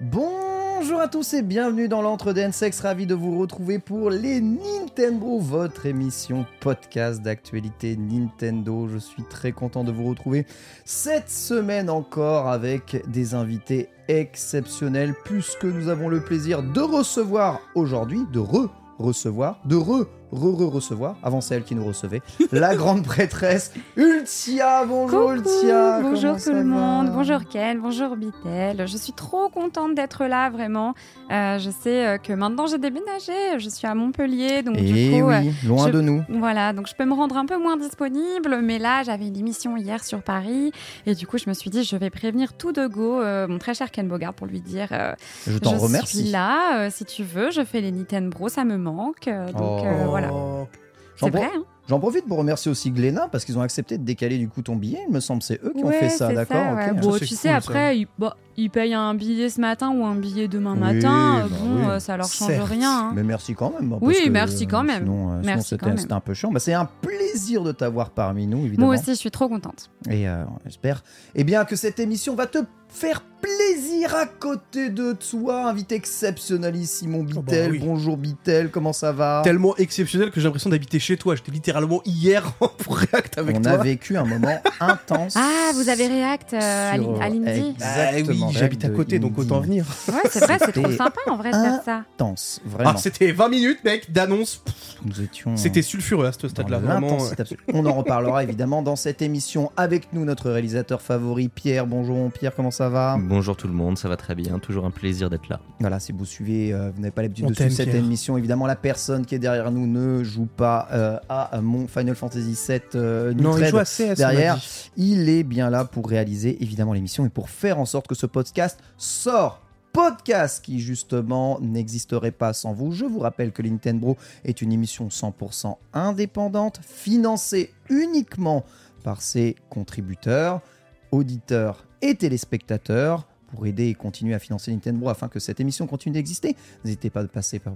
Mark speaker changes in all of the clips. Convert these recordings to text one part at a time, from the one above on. Speaker 1: Bonjour à tous et bienvenue dans l'entre Sex. E Ravi de vous retrouver pour les Nintendo, votre émission podcast d'actualité Nintendo. Je suis très content de vous retrouver cette semaine encore avec des invités exceptionnels puisque nous avons le plaisir de recevoir aujourd'hui, de re recevoir, de re re re recevoir, avant celle qui nous recevait, la grande prêtresse Ultia. Bonjour
Speaker 2: Coucou,
Speaker 1: Ultia.
Speaker 2: bonjour
Speaker 1: comment
Speaker 2: tout
Speaker 1: ça
Speaker 2: le
Speaker 1: va
Speaker 2: monde, bonjour Kel, bonjour Bitel. Je suis trop contente d'être là, vraiment. Euh, je sais euh, que maintenant j'ai déménagé, je suis à Montpellier, donc du
Speaker 1: Eh
Speaker 2: coup, euh,
Speaker 1: oui, loin
Speaker 2: je-
Speaker 1: de nous.
Speaker 2: voilà, donc je peux me rendre un peu moins disponible, mais là j'avais une émission hier sur Paris, et du coup je me suis dit je vais prévenir tout de go euh, mon très cher Ken Bogard pour lui dire euh,
Speaker 1: Je t'en
Speaker 2: je
Speaker 1: remercie.
Speaker 2: suis là, euh, si tu veux, je fais les Nintendo, ça me manque, euh, donc euh,
Speaker 1: Oh.
Speaker 2: voilà.
Speaker 1: J'en
Speaker 2: C'est
Speaker 1: pro-
Speaker 2: vrai, hein
Speaker 1: J'en profite pour remercier aussi Glénat parce qu'ils ont accepté de décaler du coup ton billet. Il me semble c'est eux qui ont
Speaker 2: Ouais,
Speaker 1: fait ça,
Speaker 2: Ah, c'est
Speaker 1: d'accord
Speaker 2: ouais.
Speaker 1: ok.
Speaker 2: Bon,
Speaker 3: Ça,
Speaker 2: tu
Speaker 3: c'est
Speaker 2: sais,
Speaker 3: cool, ça.
Speaker 2: après, ils, bah, ils payent un billet ce matin ou un billet demain
Speaker 1: Oui,
Speaker 2: matin. euh,
Speaker 1: bah
Speaker 2: bon,
Speaker 1: oui.
Speaker 2: euh, ça leur change
Speaker 3: Certes.
Speaker 2: rien. hein.
Speaker 1: Mais merci quand même. hein,
Speaker 2: Oui,
Speaker 1: parce que,
Speaker 2: merci quand
Speaker 1: euh,
Speaker 2: même.
Speaker 1: Sinon, euh, sinon,
Speaker 2: Merci quand
Speaker 1: c'était
Speaker 2: même.
Speaker 1: c'était un peu chiant. Bah, c'est un plaisir de t'avoir parmi nous, évidemment.
Speaker 2: Moi aussi, je suis trop contente.
Speaker 1: Et euh, j'espère eh bien, que cette émission va te faire plaisir à côté de toi. Invité exceptionnel ici, mon Bitel.
Speaker 3: bah oui.
Speaker 1: Bonjour Bitel, comment ça va
Speaker 3: tellement exceptionnel que j'ai l'impression d'habiter chez toi. J'étais littéralement hier en react avec
Speaker 1: On
Speaker 3: toi.
Speaker 1: a vécu un moment intense.
Speaker 2: Ah, vous avez React euh, à
Speaker 1: sur-
Speaker 2: l'In- à l'Indie
Speaker 1: Exact.
Speaker 3: Bah oui,
Speaker 1: Exactement,
Speaker 3: j'habite à
Speaker 1: de
Speaker 3: côté, donc
Speaker 1: Indie.
Speaker 3: autant venir.
Speaker 2: Ouais, c'est vrai, c'est trop
Speaker 1: C'était Ah.
Speaker 2: sympa en vrai de faire ça.
Speaker 1: Intense, vraiment. Hmm.
Speaker 3: Ah, c'était 20 minutes, mec, d'annonce. Pff,
Speaker 1: Nous étions.
Speaker 3: C'était sulfureux à ce stade-là,
Speaker 1: Dans
Speaker 3: vraiment. euh.
Speaker 1: l'intensité absolue. On en reparlera évidemment dans cette émission avec nous notre réalisateur favori Pierre. Bonjour mon Pierre, comment ça va
Speaker 3: Mm.
Speaker 4: Bonjour tout le monde, ça va très bien, toujours un plaisir d'être là.
Speaker 1: Voilà, si vous suivez, euh, vous n'avez pas l'habitude
Speaker 3: On
Speaker 1: de suivre
Speaker 3: t'aime,
Speaker 1: cette
Speaker 3: Pierre.
Speaker 1: émission. Évidemment, la personne qui est derrière nous ne joue pas euh, à mon Final Fantasy VII euh,
Speaker 3: Non, il
Speaker 1: Nitred.
Speaker 3: joue à CS. on m'a
Speaker 1: derrière.
Speaker 3: dit.
Speaker 1: Il est bien là pour réaliser évidemment l'émission et pour faire en sorte que ce podcast sort. Podcast qui justement n'existerait pas sans vous. Je vous rappelle que Nintendo est une émission 100% indépendante, financée uniquement par ses contributeurs, auditeurs et téléspectateurs. Pour aider et continuer à financer Nintendo afin que cette émission continue d'exister, n'hésitez pas à passer par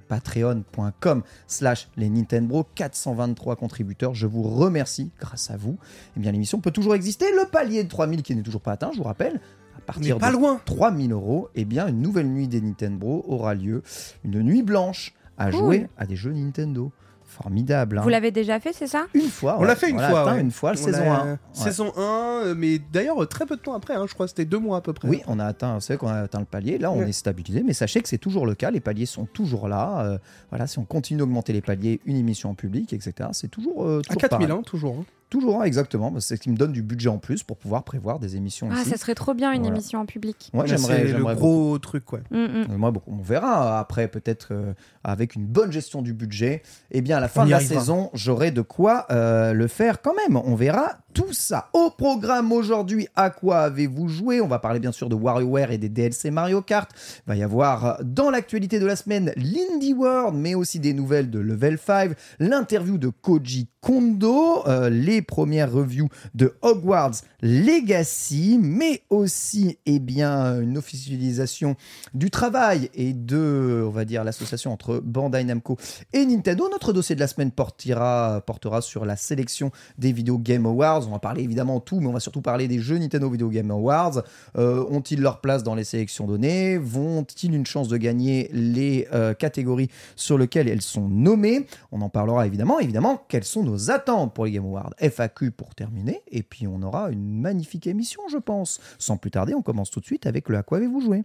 Speaker 1: patreon.com slash les Nintendo, 423 contributeurs. Je vous remercie grâce à vous eh bien l'émission peut toujours exister. Le palier de 3000 qui n'est toujours pas atteint, je vous rappelle, à
Speaker 3: On est
Speaker 1: partir
Speaker 3: pas
Speaker 1: de
Speaker 3: loin.
Speaker 1: 3000 euros, eh bien une nouvelle nuit des Nintendo aura lieu, une nuit blanche à
Speaker 2: Cool.
Speaker 1: jouer à des jeux Nintendo. Formidable. hein.
Speaker 2: Vous l'avez déjà fait, c'est ça
Speaker 1: une fois,
Speaker 3: On l'a fait une fois,
Speaker 1: atteint
Speaker 3: ouais.
Speaker 1: une fois, la
Speaker 3: On
Speaker 1: saison
Speaker 3: l'a-
Speaker 1: 1. Ouais.
Speaker 3: Saison 1, euh, mais d'ailleurs, euh, très peu de temps après, hein, je crois, c'était deux mois à peu près.
Speaker 1: Oui, on a atteint, c'est vrai qu'on a atteint le palier. Là, on
Speaker 3: Ouais.
Speaker 1: est stabilisé, mais sachez que c'est toujours le cas. Les paliers sont toujours là. Euh, voilà, si on continue d'augmenter les paliers, une émission en public, etc. C'est toujours, euh,
Speaker 3: À
Speaker 1: toujours
Speaker 3: 4000,
Speaker 1: pareil.
Speaker 3: hein, toujours. hein.
Speaker 1: Toujours, hein, exactement. Bah, C'est ce qui me donne du budget en plus pour pouvoir prévoir des émissions
Speaker 2: Ah,
Speaker 1: ici.
Speaker 2: ça serait trop bien une
Speaker 1: Voilà.
Speaker 2: émission en public.
Speaker 1: Ouais,
Speaker 3: Là,
Speaker 1: j'aimerais,
Speaker 3: c'est le
Speaker 1: j'aimerais beaucoup.
Speaker 3: gros truc, ouais.
Speaker 2: Mm, mm.
Speaker 1: Euh, moi, bon, on verra après, peut-être euh, avec une bonne gestion du budget. Eh bien, à la fin
Speaker 3: On y
Speaker 1: de la
Speaker 3: arrivera.
Speaker 1: saison, j'aurai de quoi euh, le faire quand même. On verra tout ça. Au programme aujourd'hui, à quoi avez-vous joué On va parler bien sûr de WarioWare et des DLC Mario Kart. Il va y avoir euh, dans l'actualité de la semaine l'Indie World, mais aussi des nouvelles de Level 5, l'interview de Koji Kondo, euh, les premières reviews de Hogwarts Legacy, mais aussi eh bien, une officialisation du travail et de, on va dire, l'association entre Bandai Namco et Nintendo. Notre dossier de la semaine portera, portera sur la sélection des Video Game Awards. On va parler évidemment de tout, mais on va surtout parler des jeux Nintendo Video Game Awards. Euh, Ont-ils leur place dans les sélections données Vont-ils une chance de gagner les euh, catégories sur lesquelles elles sont nommées On en parlera évidemment. Évidemment, quelles sont nos attentes pour les Game Awards FAQ pour terminer. Et puis, on aura une magnifique émission, je pense. Sans plus tarder, on commence tout de suite avec le À quoi avez-vous joué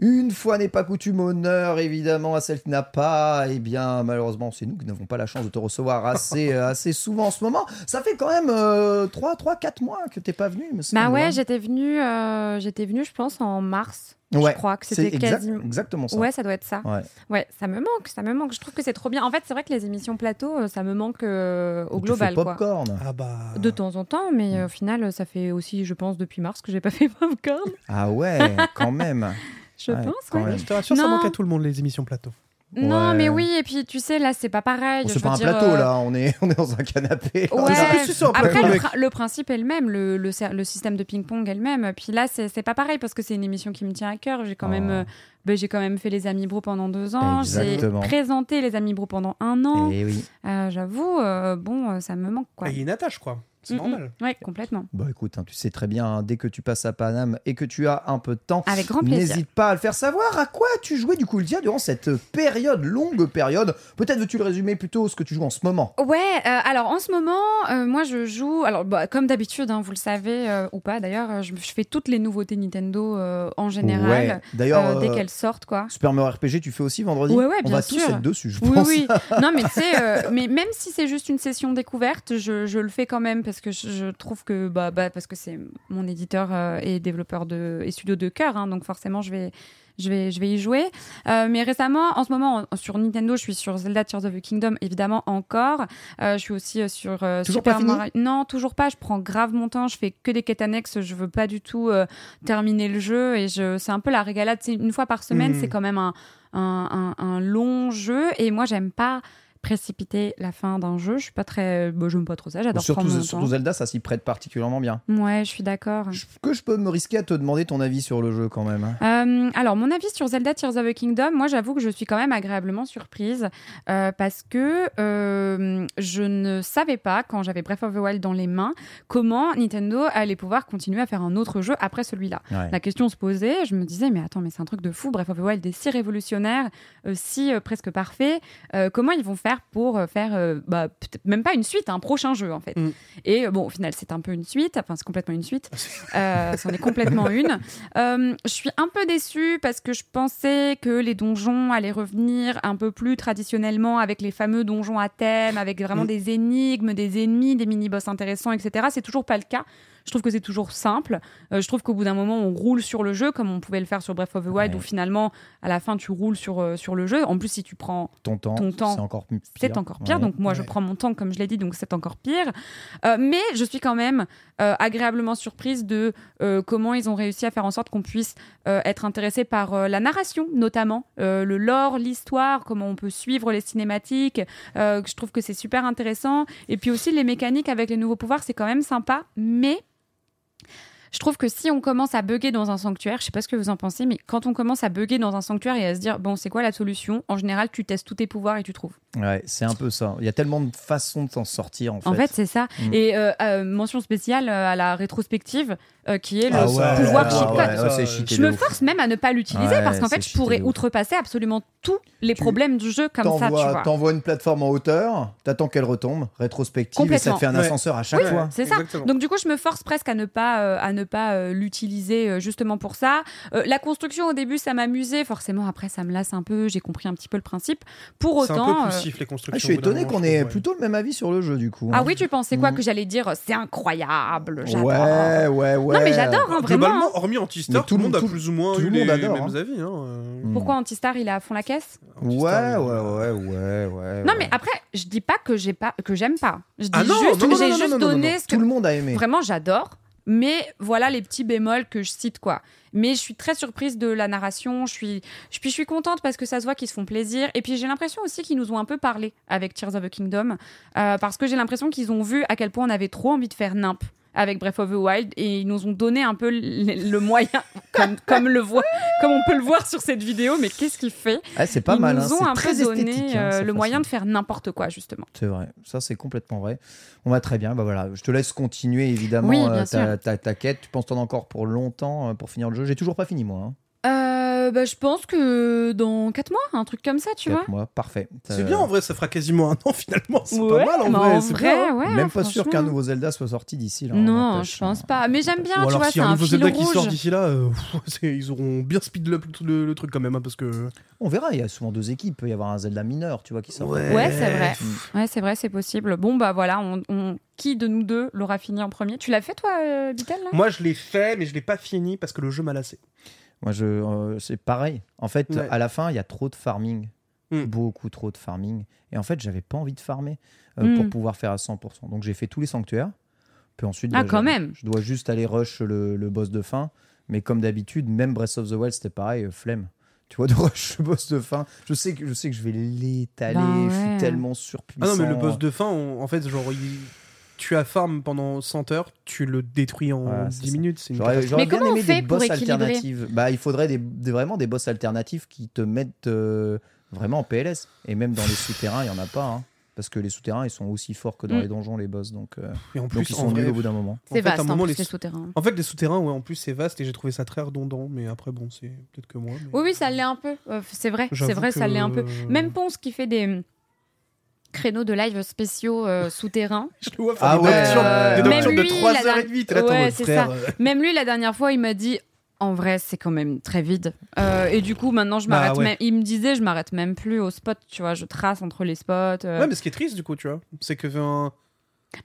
Speaker 1: Une fois n'est pas coutume, honneur évidemment à celle qui n'a pas. Eh bien, malheureusement, c'est nous qui n'avons pas la chance de te recevoir assez, euh, assez souvent en ce moment. Ça fait quand même euh, 3, 3, 4 mois que t'es pas venu. il me
Speaker 2: Bah
Speaker 1: semble, hein.
Speaker 2: ouais, j'étais venue, euh, j'étais venue, je pense, en mars.
Speaker 1: Ouais,
Speaker 2: Je crois que
Speaker 1: c'est
Speaker 2: c'était
Speaker 1: exact-
Speaker 2: quasiment.
Speaker 1: exactement ça.
Speaker 2: Ouais, ça doit être ça.
Speaker 1: Ouais.
Speaker 2: Ouais, ça me manque, ça me manque. Je trouve que c'est trop bien. En fait, c'est vrai que les émissions plateau, euh, ça me manque euh, au
Speaker 1: Tu
Speaker 2: global,
Speaker 1: fais
Speaker 2: quoi.
Speaker 1: popcorn.
Speaker 3: Ah bah.
Speaker 2: De temps en temps, mais
Speaker 1: Mm.
Speaker 2: euh, au final, ça fait aussi, je pense, depuis mars que j'ai pas fait popcorn.
Speaker 1: Ah ouais, quand même.
Speaker 2: Je
Speaker 1: Ouais,
Speaker 2: pense,
Speaker 1: quand
Speaker 2: ouais.
Speaker 1: même.
Speaker 3: Ouais, je te rassure, ça
Speaker 2: Non.
Speaker 3: manque à tout le monde les émissions plateau.
Speaker 2: Non,
Speaker 1: Ouais.
Speaker 2: mais oui, et puis tu sais, là, c'est pas pareil.
Speaker 1: Bon,
Speaker 2: Je
Speaker 1: c'est
Speaker 2: veux
Speaker 1: pas un
Speaker 2: dire,
Speaker 1: plateau
Speaker 2: euh,
Speaker 1: là, on est, on est dans un canapé.
Speaker 2: Ouais.
Speaker 3: Qu'est-ce que c'est un plateau,
Speaker 2: Après, le,
Speaker 3: mec
Speaker 2: pri- le principe est le même, le, le, cer- le système de ping-pong est le même. Puis là, c'est c'est pas pareil parce que c'est une émission qui me tient à cœur. J'ai quand,
Speaker 1: Ah.
Speaker 2: même, euh, ben, j'ai quand même fait les Amis Bro pendant deux ans. J'ai
Speaker 1: Exactement.
Speaker 2: présenté les Amis Bro pendant un an.
Speaker 1: Eh oui.
Speaker 2: Euh, J'avoue, euh, bon, euh, ça me manque quoi.
Speaker 3: Ah, il y a une attache, quoi. C'est
Speaker 2: Mm, mm.
Speaker 3: normal.
Speaker 2: Ouais, complètement.
Speaker 1: Bon, écoute, hein, tu sais très bien, hein, dès que tu passes à Paname et que tu as un peu de temps,
Speaker 2: Avec Ah, grand plaisir.
Speaker 1: n'hésite pas à le faire savoir. À quoi as-tu joué du coup, Lydia, durant cette période, longue période Peut-être veux-tu le résumer plutôt ce que tu joues en ce moment
Speaker 2: Ouais, euh, alors en ce moment, euh, moi je joue, alors bah, comme d'habitude, hein, vous le savez euh, ou pas d'ailleurs, euh, je, je fais toutes les nouveautés Nintendo euh, en général,
Speaker 1: Ouais. D'ailleurs,
Speaker 2: euh, dès
Speaker 1: euh,
Speaker 2: qu'elles sortent quoi.
Speaker 1: Super Mario RPG, tu fais aussi vendredi
Speaker 2: Ouais, ouais,
Speaker 1: On
Speaker 2: bien
Speaker 1: va tous
Speaker 2: sûr.
Speaker 1: être dessus, je
Speaker 2: Oui,
Speaker 1: pense.
Speaker 2: oui. Non, mais tu sais, euh, mais même si c'est juste une session découverte, je, je le fais quand même parce que je, je trouve que bah, bah, parce que c'est mon éditeur euh, et développeur de et studio de cœur, hein, donc forcément je vais je vais je vais y jouer. Euh, mais récemment, en ce moment, en- sur Nintendo, je suis sur Zelda Tears of the Kingdom, évidemment encore. Euh, je suis aussi euh, sur euh,
Speaker 1: Toujours
Speaker 2: Super
Speaker 1: pas fini
Speaker 2: Mario- Non, toujours pas. Je prends grave mon temps. Je fais que des quêtes annexes. Je veux pas du tout euh, terminer le jeu et je c'est un peu la régalade. C'est une fois par semaine,
Speaker 1: Hmm.
Speaker 3: Mhm.
Speaker 2: c'est quand même un un, un- un long jeu et moi j'aime pas précipiter la fin d'un jeu. Je suis pas très, bon, j'aime pas trop ça. J'adore prendre
Speaker 1: Surtout,
Speaker 2: mon
Speaker 1: surtout Zelda, ça s'y prête particulièrement bien.
Speaker 2: temps. Ouais, je suis d'accord.
Speaker 1: Je- Que je peux me risquer à te demander ton avis sur le jeu quand même. hein.
Speaker 2: Euh, alors, mon avis sur Zelda Tears of the Kingdom, moi j'avoue que je suis quand même agréablement surprise euh, parce que euh, je ne savais pas, quand j'avais Breath of the Wild dans les mains, comment Nintendo allait pouvoir continuer à faire un autre jeu après celui-là.
Speaker 1: Ouais.
Speaker 2: La question se posait, je me disais, mais attends, mais c'est un truc de fou, Breath of the Wild est si révolutionnaire, euh, si euh, presque parfait, euh, comment ils vont faire pour euh, faire, euh, bah, peut-être même pas une suite, un prochain jeu en fait.
Speaker 3: Mm.
Speaker 2: Et euh, bon, au final, c'est un peu une suite, enfin, c'est complètement une suite, euh, c'en est complètement une. Euh, je suis un peu déçue parce que je pensais que les donjons allaient revenir un peu plus traditionnellement avec les fameux donjons à thème, avec vraiment
Speaker 3: Mm.
Speaker 2: des énigmes, des ennemis, des mini-boss intéressants, etc. C'est toujours pas le cas. Je trouve que c'est toujours simple. Euh, je trouve qu'au bout d'un moment, on roule sur le jeu comme on pouvait le faire sur Breath of the Wild,
Speaker 1: Ouais.
Speaker 2: où finalement, à la fin, tu roules sur, euh, sur le jeu. En plus, si tu prends
Speaker 1: Ton temps,
Speaker 2: Ton temps,
Speaker 1: c'est encore pire.
Speaker 2: c'est encore pire.
Speaker 1: Ouais.
Speaker 2: Donc moi, je
Speaker 3: Ouais.
Speaker 2: prends mon temps, comme je l'ai dit, donc c'est encore pire. Euh, mais je suis quand même euh, agréablement surprise de euh, comment ils ont réussi à faire en sorte qu'on puisse euh, être intéressé par euh, la narration, notamment euh, le lore, l'histoire, comment on peut suivre les cinématiques. Euh, je trouve que c'est super intéressant. Et puis aussi les mécaniques avec les nouveaux pouvoirs, c'est quand même sympa. Mais je trouve que si on commence à bugger dans un sanctuaire, je sais pas ce que vous en pensez, mais quand on commence à bugger dans un sanctuaire et à se dire bon c'est quoi la solution, en général tu testes tous tes pouvoirs et tu trouves.
Speaker 1: Ouais, c'est un peu ça. Il y a tellement de façons de s'en sortir en fait.
Speaker 2: En fait, c'est ça.
Speaker 1: Mm.
Speaker 2: Et euh, euh, mention spéciale euh, à la rétrospective, euh, qui est le
Speaker 1: Ah ouais,
Speaker 2: pouvoir
Speaker 1: ah
Speaker 2: cheat
Speaker 1: ouais,
Speaker 2: code.
Speaker 1: ouais, ouais, c'est chic et
Speaker 2: Je
Speaker 1: de
Speaker 2: me
Speaker 1: ouf.
Speaker 2: force même à ne pas l'utiliser
Speaker 1: Ouais,
Speaker 2: parce qu'en
Speaker 1: c'est
Speaker 2: fait, je
Speaker 1: cheaté
Speaker 2: pourrais
Speaker 1: de ouf.
Speaker 2: outrepasser absolument tous les
Speaker 1: Tu
Speaker 2: problèmes du jeu comme ça, tu
Speaker 1: T'envoies-
Speaker 2: vois.
Speaker 1: T'envoies une plateforme en hauteur, t'attends qu'elle retombe, rétrospective, et ça
Speaker 2: Complètement.
Speaker 1: te fait un
Speaker 3: Ouais.
Speaker 1: ascenseur à chaque
Speaker 2: Oui.
Speaker 1: fois. Ah,
Speaker 2: C'est ça.
Speaker 3: Exactement.
Speaker 2: Donc du coup, je me force presque à ne pas euh, à ne pas euh, l'utiliser euh, justement pour ça. Euh, la construction au début, ça m'amusait. Forcément, après, ça me lasse un peu. J'ai compris un petit peu le principe. Pour
Speaker 3: C'est un peu
Speaker 2: autant. euh,
Speaker 3: poussif les constructions.
Speaker 1: Ah, je suis
Speaker 3: au bout d'un
Speaker 1: étonné
Speaker 3: moment,
Speaker 1: qu'on
Speaker 3: je
Speaker 1: ait
Speaker 3: trouve, ouais.
Speaker 1: plutôt le même avis sur le jeu du coup.
Speaker 2: Ah
Speaker 1: hein.
Speaker 2: oui, tu pensais quoi
Speaker 1: Mm.
Speaker 2: que j'allais dire euh, C'est incroyable, j'adore.
Speaker 1: Ouais, ouais, ouais.
Speaker 2: Non, mais j'adore, hein, vraiment.
Speaker 3: Globalement,
Speaker 2: hein.
Speaker 3: hormis
Speaker 1: Mais
Speaker 3: Antistar,
Speaker 1: tout
Speaker 3: tout le monde a
Speaker 1: le- tout-
Speaker 3: plus ou moins
Speaker 1: tout
Speaker 3: eu
Speaker 1: le monde
Speaker 3: les
Speaker 1: adore,
Speaker 3: mêmes
Speaker 1: hein.
Speaker 3: avis. hein, euh,
Speaker 1: Mm.
Speaker 2: Pourquoi Antistar, il est à fond la caisse
Speaker 1: Ouais, ouais,
Speaker 3: Antistar, euh, il-
Speaker 1: ouais, ouais, ouais.
Speaker 2: Non,
Speaker 1: ouais.
Speaker 2: mais après, je dis pas que j'ai pas que j'aime pas. Je dis
Speaker 3: Euh, Ah non,
Speaker 2: juste
Speaker 3: non,
Speaker 2: que
Speaker 3: non,
Speaker 2: j'ai
Speaker 3: non, non,
Speaker 2: juste
Speaker 3: non, non,
Speaker 2: donné
Speaker 3: non.
Speaker 2: ce que
Speaker 1: tout le monde a aimé.
Speaker 2: Vraiment, j'adore. Mais voilà les petits bémols que je cite, quoi. Mais je suis très surprise de la narration. Je suis, je, puis je suis contente parce que ça se voit qu'ils se font plaisir. Et puis j'ai l'impression aussi qu'ils nous ont un peu parlé avec Tears of the Kingdom. euh, parce que j'ai l'impression qu'ils ont vu à quel point on avait trop envie de faire nimp avec Breath of the Wild. Et ils nous ont donné un peu le, le moyen, comme, comme, le voit, comme on peut le voir sur cette vidéo. Mais qu'est-ce qu'il fait
Speaker 1: Ah, c'est pas
Speaker 2: Ils
Speaker 1: mal.
Speaker 2: nous
Speaker 1: hein,
Speaker 2: ont
Speaker 1: c'est
Speaker 2: un
Speaker 1: très
Speaker 2: peu donné
Speaker 1: esthétique, hein,
Speaker 2: euh,
Speaker 1: cette
Speaker 2: le moyen
Speaker 1: façon.
Speaker 2: de faire n'importe quoi, justement.
Speaker 1: C'est vrai, ça c'est complètement vrai. On va très bien, bah voilà, je te laisse continuer évidemment
Speaker 2: Oui, bien
Speaker 1: euh, ta,
Speaker 2: sûr.
Speaker 1: ta- ta quête. Tu penses t'en encore pour longtemps euh, pour finir le jeu J'ai toujours pas fini moi. hein.
Speaker 2: Euh, bah, je pense que dans 4 mois, un truc comme ça, tu vois.
Speaker 1: Quatre mois, parfait.
Speaker 3: C'est
Speaker 1: Euh,
Speaker 3: bien en vrai, ça fera quasiment un an finalement. C'est
Speaker 2: Ouais,
Speaker 3: pas mal en
Speaker 2: mais
Speaker 3: vrai. c'est bien, hein.
Speaker 2: ouais,
Speaker 1: Même pas sûr
Speaker 2: franchement.
Speaker 1: qu'un nouveau Zelda soit sorti d'ici là. hein,
Speaker 2: Non,
Speaker 1: n'empêche,
Speaker 2: je pense
Speaker 1: hein.
Speaker 2: pas. Mais j'aime bien,
Speaker 3: Ou
Speaker 2: tu
Speaker 3: alors
Speaker 2: vois,
Speaker 3: si
Speaker 2: c'est
Speaker 3: un
Speaker 2: un
Speaker 3: nouveau
Speaker 2: fil
Speaker 3: Zelda qui sort
Speaker 2: rouge.
Speaker 3: d'ici là, euh, c'est- ils auront bien speed up le, le- le truc quand même hein, parce que.
Speaker 1: On verra, il y a souvent deux équipes. Il peut y avoir un Zelda mineur, tu vois, qui sort.
Speaker 2: Ouais, c'est vrai. Ouais, c'est vrai, c'est possible. Bon, bah voilà, on, on- qui de nous deux l'aura fini en premier Tu l'as fait toi, euh, Bitel là
Speaker 3: Moi je l'ai fait, mais je l'ai pas fini parce que le jeu m'a lassé.
Speaker 1: Moi, je, euh, c'est pareil. En fait,
Speaker 3: Ouais.
Speaker 1: à la fin, il y a trop de farming.
Speaker 3: Mm.
Speaker 1: Beaucoup trop de farming. Et en fait, j'avais pas envie de farmer euh,
Speaker 2: Mm.
Speaker 1: pour pouvoir faire à 100%. Donc, j'ai fait tous les sanctuaires. Puis ensuite,
Speaker 2: Ah,
Speaker 1: bah,
Speaker 2: quand
Speaker 1: je-
Speaker 2: même.
Speaker 1: je dois juste aller rush le, le boss de fin. Mais comme d'habitude, même Breath of the Wild, c'était pareil, euh, flemme. Tu vois, de rush le boss de fin. Je sais que je, sais que je vais l'étaler.
Speaker 2: Bah
Speaker 1: Je suis
Speaker 2: ouais.
Speaker 1: tellement
Speaker 3: Ah
Speaker 1: surpuissant.
Speaker 3: non, mais le boss de fin, on- en fait, genre, il- tu as farm pendant 100 heures, tu le détruis en
Speaker 1: Ouais, c'est
Speaker 3: 10
Speaker 1: ça.
Speaker 3: minutes. C'est une
Speaker 1: J'aurais,
Speaker 3: catastrophe.
Speaker 1: j'aurais
Speaker 2: Mais
Speaker 1: bien
Speaker 2: comment on
Speaker 1: aimé
Speaker 2: fait
Speaker 1: des
Speaker 2: pour
Speaker 1: boss
Speaker 2: équilibrer
Speaker 1: alternatives. Bah, il faudrait des, des- vraiment des boss alternatifs qui te mettent euh, vraiment en PLS. Et même dans les souterrains, il n'y en a pas. hein. Parce que les souterrains, ils sont aussi forts que dans
Speaker 2: Mm.
Speaker 1: les donjons, les boss. Donc, euh,
Speaker 3: Et en
Speaker 1: donc
Speaker 3: plus,
Speaker 1: ils
Speaker 3: en
Speaker 1: sont
Speaker 3: vrai,
Speaker 1: nuls au bout d'un moment.
Speaker 3: en
Speaker 2: C'est
Speaker 3: fait, à un
Speaker 2: vaste, hein,
Speaker 3: moment,
Speaker 2: plus
Speaker 3: les-
Speaker 2: les souterrains.
Speaker 3: En fait, les souterrains, ouais, en plus, c'est vaste et j'ai trouvé ça très redondant, mais après, bon, c'est peut-être que moi. mais-
Speaker 2: Oui, oui, ça l'est un peu. Euh, c'est vrai, c'est
Speaker 3: J'avoue
Speaker 2: vrai, ça
Speaker 3: que- euh,
Speaker 2: l'est un peu. Même Ponce qui fait des euh, créneaux de live spéciaux euh, souterrains.
Speaker 3: Je le vois faire
Speaker 1: Ah
Speaker 3: des
Speaker 1: ouais,
Speaker 3: nocturnes,
Speaker 1: euh,
Speaker 3: des
Speaker 1: même
Speaker 3: nocturnes de
Speaker 2: lui,
Speaker 3: 3h30. T'es là, t'es en
Speaker 2: ouais,
Speaker 3: mode,
Speaker 2: c'est
Speaker 3: frère.
Speaker 2: ça.
Speaker 3: euh,
Speaker 2: Même lui, la dernière fois, il m'a dit en vrai, c'est quand même très vide. Euh, et du coup, maintenant, je
Speaker 3: Bah
Speaker 2: m'arrête
Speaker 3: ouais.
Speaker 2: même. Il me disait, je m'arrête même plus au spot, tu vois, je trace entre les spots. euh.
Speaker 3: Ouais, mais ce qui est triste, du coup, tu vois, c'est que. enfin,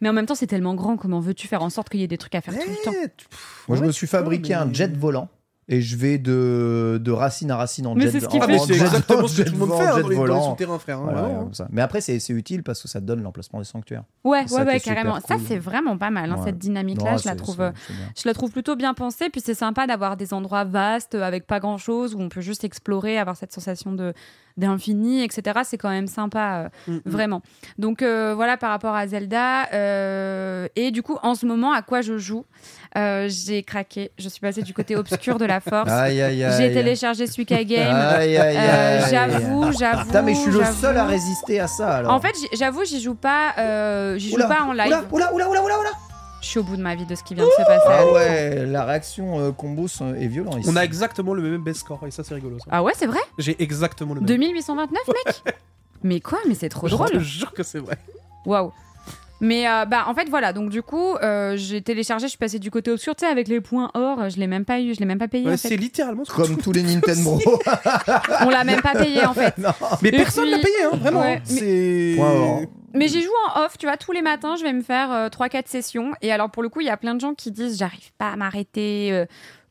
Speaker 2: Mais en même temps, c'est tellement grand, comment veux-tu faire en sorte qu'il y ait des trucs à faire tout le temps
Speaker 3: eh, tu- pff,
Speaker 1: Moi, je
Speaker 3: ouais,
Speaker 1: me
Speaker 3: tu
Speaker 1: suis
Speaker 3: peux,
Speaker 1: fabriqué
Speaker 3: mais-
Speaker 1: un jet volant. Et je vais de, de racine à racine en
Speaker 2: Mais
Speaker 1: jet
Speaker 2: c'est ce qu'il
Speaker 1: en-
Speaker 3: Ah,
Speaker 2: fait.
Speaker 3: mais
Speaker 1: en
Speaker 3: c'est
Speaker 1: jet- en
Speaker 3: exactement ce que
Speaker 1: jet
Speaker 3: tout le monde
Speaker 1: volant,
Speaker 3: fait
Speaker 1: en
Speaker 3: hein,
Speaker 1: jet
Speaker 3: dans les- dans les
Speaker 1: volant.
Speaker 3: souterrains, frère. hein,
Speaker 2: Ah
Speaker 1: Voilà,
Speaker 3: vraiment, hein.
Speaker 1: comme ça. Mais après, c'est c'est utile parce que ça donne l'emplacement des sanctuaires.
Speaker 2: Ouais,
Speaker 1: Ça
Speaker 2: ouais,
Speaker 1: qui est
Speaker 2: ouais,
Speaker 1: super
Speaker 2: carrément. Ça,
Speaker 1: cool.
Speaker 2: c'est vraiment pas mal, hein,
Speaker 1: Ouais.
Speaker 2: cette
Speaker 1: Non,
Speaker 2: dynamique-là. je la
Speaker 1: c'est-
Speaker 2: trouve.
Speaker 1: c'est-
Speaker 2: euh,
Speaker 1: c'est bien.
Speaker 2: Je la trouve plutôt bien pensée, puis c'est sympa d'avoir des endroits vastes euh, avec pas grand chose où on peut juste explorer, avoir cette sensation de d'infini, etc. C'est quand même sympa, euh,
Speaker 3: Mm, mm.
Speaker 2: vraiment. Donc euh, voilà par rapport à Zelda. euh, et du coup, en ce moment, à quoi je joue Euh, J'ai craqué. Je suis passée du côté obscur de la force.
Speaker 1: Aïe, aïe, aïe.
Speaker 2: J'ai téléchargé Suika Game.
Speaker 1: Aïe, aïe,
Speaker 2: Euh,
Speaker 1: aïe.
Speaker 2: j'avoue, j'avoue.
Speaker 1: Putain, mais je suis le
Speaker 2: j'avoue.
Speaker 1: seul à résister à ça alors.
Speaker 2: En fait, j'y- j'avoue, j'y joue pas, euh, j'y joue
Speaker 1: Oula,
Speaker 2: pas en live.
Speaker 1: Oula, oula, oula, oula, oula, oula.
Speaker 2: Je suis au bout de ma vie de ce qui vient de se passer.
Speaker 1: Ah
Speaker 2: Alex.
Speaker 1: ouais, la réaction euh, combo sont- est violente ici.
Speaker 3: hein. On a exactement le même best score, et ça, c'est rigolo. ça.
Speaker 2: Ah ouais, c'est vrai
Speaker 3: J'ai exactement le même.
Speaker 2: 2829, mec Mais quoi Mais c'est trop
Speaker 3: Je te
Speaker 2: drôle
Speaker 3: jure que c'est vrai.
Speaker 2: Waouh mais euh, bah en fait voilà donc du coup euh, j'ai téléchargé je suis passée du côté obscur tu sais avec les points or je l'ai même pas eu je l'ai même pas payé
Speaker 3: Ouais,
Speaker 2: en
Speaker 3: c'est
Speaker 2: fait.
Speaker 3: littéralement ce que
Speaker 1: Comme
Speaker 3: tu-
Speaker 1: tous les Nintendo. Ah
Speaker 2: on l'a même pas payé en fait
Speaker 1: non.
Speaker 3: Mais
Speaker 2: Et
Speaker 3: personne
Speaker 2: puis-
Speaker 3: l'a payé, hein, vraiment.
Speaker 2: Ah, Ouais,
Speaker 3: hein.
Speaker 2: mais-
Speaker 3: C'est.
Speaker 1: Point or.
Speaker 2: mais j'y joue en off tu vois tous les matins je vais me faire 3 4 sessions et alors pour le coup il y a plein de gens qui disent j'arrive pas à m'arrêter euh,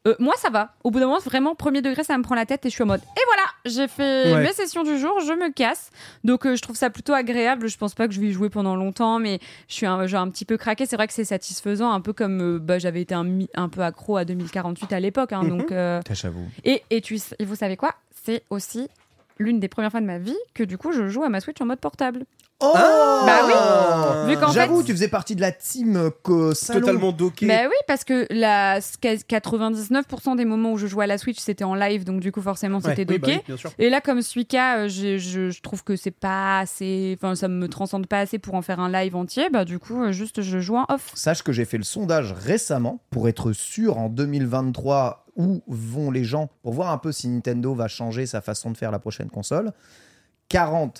Speaker 2: euh, moi ça va au bout d'un moment vraiment premier degré ça me prend la tête et je suis en mode et voilà j'ai fait
Speaker 3: Ouais.
Speaker 2: mes sessions du jour je me casse donc euh, je trouve ça plutôt agréable je pense pas que je vais y jouer pendant longtemps mais je suis un, genre un petit peu craqué. C'est vrai que c'est satisfaisant, un peu comme euh, bah, j'avais été un, mi- un peu accro à 2048 à l'époque. hein,
Speaker 3: Mhm.
Speaker 2: donc, euh,
Speaker 1: Putain, J'avoue.
Speaker 2: et, et, tu, s- et vous savez quoi C'est aussi l'une des premières fois de ma vie que du coup je joue à ma Switch en mode portable.
Speaker 1: Oh
Speaker 2: Bah Vu qu'en
Speaker 1: J'avoue,
Speaker 2: fait-
Speaker 1: tu faisais partie de la team euh, co salon.
Speaker 3: Totalement docké.
Speaker 2: Bah oui, parce que la, ce qu'a- 99% des moments où je jouais à la Switch, c'était en live, donc du coup forcément
Speaker 3: Ouais,
Speaker 2: c'était
Speaker 3: oui, bah
Speaker 2: docké.
Speaker 3: oui, bien sûr.
Speaker 2: Et là, comme Suika, euh, je, je- je trouve que c'est pas assez. Enfin, ça me transcende pas assez pour en faire un live entier. Bah, du coup, euh, juste je joue en off.
Speaker 1: Sache que j'ai fait le sondage récemment pour être sûr en 2023 où vont les gens, pour voir un peu si Nintendo va changer sa façon de faire la prochaine console.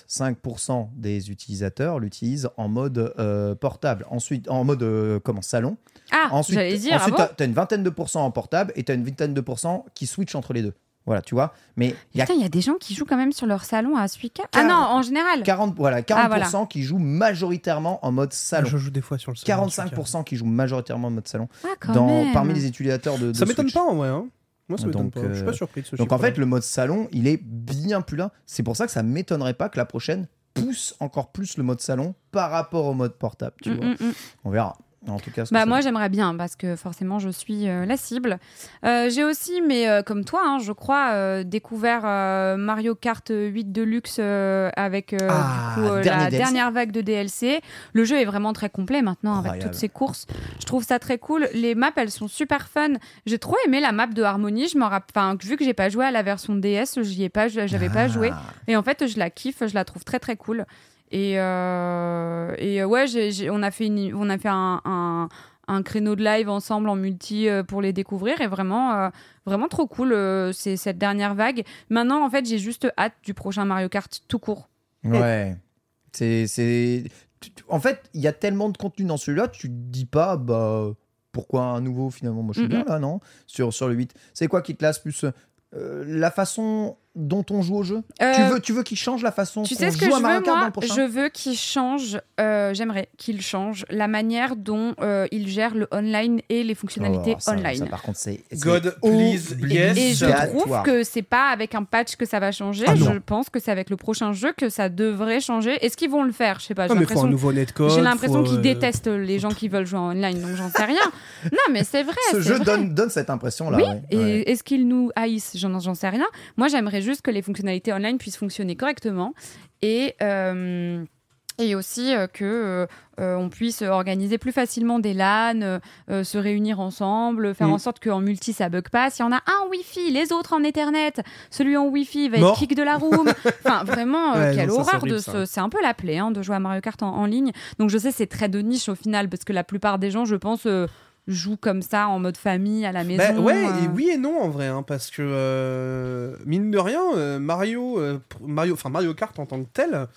Speaker 1: 45% des utilisateurs l'utilisent en mode euh, portable, ensuite en mode euh, comment salon.
Speaker 2: Ah,
Speaker 1: ensuite,
Speaker 2: j'allais dire,
Speaker 1: ensuite,
Speaker 2: ah bon
Speaker 1: t'as- t'as une vingtaine de pourcents en portable et t'as une vingtaine de pourcents qui switchent entre les deux. Voilà, tu vois. Mais il y a
Speaker 2: Putain, il y a des gens qui jouent quand même sur leur salon à Suica. Ah non, en général.
Speaker 1: 40, voilà, 40%
Speaker 2: Ah, voilà.
Speaker 1: qui jouent majoritairement en mode salon.
Speaker 3: Je joue des fois sur le salon, c'est
Speaker 1: 45% qui jouent majoritairement en mode salon
Speaker 2: Ah, quand
Speaker 1: dans,
Speaker 2: même.
Speaker 1: parmi les utilisateurs de, de
Speaker 3: clair. Ça m'étonne
Speaker 1: Switch.
Speaker 3: pas en vrai. hein. Moi, ça m'étonne
Speaker 1: Donc,
Speaker 3: pas. Je suis
Speaker 1: euh,
Speaker 3: pas surpris de ce
Speaker 1: Donc en
Speaker 3: chiffre-là.
Speaker 1: fait, le mode salon, il est bien plus là. C'est pour ça que ça m'étonnerait pas que la prochaine pousse encore plus le mode salon par rapport au mode portable. Tu
Speaker 2: Mm,
Speaker 1: vois.
Speaker 2: mm, mm.
Speaker 1: On verra. En tout cas, ce que
Speaker 2: Bah
Speaker 1: ça
Speaker 2: moi
Speaker 1: donne.
Speaker 2: j'aimerais bien parce que forcément je suis euh, la cible. Euh, j'ai aussi, mais euh, comme toi, hein, je crois, euh, découvert euh, Mario Kart 8 Deluxe euh, avec euh, du
Speaker 1: Ah,
Speaker 2: coup, euh,
Speaker 1: dernier
Speaker 2: la
Speaker 1: DLC.
Speaker 2: dernière vague de DLC. Le jeu est vraiment très complet maintenant avec
Speaker 1: Incroyable.
Speaker 2: toutes ces courses. Je trouve ça très cool. Les maps elles sont super fun. J'ai trop aimé la map de Harmony. Je m'en rapp- enfin vu que j'ai pas joué à la version DS, j'y ai pas, j'avais pas joué.
Speaker 1: Ah,
Speaker 2: Et en fait, je la kiffe, je la trouve très très cool. Et, euh, et euh, ouais, j'ai- j'ai- on a fait, une- on a fait un, un- un créneau de live ensemble en multi euh, pour les découvrir. Et vraiment, euh, vraiment trop cool, euh, c'est cette dernière vague. Maintenant, en fait, j'ai juste hâte du prochain Mario Kart tout court.
Speaker 1: Ouais. C'est c'est tu- tu- en fait, il y a tellement de contenu dans celui-là, tu te dis pas bah pourquoi un nouveau finalement moi je suis
Speaker 2: Mhm.
Speaker 1: bien là, non Sur sur le 8. C'est quoi qui te lasse plus euh, la façon dont on joue au jeu Tu
Speaker 2: Euh,
Speaker 1: veux tu veux qu'il change la façon
Speaker 2: Tu
Speaker 1: qu'on
Speaker 2: sais ce que
Speaker 1: joue
Speaker 2: je
Speaker 1: à Mario
Speaker 2: veux,
Speaker 1: Kart dans
Speaker 2: moi
Speaker 1: le prochain
Speaker 2: Je veux qu'il change, euh, j'aimerais qu'il change la manière dont euh, il gère le online et les fonctionnalités
Speaker 1: Oh, ça-
Speaker 2: online.
Speaker 1: ça, par contre, c'est c'est
Speaker 3: God, please, yes.
Speaker 2: Et je
Speaker 1: obligatoire.
Speaker 2: trouve que c'est pas avec un patch que ça va changer.
Speaker 1: Ah non.
Speaker 2: je pense que c'est avec le prochain jeu que ça devrait changer. Est-ce qu'ils vont le faire Je sais pas.
Speaker 3: Ah,
Speaker 2: J'ai
Speaker 3: mais faut un
Speaker 2: l'impression.
Speaker 3: nouveau netcode.
Speaker 2: J'ai l'impression
Speaker 3: faut,
Speaker 2: qu'ils
Speaker 3: euh,
Speaker 2: détestent les gens qui veulent jouer en online, donc j'en sais rien. Non, mais c'est vrai.
Speaker 1: ce
Speaker 2: c'est
Speaker 1: jeu
Speaker 2: vrai.
Speaker 1: donne, donne cette impression là.
Speaker 2: Oui, Et est-ce qu'ils nous haïssent J'en j'en sais rien. Moi, j'aimerais juste que les fonctionnalités online puissent fonctionner correctement et euh, et aussi euh, que euh, euh, on puisse organiser plus facilement des LAN, euh, euh, se réunir ensemble, faire
Speaker 3: Mm.
Speaker 2: en sorte qu'en multi ça bug pas. S'il y en a un en Wi-Fi, les autres en Ethernet, celui en Wi-Fi va
Speaker 3: Mort.
Speaker 2: être kick de la room. enfin, vraiment, euh,
Speaker 3: Ouais,
Speaker 2: quelle
Speaker 3: non, ça, c'est
Speaker 2: horreur
Speaker 3: horrible,
Speaker 2: de
Speaker 3: ça.
Speaker 2: ce. C'est un peu la plaie hein, de jouer à Mario Kart en, en ligne. Donc je sais, c'est très de niche au final parce que la plupart des gens, je pense. euh, jouent comme ça en mode famille à la maison.
Speaker 3: Bah ouais,
Speaker 2: euh.
Speaker 3: et oui et non en vrai, hein, parce que euh, mine de rien, euh, Mario, euh, pr- Mario, enfin Mario Kart en tant que tel,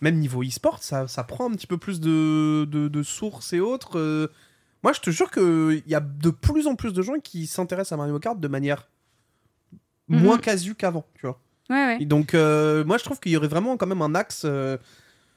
Speaker 3: même niveau e-sport, ça, ça prend un petit peu plus de, de, de sources et autres. euh. moi, je te jure qu'il y a de plus en plus de gens qui s'intéressent à Mario Kart de manière
Speaker 2: Mhm.
Speaker 3: moins casu qu'avant, tu vois.
Speaker 2: Ouais, ouais.
Speaker 3: Et donc, euh, moi, je trouve qu'il y aurait vraiment quand même un axe. euh,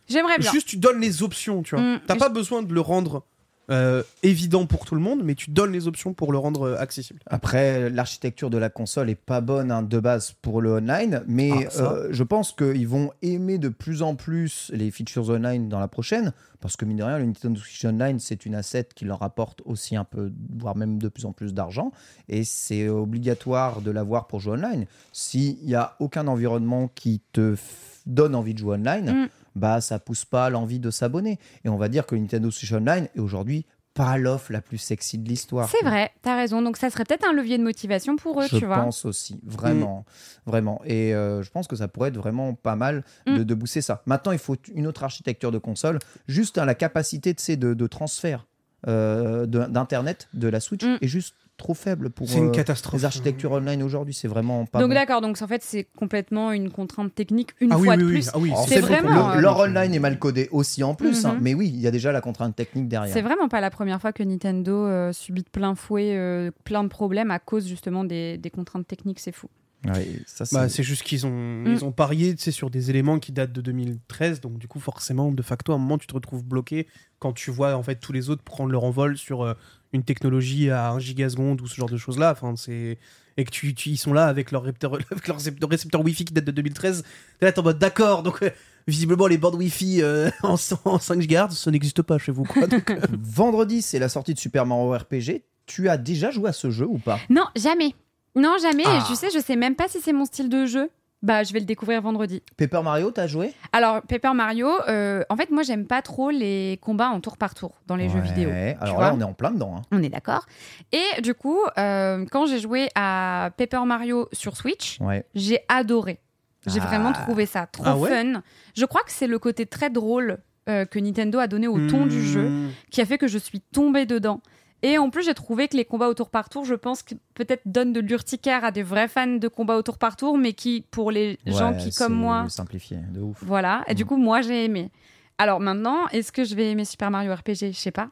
Speaker 2: J'aimerais bien.
Speaker 3: juste, tu donnes les options, tu vois.
Speaker 2: Mm,
Speaker 3: T'as
Speaker 2: et
Speaker 3: pas besoin de le rendre euh, évident pour tout le monde, mais tu donnes les options pour le rendre euh, accessible.
Speaker 1: Après, l'architecture de la console est pas bonne hein, de base pour le online, mais
Speaker 3: Ah, ça.
Speaker 1: euh, je pense qu'ils vont aimer de plus en plus les features online dans la prochaine, parce que mine de rien, le Nintendo Switch Online, c'est une asset qui leur rapporte aussi un peu, voire même de plus en plus d'argent, et c'est obligatoire de l'avoir pour jouer online. S'il n'y a aucun environnement qui te f- donne envie de jouer online,
Speaker 2: Mm.
Speaker 1: bah ça pousse pas l'envie de s'abonner. Et on va dire que le Nintendo Switch Online est aujourd'hui pas l'offre la plus sexy de l'histoire.
Speaker 2: C'est vrai, t'as raison. Donc ça serait peut-être un levier de motivation pour eux,
Speaker 1: je
Speaker 2: tu vois.
Speaker 1: pense aussi, vraiment, vraiment. Et euh, je pense que ça pourrait être vraiment pas mal de,
Speaker 2: Mm.
Speaker 1: de booster ça. Maintenant, il faut une autre architecture de console, juste hein, la capacité tu sais, de, de transfert euh, de- d'internet de, la Switch
Speaker 2: Mm.
Speaker 1: est juste trop faible pour
Speaker 3: C'est une
Speaker 1: euh,
Speaker 3: catastrophe.
Speaker 1: les architectures online aujourd'hui. C'est vraiment pas
Speaker 2: donc
Speaker 1: bon.
Speaker 2: d'accord, donc en fait c'est complètement une contrainte technique une
Speaker 3: ah oui,
Speaker 2: fois
Speaker 3: oui,
Speaker 2: de
Speaker 3: oui.
Speaker 2: plus.
Speaker 3: Ah oui,
Speaker 1: Alors,
Speaker 2: c'est
Speaker 1: pour-
Speaker 2: vraiment,
Speaker 1: le-
Speaker 2: euh,
Speaker 1: leur online est mal codé aussi en plus, hein,
Speaker 2: Mhm.
Speaker 1: mais oui, il y a déjà la contrainte technique derrière.
Speaker 2: C'est vraiment pas la première fois que Nintendo euh, subit de plein fouet euh, plein de problèmes à cause justement des, des contraintes techniques, c'est fou.
Speaker 1: Ouais, et ça, c'est-
Speaker 3: Bah, c'est juste qu'ils ont, ils ont parié tu sais, sur des éléments qui datent de 2013, donc du coup, forcément, de facto, à un moment, tu te retrouves bloqué quand tu vois en fait tous les autres prendre leur envol sur euh, une technologie à 1 gigaseconde ou ce genre de choses-là. Enfin, c'est et que tu, tu- ils sont là avec leur récepteur, avec leur récepteur, récepteur Wi-Fi qui date de 2013. T'es là, t'es en mode d'accord, donc euh, visiblement les bornes Wi-Fi euh, en, 100 en 5 gigahertz, ça n'existe pas chez vous, quoi. Donc, euh,
Speaker 1: Vendredi, c'est la sortie de Super Mario RPG. Tu as déjà joué à ce jeu ou pas
Speaker 2: Non, jamais. Non, jamais.
Speaker 1: Ah.
Speaker 2: Et tu sais, je sais même pas si c'est mon style de jeu. Bah, je vais le découvrir vendredi.
Speaker 1: Paper Mario, t'as joué
Speaker 2: Alors, Paper Mario, euh, en fait, moi, j'aime pas trop les combats en tour par tour dans les jeux
Speaker 1: Ouais.
Speaker 2: vidéo.
Speaker 1: Alors
Speaker 2: vois.
Speaker 1: là, on est en plein dedans. hein.
Speaker 2: On est d'accord. Et du coup, euh, quand j'ai joué à Paper Mario sur Switch,
Speaker 1: Ouais.
Speaker 2: j'ai adoré. J'ai
Speaker 1: Ah.
Speaker 2: vraiment trouvé ça trop
Speaker 3: Ah ouais
Speaker 2: fun. Je crois que c'est le côté
Speaker 1: Hmm.
Speaker 2: très drôle euh, que Nintendo a donné au ton du jeu qui a fait que je suis tombée dedans. Et en plus, j'ai trouvé que les combats au tour par tour, je pense que peut-être donnent de l'urticaire à des vrais fans de combats au tour par tour, mais qui, pour les gens
Speaker 1: Ouais,
Speaker 2: qui,
Speaker 1: c'est
Speaker 2: comme moi,
Speaker 1: Simplifié, de ouf.
Speaker 2: voilà. Et du
Speaker 1: Mm.
Speaker 2: coup, moi, j'ai aimé. Alors maintenant, est-ce que je vais aimer Super Mario RPG Je sais pas.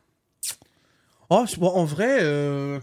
Speaker 3: Oh, je- bon, en vrai, euh,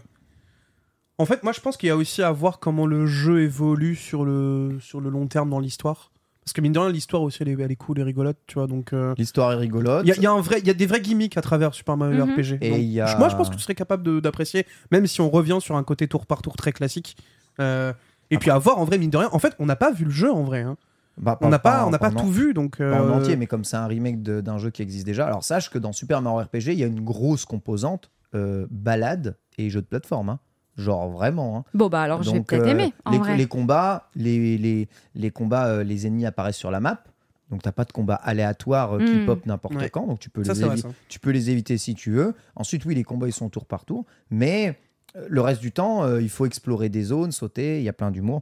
Speaker 3: en fait, moi je pense qu'il y a aussi à voir comment le jeu évolue sur le, sur le long terme dans l'histoire. Parce que mine de rien, l'histoire aussi, elle est, elle est cool et rigolote, tu vois. Donc, euh,
Speaker 1: L'histoire est rigolote.
Speaker 3: il y, a, il y a un vrai, il y a des vrais gimmicks à travers Super Mario
Speaker 2: Mhm.
Speaker 3: RPG.
Speaker 1: Et
Speaker 3: Donc,
Speaker 1: il y a-
Speaker 3: je- Moi, je pense que tu serais capable de- d'apprécier, même si on revient sur un côté tour par tour très classique. Euh, et puis à voir, en vrai, mine de rien. En fait, on n'a pas vu le jeu, en vrai. hein.
Speaker 1: Bah, pas-
Speaker 3: On n'a pas, on n'a
Speaker 1: pas
Speaker 3: pas
Speaker 1: en-
Speaker 3: tout vu, donc.
Speaker 1: pas en
Speaker 3: euh,
Speaker 1: entier, mais comme c'est un remake de- d'un jeu qui existe déjà. Alors sache que dans Super Mario RPG, il y a une grosse composante euh, balade et jeu de plateforme. hein. Genre vraiment. hein.
Speaker 2: Bon, bah alors, je vais
Speaker 1: Donc,
Speaker 2: peut-être
Speaker 1: euh,
Speaker 2: aimer. En
Speaker 1: les,
Speaker 2: vrai.
Speaker 1: les combats, les, les, les combats, euh, les ennemis apparaissent sur la map. Donc t'as pas de combat aléatoire euh, qui
Speaker 2: Mm.
Speaker 1: pop n'importe
Speaker 3: Ouais.
Speaker 1: quand. Donc tu peux,
Speaker 3: Ça,
Speaker 1: les
Speaker 3: c'est vrai,
Speaker 1: évi-
Speaker 3: ça.
Speaker 1: tu peux les éviter si tu veux. Ensuite, oui, les combats ils sont tour par tour, mais euh, le reste du temps, euh, il faut explorer des zones, sauter. Il y a plein d'humour.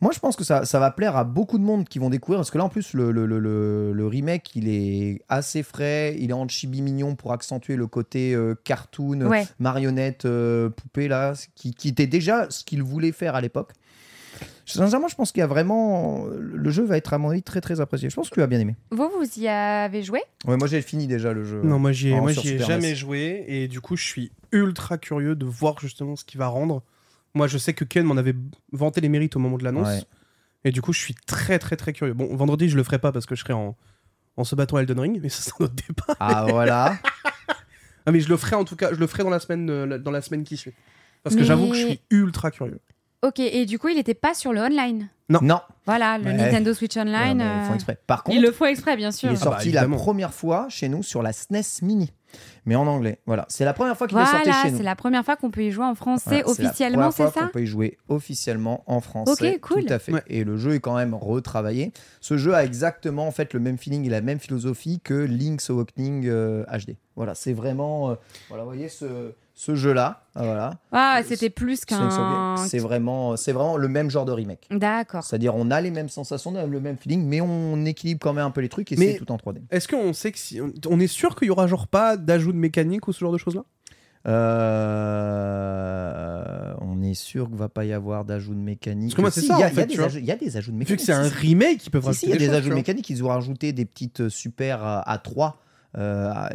Speaker 1: Moi, je pense que ça, ça va plaire à beaucoup de monde qui vont découvrir, parce que là, en plus, le, le- le- le- le remake, il est assez frais, il est en chibi mignon pour accentuer le côté euh, cartoon,
Speaker 2: Ouais.
Speaker 1: marionnette euh, poupée là, ce qui, qui était déjà ce qu'il voulait faire à l'époque. Sincèrement, je pense qu'il y a vraiment. Le jeu va être, à mon avis, très très apprécié. Je pense que tu vas bien aimé.
Speaker 2: Vous, vous y avez joué
Speaker 1: Ouais, moi, j'ai fini déjà le jeu.
Speaker 3: Non, moi j'y ai,
Speaker 1: en-
Speaker 3: moi,
Speaker 1: sur
Speaker 3: j'y ai
Speaker 1: Super
Speaker 3: jamais
Speaker 1: NES.
Speaker 3: joué et du coup je suis ultra curieux de voir justement ce qu'il va rendre. Moi je sais que Ken m'en avait vanté les mérites au moment de l'annonce
Speaker 1: Ouais.
Speaker 3: et du coup je suis très très très curieux. Bon, vendredi je le ferai pas parce que je serai en, en se battant à Elden Ring, mais ça c'est un autre débat.
Speaker 1: Ah, voilà.
Speaker 3: Ah, mais je le ferai en tout cas, je le ferai dans la semaine, euh, la- dans la semaine qui suit. Parce que
Speaker 2: Mais-
Speaker 3: j'avoue que je suis ultra curieux.
Speaker 2: Ok, et du coup, il était pas sur le online.
Speaker 1: non.
Speaker 2: Voilà, le
Speaker 1: Ouais.
Speaker 2: Nintendo Switch Online.
Speaker 1: Non, mais ils font
Speaker 2: euh,
Speaker 1: exprès. Par contre,
Speaker 2: Ils le font exprès, bien sûr.
Speaker 1: Il est
Speaker 3: Ah bah,
Speaker 1: sorti la
Speaker 3: évidemment.
Speaker 1: première fois chez nous sur la SNES Mini, mais en anglais. Voilà, c'est la première fois qu'il est
Speaker 2: Voilà,
Speaker 1: sorti chez nous.
Speaker 2: c'est la première fois qu'on peut y jouer en français
Speaker 1: Voilà,
Speaker 2: officiellement,
Speaker 1: c'est la première
Speaker 2: c'est
Speaker 1: fois
Speaker 2: ça
Speaker 1: qu'on peut y jouer officiellement en français.
Speaker 2: Ok, cool.
Speaker 1: Tout à fait.
Speaker 3: Ouais.
Speaker 1: Et le jeu est quand même retravaillé. Ce jeu a exactement en fait le même feeling et la même philosophie que Link's Awakening euh, HD. Voilà, c'est vraiment. euh, voilà, vous voyez ce, ce jeu-là. ah, Voilà.
Speaker 2: Ah, c'était plus
Speaker 1: C'est-
Speaker 2: qu'un.
Speaker 1: C'est vraiment, euh, c'est vraiment le même genre de remake.
Speaker 3: Ah.
Speaker 2: D'accord.
Speaker 1: C'est-à-dire, on a les mêmes sensations, on a le même feeling, mais on équilibre quand même un peu les trucs et
Speaker 3: Mais-
Speaker 1: c'est tout en 3D.
Speaker 3: Est-ce qu'on sait que si. On est sûr qu'il y aura genre pas d'ajout de mécanique ou ce genre de choses là
Speaker 1: Euh, on est sûr qu'il va pas y avoir d'ajout de mécanique.
Speaker 3: Parce que moi, c'est
Speaker 1: Si,
Speaker 3: ça,
Speaker 1: il y a-
Speaker 3: en
Speaker 1: il y a
Speaker 3: fait,
Speaker 1: des
Speaker 3: tu vois.
Speaker 1: ajouts- Il y a des ajouts de
Speaker 3: Vu
Speaker 1: mécanique.
Speaker 3: que c'est un
Speaker 1: si, si.
Speaker 3: remake, ils peuvent
Speaker 1: Si, si,
Speaker 3: rajouter
Speaker 1: il y a des
Speaker 3: choses,
Speaker 1: ajouts
Speaker 3: tu vois.
Speaker 1: mécaniques, ils ont rajouté des petites euh, super à, 3.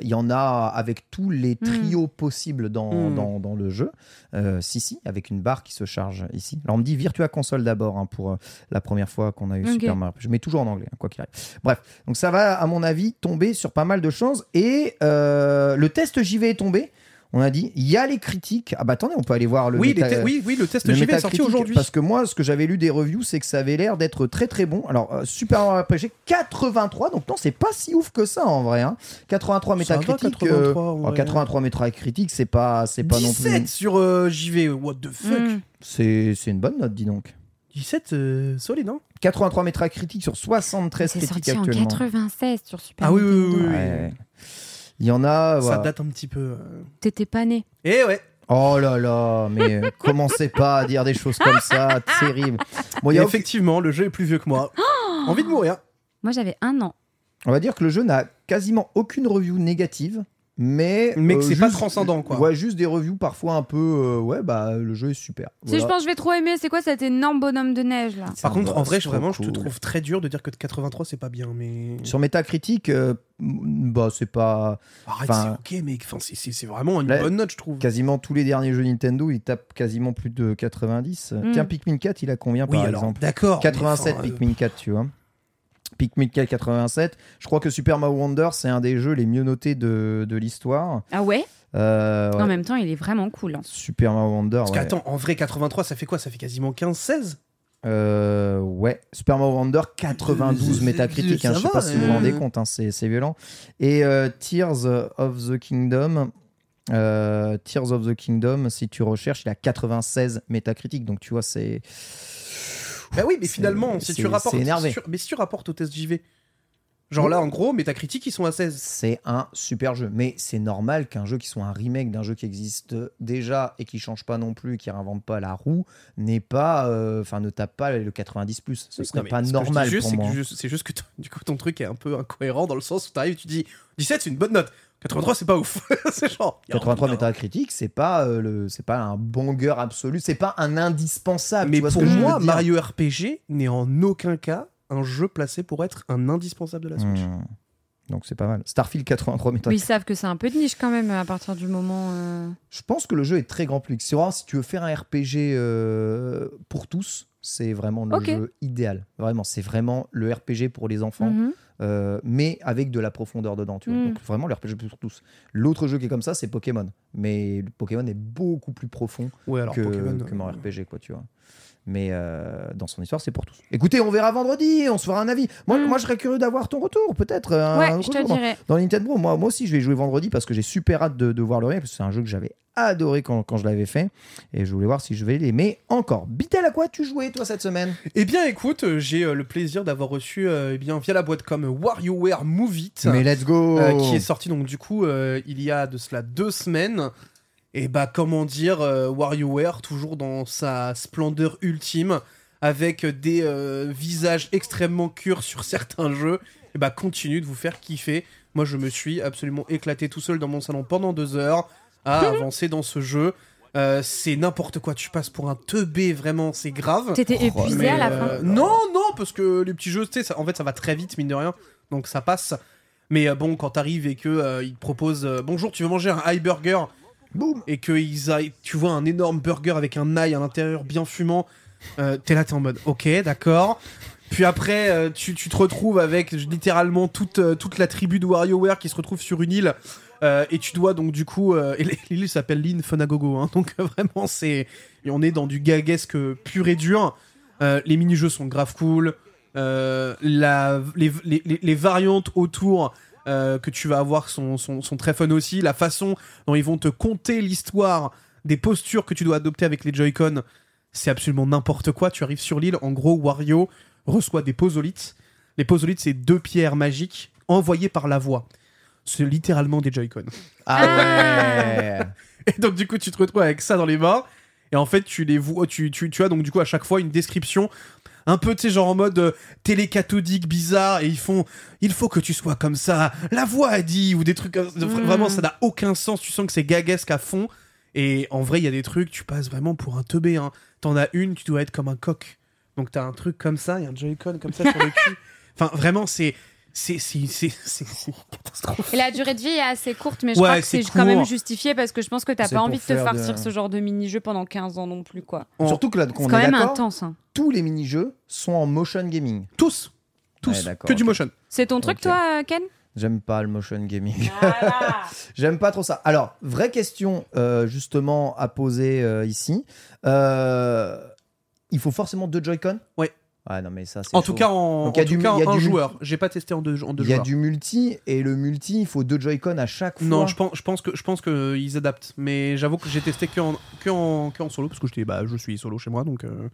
Speaker 1: il y en a avec tous les trios possibles dans,
Speaker 3: Mm.
Speaker 1: dans, dans le jeu. Euh, si, si, avec une barre qui se charge ici. Alors on me dit Virtua Console d'abord hein, pour euh, la première fois qu'on a eu
Speaker 2: Ok.
Speaker 1: Super Mario. Je mets toujours en anglais, hein, quoi qu'il arrive. Bref, donc ça va, à mon avis, tomber sur pas mal de choses. Et euh, le test JV est tombé. On a dit, il y a les critiques. Ah bah attendez, on peut aller voir le euh,
Speaker 3: Oui, les
Speaker 1: méta-
Speaker 3: te- oui, oui, le test
Speaker 1: le
Speaker 3: JV est sorti
Speaker 1: Metacritic,
Speaker 3: aujourd'hui.
Speaker 1: Parce que moi, ce que j'avais lu des reviews, c'est que ça avait l'air d'être très très bon. Alors, euh, Super Mario RPG 83, donc non, c'est pas si ouf que ça en vrai. hein. 83
Speaker 3: Ça va,
Speaker 1: métacritique.
Speaker 3: 83,
Speaker 1: euh, alors,
Speaker 3: ouais.
Speaker 1: 83 métacritique, c'est pas, c'est pas non
Speaker 3: 17
Speaker 1: plus.
Speaker 3: sur euh, JV, what the fuck
Speaker 2: Mm.
Speaker 1: C'est, c'est une bonne note, dis donc.
Speaker 3: 17, euh, solide, hein
Speaker 1: 83 métacritique sur 73
Speaker 2: C'est
Speaker 1: critiques
Speaker 2: sorti en
Speaker 1: actuellement.
Speaker 2: 96 sur Super
Speaker 3: Ah oui, oui,
Speaker 2: Nintendo.
Speaker 3: oui, oui.
Speaker 1: Ouais. Il y en a.
Speaker 3: Ça
Speaker 1: voilà.
Speaker 3: date un petit peu. euh.
Speaker 2: T'étais pas né.
Speaker 3: Eh ouais
Speaker 1: Oh là là, mais euh, commencez pas à dire des choses comme ça, terrible. Bon, il Oh, y
Speaker 3: Et
Speaker 1: a
Speaker 3: Effectivement, le jeu est plus vieux que moi. Envie de mourir
Speaker 2: Moi, j'avais un an.
Speaker 1: On va dire que le jeu n'a quasiment aucune review négative, mais. euh,
Speaker 3: Mais que c'est
Speaker 1: juste-
Speaker 3: pas transcendant, quoi.
Speaker 1: Ouais, juste des reviews parfois un peu. euh, ouais, bah le jeu est super.
Speaker 2: Si je pense que je vais trop aimer, c'est quoi cet énorme bonhomme de neige là
Speaker 3: Par contre, en vrai, je- vraiment, je te trouve très dur de dire que de 83, c'est pas bien, mais...
Speaker 1: Sur Metacritic, euh, m- bah c'est pas.
Speaker 3: Arrête,
Speaker 1: enfin-
Speaker 3: c'est ok, mais enfin, c'est- c'est c'est vraiment une
Speaker 1: Là-
Speaker 3: bonne note, je trouve.
Speaker 1: Quasiment tous les derniers jeux Nintendo, ils tapent quasiment plus de 90.
Speaker 2: Mm.
Speaker 1: Tiens, Pikmin 4, il a combien
Speaker 3: Oui,
Speaker 1: par
Speaker 3: alors,
Speaker 1: exemple
Speaker 3: d'accord.
Speaker 1: 87
Speaker 3: mais enfin, euh,
Speaker 1: Pikmin 4, tu vois. Pikmin 4 87. Je crois que Super Mario Wonder, c'est un des jeux les mieux notés de, de l'histoire.
Speaker 2: Ah ouais,
Speaker 1: Euh, ouais.
Speaker 2: En même temps, il est vraiment cool. hein.
Speaker 1: Super Mario Wonder.
Speaker 3: Parce
Speaker 1: ouais.
Speaker 3: qu'attends, en vrai, 83, ça fait quoi Ça fait quasiment 15, 16
Speaker 1: Euh, ouais, Super Mario Wonder 92
Speaker 3: Euh,
Speaker 1: métacritique, hein,
Speaker 3: ça
Speaker 1: je sais
Speaker 3: va,
Speaker 1: pas si vous vous
Speaker 2: euh.
Speaker 1: rendez compte, hein, c'est c'est violent. Et euh, Tears of the Kingdom, euh, Tears of the Kingdom, si tu recherches, il a 96 métacritique, donc tu vois, c'est.
Speaker 3: Bah oui, mais
Speaker 1: C'est-
Speaker 3: finalement, si
Speaker 1: c'est-
Speaker 3: tu rapportes...
Speaker 1: c'est énervé.
Speaker 3: sur- Mais si tu rapportes au test JV, genre là, en gros, mes critiques, ils sont à 16.
Speaker 1: C'est un super jeu, mais c'est normal qu'un jeu qui soit un remake d'un jeu qui existe déjà et qui change pas non plus, qui réinvente pas la roue, n'ait pas, euh, enfin ne tape pas le 90 plus. Ce serait
Speaker 3: Non, mais
Speaker 1: pas
Speaker 3: ce que je dis
Speaker 1: normal
Speaker 3: juste,
Speaker 1: pour
Speaker 3: c'est que
Speaker 1: moi.
Speaker 3: juste- C'est juste que t- du coup ton truc est un peu incohérent dans le sens où t'arrives, tu dis 17 c'est une bonne note, 83, c'est pas ouf. c'est genre.
Speaker 1: 83 Metacritic, c'est pas euh, le, c'est pas un banger absolu, c'est pas un indispensable. ah,
Speaker 3: Mais
Speaker 1: tu vois ce
Speaker 3: pour
Speaker 1: que je veux
Speaker 3: moi,
Speaker 1: dire
Speaker 3: Mario RPG n'est en aucun cas un jeu placé pour être un indispensable de la Switch.
Speaker 1: Hmm. Donc c'est pas mal. Starfield 83
Speaker 2: Mais ils
Speaker 1: Metacritic.
Speaker 2: savent que c'est un peu de niche quand même à partir du moment. euh,
Speaker 1: Je pense que le jeu est très grand public. Si, vraiment, si tu veux faire un RPG euh, pour tous, c'est vraiment le
Speaker 2: Ok.
Speaker 1: jeu idéal. Vraiment, c'est vraiment le RPG pour les enfants.
Speaker 2: mhm.
Speaker 1: euh, mais avec de la profondeur dedans. Tu vois.
Speaker 2: Mm.
Speaker 1: Donc vraiment le RPG pour tous. L'autre jeu qui est comme ça, c'est Pokémon. Mais le Pokémon est beaucoup plus profond
Speaker 3: Ouais, alors
Speaker 1: Hmm. que,
Speaker 3: Pokémon.
Speaker 1: que mon
Speaker 3: euh,
Speaker 1: RPG, quoi, tu vois. Mais euh, dans son histoire, c'est pour tous. Écoutez, on verra vendredi, on se fera un avis. Moi,
Speaker 2: Mm.
Speaker 1: moi je serais curieux d'avoir ton retour, peut-être. un
Speaker 2: Ouais, je te
Speaker 1: retour dans-
Speaker 2: dirais.
Speaker 1: Dans Nintendo, moi, moi aussi, je vais y jouer vendredi parce que j'ai super hâte de, de voir le rien, parce que c'est un jeu que j'avais adoré quand, quand je l'avais fait. Et je voulais voir si je vais l'aimer encore. Bitel, à quoi tu jouais, toi, cette semaine
Speaker 3: Eh bien, écoute, euh, j'ai euh, le plaisir d'avoir reçu, euh, eh bien, via la boîte comme WarioWare Move It,
Speaker 1: Mais let's go
Speaker 3: euh, qui est sorti donc du coup euh, il y a de cela deux semaines. Et bah, comment dire, euh, WarioWare toujours dans sa splendeur ultime, avec des euh, visages extrêmement curs sur certains jeux, et bah continue de vous faire kiffer. Moi, je me suis absolument éclaté tout seul dans mon salon pendant deux heures à avancer dans ce jeu. Euh, c'est n'importe quoi, tu passes pour un teubé, vraiment, c'est grave.
Speaker 2: T'étais épuisé
Speaker 3: Mais,
Speaker 2: à la
Speaker 3: euh,
Speaker 2: fin.
Speaker 3: Non, non, parce que les petits jeux, tu sais, ça- en fait, ça va très vite, mine de rien. Donc ça passe. Mais euh, bon, quand t'arrives et que euh, ils te proposent euh, bonjour, tu veux manger un high burger
Speaker 1: Boum
Speaker 3: et que ils aillent- tu vois un énorme burger avec un ail à l'intérieur bien fumant, euh, t'es là, t'es en mode ok, d'accord. Puis après, euh, tu, tu te retrouves avec littéralement toute, euh, toute la tribu de WarioWare qui se retrouve sur une île. euh, et tu dois donc du coup. euh, et l'île s'appelle l'île Funagogo. Hein, donc euh, vraiment, c'est. Et on est dans du gaguesque pur et dur. Euh, les mini-jeux sont grave cool. Euh, la, les, les- les- les variantes autour euh, que tu vas avoir sont, sont, sont très fun aussi. La façon dont ils vont te conter l'histoire des postures que tu dois adopter avec les Joy-Con, c'est absolument n'importe quoi. Tu arrives sur l'île, en gros, Wario reçoit des posolites. Les posolites, c'est deux pierres magiques envoyées par la voix. C'est littéralement des Joy-Con.
Speaker 1: Ah ouais
Speaker 3: Et donc du coup, tu te retrouves avec ça dans les mains. Et en fait, tu les vois, tu, tu, tu as donc du coup à chaque fois une description un peu, tu sais, genre en mode euh, télécathodique bizarre. Et ils font, il faut que tu sois comme ça. La voix a dit ou des trucs. comme ça. Vra-
Speaker 2: Mm.
Speaker 3: Vraiment, ça n'a aucun sens. Tu sens que c'est gaguesque à fond. Et en vrai, il y a des trucs, tu passes vraiment pour un teubé. Hein. T'en as une, tu dois être comme un coq. Donc t'as un truc comme ça, il y a un Joy-Con comme ça sur le cul. Enfin, vraiment, c'est c'est c'est c'est c'est c'est catastrophique.
Speaker 2: Et la durée de vie est assez courte, mais je
Speaker 3: Ouais,
Speaker 2: crois que
Speaker 3: c'est
Speaker 2: c'est quand même
Speaker 3: court.
Speaker 2: justifié parce que je pense que t'as
Speaker 1: C'est
Speaker 2: pas
Speaker 1: pour
Speaker 2: envie de te
Speaker 1: faire de-
Speaker 2: farcir ce genre de mini-jeu pendant 15 ans non plus, quoi.
Speaker 3: On-
Speaker 1: Surtout que là,
Speaker 2: C'est
Speaker 1: qu'on
Speaker 2: quand
Speaker 1: est
Speaker 2: même
Speaker 1: d'accord,
Speaker 2: intense. hein.
Speaker 1: tous les mini-jeux sont en motion gaming.
Speaker 3: Tous, tous,
Speaker 1: Ouais,
Speaker 3: que
Speaker 1: d'accord,
Speaker 3: du
Speaker 1: ok.
Speaker 3: motion.
Speaker 2: C'est ton truc,
Speaker 1: Ok.
Speaker 2: toi, euh, Ken
Speaker 1: J'aime pas le motion gaming. J'aime pas trop ça. Alors, vraie question euh, justement à poser euh, ici. Euh, il faut forcément deux Joy-Con
Speaker 3: Ouais.
Speaker 1: Ah non, mais ça, c'est
Speaker 3: En tout
Speaker 1: chaud.
Speaker 3: cas, en,
Speaker 1: Donc, il y a
Speaker 3: en tout
Speaker 1: du-
Speaker 3: cas,
Speaker 1: il y a
Speaker 3: en un
Speaker 1: du-
Speaker 3: joueur. J'ai pas testé en deux, en deux
Speaker 1: il y a
Speaker 3: joueurs.
Speaker 1: du multi et le multi, il faut deux Joy-Con à chaque fois.
Speaker 3: Non, je pense, je pense que je pense que euh, ils adaptent. Mais j'avoue que j'ai testé que en, que en, que en solo parce que j'étais, bah, je suis solo chez moi, donc euh,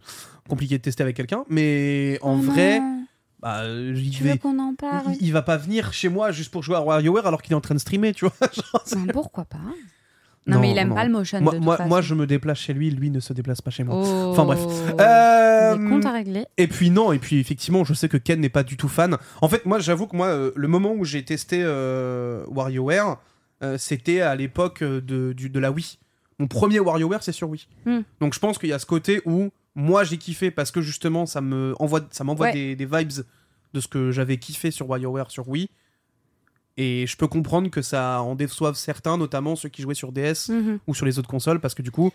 Speaker 3: compliqué de tester avec quelqu'un. Mais en
Speaker 2: Oh
Speaker 3: vrai,
Speaker 2: non,
Speaker 3: bah, euh, il,
Speaker 2: Tu
Speaker 3: va-
Speaker 2: veux qu'on en parle
Speaker 3: il- il va pas venir chez moi juste pour jouer à WarioWare alors qu'il est en train de streamer, tu vois. Genre, c'est-
Speaker 2: Ben, Pourquoi pas Non, mais il aime pas le motion.
Speaker 3: Moi,
Speaker 2: de toute
Speaker 3: moi,
Speaker 2: façon.
Speaker 3: moi, je me déplace chez lui, lui ne se déplace pas chez moi.
Speaker 2: Oh.
Speaker 3: Enfin, bref.
Speaker 2: Des
Speaker 3: Euh,
Speaker 2: comptes à régler.
Speaker 3: Et puis non, et puis effectivement, je sais que Ken n'est pas du tout fan. En fait, moi, j'avoue que moi, euh, le moment où j'ai testé euh, WarioWare, euh, c'était à l'époque euh, de, du- de la Wii. Mon premier WarioWare, c'est sur Wii.
Speaker 2: Hmm.
Speaker 3: Donc je pense qu'il y a ce côté où moi, j'ai kiffé parce que justement, ça me envoie, ça m'envoie
Speaker 2: Ouais.
Speaker 3: des, des vibes de ce que j'avais kiffé sur WarioWare sur Wii. Et je peux comprendre que ça en déçoive certains, notamment ceux qui jouaient sur DS
Speaker 2: Mhm.
Speaker 3: ou sur les autres consoles parce que du coup,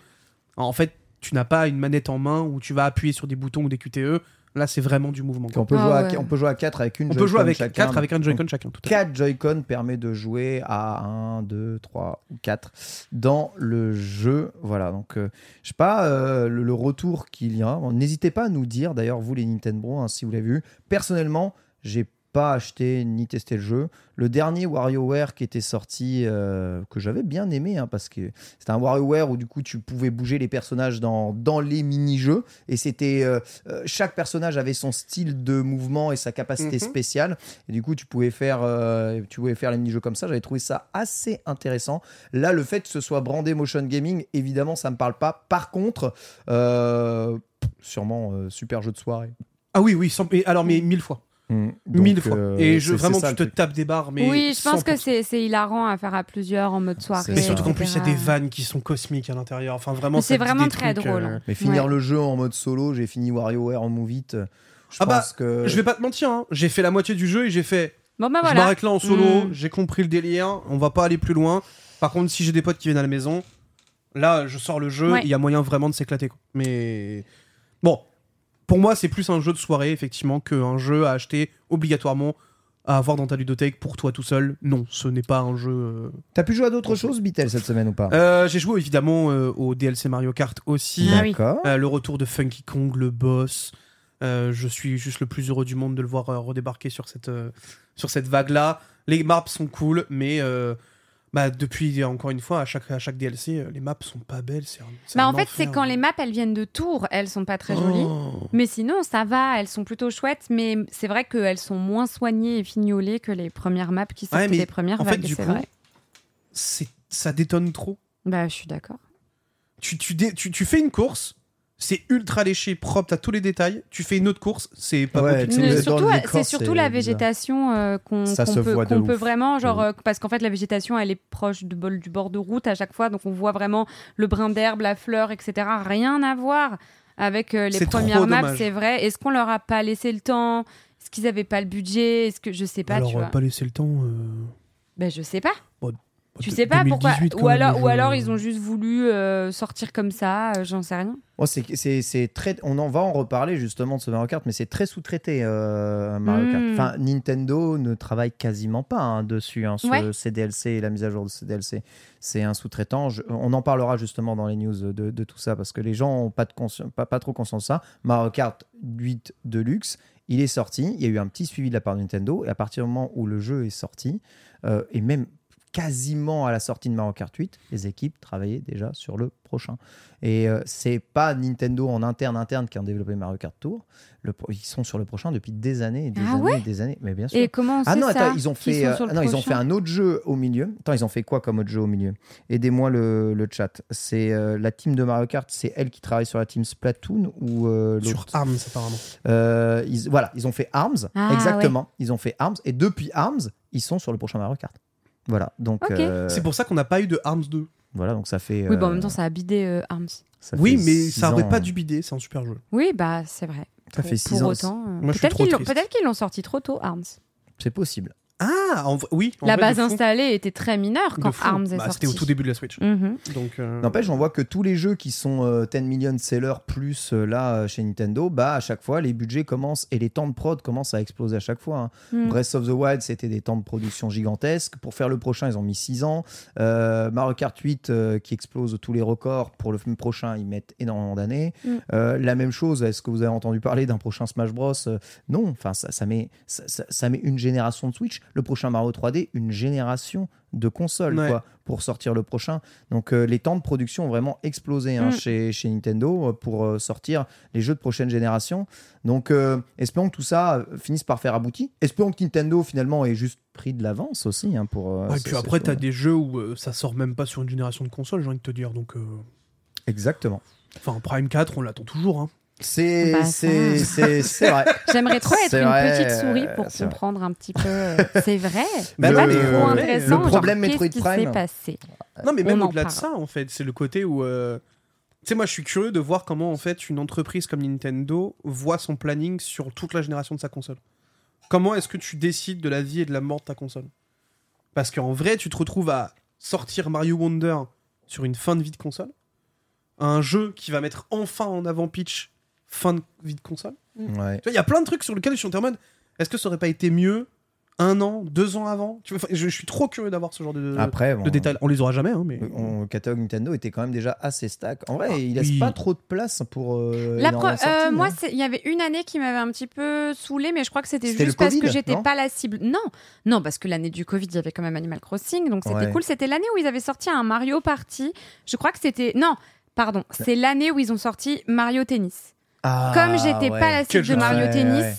Speaker 3: en fait, tu n'as pas une manette en main où tu vas appuyer sur des boutons ou des QTE. Là, c'est vraiment du mouvement.
Speaker 1: On peut,
Speaker 2: Ah
Speaker 1: jouer
Speaker 2: ouais.
Speaker 1: à, on peut jouer à 4 avec une
Speaker 3: On peut
Speaker 1: Joy-Con
Speaker 3: jouer avec
Speaker 1: chacun.
Speaker 3: 4 avec un Joy-Con chacun. Tout à fait.
Speaker 1: 4 Joy-Con permet de jouer à 1, 2, 3 ou 4 dans le jeu. Voilà, donc euh, je sais pas euh, le, le retour qu'il y a. Bon, N'hésitez pas à nous dire, d'ailleurs, vous les Nintendo, hein, si vous l'avez vu. Personnellement, j'ai pas acheté ni testé le jeu. Le dernier WarioWare qui était sorti, euh, que j'avais bien aimé, hein, parce que c'était un WarioWare où du coup tu pouvais bouger les personnages dans, dans les mini-jeux, et c'était euh, euh, chaque personnage avait son style de mouvement et sa capacité
Speaker 3: Mhm.
Speaker 1: spéciale. Et du coup, tu pouvais faire, euh, tu pouvais faire les mini-jeux comme ça. J'avais trouvé ça assez intéressant. Là, le fait que ce soit brandé motion gaming, évidemment, ça me parle pas. Par contre, euh, sûrement euh, super jeu de soirée.
Speaker 3: Ah oui, oui. sans- et alors, mais mille fois.
Speaker 1: Mm. Donc,
Speaker 3: Mille fois.
Speaker 1: euh,
Speaker 3: et je,
Speaker 1: c'est-
Speaker 3: vraiment,
Speaker 1: c'est ça,
Speaker 3: tu
Speaker 1: le
Speaker 3: te
Speaker 1: truc.
Speaker 3: tapes des barres. Mais
Speaker 2: oui, je pense que
Speaker 3: 100%.
Speaker 2: c'est c'est hilarant à faire à plusieurs en mode soirée.
Speaker 3: Mais surtout
Speaker 1: ça.
Speaker 3: qu'en plus, il y a
Speaker 2: etc.
Speaker 3: des vannes qui sont cosmiques à l'intérieur. Enfin, vraiment,
Speaker 2: Mais C'est
Speaker 3: ça dit
Speaker 2: vraiment
Speaker 3: des
Speaker 2: très
Speaker 3: trucs,
Speaker 2: drôle.
Speaker 3: euh,
Speaker 1: Mais finir
Speaker 2: Ouais.
Speaker 1: le jeu en mode solo, j'ai fini WarioWare en move it. euh, Je
Speaker 3: Ah bah,
Speaker 1: pense que.
Speaker 3: Je vais pas te mentir, hein, j'ai fait la moitié du jeu et j'ai fait.
Speaker 2: Bon, bah
Speaker 3: Je
Speaker 2: voilà.
Speaker 3: m'arrête là en solo,
Speaker 2: Mm.
Speaker 3: j'ai compris le délire, on va pas aller plus loin. Par contre, si j'ai des potes qui viennent à la maison, là, je sors le jeu, il
Speaker 2: Ouais.
Speaker 3: y a moyen vraiment de s'éclater. quoi. Mais bon, pour moi, c'est plus un jeu de soirée, effectivement, qu'un jeu à acheter obligatoirement, à avoir dans ta ludothèque pour toi tout seul. Non, ce n'est pas un jeu. euh,
Speaker 1: T'as pu jouer à d'autres choses, Bitel, cette semaine ou pas
Speaker 3: Euh, j'ai joué évidemment euh, au DLC Mario Kart aussi.
Speaker 2: Ah oui.
Speaker 1: D'accord.
Speaker 3: Euh, le retour de Funky Kong, le boss. Euh, je suis juste le plus heureux du monde de le voir euh, redébarquer sur cette, euh, sur cette vague-là. Les maps sont cool, mais euh, bah, depuis, encore une fois, à chaque, à chaque DLC, euh, les maps sont pas belles. C'est un- c'est
Speaker 2: Bah,
Speaker 3: un
Speaker 2: en fait, c'est
Speaker 3: enfer.
Speaker 2: quand les maps elles viennent de Tours, elles sont pas très
Speaker 3: Oh.
Speaker 2: jolies. Mais sinon, ça va, elles sont plutôt chouettes, mais c'est vrai qu'elles sont moins soignées et fignolées que les premières maps qui sortent
Speaker 3: mais
Speaker 2: des premières
Speaker 3: en fait,
Speaker 2: vagues,
Speaker 3: du
Speaker 2: c'est
Speaker 3: coup-
Speaker 2: vrai.
Speaker 3: C'est- Ça détonne trop.
Speaker 2: Bah, je suis d'accord.
Speaker 3: Tu, tu, dé- tu, tu fais une course, c'est ultra léché, propre, t'as tous les détails. Tu fais une autre course, c'est pas
Speaker 1: Ouais,
Speaker 3: beau
Speaker 1: tu- dans
Speaker 3: pixelisé.
Speaker 2: Mais
Speaker 1: le
Speaker 2: surtout,
Speaker 1: décor,
Speaker 2: c'est surtout
Speaker 1: c'est
Speaker 2: la
Speaker 1: bizarre.
Speaker 2: végétation euh, qu'on
Speaker 1: Ça
Speaker 2: qu'on
Speaker 1: se
Speaker 2: peut,
Speaker 1: voit de
Speaker 2: qu'on peut
Speaker 1: ouf.
Speaker 2: vraiment, genre,
Speaker 3: Mm.
Speaker 1: Oui.
Speaker 2: euh, parce qu'en fait, la végétation, elle est proche du, bol, du bord de route à chaque fois, donc on voit vraiment le brin d'herbe, la fleur, etc. Rien à voir avec euh, les
Speaker 3: C'est trop
Speaker 2: premières maps,
Speaker 3: dommage.
Speaker 2: c'est vrai. Est-ce qu'on leur a pas laissé le temps Est-ce qu'ils avaient pas le budget Est-ce que je sais pas,
Speaker 3: Alors,
Speaker 2: tu
Speaker 3: euh,
Speaker 2: vois
Speaker 3: pas laisser le temps. euh,
Speaker 2: Ben, je sais pas.
Speaker 3: bah,
Speaker 2: Tu
Speaker 3: de-
Speaker 2: sais pas pourquoi.
Speaker 3: 2018 quand
Speaker 2: Ou
Speaker 3: même,
Speaker 2: alors,
Speaker 3: le
Speaker 2: ou
Speaker 3: jeu.
Speaker 2: alors ils ont juste voulu euh, sortir comme ça, euh, j'en sais rien.
Speaker 1: Oh, c'est- c'est- c'est très... On en va en reparler justement de ce Mario Kart, mais c'est très sous-traité euh, Mario Kart.
Speaker 2: Mm.
Speaker 1: Enfin, Nintendo ne travaille quasiment pas hein, dessus, hein, sur
Speaker 2: Ouais.
Speaker 1: le CDLC et la mise à jour de CDLC. C'est un sous-traitant. Je- On en parlera justement dans les news de, de tout ça, parce que les gens n'ont pas, de consci- pas, pas trop conscience de ça. Mario Kart 8 Deluxe, il est sorti, il y a eu un petit suivi de la part de Nintendo, et à partir du moment où le jeu est sorti, euh, et même quasiment à la sortie de Mario Kart 8, les équipes travaillaient déjà sur le prochain. Et euh, c'est pas Nintendo en interne interne qui a développé Mario Kart Tour. Le pro- ils sont sur le prochain depuis des années, et des
Speaker 2: Ah
Speaker 1: années,
Speaker 2: ouais
Speaker 1: et des années. Mais bien sûr.
Speaker 2: Et comment on
Speaker 1: ah
Speaker 2: sait
Speaker 1: non,
Speaker 2: ça
Speaker 1: attends, ils ont
Speaker 2: qu'ils
Speaker 1: fait,
Speaker 2: sont
Speaker 1: euh,
Speaker 2: sur le
Speaker 1: non, ils ont fait
Speaker 2: prochain
Speaker 1: un autre jeu au milieu. Attends, ils ont fait quoi comme autre jeu au milieu Aidez-moi le, le chat. C'est euh, la team de Mario Kart, c'est elle qui travaille sur la team Splatoon ou euh,
Speaker 3: Sur
Speaker 1: l'autre
Speaker 3: Arms, apparemment.
Speaker 1: Euh, ils- Voilà, ils ont fait Arms,
Speaker 2: Ah,
Speaker 1: exactement. Ils ont fait Arms et depuis Arms, ils sont sur le prochain Mario Kart. Voilà, donc
Speaker 2: Ok.
Speaker 1: euh,
Speaker 3: C'est pour ça qu'on n'a pas eu de Arms 2.
Speaker 1: voilà, donc ça fait.
Speaker 2: Oui, bah, en
Speaker 1: euh,
Speaker 2: même temps, ça a bidé euh, Arms.
Speaker 1: ça
Speaker 3: Oui,
Speaker 1: fait
Speaker 3: mais
Speaker 1: six
Speaker 3: ça aurait
Speaker 1: ans,
Speaker 3: pas
Speaker 1: euh,
Speaker 3: dû bider, c'est un super jeu.
Speaker 2: Oui, bah c'est vrai.
Speaker 1: Ça
Speaker 2: pour,
Speaker 1: fait 6
Speaker 2: pour
Speaker 1: ans.
Speaker 2: autant. euh,
Speaker 3: Moi, je suis
Speaker 2: Peut-être
Speaker 3: trop
Speaker 2: qu'ils l'ont-
Speaker 3: triste.
Speaker 2: peut-être qu'ils l'ont sorti trop tôt, Arms.
Speaker 1: C'est possible.
Speaker 3: Ah, en vrai- oui. en
Speaker 2: La
Speaker 3: vrai, de
Speaker 2: base
Speaker 3: fou.
Speaker 2: installée était très mineure
Speaker 3: De
Speaker 2: quand
Speaker 3: fou.
Speaker 2: Arms est
Speaker 3: Bah,
Speaker 2: sorti.
Speaker 3: C'était au tout début de la Switch.
Speaker 2: Mhm.
Speaker 3: Donc, euh,
Speaker 1: N'empêche, on voit que tous les jeux qui sont euh, 10 million sellers plus euh, là euh, chez Nintendo, bah à chaque fois les budgets commencent et les temps de prod commencent à exploser à chaque fois. hein.
Speaker 2: Mm.
Speaker 1: Breath of the Wild, c'était des temps de production gigantesques. Pour faire le prochain, ils ont mis 6 ans. Euh, Mario Kart 8 euh, qui explose tous les records. Pour le f- prochain, ils mettent énormément d'années.
Speaker 2: Mm.
Speaker 1: Euh, la même chose, est-ce que vous avez entendu parler d'un prochain Smash Bros Euh, Non, enfin, ça, ça met, ça, ça- ça met une génération de Switch. Le prochain Mario 3D, une génération de consoles
Speaker 3: Ouais.
Speaker 1: quoi, pour sortir le prochain. Donc euh, les temps de production ont vraiment explosé hein,
Speaker 2: Mm.
Speaker 1: chez, chez Nintendo euh, pour euh, sortir les jeux de prochaine génération. Donc, euh, espérons que tout ça euh, finisse par faire abouti. Espérons que Nintendo, finalement, ait juste pris de l'avance aussi. hein, pour, euh,
Speaker 3: ouais, et
Speaker 1: ce-
Speaker 3: puis
Speaker 1: ce
Speaker 3: après,
Speaker 1: tour.
Speaker 3: t'as des jeux où euh, ça sort même pas sur une génération de consoles, j'ai envie de te dire. Donc, euh,
Speaker 1: Exactement.
Speaker 3: enfin, Prime 4, on l'attend toujours. hein.
Speaker 1: C'est
Speaker 2: Bah, ça-
Speaker 1: c'est- c'est- c'est vrai.
Speaker 2: J'aimerais trop être
Speaker 1: C'est
Speaker 2: une
Speaker 1: vrai,
Speaker 2: petite souris pour
Speaker 1: c'est vrai.
Speaker 2: comprendre un petit peu. euh, C'est vrai.
Speaker 1: Bah
Speaker 2: C'est
Speaker 1: non,
Speaker 2: pas
Speaker 1: mais,
Speaker 2: trop
Speaker 1: euh,
Speaker 2: intéressant.
Speaker 1: le problème
Speaker 2: genre,
Speaker 1: Metroid
Speaker 2: qu'est-ce
Speaker 1: Prime.
Speaker 2: qui s'est passé
Speaker 3: Non, mais même
Speaker 2: On en
Speaker 3: au-delà de
Speaker 2: parle.
Speaker 3: ça, en fait, c'est le côté où. euh, Tu sais, moi, je suis curieux de voir comment, en fait, une entreprise comme Nintendo voit son planning sur toute la génération de sa console. Comment est-ce que tu décides de la vie et de la mort de ta console Parce qu'en vrai, tu te retrouves à sortir Mario Wonder sur une fin de vie de console, un jeu qui va mettre enfin en avant Peach, fin de vie de console.
Speaker 1: Ouais.
Speaker 3: Tu vois, il y a plein de trucs sur lesquels je suis en mode est-ce que ça aurait pas été mieux un an, deux ans avant Tu vois, enfin, je, je suis trop curieux d'avoir ce genre de,
Speaker 1: Après,
Speaker 3: de
Speaker 1: bon,
Speaker 3: détails. On les aura jamais, hein, mais.
Speaker 1: Euh, on- le catalogue Nintendo était quand même déjà assez stack. En vrai, il laisse
Speaker 3: oui.
Speaker 1: pas trop de place pour. euh,
Speaker 2: La
Speaker 1: énormément de
Speaker 2: pre- euh,
Speaker 1: sorties,
Speaker 2: moi,
Speaker 1: hein.
Speaker 2: c'est- il y avait une année qui m'avait un petit peu saoulée, mais je crois que c'était
Speaker 1: C'était
Speaker 2: juste
Speaker 1: le
Speaker 2: parce que
Speaker 1: Covid,
Speaker 2: j'étais
Speaker 1: non
Speaker 2: pas la cible. Non, non, parce que l'année du Covid, il y avait quand même Animal Crossing, donc c'était
Speaker 1: Ouais.
Speaker 2: cool. C'était l'année où ils avaient sorti un Mario Party. Je crois que c'était non. Pardon, c'est l'année où ils ont sorti Mario Tennis.
Speaker 1: Ah,
Speaker 2: comme j'étais
Speaker 1: ouais.
Speaker 2: pas la cible
Speaker 3: Quel
Speaker 2: de
Speaker 3: jeu.
Speaker 2: Mario
Speaker 1: Ouais,
Speaker 2: Tennis,
Speaker 1: ouais.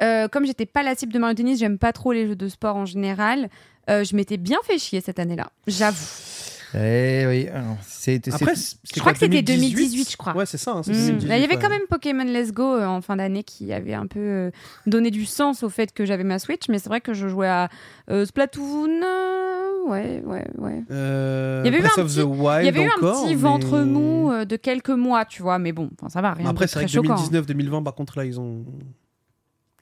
Speaker 2: euh, comme j'étais pas la cible de Mario Tennis, j'aime pas trop les jeux de sport en général. euh, je m'étais bien fait chier cette année-là, j'avoue.
Speaker 1: Eh oui, alors, c'est c'est-
Speaker 3: Après, c'est-
Speaker 2: Je crois
Speaker 3: quoi,
Speaker 2: que c'était 2018, je crois.
Speaker 3: Ouais, c'est ça. hein, c'est
Speaker 2: Mm.
Speaker 3: 2018,
Speaker 2: Là, il y avait
Speaker 3: ouais.
Speaker 2: quand même Pokémon Let's Go euh, en fin d'année qui avait un peu euh, donné du sens au fait que j'avais ma Switch, mais c'est vrai que je jouais à euh, Splatoon. euh, ouais, ouais, ouais.
Speaker 3: Euh,
Speaker 2: Il y avait eu
Speaker 3: Breath
Speaker 2: un
Speaker 3: of the
Speaker 2: petit-
Speaker 3: Wild
Speaker 2: Il y avait eu un
Speaker 3: encore,
Speaker 2: petit
Speaker 3: mais-
Speaker 2: ventre mou euh, de quelques mois, tu vois, mais bon, enfin, ça va, rien
Speaker 3: Après,
Speaker 2: de
Speaker 3: c'est
Speaker 2: très
Speaker 3: vrai que
Speaker 2: choquant. hein.
Speaker 3: 2019-2020, par contre, là, ils ont.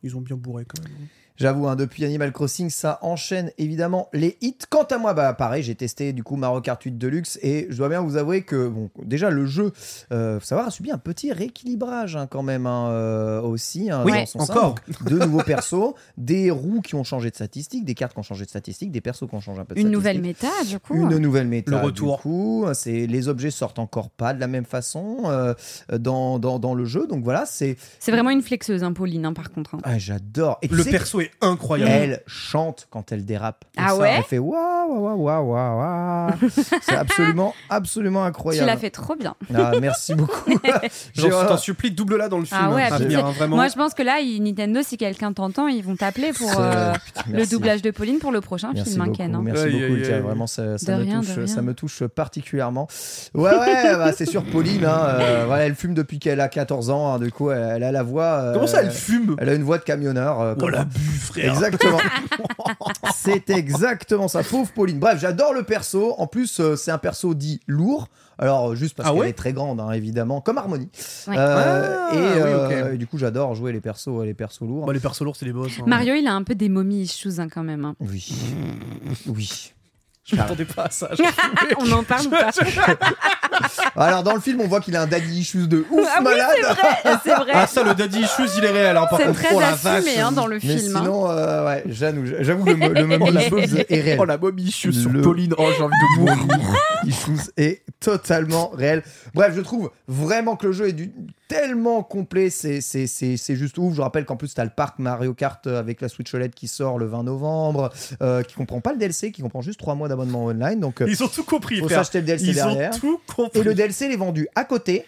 Speaker 3: Ils ont bien bourré quand même.
Speaker 1: J'avoue, hein, depuis Animal Crossing, ça enchaîne évidemment les hits. Quant à moi, bah pareil, j'ai testé du coup Mario Kart 8 Deluxe et je dois bien vous avouer que bon, déjà le jeu, euh, faut savoir, a subi un petit rééquilibrage hein, quand même hein, euh, aussi. hein,
Speaker 3: Oui,
Speaker 1: dans son sein.
Speaker 3: encore.
Speaker 1: Donc, Deux nouveaux persos, des roues qui ont changé de statistique, des cartes qui ont changé de statistique, des persos qui ont changé un peu de
Speaker 2: Une nouvelle
Speaker 1: statistique.
Speaker 2: méta, du coup. euh,
Speaker 1: Une nouvelle méta.
Speaker 3: Le retour.
Speaker 1: Du coup, c'est les objets sortent encore pas de la même façon euh, dans, dans, dans le jeu. Donc voilà, c'est
Speaker 2: C'est vraiment une flexeuse, hein, Pauline, hein, par contre. hein.
Speaker 1: ah, j'adore. Et tu
Speaker 3: Le
Speaker 1: sais que-
Speaker 3: perso est incroyable.
Speaker 1: elle chante quand elle dérape.
Speaker 2: Ah
Speaker 1: Ça,
Speaker 2: ouais
Speaker 1: Elle fait waouh, waouh, waouh, waouh, waouh. C'est absolument, absolument
Speaker 2: Tu
Speaker 1: incroyable.
Speaker 2: l'as fait trop bien.
Speaker 1: Ah, merci beaucoup.
Speaker 3: Genre,
Speaker 1: J'ai-
Speaker 3: je t'en supplie, double-la dans le film.
Speaker 2: Ah ouais,
Speaker 3: hein,
Speaker 2: puis
Speaker 3: Fabien,
Speaker 2: c'est-
Speaker 3: hein, vraiment.
Speaker 2: Moi, je pense que là, il- Nintendo, si quelqu'un t'entend, ils vont t'appeler pour
Speaker 1: C'est-
Speaker 2: euh,
Speaker 1: putain,
Speaker 2: le
Speaker 1: merci.
Speaker 2: doublage de Pauline pour le prochain
Speaker 1: Merci
Speaker 2: film, hein,
Speaker 1: beaucoup,
Speaker 2: Ken, hein.
Speaker 1: merci
Speaker 3: Aïe,
Speaker 1: beaucoup,
Speaker 3: aïe,
Speaker 1: Lucas.
Speaker 3: aïe.
Speaker 1: Vraiment, ça, ça
Speaker 2: De
Speaker 1: me
Speaker 2: rien, de
Speaker 1: touche,
Speaker 2: rien.
Speaker 1: ça me touche particulièrement. Ouais, ouais, bah, c'est sûr, Pauline, hein, euh, voilà, elle fume depuis qu'elle a 14 ans, hein, du coup, elle, elle a la voix. euh,
Speaker 3: Comment ça, elle fume
Speaker 1: Elle a une voix de camionneur. euh,
Speaker 3: Oh
Speaker 1: comme-
Speaker 3: la bu, frère
Speaker 1: Exactement. c'est exactement ça. Pauvre Pauline. Bref, j'adore le perso. En plus, euh, c'est un perso dit lourd. Alors, euh, juste parce
Speaker 3: Ah
Speaker 1: qu'elle
Speaker 3: ouais
Speaker 1: est très grande, hein, évidemment, comme Harmonie.
Speaker 2: Ouais.
Speaker 1: Euh,
Speaker 3: Ah,
Speaker 1: et,
Speaker 3: oui,
Speaker 1: euh,
Speaker 3: ok.
Speaker 1: et du coup, j'adore jouer les persos, euh, les persos lourds.
Speaker 3: Bah, les persos lourds, c'est les boss. hein.
Speaker 2: Mario, il a un peu des momies issues hein, quand même. hein.
Speaker 1: Oui. Oui.
Speaker 3: Je m'attendais pas à ça. je-
Speaker 2: Ah, On en parle ou pas
Speaker 1: Alors, dans le film, on voit qu'il a un daddy issues de ouf
Speaker 2: Ah oui,
Speaker 1: malade.
Speaker 2: C'est vrai.
Speaker 3: Ah, ça, le Daddy Issues, il est réel. hein, par
Speaker 2: C'est
Speaker 3: contre.
Speaker 2: très
Speaker 3: Oh, la
Speaker 2: assumé
Speaker 3: vache.
Speaker 2: hein, dans le
Speaker 1: Mais
Speaker 2: film. hein.
Speaker 1: sinon, euh, ouais, j'avoue, j'avoue, le, mo- le moment de la bouse est réel.
Speaker 3: Oh la momie issues sur
Speaker 1: Le-
Speaker 3: Pauline. Oh, j'ai envie de mourir.
Speaker 1: Issues est totalement réel. Bref, je trouve vraiment que le jeu est du- tellement complet, c'est, c'est, c'est, c'est juste ouf. Je rappelle qu'en plus, t'as le parc Mario Kart avec la Switch OLED qui sort le 20 novembre, euh, qui comprend pas le DLC, qui comprend juste 3 mois d'abonnement online. Donc, euh,
Speaker 3: Ils ont tout compris,
Speaker 1: faut
Speaker 3: frère.
Speaker 1: s'acheter le DLC
Speaker 3: Ils
Speaker 1: derrière.
Speaker 3: ont tout compris.
Speaker 1: Et le DLC, il est vendu à côté.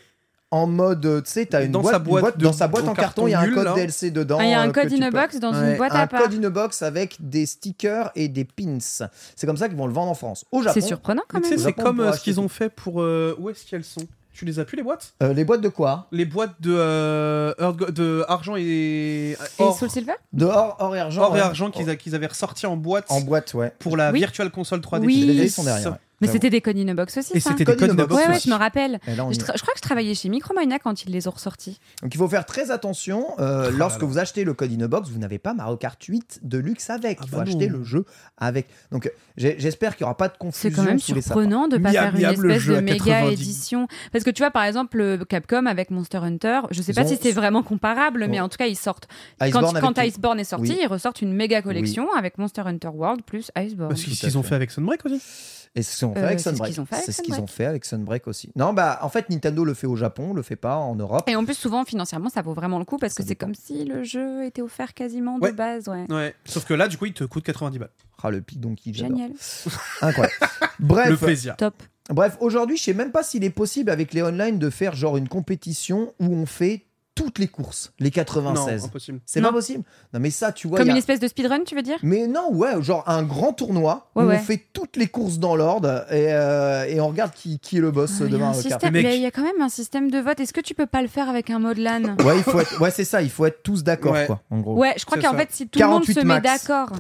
Speaker 1: En mode, euh, tu sais, t'as une
Speaker 3: Dans
Speaker 1: boîte,
Speaker 3: sa
Speaker 1: une
Speaker 3: boîte de-
Speaker 1: dans sa boîte
Speaker 3: en
Speaker 1: en carton,
Speaker 3: carton
Speaker 1: il y a un
Speaker 3: nul,
Speaker 1: code
Speaker 3: là.
Speaker 1: DLC dedans.
Speaker 2: Ah, Il y a un
Speaker 1: euh,
Speaker 2: code
Speaker 1: que tu peux-
Speaker 2: Inbox dans
Speaker 1: Ouais,
Speaker 2: une boîte
Speaker 1: un
Speaker 2: à part.
Speaker 1: code Inbox avec des stickers et des pins. C'est comme ça qu'ils vont le vendre en France. Au Japon,
Speaker 2: C'est surprenant quand
Speaker 3: Tu
Speaker 2: même.
Speaker 3: sais,
Speaker 1: Au
Speaker 3: c'est
Speaker 1: Japon,
Speaker 3: comme
Speaker 1: on
Speaker 3: euh,
Speaker 1: pourra
Speaker 3: ce qu'ils
Speaker 1: acheter
Speaker 3: ont fait pour. euh, Où est-ce qu'elles sont Tu les as pu, les boîtes
Speaker 1: euh, les boîtes de quoi
Speaker 3: Les boîtes de, euh, Earth- de argent et.
Speaker 2: Et
Speaker 3: or.
Speaker 2: Soul Silver
Speaker 1: Dehors, hors et argent.
Speaker 3: Or et
Speaker 1: ouais.
Speaker 3: argent qu'ils a- qu'ils avaient ressorti en boîte
Speaker 1: En boîte, ouais.
Speaker 3: pour la
Speaker 2: Oui.
Speaker 3: Virtual Console 3D.
Speaker 2: Oui.
Speaker 1: Les dés sont derrière. ouais.
Speaker 2: Mais
Speaker 1: J'avoue.
Speaker 2: c'était des codes Inbox aussi,
Speaker 3: Et
Speaker 2: ça.
Speaker 3: c'était
Speaker 1: Code
Speaker 3: des codes
Speaker 1: Inbox,
Speaker 3: Inbox.
Speaker 2: Ouais, ouais,
Speaker 1: ouais.
Speaker 2: je me rappelle.
Speaker 1: Et là, on
Speaker 2: Je,
Speaker 1: y
Speaker 2: tra- je crois que je travaillais chez Micromania quand ils les ont ressortis.
Speaker 1: est. Donc il faut faire très attention. euh,
Speaker 3: Oh
Speaker 1: lorsque
Speaker 3: là là.
Speaker 1: vous achetez le code Inbox, vous n'avez pas Mario Kart 8 de luxe avec.
Speaker 3: Ah
Speaker 1: il faut
Speaker 3: bah non.
Speaker 1: acheter le jeu avec. Donc euh, j'ai- j'espère qu'il n'y aura pas de
Speaker 2: C'est
Speaker 1: confusion
Speaker 2: quand même
Speaker 1: sous les sapins.
Speaker 2: surprenant de pas
Speaker 3: Miam,
Speaker 2: faire une
Speaker 3: miam, le
Speaker 2: espèce
Speaker 3: jeu
Speaker 2: de
Speaker 3: à
Speaker 2: méga
Speaker 3: 90.
Speaker 2: édition. Parce que tu vois, par exemple, le Capcom avec Monster Hunter, je sais
Speaker 1: Ils
Speaker 2: pas
Speaker 1: ont-
Speaker 2: si c'est vraiment comparable, mais
Speaker 1: Bon.
Speaker 2: en tout cas, ils sortent.
Speaker 1: Iceborne
Speaker 2: quand quand
Speaker 1: avec-
Speaker 2: Iceborne est sorti,
Speaker 1: Oui.
Speaker 2: ils ressortent une méga collection avec Monster Hunter World plus Iceborne.
Speaker 3: Parce qu'ils
Speaker 1: Tout à
Speaker 3: qu'ils ont
Speaker 1: fait.
Speaker 3: fait avec Sunbreak aussi.
Speaker 1: Et c'est ce qu'ils ont fait
Speaker 2: Euh,
Speaker 1: avec
Speaker 2: c'est ce
Speaker 1: Sunbreak.
Speaker 2: qu'ils ont fait avec
Speaker 1: C'est ce qu'ils ont fait avec Sunbreak aussi. Non, bah en fait, Nintendo le fait au Japon, le fait pas en Europe.
Speaker 2: Et en plus, souvent, financièrement, ça vaut vraiment le coup parce
Speaker 1: Ça
Speaker 2: que c'est
Speaker 1: dépend.
Speaker 2: comme si le jeu était offert quasiment
Speaker 3: Ouais.
Speaker 2: de base. Ouais.
Speaker 3: Ouais. Sauf que là, du coup, il te coûte 90 balles.
Speaker 1: Ah, le pic Donkey, j'adore.
Speaker 2: Génial.
Speaker 1: Incroyable. Bref,
Speaker 3: Le plaisir.
Speaker 2: Top.
Speaker 1: Bref, aujourd'hui, je sais même pas s'il est possible avec les online de faire genre une compétition où on fait toutes les courses, les
Speaker 3: Non,
Speaker 1: 96.
Speaker 3: impossible.
Speaker 1: C'est
Speaker 2: Non.
Speaker 1: pas possible. Non, mais ça, tu vois.
Speaker 2: Comme
Speaker 1: il y a-
Speaker 2: une espèce de speedrun, tu veux dire
Speaker 1: Mais non, ouais, genre un grand tournoi
Speaker 2: Ouais,
Speaker 1: où
Speaker 2: ouais.
Speaker 1: on fait toutes les courses dans l'ordre et, euh, et on regarde qui, qui est le boss
Speaker 2: Ah, il y a
Speaker 1: demain.
Speaker 2: un
Speaker 1: au quart.
Speaker 2: système-
Speaker 3: Le
Speaker 2: Il
Speaker 3: mec-
Speaker 2: y, a- il y a quand même un système de vote. Est-ce que tu peux pas le faire avec un mode LAN
Speaker 1: Ouais, il faut être- ouais, c'est ça, il faut être tous d'accord,
Speaker 3: Ouais.
Speaker 1: quoi, en gros.
Speaker 2: Ouais, je crois
Speaker 3: C'est
Speaker 2: qu'en
Speaker 3: ça.
Speaker 2: fait, si tout le monde
Speaker 1: 48
Speaker 2: se met
Speaker 1: max.
Speaker 2: d'accord.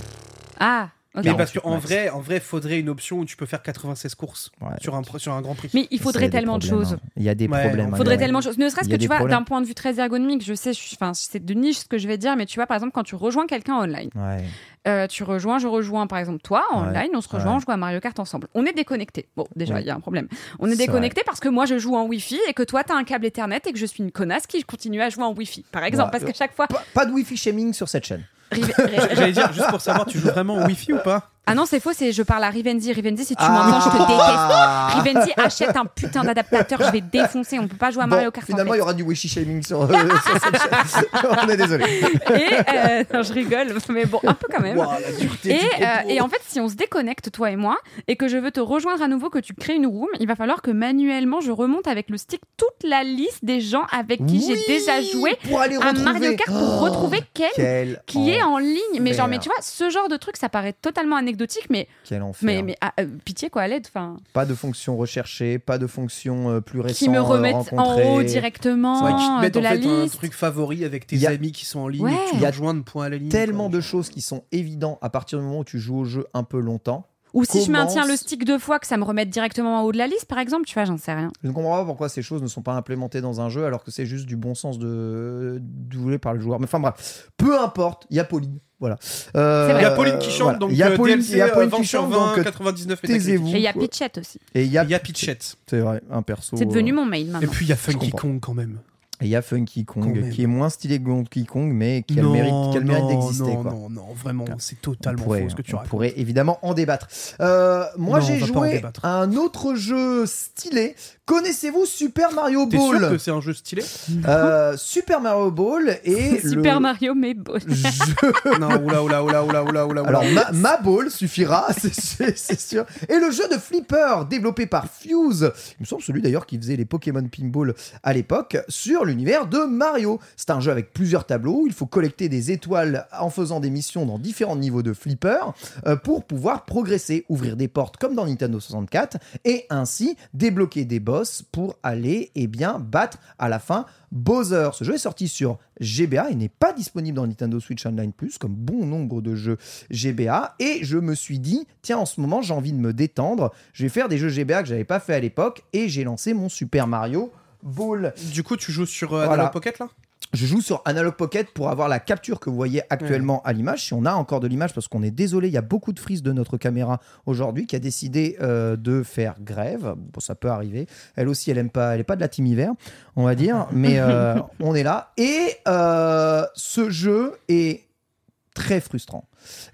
Speaker 2: Ah, ok.
Speaker 3: Mais
Speaker 1: Non,
Speaker 3: parce
Speaker 1: ensuite,
Speaker 3: qu'en
Speaker 1: max.
Speaker 3: vrai, en vrai, faudrait une option où tu peux faire 96 courses
Speaker 1: Ouais.
Speaker 3: sur, un, pro- sur un grand prix.
Speaker 2: Mais il
Speaker 1: Ça,
Speaker 2: faudrait
Speaker 1: y a des
Speaker 2: tellement de
Speaker 1: problèmes,
Speaker 2: choses.
Speaker 1: hein. Il y a des
Speaker 3: Ouais,
Speaker 1: problèmes.
Speaker 3: on
Speaker 1: hein,
Speaker 2: faudrait
Speaker 1: ouais.
Speaker 2: tellement de choses. Ne serait-ce
Speaker 1: Il y
Speaker 2: que
Speaker 1: a
Speaker 2: tu
Speaker 1: des
Speaker 2: vois,
Speaker 1: problèmes.
Speaker 2: d'un point de vue très ergonomique, je sais, je suis- enfin, c'est de niche ce que je vais dire, mais tu vois, par exemple, quand tu rejoins quelqu'un en online,
Speaker 1: Ouais.
Speaker 2: euh, tu rejoins, je rejoins, par exemple, toi en
Speaker 1: Ouais.
Speaker 2: online, on se rejoint,
Speaker 1: Ouais.
Speaker 2: on joue à Mario Kart ensemble. On est déconnecté. Bon, déjà, il
Speaker 1: Oui.
Speaker 2: y a un problème. On est,
Speaker 1: C'est
Speaker 2: déconnecté parce que moi, je joue en Wi-Fi et que toi, t'as un câble Ethernet et que je suis une connasse qui continue à jouer en Wi-Fi, par exemple,
Speaker 1: Ouais.
Speaker 2: parce qu'à chaque fois.
Speaker 1: Pas, pas de wifi shaming sur cette chaîne.
Speaker 3: J'allais dire, juste pour savoir, tu joues vraiment au Wi-Fi ou pas
Speaker 2: Ah non, c'est faux, c'est je parle à Rivenzi. Rivenzi, si tu m'entends, je te déteste.
Speaker 1: Ah.
Speaker 2: Rivenzi achète un putain d'adaptateur, je vais défoncer, on peut pas jouer à Mario
Speaker 1: Bon,
Speaker 2: Kart. en
Speaker 1: finalement,
Speaker 2: fait.
Speaker 1: il y aura du wifi shaming sur, euh, sur cette chaîne. on est désolé.
Speaker 2: Et euh, non, je rigole, mais bon, un peu quand même.
Speaker 1: Ouah, la dureté
Speaker 2: Et,
Speaker 1: du propos.
Speaker 2: euh, et en fait, si on se déconnecte, toi et moi, et que je veux te rejoindre à nouveau, que tu crées une room, il va falloir que manuellement je remonte avec le stick toute la liste des gens avec qui
Speaker 1: Oui,
Speaker 2: j'ai déjà joué
Speaker 1: pour aller
Speaker 2: à
Speaker 1: retrouver-
Speaker 2: Mario Kart pour
Speaker 1: Oh,
Speaker 2: retrouver Ken
Speaker 1: quel
Speaker 2: qui est en ligne. Mais genre,
Speaker 1: enfer.
Speaker 2: mais tu vois, ce genre de truc, ça paraît totalement anecdotique, mais,
Speaker 1: Quel enfer.
Speaker 2: mais, mais ah, euh, pitié, quoi, à l'aide. Enfin,
Speaker 1: Pas de fonction recherchée, pas de fonction euh, plus récente.
Speaker 2: qui me remettent
Speaker 1: rencontrée.
Speaker 2: en haut directement
Speaker 3: Ouais, qui te
Speaker 2: euh,
Speaker 3: mettent
Speaker 2: de
Speaker 3: en
Speaker 2: la
Speaker 3: fait un
Speaker 2: liste.
Speaker 3: truc favori avec tes
Speaker 1: Y a-
Speaker 3: amis qui sont en ligne.
Speaker 2: Ouais.
Speaker 3: et Tu
Speaker 1: Y
Speaker 3: les
Speaker 1: a
Speaker 3: rejoins de point à la ligne.
Speaker 1: Tellement
Speaker 3: quoi.
Speaker 1: de choses qui sont évidentes à partir du moment où tu joues au jeu un peu longtemps.
Speaker 2: Ou si je
Speaker 1: Commence-
Speaker 2: maintiens le stick deux fois, que ça me remette directement en haut de la liste, par exemple, tu vois, j'en sais rien.
Speaker 1: Je ne comprends pas pourquoi ces choses ne sont pas implémentées dans un jeu alors que c'est juste du bon sens de voulu par le joueur. Mais enfin bref, peu importe, il y a Pauline. Voilà. Euh,
Speaker 2: vrai.
Speaker 3: Il y a Pauline qui chante,
Speaker 1: voilà.
Speaker 3: donc
Speaker 1: Il y a
Speaker 3: euh,
Speaker 1: Pauline,
Speaker 3: DLC,
Speaker 1: il y a
Speaker 3: euh,
Speaker 1: Pauline
Speaker 3: 20
Speaker 1: qui
Speaker 3: sur
Speaker 1: chante,
Speaker 3: 20,
Speaker 1: donc,
Speaker 3: 99 Metacritic.
Speaker 1: taisez-vous.
Speaker 2: Et il y a Pitchette aussi.
Speaker 1: Et il y a,
Speaker 3: Il y a Pitchette.
Speaker 1: C'est vrai, un perso.
Speaker 2: C'est devenu
Speaker 1: euh,
Speaker 2: mon mail maintenant.
Speaker 3: Et puis il y a
Speaker 1: Je
Speaker 3: Funky
Speaker 1: comprends.
Speaker 3: Kong quand même.
Speaker 1: Et il y a Funky
Speaker 3: Quand
Speaker 1: Kong
Speaker 3: même.
Speaker 1: qui est moins stylé que Donkey Kong, mais qui a le
Speaker 3: Non,
Speaker 1: mérite, qui a le mérite
Speaker 3: non,
Speaker 1: d'exister.
Speaker 3: Non,
Speaker 1: quoi.
Speaker 3: non, non, vraiment, c'est totalement
Speaker 1: on pourrait,
Speaker 3: faux ce que tu
Speaker 1: on
Speaker 3: racontes.
Speaker 1: pourrait évidemment en débattre. Euh, moi,
Speaker 3: Non, on
Speaker 1: j'ai
Speaker 3: va pas en
Speaker 1: joué
Speaker 3: débattre.
Speaker 1: à un autre jeu stylé. Connaissez-vous Super Mario
Speaker 3: T'es sûr que
Speaker 1: Ball
Speaker 3: c'est un jeu stylé
Speaker 1: Euh, Super Mario Ball et
Speaker 2: Super
Speaker 1: le
Speaker 2: Mario, mais bon.
Speaker 1: jeu.
Speaker 3: Non, oula, oula, oula, oula, oula, oula.
Speaker 1: Alors, ma,
Speaker 3: oula.
Speaker 1: ma ball suffira, c'est- c'est c'est sûr. Et le jeu de Flipper, développé par Fuse, il me semble celui d'ailleurs qui faisait les Pokémon Pinball à l'époque, sur l'univers de Mario. C'est un jeu avec plusieurs tableaux, il faut collecter des étoiles en faisant des missions dans différents niveaux de Flipper euh, pour pouvoir progresser, ouvrir des portes comme dans Nintendo 64, et ainsi débloquer des boss pour aller eh bien, battre à la fin Bowser. Ce jeu est sorti sur GBA et n'est pas disponible dans Nintendo Switch Online Plus, comme bon nombre de jeux GBA et je me suis dit tiens en ce moment j'ai envie de me détendre je vais faire des jeux GBA que j'avais pas fait à l'époque et j'ai lancé mon Super Mario Ball
Speaker 3: Du coup, tu joues sur euh,
Speaker 1: Voilà.
Speaker 3: Analog Pocket là
Speaker 1: je joue sur Analog Pocket pour avoir la capture que vous voyez actuellement à l'image si on a encore de l'image parce qu'on est désolé il y a beaucoup de frises de notre caméra aujourd'hui qui a décidé euh, de faire grève bon, ça peut arriver elle aussi elle aime pas elle est pas de la team hiver on va dire mais euh, on est là et euh, ce jeu est très frustrant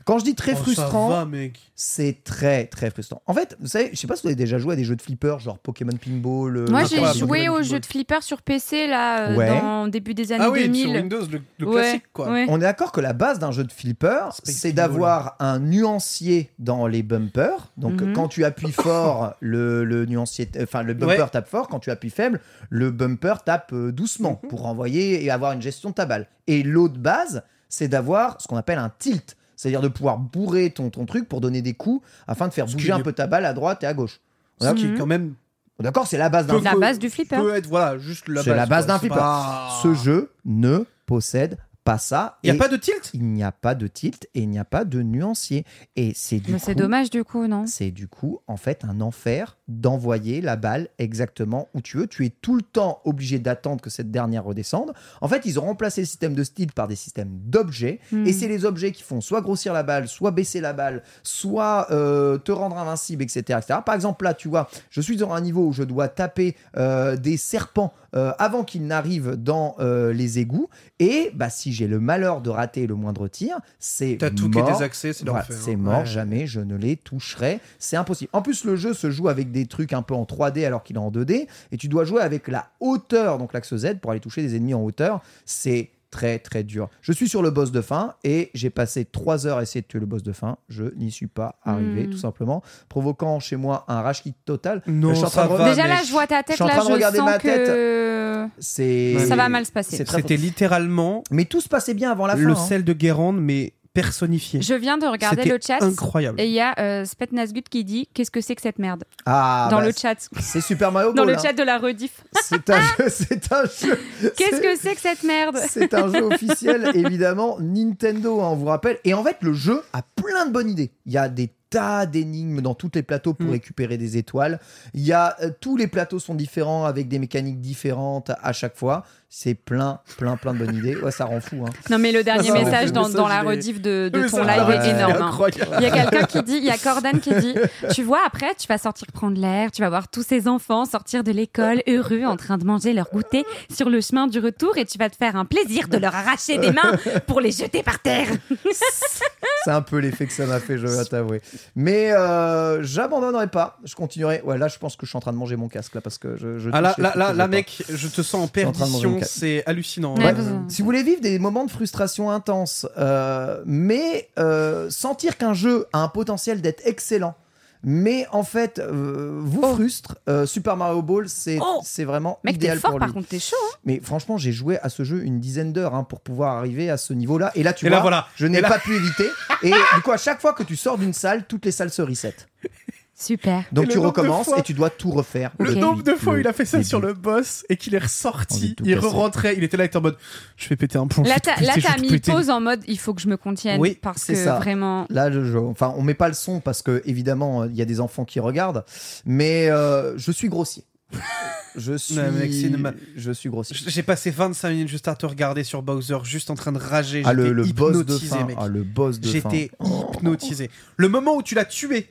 Speaker 1: quand je dis très
Speaker 3: Oh, ça
Speaker 1: frustrant
Speaker 3: va, mec.
Speaker 1: c'est très très frustrant. En fait, vous savez, je sais pas si vous avez déjà joué à des jeux de flipper, genre Pokémon Pinball. euh,
Speaker 2: Moi,
Speaker 1: le-
Speaker 3: j'ai
Speaker 2: j'ai
Speaker 3: Pokémon
Speaker 2: joué
Speaker 3: Pinball.
Speaker 2: au jeu de flipper sur PC, là, euh,
Speaker 1: Ouais.
Speaker 2: dans début des années
Speaker 3: Ah oui, sur
Speaker 2: 2000.
Speaker 3: Windows, le, le
Speaker 2: Ouais,
Speaker 3: classique quoi.
Speaker 2: ouais.
Speaker 1: On est d'accord que la base d'un jeu de flipper,
Speaker 3: Space
Speaker 1: c'est
Speaker 3: Pinball.
Speaker 1: d'avoir un nuancier dans les bumpers. Donc,
Speaker 2: Mhm.
Speaker 1: quand tu appuies fort, le, le nuancier, enfin le bumper
Speaker 3: Ouais.
Speaker 1: tape fort. Quand tu appuies faible, le bumper tape euh, doucement
Speaker 2: Mhm.
Speaker 1: pour renvoyer et avoir une gestion de ta balle. Et l'autre base, c'est d'avoir ce qu'on appelle un tilt, c'est-à-dire de pouvoir bourrer ton, ton truc pour donner des coups afin de faire
Speaker 3: Ce qui
Speaker 1: bouger un
Speaker 3: ne-
Speaker 1: peu ta balle à droite et à gauche. On est
Speaker 3: Ce
Speaker 1: d'accord
Speaker 3: qui
Speaker 2: Mhm.
Speaker 3: est quand même
Speaker 1: On est d'accord, c'est la base d'un
Speaker 3: Peu-
Speaker 2: La
Speaker 3: peut-
Speaker 2: base du flipper.
Speaker 3: peut être, voilà, juste la base.
Speaker 1: C'est la base
Speaker 3: quoi.
Speaker 1: d'un
Speaker 3: C'est
Speaker 1: flipper.
Speaker 3: pas-
Speaker 1: Ce jeu ne possède pas ça.
Speaker 3: Il n'y
Speaker 1: et
Speaker 3: a pas de tilt
Speaker 1: il n'y a pas de tilt et il n'y a pas de nuancier. Et c'est du
Speaker 2: Mais c'est
Speaker 1: coup-
Speaker 2: dommage, hein. du coup, non
Speaker 1: C'est du coup, en fait, un enfer d'envoyer la balle exactement où tu veux. Tu es tout le temps obligé d'attendre que cette dernière redescende. En fait, ils ont remplacé le système de style par des systèmes d'objets.
Speaker 2: Hmm.
Speaker 1: Et c'est les objets qui font soit grossir la balle, soit baisser la balle, soit euh, te rendre invincible, etc., etc. Par exemple, là, tu vois, je suis dans un niveau où je dois taper euh, des serpents euh, avant qu'ils n'arrivent dans euh, les égouts. Et bah, si j'ai le malheur de rater le moindre tir, c'est
Speaker 3: T'as tout qui est
Speaker 1: mort.
Speaker 3: désaxé, c'est
Speaker 1: Voilà,
Speaker 3: l'enfer. hein.
Speaker 1: c'est mort,
Speaker 3: Ouais.
Speaker 1: jamais je ne les toucherai, c'est impossible. En plus, le jeu se joue avec des trucs un peu en 3D alors qu'il est en 2D, et tu dois jouer avec la hauteur, donc l'axe Z, pour aller toucher des ennemis en hauteur. C'est très très dur. Je suis sur le boss de fin, et j'ai passé 3 heures à essayer de tuer le boss de fin, je n'y suis pas arrivé,
Speaker 2: Hmm.
Speaker 1: tout simplement, provoquant chez moi un rage kit total.
Speaker 3: Non,
Speaker 1: Je suis en
Speaker 3: ça
Speaker 1: train de
Speaker 3: va.
Speaker 2: Déjà,
Speaker 3: mais
Speaker 2: là, je vois ta tête,
Speaker 1: Ah, suis en
Speaker 2: là,
Speaker 1: train de
Speaker 2: je
Speaker 1: regarder
Speaker 2: sens
Speaker 1: ma
Speaker 2: que
Speaker 1: C'est...
Speaker 3: Ouais,
Speaker 2: ça va
Speaker 3: mais-
Speaker 2: mal se passer.
Speaker 1: c'est très-
Speaker 3: C'était littéralement
Speaker 1: Mais tout se passait bien avant la fin.
Speaker 3: le
Speaker 1: hein.
Speaker 3: sel de Guérande, mais personnifié.
Speaker 2: Je viens de regarder
Speaker 3: C'était
Speaker 2: le chat,
Speaker 3: Incroyable.
Speaker 2: et il y a euh, Spet Nazgut qui dit « Qu'est-ce que c'est que cette merde
Speaker 1: Ah,
Speaker 2: Dans
Speaker 1: bah,
Speaker 2: le chat.
Speaker 1: C'est Super Mario
Speaker 2: Dans
Speaker 1: Ball,
Speaker 2: le
Speaker 1: hein.
Speaker 2: chat de la rediff.
Speaker 1: C'est un jeu, c'est un jeu.
Speaker 2: Qu'est-ce
Speaker 1: C'est-
Speaker 2: que c'est que cette merde
Speaker 1: C'est un jeu officiel, évidemment, Nintendo, hein, on vous rappelle. Et en fait, le jeu a plein de bonnes idées. Il y a des tas d'énigmes dans tous les plateaux pour
Speaker 3: Mm.
Speaker 1: récupérer des étoiles. Il y a euh, tous les plateaux sont différents avec des mécaniques différentes à chaque fois. C'est plein, plein, plein de bonnes idées. Ouais, ça rend fou. hein.
Speaker 2: Non, mais le dernier
Speaker 3: Ah, le
Speaker 2: message dans,
Speaker 3: message,
Speaker 2: dans la
Speaker 3: il est-
Speaker 2: rediff de, de
Speaker 3: Mais
Speaker 2: ton
Speaker 3: ça,
Speaker 2: live
Speaker 1: ouais.
Speaker 2: est énorme. hein.
Speaker 3: Incroyable.
Speaker 2: Il y a quelqu'un qui dit, il y a Cordan qui dit, tu vois, après, tu vas sortir prendre l'air, tu vas voir tous ces enfants sortir de l'école heureux en train de manger leur goûter sur le chemin du retour et tu vas te faire un plaisir de leur arracher des mains pour les jeter par terre.
Speaker 1: C'est un peu l'effet que ça m'a fait, je vais t'avouer. Mais euh, j'abandonnerai pas. Je continuerai. Ouais, là, je pense que je suis en train de manger mon casque là parce que je. je
Speaker 3: Ah là,
Speaker 1: touche les
Speaker 3: là,
Speaker 1: trucs que
Speaker 3: là,
Speaker 1: je
Speaker 3: là,
Speaker 1: veux pas.
Speaker 3: mec, je te sens en
Speaker 1: suis en train de manger
Speaker 3: perdition,
Speaker 1: une cape.
Speaker 3: c'est hallucinant.
Speaker 2: Ouais,
Speaker 3: hein.
Speaker 2: parce-
Speaker 1: Si vous voulez vivre des moments de frustration intense, euh, mais euh, sentir qu'un jeu a un potentiel d'être excellent, mais en fait, euh, vous
Speaker 2: Oh.
Speaker 1: frustre. Euh, Super Mario Ball, c'est
Speaker 2: Oh.
Speaker 1: c'est vraiment
Speaker 2: Mec, t'es
Speaker 1: idéal
Speaker 2: fort
Speaker 1: pour lui.
Speaker 2: par contre, t'es chaud. hein.
Speaker 1: Mais franchement, j'ai joué à ce jeu une dizaine d'heures hein, pour pouvoir arriver à ce niveau-là. Et là, tu
Speaker 3: Et
Speaker 1: vois,
Speaker 3: là, voilà.
Speaker 1: je n'ai
Speaker 3: Et là-
Speaker 1: pas pu éviter. Et du coup, à chaque fois que tu sors d'une salle, toutes les salles se reset.
Speaker 2: Super.
Speaker 1: Donc
Speaker 3: Et le
Speaker 1: tu
Speaker 3: nombre de
Speaker 1: recommences
Speaker 3: fois-
Speaker 1: et tu dois tout refaire.
Speaker 3: Le
Speaker 2: Ok.
Speaker 3: nombre de fois où il a fait ça
Speaker 1: début.
Speaker 3: sur le boss et qu'il est
Speaker 1: Envie de
Speaker 3: ressorti,
Speaker 1: tout
Speaker 3: il
Speaker 1: casser.
Speaker 3: re-rentrait, il était là, il était en mode Je vais péter un plomb. je vais
Speaker 2: Là,
Speaker 3: tout
Speaker 2: t'as
Speaker 3: péter,
Speaker 2: là,
Speaker 3: je vais
Speaker 2: t'as
Speaker 3: tout
Speaker 2: mis
Speaker 3: péter.
Speaker 2: pause en mode il faut que je me contienne.
Speaker 3: Oui,
Speaker 2: parce
Speaker 1: c'est
Speaker 2: que
Speaker 1: ça.
Speaker 2: vraiment.
Speaker 1: Là, je, je- enfin, on met pas le son parce que évidemment, il y a des enfants qui regardent, mais euh, je suis grossier. Je suis,
Speaker 3: Ouais, mais Maxime,
Speaker 1: je suis grossier.
Speaker 3: J- J'ai passé 25 minutes juste à te regarder sur Bowser, juste en train de rager.
Speaker 1: Ah, le,
Speaker 3: J'étais
Speaker 1: le boss de
Speaker 3: hypnotisé,
Speaker 1: fin.
Speaker 3: mec.
Speaker 1: Ah, le boss de fin.
Speaker 3: J'étais hypnotisé. Le moment où tu l'as tué,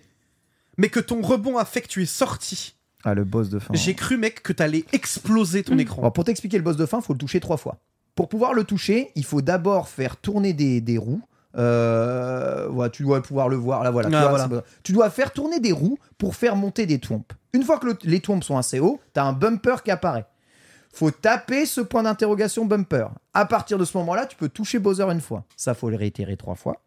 Speaker 3: mais que ton rebond a fait que tu es sorti,
Speaker 1: Ah, le boss de fin.
Speaker 3: j'ai cru, mec, que t'allais exploser ton
Speaker 2: Mm.
Speaker 3: écran.
Speaker 1: Alors, pour t'expliquer le boss de fin, faut le toucher trois fois. Pour pouvoir le toucher, il faut d'abord faire tourner des, des roues. Euh, voilà, tu dois pouvoir le voir. Là, voilà. tu,
Speaker 3: Ah,
Speaker 1: vois,
Speaker 3: voilà.
Speaker 1: c'est- tu dois faire tourner des roues pour faire monter des tombes. Une fois que le- les tombes sont assez hauts, t'as un bumper qui apparaît. Faut taper ce point d'interrogation bumper. À partir de ce moment-là, tu peux toucher Bowser une fois. Ça, faut le réitérer trois fois.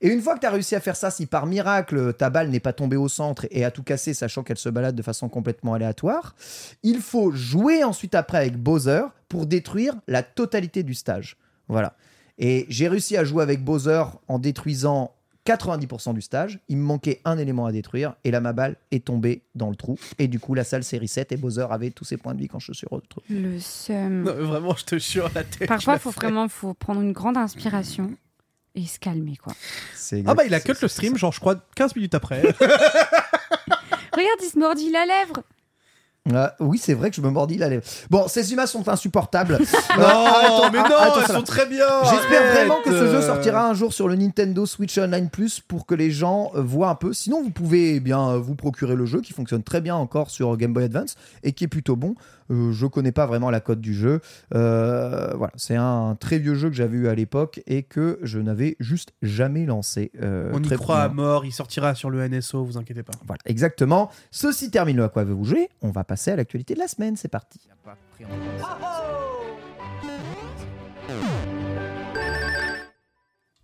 Speaker 1: Et une fois que tu as réussi à faire ça, si par miracle ta balle n'est pas tombée au centre et à tout casser, sachant qu'elle se balade de façon complètement aléatoire, il faut jouer ensuite après avec Bowser pour détruire la totalité du stage. Voilà. Et j'ai réussi à jouer avec Bowser en détruisant 90% du stage. Il me manquait un élément à détruire et là ma balle est tombée dans le trou. Et du coup, la salle série 7 et Bowser avait tous ses points de vie quand je suis retrouvé.
Speaker 2: Le seum.
Speaker 3: Non, mais vraiment, je te jure, la tête.
Speaker 2: Parfois,
Speaker 3: je la
Speaker 2: faut
Speaker 3: ferais.
Speaker 2: vraiment faut prendre une grande inspiration et se calmer, quoi.
Speaker 3: Ah bah, il a cut le stream, genre, je crois, 15 minutes après.
Speaker 2: Regarde, il se mordit la lèvre.
Speaker 1: Euh, oui, c'est vrai que je me mordis la lèvre. Bon, ces images sont insupportables.
Speaker 3: non,
Speaker 1: Euh, attends,
Speaker 3: mais
Speaker 1: ah,
Speaker 3: non,
Speaker 1: attends,
Speaker 3: elles
Speaker 1: ça va.
Speaker 3: sont très bien.
Speaker 1: J'espère
Speaker 3: arrête.
Speaker 1: vraiment que ce jeu
Speaker 3: Euh,
Speaker 1: sortira un jour sur le Nintendo Switch Online Plus pour que les gens euh, voient un peu. Sinon, vous pouvez eh bien euh, vous procurer le jeu qui fonctionne très bien encore sur Game Boy Advance et qui est plutôt bon. Euh, je connais pas vraiment la cote du jeu. Euh, voilà, c'est un très vieux jeu que j'avais eu à l'époque et que je n'avais juste jamais lancé. euh,
Speaker 3: On y
Speaker 1: très
Speaker 3: croit à
Speaker 1: bien.
Speaker 3: mort, il sortira sur le NSO, vous inquiétez pas.
Speaker 1: Voilà, exactement. Ceci termine le à quoi avez-vous joué On va passer à l'actualité de la semaine. C'est parti.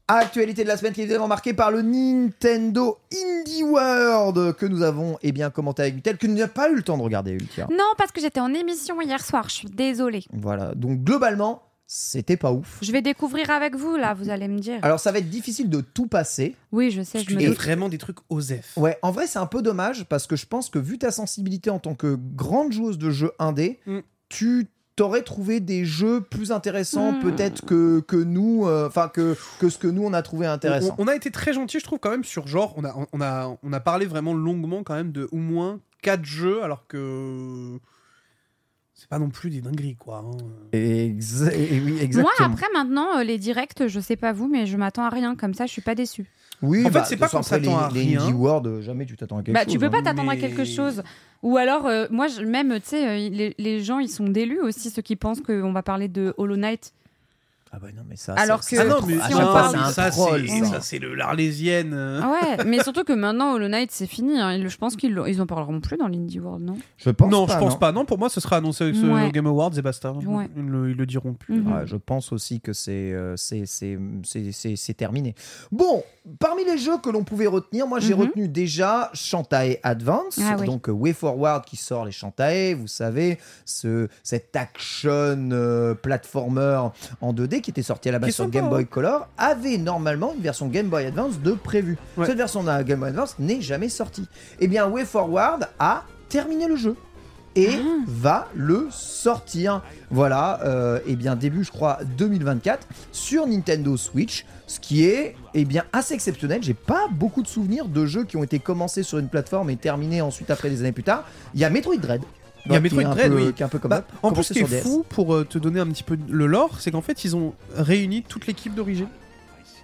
Speaker 1: Actualité de la semaine qui est évidemment marquée par le Nintendo Indie World que nous avons eh bien commenté avec Mitel, que nous n'avons pas eu le temps de regarder, Ultia.
Speaker 2: Non, parce que j'étais en émission hier soir, je suis désolée.
Speaker 1: Voilà, donc globalement, c'était pas ouf.
Speaker 2: Je vais découvrir avec vous, là, vous allez me dire.
Speaker 1: Alors ça va être difficile de tout passer.
Speaker 2: Oui, je sais,
Speaker 3: Parce
Speaker 2: je
Speaker 3: qu'il
Speaker 2: me
Speaker 3: y a
Speaker 2: doute.
Speaker 3: vraiment des trucs OZEF.
Speaker 1: Ouais, en vrai c'est un peu dommage parce que je pense que vu ta sensibilité en tant que grande joueuse de jeux indé,
Speaker 3: Mm.
Speaker 1: tu t'aurais trouvé des jeux plus intéressants
Speaker 2: Mm.
Speaker 1: peut-être que, que nous, euh, enfin que, que ce que nous on a trouvé intéressant.
Speaker 3: On, on a été très gentil, je trouve, quand même, sur genre. On a, on, a, on a parlé vraiment longuement, quand même, de au moins 4 jeux, alors que. C'est pas non plus des dingueries, quoi. hein.
Speaker 1: Exa-
Speaker 3: eh
Speaker 1: et oui,
Speaker 2: Moi,
Speaker 1: exactement.
Speaker 2: après, maintenant, euh, les directs, je sais pas vous, mais je m'attends à rien, comme ça, je suis pas déçue.
Speaker 1: oui,
Speaker 3: En fait,
Speaker 1: bah,
Speaker 3: c'est
Speaker 1: de
Speaker 3: pas
Speaker 1: toute façon,
Speaker 3: qu'on s'attend
Speaker 1: après,
Speaker 3: à
Speaker 1: les, les
Speaker 3: rien.
Speaker 1: Indie World, euh, jamais tu t'attends à quelque
Speaker 2: Bah,
Speaker 1: chose.
Speaker 2: tu peux
Speaker 1: hein.
Speaker 2: pas t'attendre à
Speaker 3: Mais-
Speaker 2: quelque chose. Ou alors, euh, moi, je- même, tu sais, euh, les, les gens, ils sont délus aussi, ceux qui pensent qu'on va parler de Hollow Knight.
Speaker 1: Ah bah non, mais ça.
Speaker 2: Alors
Speaker 1: c'est-
Speaker 2: que-
Speaker 1: à
Speaker 2: Ah
Speaker 1: chaque
Speaker 2: non,
Speaker 1: fois,
Speaker 2: mais
Speaker 1: à
Speaker 2: si
Speaker 1: chaque
Speaker 2: on
Speaker 1: fois,
Speaker 2: parle
Speaker 1: c'est
Speaker 2: de
Speaker 1: un
Speaker 3: ça,
Speaker 1: troll.
Speaker 3: c'est-
Speaker 1: ça.
Speaker 3: ça, c'est le l'Arlésienne. euh.
Speaker 2: Ah ouais, mais surtout que maintenant, Hollow Knight, c'est fini. hein. Ils- Je pense qu'ils l'ont- ils en parleront plus dans l'Indie World, non
Speaker 1: Je pense
Speaker 3: non,
Speaker 1: pas,
Speaker 3: je pense pas. Non, pour moi, ce sera annoncé avec ce
Speaker 2: Ouais.
Speaker 3: Game Awards et basta.
Speaker 2: Ouais.
Speaker 3: Ils, le, ils le diront plus.
Speaker 2: Mhm.
Speaker 1: Ouais, Euh, je pense aussi que c'est euh, c'est- c'est- c'est- c'est- c'est terminé. Bon, parmi les jeux que l'on pouvait retenir, moi j'ai
Speaker 2: Mhm.
Speaker 1: retenu déjà Shantae Advance,
Speaker 2: Ah oui.
Speaker 1: donc euh, Way Forward qui sort les Shantae, vous savez, ce, cet action euh, platformer en 2D qui était sorti à la base
Speaker 3: Qui est
Speaker 1: sur
Speaker 3: sympa, hein.
Speaker 1: Game Boy Color, avait normalement une version Game Boy Advance de prévu.
Speaker 3: Ouais.
Speaker 1: Cette version de Game Boy Advance n'est jamais sortie. Eh bien, Way Forward a terminé le jeu et
Speaker 3: Ah.
Speaker 1: va le sortir. Voilà, euh, eh bien début je crois 2024 sur Nintendo Switch, ce qui est eh bien assez exceptionnel. J'ai pas beaucoup de souvenirs de jeux qui ont été commencés sur une plateforme et terminés ensuite après des années plus tard. Il y a Metroid Dread.
Speaker 3: Il y
Speaker 1: qui est
Speaker 3: a Metroid
Speaker 1: un
Speaker 3: Dread,
Speaker 1: peu-
Speaker 3: oui.
Speaker 1: qui est un peu comme
Speaker 3: Bah, en plus,
Speaker 1: commencé
Speaker 3: ce qui est
Speaker 1: sur DS.
Speaker 3: fou pour euh, te donner un petit peu le lore, c'est qu'en fait, ils ont réuni toute l'équipe d'origine.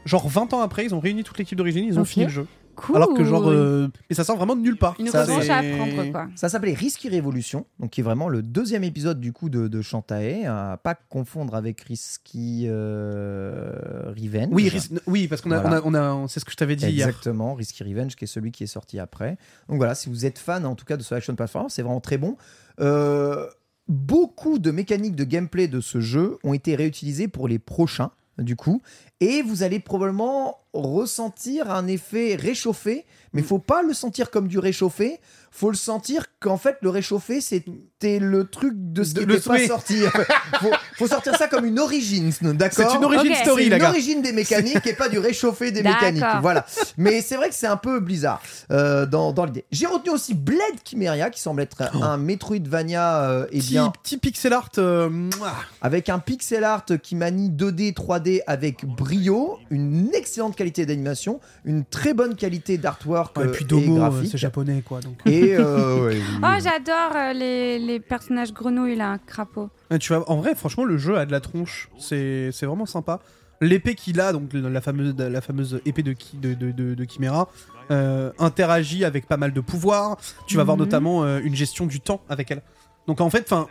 Speaker 3: Genre 20 ans après, ils ont réuni toute l'équipe d'origine, ils ont
Speaker 2: Ok.
Speaker 3: fini le jeu.
Speaker 2: Cool.
Speaker 3: Alors que genre, euh, mais ça sort vraiment de nulle part.
Speaker 2: Une
Speaker 1: ça,
Speaker 2: revanche
Speaker 1: c'est-
Speaker 2: à apprendre, quoi.
Speaker 1: Ça s'appelait Risky Revolution, donc qui est vraiment le deuxième épisode du coup de, de Shantae, hein, à pas confondre avec Risky euh, Revenge.
Speaker 3: Oui, ris- oui, parce qu'on a,
Speaker 1: Voilà.
Speaker 3: on a, on a- c'est ce que je t'avais dit hier.
Speaker 1: Exactement, Risky Revenge, qui est celui qui est sorti après. Donc voilà, si vous êtes fan en tout cas de ce action platform, c'est vraiment très bon. Euh, beaucoup de mécaniques de gameplay de ce jeu ont été réutilisées pour les prochains, du coup. Et vous allez probablement ressentir un effet réchauffé, mais faut pas le sentir comme du réchauffé, faut le sentir qu'en fait le réchauffé c'était le truc de ce
Speaker 3: De-
Speaker 1: qui
Speaker 3: le
Speaker 1: n'était pas
Speaker 3: souhait.
Speaker 1: sorti. faut, faut sortir ça comme une origins, d'accord
Speaker 3: Ah, C'est une origin
Speaker 2: Ok.
Speaker 3: story,
Speaker 1: c'est
Speaker 3: la
Speaker 1: une
Speaker 3: gars.
Speaker 1: origine des mécaniques et pas du réchauffé des
Speaker 2: D'accord.
Speaker 1: mécaniques. Voilà. Mais c'est vrai que c'est un peu bizarre euh, dans, dans l'idée. J'ai retenu aussi Blade Chimeria qui semble être
Speaker 3: Oh.
Speaker 1: un Metroidvania euh, eh
Speaker 3: Petit,
Speaker 1: bien,
Speaker 3: petit pixel art. euh, mouah.
Speaker 1: avec un pixel art qui manie 2D, 3D avec brio, une excellente qualité d'animation, une très bonne qualité d'artwork
Speaker 3: Ouais, et
Speaker 1: euh,
Speaker 3: puis
Speaker 1: et
Speaker 3: Domo, euh,
Speaker 1: graphique.
Speaker 3: c'est japonais, quoi. Donc.
Speaker 1: Et euh, ouais,
Speaker 2: Oh, j'adore euh, les, les personnages grenouilles là, crapaud.
Speaker 3: Ouais, Tu vois, en vrai, franchement, le jeu a de la tronche. C'est c'est vraiment sympa. L'épée qu'il a, donc la fameuse, la fameuse épée de, Ki- de, de, de- de Chimera, euh, interagit avec pas mal de pouvoirs. Tu vas voir
Speaker 2: Mhm.
Speaker 3: notamment euh, une gestion du temps avec elle. Donc en fait, enfin,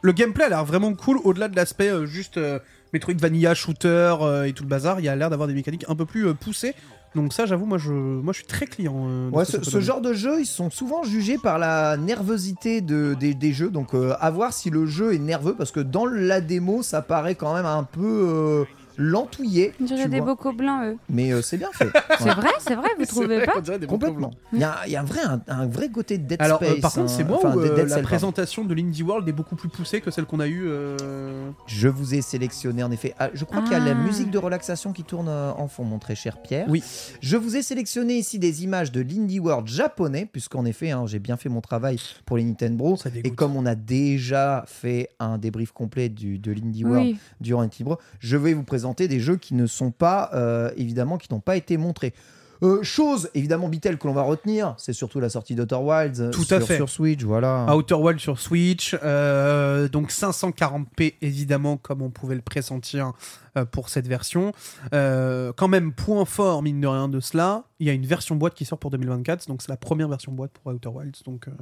Speaker 3: le gameplay a l'air vraiment cool au-delà de l'aspect euh, juste euh, Metroid Vanilla, shooter euh, et tout le bazar. Il y a l'air d'avoir des mécaniques un peu plus euh, poussées. Donc ça, j'avoue, moi je, moi je suis très client. euh, de
Speaker 1: Ouais,
Speaker 3: ce
Speaker 1: ce,
Speaker 3: que ça
Speaker 1: ce
Speaker 3: donne.
Speaker 1: genre de jeu, ils sont souvent jugés par la nervosité de, des, des jeux. Donc, euh, à voir si le jeu est nerveux, parce que dans la démo, ça paraît quand même un peu euh, lentouillé.
Speaker 2: On dirait
Speaker 1: tu
Speaker 2: des
Speaker 1: vois.
Speaker 2: bocaux blancs, eux.
Speaker 1: Mais euh, c'est bien fait.
Speaker 2: C'est vrai, c'est vrai, vous trouvez pas
Speaker 1: Complètement. Il y a, il y a un, vrai, un, un vrai côté de Dead
Speaker 3: Alors, euh,
Speaker 1: Space.
Speaker 3: par contre,
Speaker 1: hein.
Speaker 3: c'est moi
Speaker 1: Enfin,
Speaker 3: où
Speaker 1: Dead-
Speaker 3: euh,
Speaker 1: Dead
Speaker 3: la
Speaker 1: Cell, pardon.
Speaker 3: présentation de l'Indie World est beaucoup plus poussée que celle qu'on a eue. euh,
Speaker 1: Je vous ai sélectionné en effet. Ah, je crois qu'il y a la
Speaker 2: Ah.
Speaker 1: musique de relaxation qui tourne euh, en fond, mon très cher Pierre.
Speaker 3: Oui.
Speaker 1: Je vous ai sélectionné ici des images de l'Indie World japonais, puisqu'en effet, hein, j'ai bien fait mon travail pour les Nintendo.
Speaker 3: Ça dégoûte.
Speaker 1: Et comme on a déjà fait un débrief complet du, de l'Indie World
Speaker 2: Oui.
Speaker 1: durant Nintendo, je vais vous présenter des jeux qui ne sont pas, euh, évidemment, qui n'ont pas été montrés. Euh, chose évidemment Bitel que l'on va retenir, c'est surtout la sortie d'Outer Wilds euh,
Speaker 3: Tout à
Speaker 1: sur,
Speaker 3: fait. Ah
Speaker 1: sur Switch, voilà.
Speaker 3: Outer Wild sur Switch, euh, donc 540p évidemment comme on pouvait le pressentir euh, pour cette version. Euh, quand même point fort mine de rien de cela, il y a une version boîte qui sort pour 2024, donc c'est la première version boîte pour Outer Wilds, donc euh,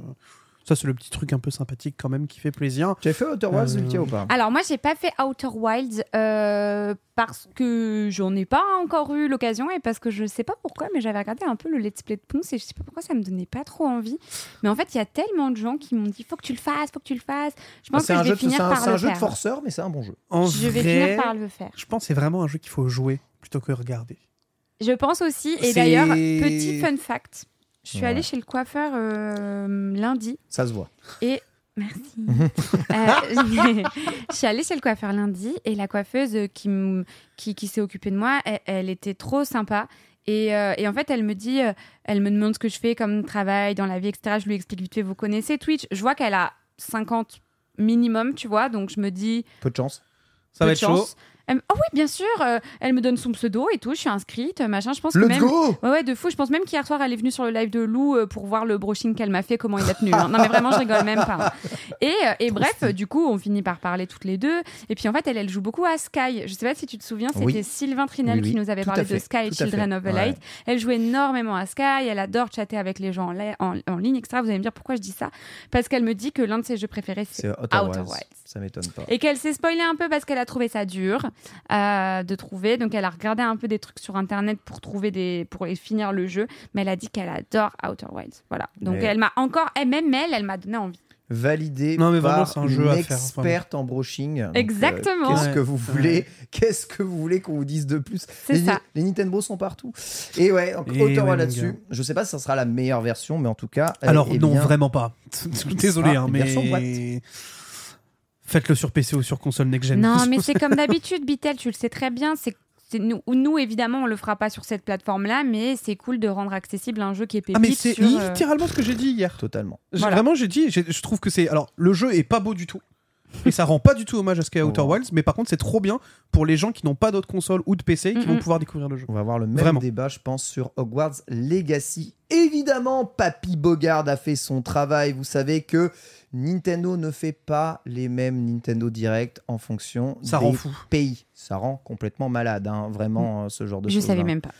Speaker 3: ça c'est le petit truc un peu sympathique quand même qui fait plaisir.
Speaker 1: Tu as fait Outer Wilds
Speaker 3: Euh,
Speaker 1: Ultia ou pas
Speaker 2: Alors moi j'ai pas fait Outer Wilds euh, parce que j'en ai pas encore eu l'occasion et parce que je sais pas pourquoi mais j'avais regardé un peu le let's play de Ponce et je sais pas pourquoi ça me donnait pas trop envie mais en fait il y a tellement de gens qui m'ont dit faut que tu le fasses faut que tu le fasses je pense
Speaker 1: Ah, C'est
Speaker 2: que
Speaker 1: un,
Speaker 2: je vais
Speaker 1: jeu de-
Speaker 2: finir
Speaker 1: c'est un-
Speaker 2: par
Speaker 1: c'est un
Speaker 2: le
Speaker 1: jeu de
Speaker 2: faire
Speaker 1: forceur, mais c'est un bon jeu.
Speaker 3: En
Speaker 2: je vais
Speaker 3: vrai,
Speaker 2: finir par le faire
Speaker 3: je pense que c'est vraiment un jeu qu'il faut jouer plutôt que regarder.
Speaker 2: je pense aussi
Speaker 3: C'est-
Speaker 2: et d'ailleurs petit fun fact je suis
Speaker 1: Ouais.
Speaker 2: allée chez le coiffeur euh, lundi
Speaker 1: Ça se voit.
Speaker 2: Et merci. Euh, je suis allée chez le coiffeur lundi et la coiffeuse qui, m- qui, qui s'est occupée de moi, elle, elle était trop sympa. Et, euh, et en fait, elle me dit, euh, elle me demande ce que je fais comme travail dans la vie, etc. Je lui explique vite fait, vous connaissez Twitch. Je vois qu'elle a 50 minimum, tu vois, donc je me dis,
Speaker 1: Peu de chance.
Speaker 3: Ça
Speaker 2: peu
Speaker 3: va
Speaker 2: de
Speaker 3: être chaud.
Speaker 2: chance. Elle me- Ah oui, bien sûr. euh, elle me donne son pseudo et tout. Je suis inscrite, euh, machin. Je pense que
Speaker 1: Let's
Speaker 2: même.
Speaker 1: go
Speaker 2: Ouais, ouais, de fou. Je pense même qu'hier soir, elle est venue sur le live de Lou euh, pour voir le brushing qu'elle m'a fait, comment il a tenu. hein. Non, mais vraiment, je rigole même pas. hein. Et, euh, et bref, euh, du coup, on finit par parler toutes les deux. Et puis, en fait, elle, elle joue beaucoup à Sky. Je sais pas si tu te souviens, c'était
Speaker 1: Oui.
Speaker 2: Sylvain Trinel
Speaker 1: Oui, oui,
Speaker 2: qui nous avait
Speaker 1: tout à
Speaker 2: parlé
Speaker 1: fait,
Speaker 2: de Sky et
Speaker 1: tout à
Speaker 2: Children
Speaker 1: fait.
Speaker 2: of the
Speaker 1: Ouais.
Speaker 2: Light. Elle joue énormément à Sky. Elle adore chatter avec les gens en, la- en- en ligne, etc. Vous allez me dire pourquoi je dis ça. Parce qu'elle me dit que l'un de ses jeux préférés, c'est
Speaker 1: C'est Outer,
Speaker 2: Outer
Speaker 1: Wilds.
Speaker 2: Wilds.
Speaker 1: Ça m'étonne pas.
Speaker 2: et qu'elle s'est spoilée un peu parce qu'elle a trouvé ça dur euh, de trouver. Donc elle a regardé un peu des trucs sur internet pour trouver des pour et finir le jeu, mais elle a dit qu'elle adore Outer Wilds. Voilà. Donc
Speaker 1: Mais-
Speaker 2: elle m'a encore elle- même elle, elle m'a donné envie.
Speaker 1: Validé
Speaker 3: Non, mais
Speaker 1: par
Speaker 3: vraiment, c'est un
Speaker 1: une
Speaker 3: jeu à faire,
Speaker 1: experte en brushing. Donc, euh,
Speaker 2: Exactement.
Speaker 1: qu'est-ce que
Speaker 3: Ouais.
Speaker 1: vous voulez Qu'est-ce que vous voulez qu'on vous dise de plus
Speaker 2: C'est
Speaker 1: les,
Speaker 2: ça.
Speaker 1: les Nintendo sont partout. Et ouais, donc,
Speaker 3: Et
Speaker 1: Outer
Speaker 3: ouais,
Speaker 1: Wilds
Speaker 3: mon
Speaker 1: là-dessus.
Speaker 3: gars.
Speaker 1: Je sais pas si ça sera la meilleure version, mais en tout cas. euh,
Speaker 3: Alors
Speaker 1: eh
Speaker 3: non,
Speaker 1: bien,
Speaker 3: vraiment pas. Désolé,
Speaker 1: Ah,
Speaker 3: hein,
Speaker 1: une version
Speaker 3: mais
Speaker 1: boîte.
Speaker 3: faites-le sur PC ou sur console next gen.
Speaker 2: Non, mais c'est comme d'habitude, Bitel, tu le sais très bien, c'est c'est nous, nous, évidemment, on le fera pas sur cette plateforme-là, mais c'est cool de rendre accessible un jeu qui est pépite.
Speaker 3: ah mais c'est
Speaker 2: sur, euh,
Speaker 3: littéralement ce que j'ai dit hier.
Speaker 1: Totalement.
Speaker 3: J'ai-
Speaker 2: Voilà.
Speaker 3: Vraiment, j'ai dit, j'ai- je trouve que c'est. Alors, le jeu est pas beau du tout. Et ça rend pas du tout hommage à ce qu'est Outer
Speaker 1: Oh.
Speaker 3: Wilds, mais par contre, c'est trop bien pour les gens qui n'ont pas d'autres consoles ou de PC qui vont
Speaker 2: Mhm.
Speaker 3: pouvoir découvrir le jeu.
Speaker 1: On va avoir le même
Speaker 3: Vraiment.
Speaker 1: débat, je pense, sur Hogwarts Legacy. Évidemment, Papy Bogard a fait son travail. Vous savez que Nintendo ne fait pas les mêmes Nintendo Direct en fonction
Speaker 3: Ça
Speaker 1: des
Speaker 3: rend fou.
Speaker 1: pays. Ça rend complètement malade, hein, vraiment, euh, ce genre de
Speaker 2: Mm. je
Speaker 1: choses.
Speaker 2: savais
Speaker 1: hein.
Speaker 2: même pas.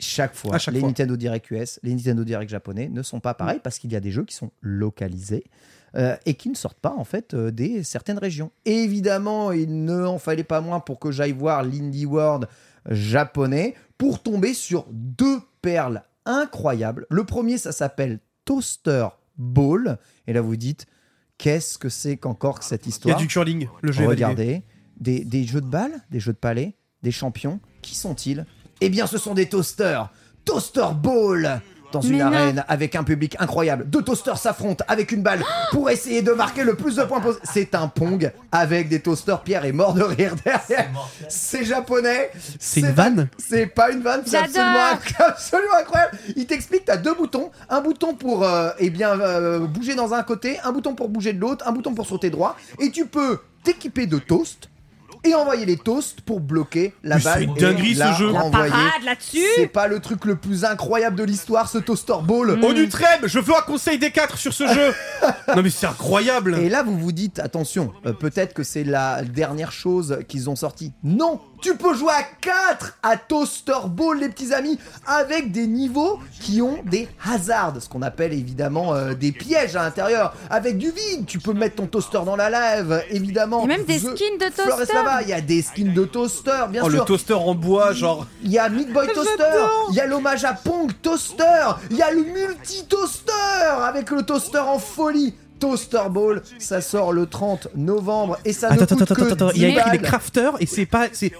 Speaker 1: Chaque fois,
Speaker 3: À chaque
Speaker 1: les
Speaker 3: fois. Mm.
Speaker 1: Nintendo Direct US, les Nintendo Direct japonais ne sont pas pareils parce qu'il y a des jeux qui sont localisés euh, et qui ne sortent pas, en fait, euh, des certaines régions. Évidemment, il ne en fallait pas moins pour que j'aille voir l'Indie World japonais pour tomber sur deux perles incroyables. Le premier, ça s'appelle Toaster Ball. Et là, vous dites, qu'est-ce que c'est qu'encore que cette
Speaker 3: Il y a
Speaker 1: histoire
Speaker 3: du curling, le jeu est validé.
Speaker 1: Regardez, des, des jeux de balles, des jeux de palais, des champions, qui sont-ils Eh bien, ce sont des toasters. Toaster Ball dans une
Speaker 2: Mais non.
Speaker 1: arène avec un public incroyable. Deux toasters s'affrontent avec une balle pour essayer de marquer le plus de points possible. C'est un pong avec des toasters. Pierre est mort de rire derrière. C'est japonais.
Speaker 3: C'est une vanne
Speaker 1: C'est pas une vanne, c'est
Speaker 2: J'adore.
Speaker 1: absolument, inc- absolument incroyable. Il t'explique, t'as deux boutons, un bouton pour euh, eh bien euh, bouger dans un côté, un bouton pour bouger de l'autre, un bouton pour sauter droit, et tu peux t'équiper de toast et envoyer les toasts pour bloquer la
Speaker 3: Mais c'est
Speaker 1: balle.
Speaker 3: une
Speaker 1: et
Speaker 3: dinguerie, ce
Speaker 1: la
Speaker 3: jeu.
Speaker 2: La
Speaker 1: renvoyer.
Speaker 2: parade là-dessus
Speaker 1: C'est pas le truc le plus incroyable de l'histoire, ce toaster
Speaker 2: Mm.
Speaker 1: ball.
Speaker 3: Au Oh, Nutrem, je veux un conseil des quatre sur ce jeu Non mais c'est incroyable
Speaker 1: Et là, vous vous dites, attention, euh, peut-être que c'est la dernière chose qu'ils ont sorti. Non, tu peux jouer à 4 à Toaster Ball, les petits amis, avec des niveaux qui ont des hazards, ce qu'on appelle évidemment euh, des pièges à l'intérieur, avec du vide. Tu peux mettre ton toaster dans la lave, évidemment.
Speaker 2: Il y a même des
Speaker 1: The
Speaker 2: skins de
Speaker 1: Flores
Speaker 2: toaster.
Speaker 1: Lava, Il y a des skins de toaster, bien
Speaker 3: Oh, le
Speaker 1: sûr.
Speaker 3: toaster en bois, genre.
Speaker 1: Il y a Meat Boy Toaster, il y a l'hommage à Pong Toaster, il y a le multi toaster avec le toaster en folie. Toaster Ball, ça sort le 30 novembre et ça ne coûte que 10
Speaker 3: il y a écrit les
Speaker 1: balles.
Speaker 3: crafters et c'est pas. c'est-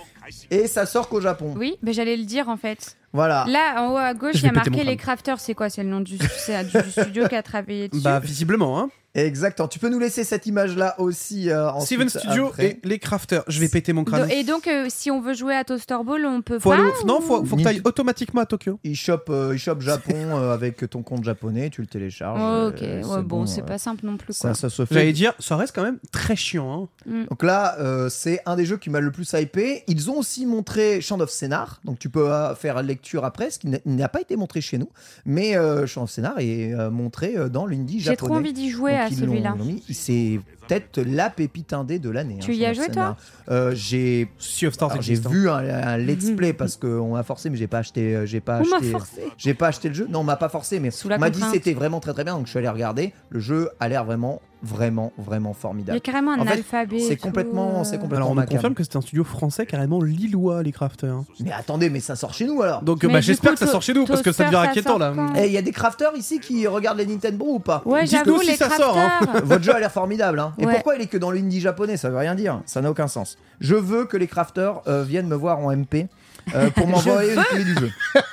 Speaker 1: et ça sort qu'au Japon.
Speaker 2: Oui, mais j'allais le dire en fait.
Speaker 1: Voilà.
Speaker 2: Là, en haut à gauche,
Speaker 3: Ah. Je
Speaker 2: il y a
Speaker 3: vais
Speaker 2: marqué
Speaker 3: péter mon crâne.
Speaker 2: les crafters. C'est quoi C'est le nom du, c'est du studio qui a travaillé dessus.
Speaker 3: Bah, visiblement, hein.
Speaker 1: Exactement. Tu peux nous laisser cette image là aussi euh, ensuite,
Speaker 3: Steven Studio
Speaker 1: après.
Speaker 3: et les crafters. Je vais péter mon crâne.
Speaker 2: Do- et donc, euh, si on veut jouer à Toaster Ball, on peut
Speaker 3: Faut
Speaker 2: pas.
Speaker 3: aller au- Non, faut, faut que t'ailles
Speaker 1: Nintendo.
Speaker 3: automatiquement à Tokyo.
Speaker 1: eShop, euh, eShop Japon euh, avec ton compte japonais, tu le télécharges.
Speaker 2: Oh,
Speaker 1: euh,
Speaker 2: ok, ouais,
Speaker 1: c'est
Speaker 2: bon, c'est
Speaker 1: euh,
Speaker 2: pas simple non plus. Quoi.
Speaker 1: ça, ça se fait.
Speaker 3: J'allais dire, ça reste quand même très chiant, hein.
Speaker 1: Donc là, euh, c'est un des jeux qui m'a le plus hypé. Ils ont aussi montré Chant of Scénar, donc tu peux euh, faire lecture après, ce qui n'a- n'a pas été montré chez nous, mais euh, Chant of Scénar est euh, montré euh, dans l'indie japonais.
Speaker 2: J'ai trop envie d'y jouer
Speaker 1: Donc,
Speaker 2: à
Speaker 1: ils l'ont-
Speaker 2: celui-là.
Speaker 1: l'ont mis. C'est peut-être la pépite indé de l'année.
Speaker 2: Tu
Speaker 1: hein,
Speaker 2: y
Speaker 1: Shaun
Speaker 2: as
Speaker 1: of
Speaker 2: joué,
Speaker 1: Scénar. Euh, J'ai
Speaker 3: Sea of Stars
Speaker 1: alors, j'ai
Speaker 3: existe, hein.
Speaker 1: vu un, un let's
Speaker 2: Mhm.
Speaker 1: play parce qu'on m'a forcé, mais j'ai pas acheté. euh, J'ai pas
Speaker 2: On m'a
Speaker 1: acheté.
Speaker 2: forcé.
Speaker 1: J'ai pas acheté le jeu. Non, on m'a pas forcé, mais
Speaker 2: Sous la
Speaker 1: on m'a dit
Speaker 2: contrainte.
Speaker 1: c'était vraiment très très bien. Donc je suis allé regarder. Le jeu a l'air vraiment, vraiment, vraiment
Speaker 2: Il y a
Speaker 1: formidable.
Speaker 2: carrément un
Speaker 1: En fait,
Speaker 2: alphabet. et
Speaker 1: C'est
Speaker 2: tout,
Speaker 1: complètement,
Speaker 2: euh.
Speaker 1: c'est complètement.
Speaker 3: Alors, on me
Speaker 1: macabre.
Speaker 3: confirme que c'est un studio français carrément lillois, les crafters. hein.
Speaker 1: Mais attendez, mais ça sort chez nous alors
Speaker 3: Donc,
Speaker 2: Mais
Speaker 3: bah,
Speaker 2: du
Speaker 3: j'espère
Speaker 2: coup,
Speaker 3: que ça sort
Speaker 2: to-
Speaker 3: chez nous parce que ça
Speaker 2: Toaster,
Speaker 3: devient inquiétant
Speaker 2: sort
Speaker 3: là.
Speaker 2: quand
Speaker 1: Eh, Il y a des crafters ici qui regardent les Nintendo ou pas
Speaker 2: Ouais,
Speaker 3: Dites-nous
Speaker 2: j'avoue,
Speaker 3: si
Speaker 2: les
Speaker 3: ça sort, hein.
Speaker 2: crafters.
Speaker 1: Votre jeu a l'air formidable, hein. Et
Speaker 2: Ouais.
Speaker 1: pourquoi il est que dans l'indie japonais Ça veut rien dire, ça n'a aucun sens. Je veux que les crafters euh, viennent me voir en MP euh, pour m'envoyer une clé du jeu.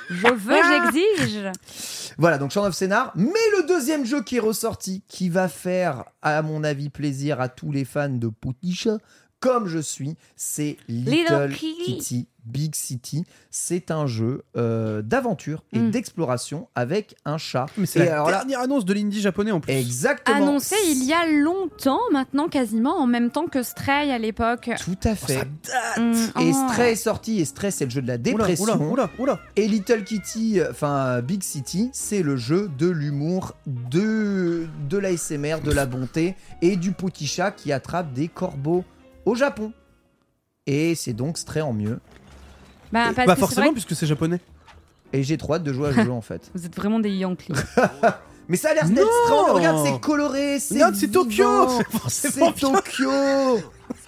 Speaker 2: Je veux,
Speaker 1: Ah,
Speaker 2: j'exige.
Speaker 1: Voilà, donc Shaun of Scénar. Mais le deuxième jeu qui est ressorti, qui va faire, à mon avis, plaisir à tous les fans de Poticha, comme je suis, c'est Little,
Speaker 2: Little Kitty.
Speaker 1: Kitty Big City. C'est un jeu euh, d'aventure et
Speaker 2: Mm.
Speaker 1: d'exploration avec un chat.
Speaker 3: Mais c'est
Speaker 1: Et
Speaker 3: la
Speaker 1: alors là-
Speaker 3: dernière annonce de l'indie japonais en plus.
Speaker 1: Exactement.
Speaker 2: Annoncé il y a longtemps, maintenant quasiment, en même temps que Stray à l'époque.
Speaker 1: Tout à
Speaker 3: Oh, ça
Speaker 1: fait.
Speaker 3: date.
Speaker 2: Mm,
Speaker 1: Et
Speaker 2: oh.
Speaker 1: Stray est sorti, et Stray c'est le jeu de la
Speaker 3: Oula,
Speaker 1: dépression.
Speaker 3: oula, oula, oula.
Speaker 1: Et Little Kitty, euh, enfin euh, Big City, c'est le jeu de l'humour, de, de l'ASMR, de la bonté et du petit chat qui attrape des corbeaux au Japon. Et c'est donc Stray en mieux.
Speaker 2: Bah, parce
Speaker 3: Bah,
Speaker 2: que c'est vrai
Speaker 3: forcément,
Speaker 2: que
Speaker 3: puisque c'est japonais.
Speaker 1: Et j'ai trop hâte de jouer à ce jeu en fait.
Speaker 2: vous êtes vraiment des Yankees.
Speaker 1: Mais ça a l'air d'être
Speaker 3: Non
Speaker 1: Stray, regarde, c'est coloré, c'est.
Speaker 3: Regarde, c'est Tokyo
Speaker 1: vivant,
Speaker 3: C'est forcément
Speaker 1: C'est Tokyo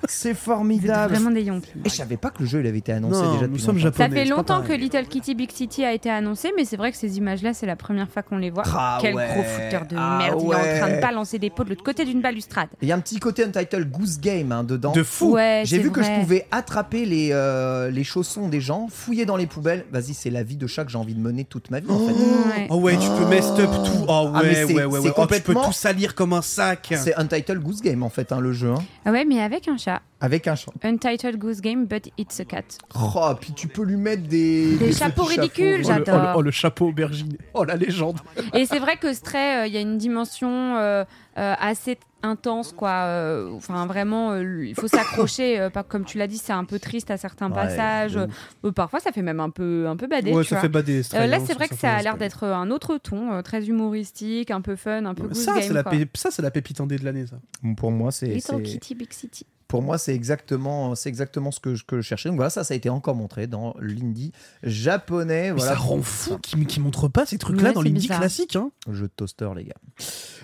Speaker 1: C'est
Speaker 2: Vous êtes
Speaker 1: formidable
Speaker 2: vraiment des Yankees.
Speaker 1: Et je savais pas que le jeu il avait été annoncé
Speaker 3: Non,
Speaker 1: déjà
Speaker 3: nous
Speaker 1: depuis
Speaker 3: sommes
Speaker 1: longtemps.
Speaker 2: Ça
Speaker 3: japonais,
Speaker 2: fait
Speaker 3: c'est pas
Speaker 2: longtemps que
Speaker 3: pareil.
Speaker 2: Little Kitty Big City a été annoncé, mais c'est vrai que ces images-là, c'est la première fois qu'on les voit.
Speaker 1: Ah
Speaker 2: Quel
Speaker 1: ouais,
Speaker 2: gros fouteur de
Speaker 1: ah
Speaker 2: merde, il est en train
Speaker 1: ouais.
Speaker 2: de balancer des pots de l'autre côté d'une balustrade.
Speaker 1: Il y a un petit côté Untitled Goose Game hein, dedans.
Speaker 3: De fou
Speaker 2: Ouais,
Speaker 1: J'ai
Speaker 2: Eh, c'est
Speaker 1: vu que je
Speaker 2: vrai.
Speaker 1: pouvais attraper les, euh, les chaussons des gens, fouiller dans les poubelles. Vas-y, c'est la vie de chat que j'ai envie de mener toute ma vie. en fait.
Speaker 2: Ouais.
Speaker 3: Oh ouais, tu peux messed up tout. Oh
Speaker 1: Ah, mais
Speaker 3: ouais,
Speaker 1: c'est-
Speaker 3: ouais, ouais, ouais.
Speaker 1: c'est
Speaker 3: Oh, tu peux
Speaker 1: complètement-
Speaker 3: tout salir comme un sac.
Speaker 1: C'est Untitled Goose Game en fait, hein, le jeu. hein.
Speaker 2: Ah ouais, mais avec un chat.
Speaker 1: Avec un chat.
Speaker 2: Untitled Goose Game, but it's a cat.
Speaker 1: Oh, puis tu peux lui mettre des.
Speaker 2: Des
Speaker 1: petits
Speaker 2: chapeaux ridicules,
Speaker 1: chapeaux.
Speaker 2: j'adore.
Speaker 3: Oh, le- oh, le chapeau aubergine. Oh la légende.
Speaker 2: Et c'est vrai que Stray, euh, il y a une dimension euh, euh, assez intense, quoi. Euh, Enfin, vraiment, euh, il faut s'accrocher. euh, pas- comme tu l'as dit, c'est un peu triste à certains
Speaker 1: Ouais,
Speaker 2: passages.
Speaker 1: de
Speaker 2: Euh, euh, parfois, ça fait même un peu, un peu badé.
Speaker 3: ouais,
Speaker 2: tu
Speaker 3: ça
Speaker 2: vois.
Speaker 3: fait bader.
Speaker 2: Euh, là, c'est vrai que ça a l'air d'être euh, un autre ton, euh, très humoristique, un peu fun, un peu goose
Speaker 3: Ça, c'est
Speaker 2: game,
Speaker 3: la,
Speaker 2: quoi.
Speaker 3: pép- ça, c'est la pépite indé de l'année, ça.
Speaker 1: Pour moi, c'est.
Speaker 2: Little
Speaker 1: c'est-
Speaker 2: Kitty Big City.
Speaker 1: Pour moi, c'est exactement, c'est exactement ce que je, que je cherchais. Donc voilà, ça, ça a été encore montré dans l'indie japonais.
Speaker 3: Mais
Speaker 1: Voilà.
Speaker 3: ça rend fou qu'ils qu'ils montrent pas ces trucs-là
Speaker 2: Ouais,
Speaker 3: dans
Speaker 2: c'est
Speaker 3: l'indie
Speaker 2: bizarre.
Speaker 3: classique. Hein.
Speaker 1: Le jeu de toaster, les gars.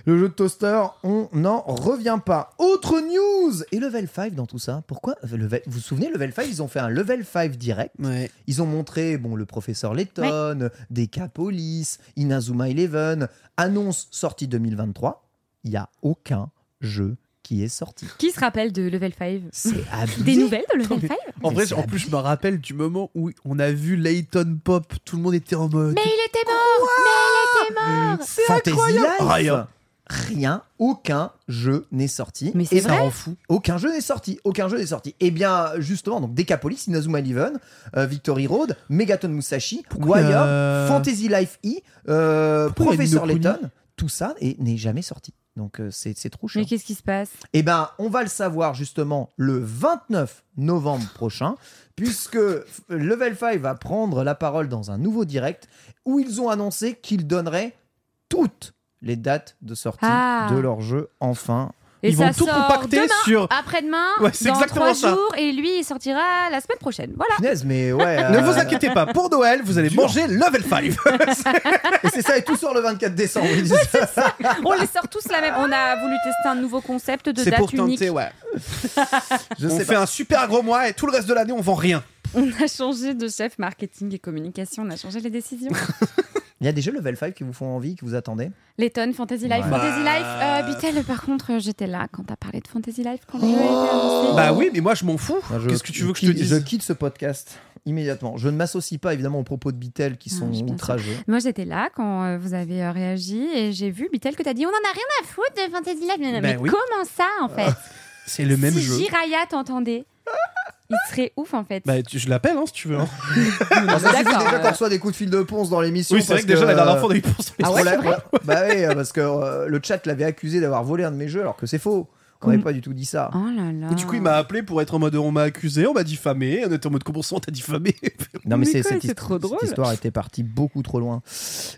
Speaker 1: Le jeu de toaster, on n'en revient pas. Autre news Et Level 5 dans tout ça Pourquoi level... Vous vous souvenez, Level 5, ils ont fait un Level 5 direct.
Speaker 3: Ouais.
Speaker 1: Ils ont montré bon, le professeur Letton, des Capolis, Inazuma Eleven. Annonce sortie 2023. Il n'y a aucun jeu qui est sorti.
Speaker 2: Qui se rappelle de Level 5
Speaker 1: C'est abusé.
Speaker 2: Des nouvelles de
Speaker 3: Attends,
Speaker 2: Level
Speaker 3: mais-
Speaker 2: 5
Speaker 3: En
Speaker 1: Mais
Speaker 3: vrai,
Speaker 1: c'est
Speaker 3: en plus, je me rappelle du moment où on a vu Layton Pop, tout le monde était en mode. euh,
Speaker 2: Mais il était mort Mais il était mort
Speaker 1: C'est incroyable.
Speaker 3: Rien.
Speaker 1: Rien, aucun jeu n'est sorti.
Speaker 2: Mais
Speaker 1: et
Speaker 2: c'est
Speaker 1: ça
Speaker 2: vrai.
Speaker 1: rend fou. Aucun jeu n'est sorti. Aucun jeu n'est sorti. Et bien, justement, donc Decapolis, Inazuma Eleven, euh, Victory Road, Megaton Musashi,
Speaker 3: Pourquoi il y
Speaker 1: Wire,
Speaker 3: a-
Speaker 1: Fantasy Life E, euh,
Speaker 3: Pourquoi il y a
Speaker 1: Professeur
Speaker 3: Ni no Kuni
Speaker 1: Layton, tout ça et- n'est jamais sorti. Donc euh, c'est c'est trop chiant.
Speaker 2: Mais qu'est-ce qui se passe
Speaker 1: Eh ben, on va le savoir justement le 29 novembre prochain, puisque Level 5 va prendre la parole dans un nouveau direct où ils ont annoncé qu'ils donneraient toutes les dates de sortie
Speaker 2: Ah.
Speaker 1: de leur jeu enfin.
Speaker 2: Et
Speaker 3: Ils
Speaker 2: ça
Speaker 3: vont tout
Speaker 2: sort
Speaker 3: compacter
Speaker 2: demain,
Speaker 3: sur-
Speaker 2: Après-demain,
Speaker 3: Ouais, c'est
Speaker 2: dans
Speaker 3: exactement
Speaker 2: trois
Speaker 3: ça.
Speaker 2: jours, et lui, il sortira la semaine prochaine. Voilà.
Speaker 1: Punaise, mais ouais.
Speaker 3: Ne
Speaker 1: euh,
Speaker 3: vous inquiétez pas, pour Noël, vous allez
Speaker 1: Dur.
Speaker 3: manger Level 5.
Speaker 1: Et c'est ça, et tout sort le 24 décembre. ils disent.
Speaker 2: On les sort tous la même. On a voulu tester un nouveau concept de
Speaker 3: Ah, C'est
Speaker 2: date
Speaker 3: pour
Speaker 2: unique.
Speaker 3: tenter, ouais.
Speaker 1: Je
Speaker 3: on
Speaker 1: sais
Speaker 3: fait un super gros mois et tout le reste de l'année, on vend rien.
Speaker 2: On a changé de chef marketing et communication. On a changé les décisions.
Speaker 1: Il y a des jeux Level 5 qui vous font envie, qui vous attendez.
Speaker 2: Les tonnes, Fantasy Life,
Speaker 1: Ouais.
Speaker 2: Fantasy
Speaker 3: Bah.
Speaker 2: Life. Euh, Bitel, par contre, euh, j'étais là quand t'as parlé de Fantasy Life quand le jeu a été annoncé.
Speaker 3: Bah oui, mais moi, je m'en fous.
Speaker 1: Moi, je-
Speaker 3: Qu'est-ce que tu veux que je te
Speaker 1: quitte- Je
Speaker 3: dise
Speaker 1: quitte ce podcast immédiatement. Je ne m'associe pas évidemment aux propos de Bitel qui
Speaker 2: Ah,
Speaker 1: sont
Speaker 2: je suis bien
Speaker 1: outrageux.
Speaker 2: Moi, j'étais là quand euh, vous avez euh, réagi et j'ai vu, Bitel, que t'as dit on en a rien à foutre de Fantasy Life. Mais,
Speaker 3: Bah oui.
Speaker 2: comment ça, en fait
Speaker 3: C'est le même
Speaker 2: Si
Speaker 3: jeu.
Speaker 2: Jiraya t'entendait, il serait ouf, en fait.
Speaker 3: Bah, tu- je l'appelle, hein, si tu veux. hein.
Speaker 1: Ah, ça suffit
Speaker 2: D'accord.
Speaker 1: déjà qu'on reçoit des coups de fil de ponce dans l'émission.
Speaker 3: Oui, c'est vrai
Speaker 1: parce euh,
Speaker 3: que déjà, la dernière fois, on a eu pour
Speaker 1: on
Speaker 2: Ah ouais,
Speaker 1: l'a-
Speaker 2: c'est vrai
Speaker 1: on l'a- Bah oui, euh, parce que euh, le chat l'avait accusé d'avoir volé un de mes jeux alors que c'est faux. On
Speaker 3: Mm.
Speaker 1: n'avait pas
Speaker 2: Comme-
Speaker 1: du tout dit ça.
Speaker 3: Ah,
Speaker 2: Oh là là.
Speaker 3: Et Du coup, il m'a appelé pour être en mode on m'a accusé, on m'a diffamé, on était en mode comment ça, on t'a diffamé
Speaker 1: Non mais,
Speaker 2: Mais
Speaker 1: c'est
Speaker 2: quoi,
Speaker 1: cette,
Speaker 2: c'est
Speaker 1: hist-
Speaker 2: trop drôle.
Speaker 1: cette histoire était partie beaucoup trop loin.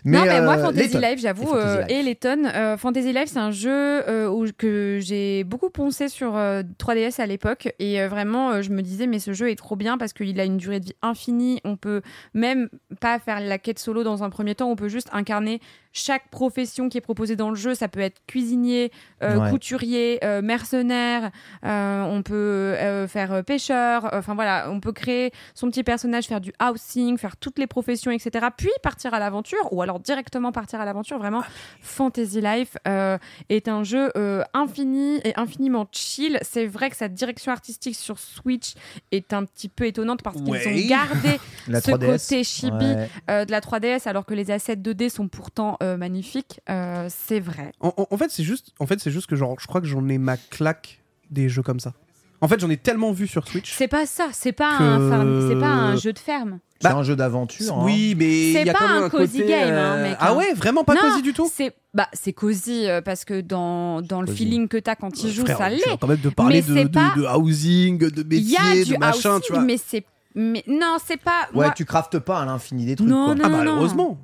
Speaker 2: non, mais moi,
Speaker 1: euh, les
Speaker 2: Fantasy
Speaker 1: tonnes.
Speaker 2: Life,
Speaker 1: Et
Speaker 2: j'avoue,
Speaker 1: Fantasy
Speaker 2: euh,
Speaker 1: Life.
Speaker 2: et les tonnes. Euh, Fantasy Life, c'est un jeu euh, où, que j'ai beaucoup poncé sur euh, 3DS à l'époque. Et euh, vraiment, euh, je me disais, mais ce jeu est trop bien parce qu'il a une durée de vie infinie. On peut même pas faire la quête solo dans un premier temps. On peut juste incarner chaque profession qui est proposée dans le jeu. Ça peut être cuisinier, euh,
Speaker 1: Ouais.
Speaker 2: couturier, euh, mercenaire. Euh, on peut euh, faire euh, pêcheur. Enfin voilà, on peut créer son petit personnage, faire du housing, faire toutes les professions, etc. Puis partir à l'aventure, ou alors directement partir à l'aventure. Vraiment, Fantasy Life euh, est un jeu euh, infini et infiniment chill. C'est vrai que sa direction artistique sur Switch est un petit peu étonnante parce qu'ils
Speaker 3: Ouais.
Speaker 2: ont gardé
Speaker 1: La
Speaker 2: ce
Speaker 1: 3DS.
Speaker 2: côté chibi
Speaker 1: Ouais.
Speaker 2: euh, de la 3DS alors que les assets 2D sont pourtant euh, magnifiques. Euh, c'est vrai.
Speaker 3: En, en- en fait, c'est juste, en fait, c'est juste que genre, je crois que j'en ai ma claque des jeux comme ça. En fait, j'en ai tellement vu sur Twitch.
Speaker 2: C'est pas ça, c'est pas,
Speaker 3: Que-
Speaker 2: un farm- c'est pas un jeu de ferme.
Speaker 1: C'est
Speaker 3: Bah,
Speaker 1: un jeu d'aventure. hein.
Speaker 3: Oui, mais
Speaker 2: C'est
Speaker 3: il y a
Speaker 2: pas
Speaker 3: quand même
Speaker 2: un
Speaker 3: un
Speaker 2: cozy
Speaker 3: côté,
Speaker 2: game, hein,
Speaker 3: euh,
Speaker 2: mec,
Speaker 3: Ah
Speaker 2: hein.
Speaker 3: ouais, vraiment pas
Speaker 2: Non,
Speaker 3: cosy du tout.
Speaker 2: C'est bah c'est cosy euh, parce que dans, dans le
Speaker 1: Cosy.
Speaker 2: feeling que t'as quand il joue,
Speaker 3: Frère,
Speaker 2: ça
Speaker 3: tu
Speaker 2: l'est.
Speaker 3: vas quand même de
Speaker 2: Mais
Speaker 3: parler de,
Speaker 2: c'est
Speaker 3: de-
Speaker 2: pas-
Speaker 3: de housing, de
Speaker 2: Il y
Speaker 3: métier,
Speaker 2: a
Speaker 3: de
Speaker 2: du
Speaker 3: machin,
Speaker 2: housing,
Speaker 3: tu vois.
Speaker 2: mais c'est mais non, c'est pas
Speaker 1: Ouais,
Speaker 2: moi-
Speaker 1: tu craftes pas à l'infini des trucs.
Speaker 2: Non,
Speaker 1: quoi.
Speaker 2: non.
Speaker 3: Ah bah, heureusement.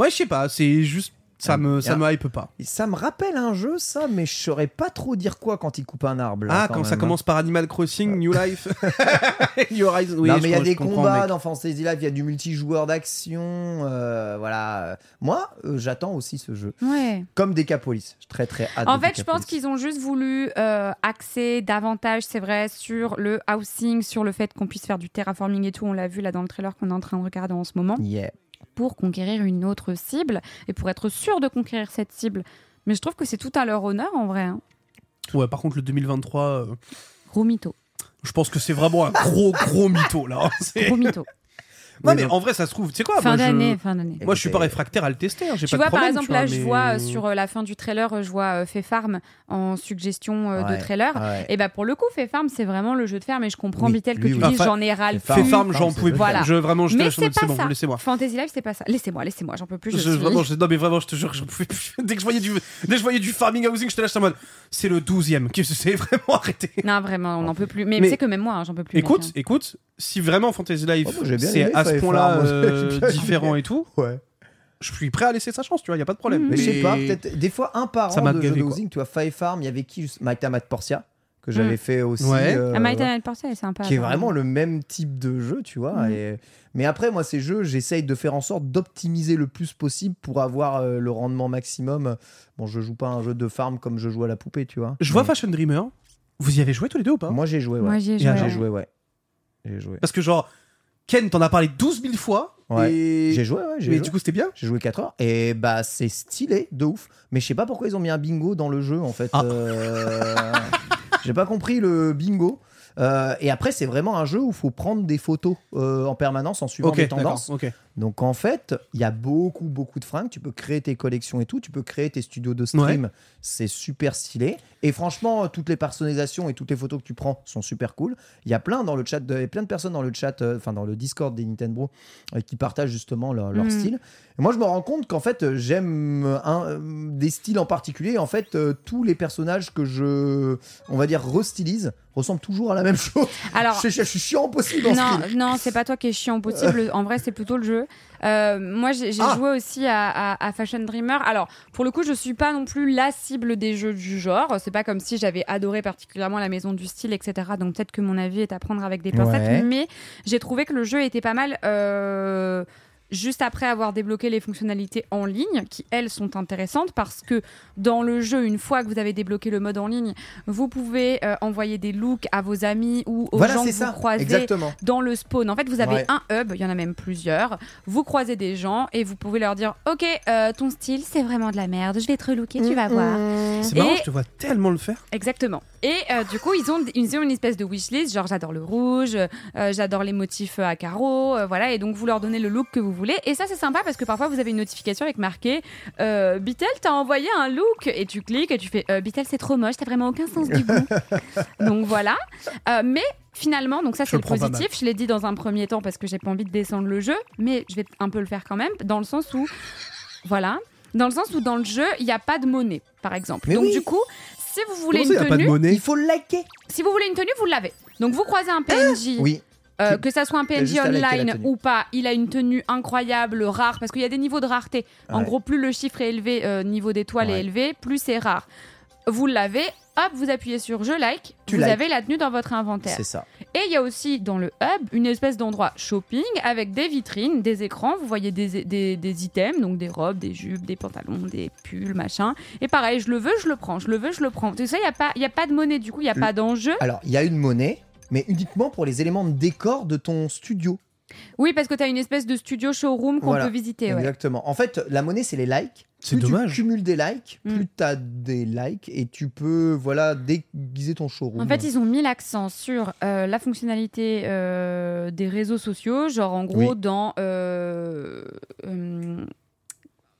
Speaker 3: Ouais, je sais pas, c'est juste, ça me, ça
Speaker 1: Ah.
Speaker 3: me hype pas.
Speaker 1: Et Ça me rappelle un jeu, ça, mais je saurais pas trop dire quoi quand il coupe un arbre. là,
Speaker 3: Ah, quand, ça
Speaker 1: même, hein.
Speaker 3: commence par Animal Crossing, New Life, New Horizons. Oui,
Speaker 1: non,
Speaker 3: je
Speaker 1: mais il y a
Speaker 3: com- je
Speaker 1: des
Speaker 3: comprends,
Speaker 1: combats
Speaker 3: mec.
Speaker 1: dans Fantasy Life, il y a du multijoueur d'action. euh, voilà. Moi, euh, j'attends aussi ce jeu.
Speaker 2: Ouais.
Speaker 1: Comme Decapolis. J'ai très, très
Speaker 3: Ah,
Speaker 1: hâte
Speaker 2: En
Speaker 1: de
Speaker 2: fait, je pense
Speaker 1: Decapolis.
Speaker 2: qu'ils ont juste voulu euh, axer davantage, c'est vrai, sur le housing, sur le fait qu'on puisse faire du terraforming et tout. On l'a vu là dans le trailer qu'on est en train de regarder en ce moment,
Speaker 1: Yeah.
Speaker 2: pour conquérir une autre cible et pour être sûr de conquérir cette cible. Mais je trouve que c'est tout à leur honneur en vrai. Hein.
Speaker 3: Ouais, par contre, le 2023, euh,
Speaker 2: Gros mytho.
Speaker 3: je pense que c'est vraiment un gros, gros mytho, là. C'est-
Speaker 2: Gros mytho.
Speaker 3: Non,
Speaker 1: Oui,
Speaker 3: mais
Speaker 1: donc-
Speaker 3: en vrai, ça se trouve, tu sais quoi
Speaker 2: fin
Speaker 3: moi, Ah, bah, je-
Speaker 2: d'année, fin d'année.
Speaker 3: Moi, je suis pas
Speaker 1: Écoutez,
Speaker 3: réfractaire à le tester. hein, J'ai
Speaker 2: Tu
Speaker 3: pas
Speaker 2: vois,
Speaker 3: de
Speaker 2: par
Speaker 3: problème,
Speaker 2: exemple,
Speaker 3: tu vois,
Speaker 2: là, je
Speaker 3: mais-
Speaker 2: vois euh, sur euh, la fin du trailer, euh, je vois euh, Fait Farm en suggestion euh,
Speaker 1: Ouais,
Speaker 2: de
Speaker 3: Ah
Speaker 2: trailer.
Speaker 1: ouais.
Speaker 2: Et bah pour le coup, Fait Farm, c'est vraiment le jeu de ferme. Et je comprends,
Speaker 1: Oui,
Speaker 2: Bitel, que
Speaker 1: lui,
Speaker 2: tu
Speaker 1: oui.
Speaker 2: dis
Speaker 3: Enfin,
Speaker 2: j'en ai ras le
Speaker 1: Fait
Speaker 3: Fais
Speaker 2: cul.
Speaker 3: farm, j'en
Speaker 1: Farm,
Speaker 3: pouvais
Speaker 1: c'est
Speaker 3: plus.
Speaker 2: voilà.
Speaker 3: Je vraiment, je
Speaker 2: Mais
Speaker 3: te
Speaker 2: c'est pas
Speaker 3: c'est bon,
Speaker 2: ça.
Speaker 3: laissez-moi.
Speaker 2: Fantasy Life, c'est pas ça. Laissez-moi, laissez-moi, j'en peux plus. Je,
Speaker 3: Je-
Speaker 2: suis-
Speaker 3: vraiment, je- non mais vraiment, je te jure, j'en pouvais plus. Dès que je voyais du, dès que je voyais du farming housing, je te lâche en mode. C'est le 12 e Qu'est-ce que c'est vraiment arrêté
Speaker 2: Non, vraiment, on n'en peut plus. Mais,
Speaker 3: Mais-
Speaker 2: c'est que même moi, hein, j'en peux plus. mec,
Speaker 3: Écoute,
Speaker 2: hein.
Speaker 3: écoute, si vraiment Fantasy Life
Speaker 1: Oh, moi, j'ai bien
Speaker 3: c'est
Speaker 1: aimé
Speaker 3: à
Speaker 1: Fire
Speaker 3: ce point-là
Speaker 1: Farm, hein, moi,
Speaker 3: euh,
Speaker 1: j'ai bien aimé.
Speaker 3: différent et tout,
Speaker 1: ah Ouais.
Speaker 3: je suis prêt à laisser sa chance, tu vois, y a pas de problème.
Speaker 2: Mhm.
Speaker 1: Mais Mmh. je sais pas, peut-être. Des fois, un par
Speaker 3: Ça
Speaker 1: an
Speaker 3: m'a
Speaker 1: de jeu
Speaker 3: gavé,
Speaker 1: de
Speaker 3: quoi.
Speaker 1: housing, tu vois, Five Farm, il y avait qui juste Mike Tamat Portia, que j'avais
Speaker 2: Mm.
Speaker 1: fait aussi.
Speaker 3: Ouais.
Speaker 1: euh,
Speaker 2: Ah, Mighty Night Portal, c'est sympa.
Speaker 1: qui est vraiment le même type de jeu, tu vois.
Speaker 2: Mm.
Speaker 1: et- Mais après, moi, ces jeux, j'essaye de faire en sorte d'optimiser le plus possible pour avoir euh, le rendement maximum. Bon, je joue pas à un jeu de farm comme je joue à la poupée, tu vois.
Speaker 3: Je vois
Speaker 1: Mais-
Speaker 3: Fashion Dreamer. Vous y avez joué tous les deux ou pas
Speaker 1: Moi, j'ai joué, ouais.
Speaker 2: Moi, j'y ai
Speaker 3: Et un
Speaker 2: joué.
Speaker 3: jeu
Speaker 1: j'ai joué,
Speaker 2: ouais.
Speaker 1: ouais. J'ai joué.
Speaker 3: Parce que genre, Ken t'en a parlé 12 000 fois.
Speaker 1: Ouais.
Speaker 3: Et-
Speaker 1: J'ai joué, ouais, j'ai
Speaker 3: Mais
Speaker 1: joué.
Speaker 3: du coup, c'était bien.
Speaker 1: J'ai joué 4 heures et bah c'est stylé de ouf. Mais je sais pas pourquoi ils ont mis un bingo dans le jeu en fait.
Speaker 5: Ah.
Speaker 1: Euh, J'ai pas compris le bingo. Euh, et après c'est vraiment un jeu où faut prendre des photos euh, en permanence en suivant
Speaker 3: Ok,
Speaker 1: les
Speaker 3: d'accord.
Speaker 1: tendances.
Speaker 3: Ok.
Speaker 1: Donc en fait il y a beaucoup beaucoup de fringues. Tu peux créer tes collections et tout. Tu peux créer tes studios de stream. C'est super stylé. Et franchement euh, toutes les personnalisations et toutes les photos que tu prends sont super cool. Il y a plein dans le chat, de, il y a plein de personnes dans le chat, euh, enfin dans le Discord des Nintendo euh, qui partagent justement leur, leur
Speaker 2: Mm.
Speaker 1: style. Et moi, je me rends compte qu'en fait, euh, j'aime euh, un- euh, des styles en particulier. En fait, euh, tous les personnages que je, on va dire, restylise ressemblent toujours à la même chose.
Speaker 2: Alors,
Speaker 1: je, je- je suis chiant possible en
Speaker 2: Non,
Speaker 1: style.
Speaker 2: non, c'est pas toi qui es chiant au possible. En vrai, c'est plutôt le jeu. Euh, moi, j'ai j'ai
Speaker 1: Ah.
Speaker 2: joué aussi à, à- à Fashion Dreamer. Alors, pour le coup, je suis pas non plus la cible des jeux du genre. C'est pas comme si j'avais adoré particulièrement la maison du style, etc. Donc peut-être que mon avis est à prendre avec des pincettes.
Speaker 1: Ouais.
Speaker 2: Mais j'ai trouvé que le jeu était pas mal. euh, Juste après avoir débloqué les fonctionnalités en ligne, qui elles sont intéressantes parce que dans le jeu, une fois que vous avez débloqué le mode en ligne, vous pouvez euh, envoyer des looks à vos amis ou aux
Speaker 1: voilà,
Speaker 2: gens
Speaker 1: c'est
Speaker 2: que vous
Speaker 1: ça.
Speaker 2: croisez
Speaker 1: Exactement.
Speaker 2: dans le spawn. En fait, vous avez
Speaker 1: Ouais.
Speaker 2: un hub, il y en a même plusieurs. Vous croisez des gens et vous pouvez leur dire Ok, euh, ton style, c'est vraiment de la merde, je vais te relooker, tu vas voir.
Speaker 3: C'est marrant,
Speaker 2: Et-
Speaker 3: je te vois tellement le faire.
Speaker 2: Exactement. Et euh, du coup, ils ont, ils ont une espèce de wishlist genre j'adore le rouge, euh, j'adore les motifs à carreaux, euh, voilà. Et donc, vous leur donnez le look que vous voulez. Et ça, c'est sympa parce que parfois, vous avez une notification avec marqué euh, Bitel, t'as envoyé un look. Et tu cliques et tu fais euh, Bitel, c'est trop moche, t'as vraiment aucun sens du goût. donc, voilà. Euh, mais. Finalement, donc ça
Speaker 3: Je
Speaker 2: c'est
Speaker 3: le
Speaker 2: le
Speaker 3: prends pas
Speaker 2: positif, je l'ai dit dans un premier temps parce que j'ai pas envie de descendre le jeu, mais je vais un peu le faire quand même, dans le sens où, voilà, dans le sens où dans le jeu, il n'y a pas de monnaie, par exemple.
Speaker 1: Mais
Speaker 2: donc
Speaker 1: oui.
Speaker 2: du coup, si vous voulez
Speaker 3: Comment ça,
Speaker 2: une
Speaker 3: y a pas de
Speaker 2: tenue,
Speaker 3: monnaie
Speaker 1: Il faut le liker.
Speaker 2: si vous voulez une tenue, vous l'avez. Donc vous croisez un PNJ,
Speaker 1: Ah, Oui.
Speaker 2: euh,
Speaker 1: Tu-
Speaker 2: que ça soit un PNJ
Speaker 1: juste à liker la
Speaker 2: online
Speaker 1: tenue.
Speaker 2: ou pas, il a une tenue incroyable, rare, parce qu'il y a des niveaux de rareté. En
Speaker 1: Ouais.
Speaker 2: gros, plus le chiffre est élevé, euh, niveau d'étoile
Speaker 1: Ouais.
Speaker 2: est élevé, plus c'est rare. Vous l'avez, hop, vous appuyez sur je like,
Speaker 1: Tu
Speaker 2: vous
Speaker 1: likes.
Speaker 2: avez la tenue dans votre inventaire.
Speaker 1: C'est ça.
Speaker 2: Et il y a aussi dans le hub une espèce d'endroit shopping avec des vitrines, des écrans. Vous voyez des, des- des items, donc des robes, des jupes, des pantalons, des pulls, machin. Et pareil, je le veux, je le prends, je le veux, je le prends. Tout ça, il n'y a, pas- il y a pas de monnaie, du coup, il n'y a
Speaker 1: Le-
Speaker 2: pas d'enjeu.
Speaker 1: Alors, il y a une monnaie, mais uniquement pour les éléments de décor de ton studio.
Speaker 2: Oui, parce que tu as une espèce de studio showroom qu'on
Speaker 1: Voilà,
Speaker 2: peut visiter. ouais.
Speaker 1: Exactement. En fait, la monnaie, c'est les likes.
Speaker 3: C'est
Speaker 1: Plus
Speaker 3: dommage.
Speaker 1: Tu cumules des likes,
Speaker 2: Mm.
Speaker 1: plus tu as des likes et tu peux voilà déguiser ton showroom.
Speaker 2: En fait, ils ont mis l'accent sur euh, la fonctionnalité euh, des réseaux sociaux, genre en gros
Speaker 1: Oui.
Speaker 2: dans euh, euh,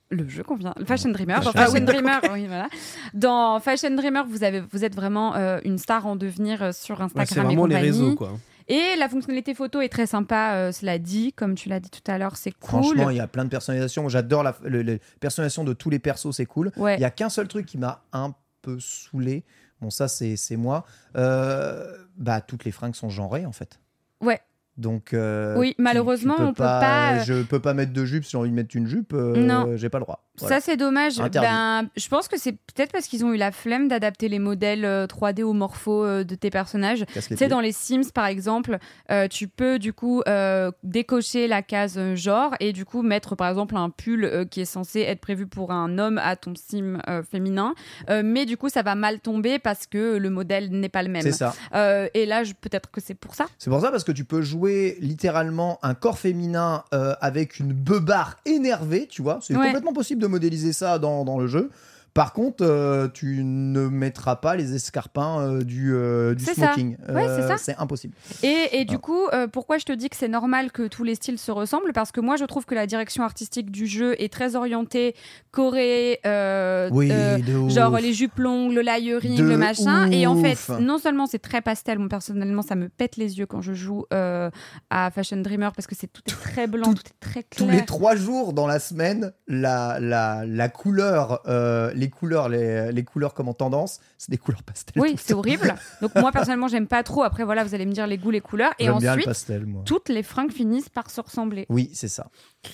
Speaker 2: le jeu qu'on vient, le Fashion Dreamer. Dans
Speaker 1: Fashion
Speaker 2: Fashion Dreamer, oui, voilà. Dans Fashion Dreamer, vous avez, vous êtes vraiment euh, une star en devenir euh, sur
Speaker 3: Ouais, c'est
Speaker 2: Instagram et
Speaker 3: vraiment les
Speaker 2: compagnie.
Speaker 3: réseaux, quoi.
Speaker 2: Et la fonctionnalité photo est très sympa. euh, cela dit, comme tu l'as dit tout à l'heure, c'est cool.
Speaker 1: Franchement, il y a plein de personnalisations. Moi, J'adore la le- le- personnalisation de tous les persos, c'est cool.
Speaker 2: Ouais.
Speaker 1: Il y a qu'un seul truc qui m'a un peu saoulé. Bon, ça, c'est c'est moi. Euh, bah, toutes les fringues sont genrées, en fait.
Speaker 2: Ouais.
Speaker 1: Donc, euh,
Speaker 2: Oui,
Speaker 1: tu- tu
Speaker 2: malheureusement,
Speaker 1: peux
Speaker 2: on peut pas, euh,
Speaker 1: Je peux pas mettre de jupe. Si j'ai envie de mettre une jupe, euh,
Speaker 2: Non.
Speaker 1: j'ai pas le droit. Voilà.
Speaker 2: Ça, c'est dommage.
Speaker 1: Interdit.
Speaker 2: Ben, je pense que c'est peut-être parce qu'ils ont eu la flemme d'adapter les modèles euh, 3D au morpho euh, de tes personnages.
Speaker 1: Casse les
Speaker 2: Tu sais,
Speaker 1: pieds.
Speaker 2: dans les Sims, par exemple, euh, tu peux du coup euh, décocher la case euh, genre et du coup mettre par exemple un pull euh, qui est censé être prévu pour un homme à ton Sim euh, féminin, Euh, mais du coup ça va mal tomber parce que le modèle n'est pas le même.
Speaker 1: C'est ça.
Speaker 2: Euh, et là, je- peut-être que c'est pour ça.
Speaker 1: C'est pour ça parce que tu peux jouer littéralement un corps féminin euh, avec une beubare énervée, tu vois. C'est
Speaker 2: Ouais.
Speaker 1: complètement possible de modéliser ça dans, dans le jeu. Par contre, euh, tu ne mettras pas les escarpins euh, du, euh, du
Speaker 2: C'est ça.
Speaker 1: smoking. Euh,
Speaker 2: Ouais, c'est ça.
Speaker 1: c'est impossible.
Speaker 2: Et, et du
Speaker 1: Ah.
Speaker 2: coup, euh, pourquoi je te dis que c'est normal que tous les styles se ressemblent Parce que moi, je trouve que la direction artistique du jeu est très orientée Corée, euh, euh, genre les jupes longues, le layering,
Speaker 1: De
Speaker 2: le machin. Et en fait,
Speaker 1: ouf.
Speaker 2: non seulement c'est très pastel, moi personnellement, ça me pète les yeux quand je joue euh, à Fashion Dreamer parce que c'est tout est très blanc, tout,
Speaker 1: Tout-
Speaker 2: est très
Speaker 1: Tous
Speaker 2: clair.
Speaker 1: les trois jours dans la semaine, la, la, la couleur, euh, les couleurs, les, les couleurs comme en tendance, c'est des couleurs pastel.
Speaker 2: Oui,
Speaker 1: tout le
Speaker 2: c'est
Speaker 1: temps.
Speaker 2: horrible. Donc moi personnellement, j'aime pas trop. Après voilà, vous allez me dire les goûts, les couleurs. Et
Speaker 1: J'aime bien le
Speaker 2: ensuite,
Speaker 1: pastel, moi.
Speaker 2: toutes les fringues finissent par se ressembler.
Speaker 1: Oui, c'est ça.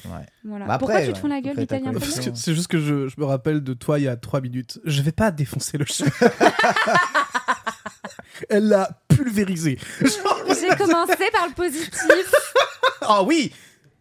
Speaker 1: Ouais.
Speaker 2: Voilà.
Speaker 1: Bah après,
Speaker 2: Pourquoi tu te
Speaker 1: ouais.
Speaker 2: fous la gueule,
Speaker 1: Après, t'as
Speaker 2: l'italien
Speaker 1: compris.
Speaker 2: Fabien
Speaker 3: Parce que C'est juste que je, je me rappelle de toi il y a 3 minutes. Je vais pas défoncer le jeu. Elle l'a pulvérisé.
Speaker 2: J'ai commencé par le positif.
Speaker 3: Ah oui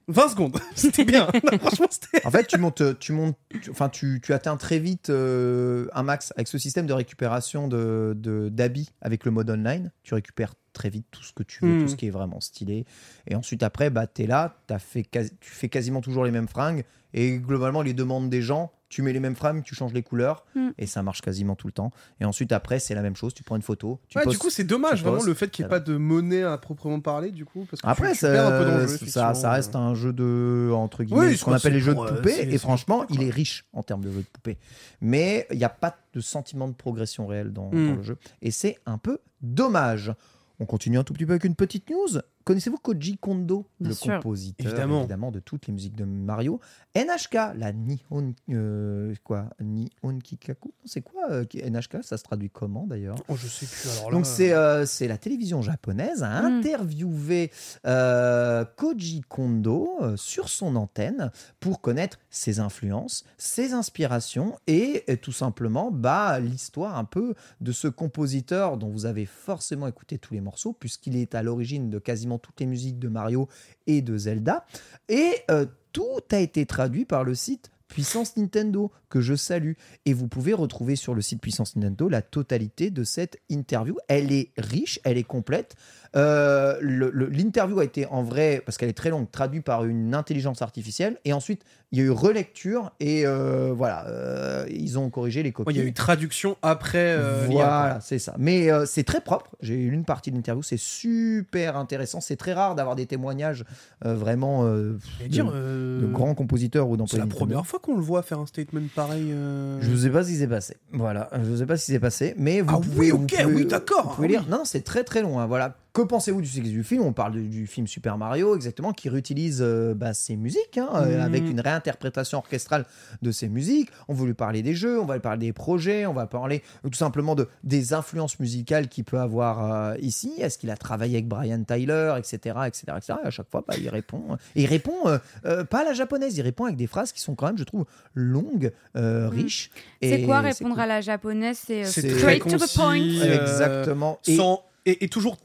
Speaker 3: 20 secondes. C'était bien. Non, franchement, c'était.
Speaker 1: En fait, tu montes, tu montes, tu- enfin, tu, tu atteins très vite euh, un max avec ce système de récupération de de- d'habits avec le mode online. Tu récupères très vite tout ce que tu veux,
Speaker 3: Mm.
Speaker 1: tout ce qui est vraiment stylé. Et ensuite, après, bah, t'es là, as fait quasi- tu fais quasiment toujours les mêmes fringues. Et globalement, les demandes des gens, tu mets les mêmes fringues, tu changes les couleurs.
Speaker 3: Hmm.
Speaker 2: Mm.
Speaker 1: Et ça marche quasiment tout le temps. Et ensuite, après, c'est la même chose. Tu prends une photo. Tu
Speaker 3: Ouais,
Speaker 1: poses-
Speaker 3: du coup, c'est dommage
Speaker 1: tu
Speaker 3: vraiment
Speaker 1: poses,
Speaker 3: le fait qu'il n'y ait pas
Speaker 1: voilà.
Speaker 3: de monnaie à proprement parler, du coup. Parce que
Speaker 1: Après,
Speaker 3: tu- tu perds
Speaker 1: ça,
Speaker 3: un peu dans le jeu,
Speaker 1: ça, ça
Speaker 3: effectivement.
Speaker 1: reste un jeu de entre guillemets
Speaker 3: Oui,
Speaker 1: ce
Speaker 3: c'est
Speaker 1: qu'on
Speaker 3: quoi,
Speaker 1: appelle les
Speaker 3: c'est
Speaker 1: jeux
Speaker 3: pour,
Speaker 1: de
Speaker 3: euh,
Speaker 1: poupée.
Speaker 3: c'est-
Speaker 1: Et
Speaker 3: c'est-
Speaker 1: franchement, il est riche en termes de jeu de poupée, mais il n'y a pas de sentiment de progression réelle dans,
Speaker 3: Hmm.
Speaker 1: dans le jeu, et c'est un peu dommage. On continue un tout petit peu avec une petite news. Connaissez-vous Koji Kondo,
Speaker 2: Bien
Speaker 1: le
Speaker 2: sûr.
Speaker 1: compositeur
Speaker 3: Évidemment.
Speaker 1: de toutes les musiques de Mario NHK, la Nihon euh, quoi Nihon Kikaku, Non, c'est quoi euh, qui- NHK Ça se traduit comment d'ailleurs
Speaker 3: Oh, je sais plus. Alors là,
Speaker 1: donc c'est euh, c'est la télévision japonaise a
Speaker 2: Mm.
Speaker 1: interviewé euh, Koji Kondo euh, sur son antenne pour connaître ses influences, ses inspirations et, euh, tout simplement bah, l'histoire un peu de ce compositeur dont vous avez forcément écouté tous les morceaux puisqu'il est à l'origine de quasiment toutes les musiques de Mario et de Zelda. Et euh, tout a été traduit par le site Puissance Nintendo, que je salue. Et vous pouvez retrouver sur le site Puissance Nintendo la totalité de cette interview. Elle est riche, elle est complète. Euh, le- le- L'interview a été en vrai, parce qu'elle est très longue, traduite par une intelligence artificielle. Et ensuite, il y a eu relecture et euh, voilà, euh, ils ont corrigé les
Speaker 3: Ouais,
Speaker 1: copies.
Speaker 3: Il y a eu traduction après. euh, l'IA, quoi.
Speaker 1: Voilà, c'est ça. Mais euh, c'est très propre. J'ai eu une partie de l'interview, c'est super intéressant. C'est très rare d'avoir des témoignages euh, vraiment euh,
Speaker 3: J'allais
Speaker 1: de,
Speaker 3: dire,
Speaker 1: de
Speaker 3: euh,
Speaker 1: grands compositeurs ou
Speaker 3: C'est
Speaker 1: d'employés
Speaker 3: la
Speaker 1: Nintendo.
Speaker 3: première fois qu'on le voit faire un statement pareil. euh,
Speaker 1: Je ne sais pas ce qui s'est passé. Voilà, je ne sais pas ce qui s'est passé, mais vous
Speaker 3: Ah
Speaker 1: pouvez.
Speaker 3: oui,
Speaker 1: vous
Speaker 3: ok,
Speaker 1: pouvez-
Speaker 3: oui, d'accord,
Speaker 1: vous pouvez
Speaker 3: ah
Speaker 1: lire. Non, non, c'est très très long. hein, voilà. Que pensez-vous du succès du film On parle du, du film Super Mario, exactement, qui réutilise euh, bah, ses musiques, hein, euh,
Speaker 3: Mhm.
Speaker 1: avec une réinterprétation orchestrale de ses musiques. On veut lui parler des jeux, on va lui parler des projets, on va parler euh, tout simplement de, des influences musicales qu'il peut avoir euh, ici. Est-ce qu'il a travaillé avec Brian Tyler, etc. etc., etc. Et à chaque fois, bah, il répond. Et il répond euh, euh, pas à la japonaise, il répond avec des phrases qui sont quand même, je trouve, longues, euh,
Speaker 3: Mm.
Speaker 2: Mhm.
Speaker 1: riches.
Speaker 2: C'est
Speaker 1: Et
Speaker 2: quoi répondre
Speaker 1: cool.
Speaker 2: à la japonaise C'est euh,
Speaker 3: C'est
Speaker 1: très
Speaker 2: straight to the
Speaker 3: concis.
Speaker 2: point.
Speaker 3: euh,
Speaker 1: Exactement. Et
Speaker 3: sans... et, et toujours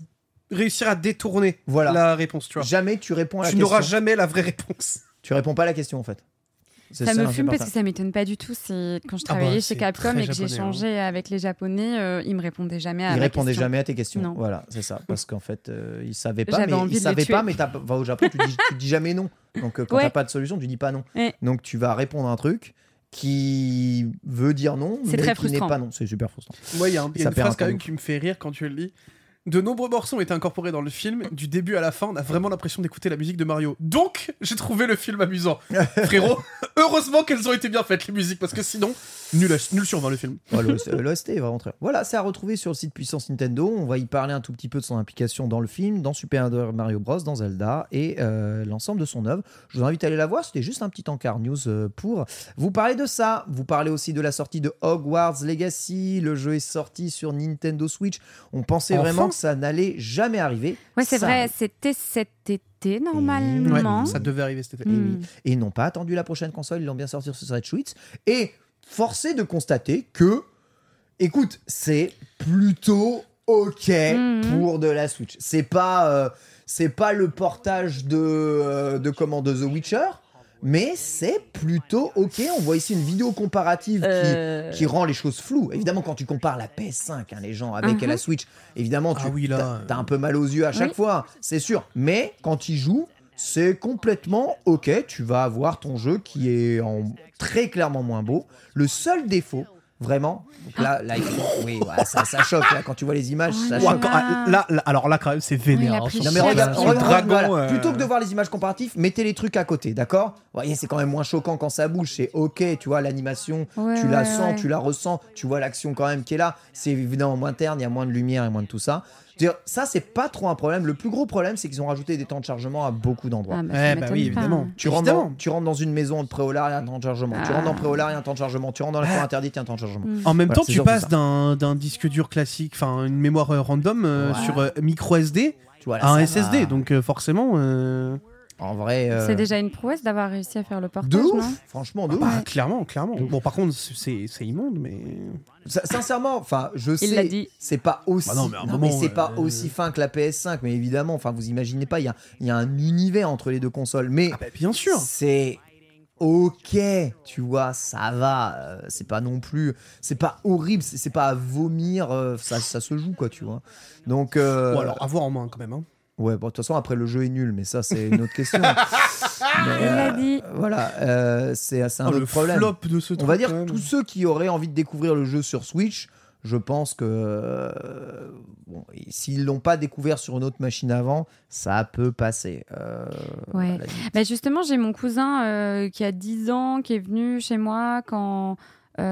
Speaker 3: réussir à détourner
Speaker 1: Voilà.
Speaker 3: la réponse, tu vois.
Speaker 1: Jamais tu réponds à la
Speaker 3: Tu
Speaker 1: question.
Speaker 3: n'auras jamais la vraie réponse.
Speaker 1: Tu réponds pas à la question en fait. C'est
Speaker 2: Ça me
Speaker 1: c'est
Speaker 2: fume parce
Speaker 1: important.
Speaker 2: que ça m'étonne pas du tout. C'est quand je
Speaker 3: Ah bah,
Speaker 2: travaillais chez
Speaker 3: c'est
Speaker 2: Capcom
Speaker 3: très
Speaker 2: et que j'ai
Speaker 3: japonais, hein.
Speaker 2: changé avec les Japonais, euh, ils me répondaient jamais à
Speaker 1: Ils
Speaker 2: ma
Speaker 1: répondaient
Speaker 2: question.
Speaker 1: jamais à tes questions.
Speaker 2: Non.
Speaker 1: Voilà, c'est ça. Parce qu'en fait, euh, ils savaient pas.
Speaker 2: J'avais
Speaker 1: Mais
Speaker 2: envie de
Speaker 1: ils
Speaker 2: les
Speaker 1: savaient
Speaker 2: tuer.
Speaker 1: pas, mais t'as- va au Japon, tu dis, tu dis jamais non. Donc euh, quand
Speaker 2: Ouais.
Speaker 1: t'as pas de solution, tu dis pas non.
Speaker 2: Ouais.
Speaker 1: Donc tu vas répondre à un truc qui veut dire non, mais
Speaker 2: C'est très
Speaker 1: qui n'est
Speaker 2: frustrant.
Speaker 1: pas non. C'est super frustrant.
Speaker 3: Moi, il y a, un- il y a
Speaker 1: Ça
Speaker 3: une
Speaker 1: perd un
Speaker 3: phrase
Speaker 1: peu
Speaker 3: quand
Speaker 1: de
Speaker 3: même
Speaker 1: goût.
Speaker 3: qui me fait rire quand tu le lis. De nombreux morceaux ont été incorporés dans le film. Du début à la fin, on a vraiment l'impression d'écouter la musique de Mario. Donc, j'ai trouvé le film amusant. Frérot, heureusement qu'elles ont été bien faites, les musiques, parce que sinon, nul, à- nul sur 20 le film.
Speaker 1: Ouais, euh, l'OST L'OST est vraiment très. Voilà, c'est à retrouver sur le site Puissance Nintendo. On va y parler un tout petit peu de son implication dans le film, dans Super Mario Bros, dans Zelda et euh, l'ensemble de son œuvre. Je vous invite à aller la voir. C'était juste un petit encart news euh, pour vous parler de ça. Vous parlez aussi de la sortie de Hogwarts Legacy. Le jeu est sorti sur Nintendo Switch. On pensait
Speaker 3: Enfin.
Speaker 1: vraiment que ça n'allait jamais arriver.
Speaker 2: Ouais, c'est
Speaker 1: Ça
Speaker 2: vrai.
Speaker 1: arrive.
Speaker 2: C'était cet été normalement.
Speaker 1: Ouais,
Speaker 3: Ça devait arriver cet été.
Speaker 1: Et,
Speaker 2: Hmm.
Speaker 1: oui. Et ils n'ont pas attendu la prochaine console, ils l'ont bien sorti sur cette Switch. Et forcé de constater que, écoute, c'est plutôt ok
Speaker 2: Mhm.
Speaker 1: pour de la Switch. C'est pas, euh, c'est pas le portage de, euh, de comment, de The Witcher, mais c'est plutôt ok. On voit ici une vidéo comparative
Speaker 2: Euh,
Speaker 1: qui, qui rend les choses floues. Évidemment, quand tu compares la PS5, hein, les gens, avec
Speaker 2: Mhm.
Speaker 1: la Switch, évidemment, tu
Speaker 3: Ah oui, là,
Speaker 1: t'as-
Speaker 3: euh.
Speaker 1: t'as un peu mal aux yeux à chaque
Speaker 2: Oui.
Speaker 1: fois, c'est sûr. Mais quand ils jouent, c'est complètement ok. Tu vas avoir ton jeu qui est en- très clairement moins beau. Le seul défaut, vraiment, donc là, là, il- oui, voilà, ça, ça choque. là, quand tu vois les images, ça
Speaker 2: Ouais,
Speaker 1: choque.
Speaker 2: Ouah, quand- ah,
Speaker 3: là, alors là, quand même, c'est
Speaker 2: vénère, Ouais, il a hein, pris sur-
Speaker 1: Non mais
Speaker 2: Chef
Speaker 1: regarde,
Speaker 2: sur
Speaker 1: regarde,
Speaker 2: le
Speaker 1: regarde, voilà.
Speaker 3: euh.
Speaker 1: plutôt que de voir les images comparatives, mettez les trucs à côté, d'accord Vous voyez, c'est quand même moins choquant quand ça bouge, c'est ok, tu vois l'animation,
Speaker 2: Ouais,
Speaker 1: tu la
Speaker 2: ouais,
Speaker 1: sens,
Speaker 2: ouais.
Speaker 1: tu la ressens, tu vois l'action quand même qui est là, c'est évidemment moins terne, il y a moins de lumière et moins de tout ça. Je veux Dire, ça c'est pas trop un problème, le plus gros problème c'est qu'ils ont rajouté des temps de chargement à beaucoup d'endroits.
Speaker 2: ah, bah, ça
Speaker 3: Ouais, bah
Speaker 2: m'étonne
Speaker 3: oui,
Speaker 2: pas.
Speaker 3: évidemment.
Speaker 1: Tu rentres,
Speaker 3: Évidemment.
Speaker 1: dans, tu rentres dans une maison en préolar, il y a un temps de chargement. Tu
Speaker 2: Ah. Mm.
Speaker 1: rentres dans préolar, il y a un temps de chargement. Tu rentres
Speaker 3: Ah.
Speaker 1: dans la cour interdite, il y a un temps de chargement.
Speaker 3: En même
Speaker 1: Voilà,
Speaker 3: temps,
Speaker 1: c'est
Speaker 3: tu
Speaker 1: sûr que
Speaker 3: passes
Speaker 1: ça.
Speaker 3: d'un d'un disque dur classique, enfin une mémoire euh, random euh,
Speaker 1: Ouais.
Speaker 3: sur euh, micro SD
Speaker 1: Tu vois, là,
Speaker 3: à un
Speaker 1: ça va.
Speaker 3: SSD. Donc euh, forcément, euh,
Speaker 1: En vrai. euh,
Speaker 2: C'est déjà Ah, une prouesse d'avoir réussi à faire le portage,
Speaker 1: De ouf
Speaker 2: non
Speaker 1: Franchement, de ouf.
Speaker 3: Bah, clairement, clairement. Bon, par contre, c'est c'est immonde, mais.
Speaker 1: Sin- Sincèrement, enfin, je
Speaker 2: Il l'a
Speaker 1: sais,
Speaker 2: dit.
Speaker 1: c'est pas aussi,
Speaker 3: Bah non, mais à un
Speaker 1: non,
Speaker 3: moment,
Speaker 1: mais c'est pas
Speaker 3: euh,
Speaker 1: aussi fin que la PS5, mais évidemment, enfin, vous imaginez pas, il y a, il y a un univers entre les deux consoles, mais
Speaker 3: Ah, bah, bien sûr
Speaker 1: c'est ok, tu vois, ça va, euh, c'est pas non plus, c'est pas horrible, c'est c'est pas à vomir, euh, ça, ça se joue quoi, tu vois. Donc, euh,
Speaker 3: Bon, alors, avoir en main quand même. hein.
Speaker 1: ouais, bon, de toute façon, après le jeu est nul, mais ça c'est une autre question. Mais,
Speaker 2: Il l'a
Speaker 1: euh,
Speaker 2: dit.
Speaker 1: Voilà, euh, c'est c'est un
Speaker 3: Ah,
Speaker 1: autre
Speaker 3: le
Speaker 1: problème.
Speaker 3: flop de ce truc.
Speaker 1: On va dire
Speaker 3: quand
Speaker 1: que
Speaker 3: même.
Speaker 1: tous ceux qui auraient envie de découvrir le jeu sur Switch, je pense que euh, bon, et s'ils l'ont pas découvert sur une autre machine avant, ça peut passer. Euh,
Speaker 2: Ouais.
Speaker 1: à la limite.
Speaker 2: Bah, justement, j'ai mon cousin euh, qui a 10 ans, qui est venu chez moi quand.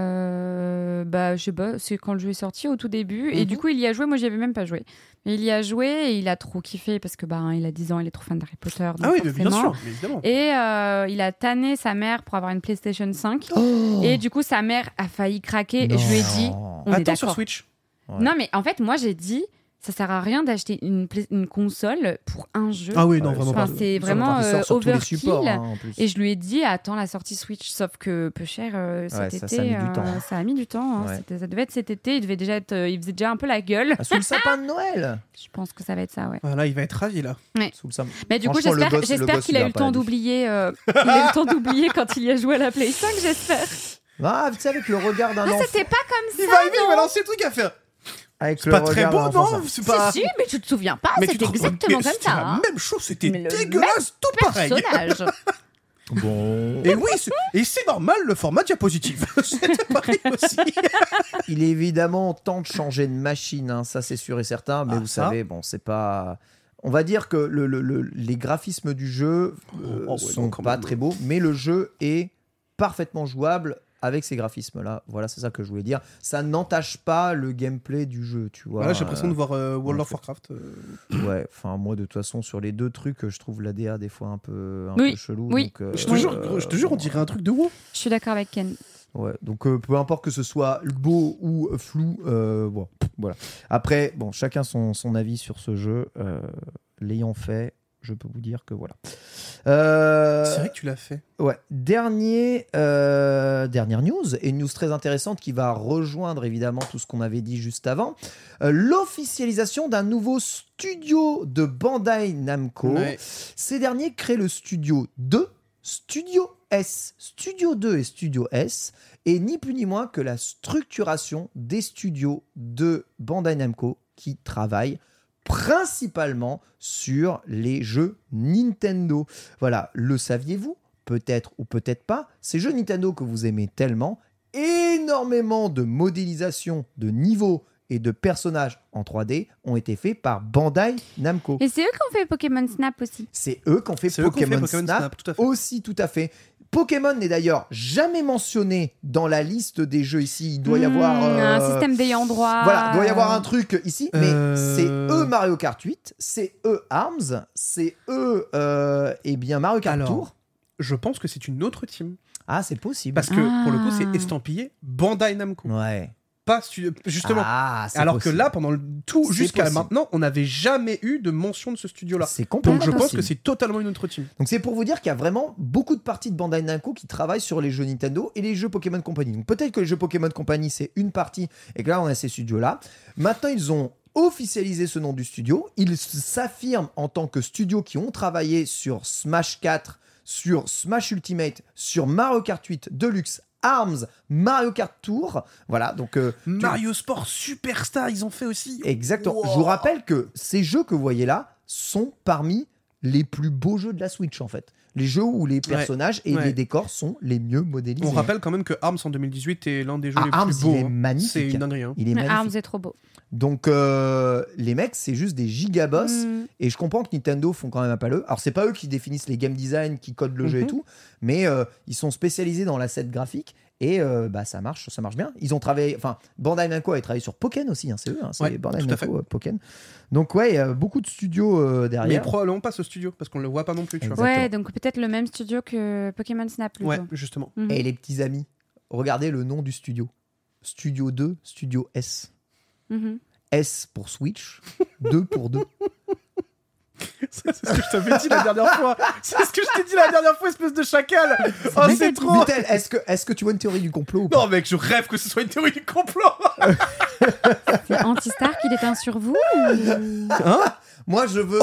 Speaker 2: euh, bah, je sais pas, c'est quand le jeu est sorti au tout début. Et
Speaker 1: Mhm.
Speaker 2: du coup, il y a joué. Moi, j'y avais même pas joué. Mais il y a joué et il a trop kiffé parce que bah, hein, il a 10 ans, il est trop fan d'Harry Potter. donc
Speaker 3: Ah oui, mais bien
Speaker 2: forcément.
Speaker 3: sûr, mais évidemment.
Speaker 2: Et euh, il a tanné sa mère pour avoir une PlayStation 5.
Speaker 3: Oh.
Speaker 2: Et du coup, sa mère a failli craquer. Et je lui ai dit,
Speaker 1: Non.
Speaker 2: on est
Speaker 3: Attends sur
Speaker 2: d'accord.
Speaker 3: Switch.
Speaker 1: Ouais.
Speaker 2: Non, mais en fait, moi, j'ai dit, ça sert à rien d'acheter une, pla- une console pour un jeu.
Speaker 3: Ah oui, non,
Speaker 1: Ouais,
Speaker 3: vraiment
Speaker 1: ça-
Speaker 3: pas.
Speaker 2: Enfin, c'est
Speaker 1: ça,
Speaker 2: vraiment
Speaker 1: enfin, il sort
Speaker 2: euh,
Speaker 1: sur tous les
Speaker 2: overkill.
Speaker 1: supports, hein, en plus.
Speaker 2: Et je lui ai dit, attends la sortie Switch, sauf que peu cher euh, cet
Speaker 1: Ouais,
Speaker 2: été.
Speaker 1: ça, ça a mis du
Speaker 2: euh,
Speaker 1: temps, hein.
Speaker 2: ça a mis du temps, hein.
Speaker 1: Ouais.
Speaker 2: C'était- Ça devait être cet été. Il devait déjà être, euh, il faisait déjà un peu la gueule.
Speaker 1: Ah, sous le sapin de Noël.
Speaker 2: Je pense que ça va être ça, ouais.
Speaker 3: Ah, là, il va être ravi, là.
Speaker 1: Sous le sapin.
Speaker 2: Mais du coup,
Speaker 1: Franchement, le
Speaker 2: j'espère,
Speaker 1: gosse- le
Speaker 2: j'espère
Speaker 1: gosse,
Speaker 2: qu'il
Speaker 1: il
Speaker 2: a
Speaker 1: a
Speaker 2: eu le
Speaker 1: pas
Speaker 2: temps
Speaker 1: la vie.
Speaker 2: d'oublier. euh, il a eu le temps d'oublier quand il y a joué à la Play 5, j'espère.
Speaker 1: Ah, tu sais, avec le regard d'un
Speaker 2: Ah,
Speaker 1: enfant.
Speaker 2: c'était pas comme ça.
Speaker 3: Il va arriver, il va lancer le truc à faire.
Speaker 1: Avec
Speaker 3: C'est
Speaker 1: le
Speaker 3: pas très
Speaker 1: regard
Speaker 3: beau,
Speaker 1: d'un enfant,
Speaker 3: non
Speaker 1: ça.
Speaker 3: C'est pas.
Speaker 2: Si, si, mais tu te souviens pas,
Speaker 3: Mais tu
Speaker 2: c'était
Speaker 3: te rends-
Speaker 2: exactement
Speaker 3: mais
Speaker 2: comme
Speaker 3: c'était
Speaker 2: ça.
Speaker 3: la
Speaker 2: hein.
Speaker 3: même chose, c'était
Speaker 2: Mais le
Speaker 3: dégueulasse, tout pareil.
Speaker 2: Personnage.
Speaker 1: Bon.
Speaker 3: Et oui, c'est- et c'est normal, le format diapositive. C'était pareil aussi.
Speaker 1: Il est évidemment temps de changer de machine, hein, ça c'est sûr et certain, mais
Speaker 3: Ah,
Speaker 1: vous
Speaker 3: ça.
Speaker 1: savez, bon, c'est pas. On va dire que le- le- le- les graphismes du jeu euh,
Speaker 3: Oh, ouais,
Speaker 1: sont
Speaker 3: non, quand
Speaker 1: pas
Speaker 3: même.
Speaker 1: très beaux, mais le jeu est parfaitement jouable avec ces graphismes-là. Voilà, c'est ça que je voulais dire. Ça n'entache pas le gameplay du jeu, tu vois.
Speaker 3: Voilà, j'ai l'impression de voir euh, World
Speaker 1: ouais,
Speaker 3: of
Speaker 1: c'est-
Speaker 3: Warcraft. euh,
Speaker 1: Euh, Ouais, enfin, moi, de toute façon, sur les deux trucs, je trouve l'ADA des fois un peu, un
Speaker 2: Oui,
Speaker 1: peu chelou.
Speaker 2: oui.
Speaker 1: donc, euh,
Speaker 3: Je te
Speaker 2: Oui.
Speaker 3: jure, je te jure, on
Speaker 1: bon,
Speaker 3: dirait un truc de WoW.
Speaker 2: Je suis d'accord avec Ken.
Speaker 1: Ouais, donc euh, peu importe que ce soit beau ou flou, euh, bon, voilà. Après, bon, chacun son, son avis sur ce jeu. euh, L'ayant fait, je peux vous dire que voilà. Euh,
Speaker 3: C'est vrai que tu l'as fait.
Speaker 1: ouais. Dernier, euh, dernière news, et une news très intéressante qui va rejoindre évidemment tout ce qu'on avait dit juste avant. Euh, L'officialisation d'un nouveau studio de Bandai Namco.
Speaker 3: Ouais.
Speaker 1: Ces derniers créent le Studio 2, Studio S, Studio 2 et Studio S, et ni plus ni moins que la structuration des studios de Bandai Namco qui travaillent principalement sur les jeux Nintendo. Voilà, le saviez-vous Peut-être ou peut-être pas, ces jeux Nintendo que vous aimez tellement, énormément de modélisation de niveaux et de personnages en 3D ont été faits par Bandai Namco.
Speaker 2: Et c'est eux qui ont fait Pokémon Snap aussi.
Speaker 1: C'est eux qui ont fait
Speaker 3: C'est eux qui ont fait
Speaker 1: Pokémon,
Speaker 3: Pokémon
Speaker 1: Snap,
Speaker 3: Snap, Oh, tout à fait.
Speaker 1: aussi, tout à fait. Pokémon n'est d'ailleurs jamais mentionné dans la liste des jeux ici. Il doit y
Speaker 2: Hmm,
Speaker 1: avoir euh,
Speaker 2: un système d'ayant droit. Ah,
Speaker 1: Voilà, il doit y avoir un truc ici, mais
Speaker 3: Euh,
Speaker 1: c'est eux Mario Kart 8, c'est eux Arms, c'est eux euh, eh bien Mario Kart
Speaker 3: Alors.
Speaker 1: Tour.
Speaker 3: Je pense que c'est une autre team.
Speaker 1: Ah, c'est possible.
Speaker 3: Parce que pour le coup,
Speaker 2: Ah.
Speaker 3: c'est estampillé Bandai Namco.
Speaker 1: Ouais.
Speaker 3: Pas stu- justement.
Speaker 1: Ah, c'est
Speaker 3: Alors
Speaker 1: possible.
Speaker 3: que là, pendant le- tout
Speaker 1: C'est
Speaker 3: jusqu'à
Speaker 1: possible.
Speaker 3: maintenant, on n'avait jamais eu de mention de ce studio-là.
Speaker 1: c'est
Speaker 3: Donc
Speaker 1: complètement
Speaker 3: je pense
Speaker 1: possible.
Speaker 3: que c'est totalement une autre team.
Speaker 1: Donc c'est pour vous dire qu'il y a vraiment beaucoup de parties de Bandai Namco qui travaillent sur les jeux Nintendo et les jeux Pokémon Company. Donc peut-être que les jeux Pokémon Company c'est une partie et que là on a ces studios là. Maintenant ils ont officialisé ce nom du studio. Ils s- s'affirment en tant que studio qui ont travaillé sur Smash 4, sur Smash Ultimate, sur Mario Kart 8 Deluxe, Arms, Mario Kart Tour. Voilà donc euh, tu-
Speaker 3: Mario Sport Superstar, ils ont fait aussi.
Speaker 1: Exactement.
Speaker 3: Wow.
Speaker 1: Je vous rappelle que ces jeux que vous voyez là sont parmi les plus beaux jeux de la Switch en fait. Les jeux où les personnages et
Speaker 3: Ouais.
Speaker 1: les décors sont les mieux modélisés.
Speaker 3: On rappelle quand même que Arms en 2018 est l'un des jeux
Speaker 1: Ah,
Speaker 3: les
Speaker 1: Arms,
Speaker 3: plus beaux.
Speaker 1: il est
Speaker 3: hein.
Speaker 1: magnifique.
Speaker 3: C'est une dinguerie. hein.
Speaker 1: Il est magnifique.
Speaker 2: Arms est trop beau.
Speaker 1: Donc euh, les mecs, c'est juste des gigaboss.
Speaker 2: Mm.
Speaker 1: Et je comprends que Nintendo font quand même un paleux. Alors, c'est pas eux qui définissent les game design, qui codent le jeu et
Speaker 3: Mhm.
Speaker 1: tout, mais euh, ils sont spécialisés dans l'asset graphique et euh, bah, ça marche, ça marche bien. Ils ont travaillé, enfin, Bandai Namco a travaillé sur Pokémon aussi, hein, c'est eux, hein, c'est
Speaker 3: Ouais,
Speaker 1: Bandai
Speaker 3: tout à
Speaker 1: Namco, euh, Pokémon. Donc, ouais, il y a beaucoup de studios euh,
Speaker 3: Mais
Speaker 1: derrière.
Speaker 3: probablement pas ce studio, parce qu'on le voit pas non plus. Tu vois.
Speaker 2: Ouais, donc peut-être le même studio que Pokémon Snap. plutôt.
Speaker 3: Ouais, justement.
Speaker 2: Mhm.
Speaker 1: Et les petits amis, regardez le nom du studio Studio 2, Studio S.
Speaker 2: Mhm.
Speaker 1: S pour Switch, 2 pour 2.
Speaker 3: C'est ce que je t'avais dit la dernière fois. C'est ce que je t'ai dit la dernière fois, espèce de chacal. Oh, c'est trop.
Speaker 1: Vittel, est-ce que, est-ce que tu vois une théorie du complot ou pas
Speaker 3: Non, mec, je rêve que ce soit une théorie du complot.
Speaker 2: C'est anti-star qu'il déteint sur vous ou-
Speaker 1: Moi, je veux.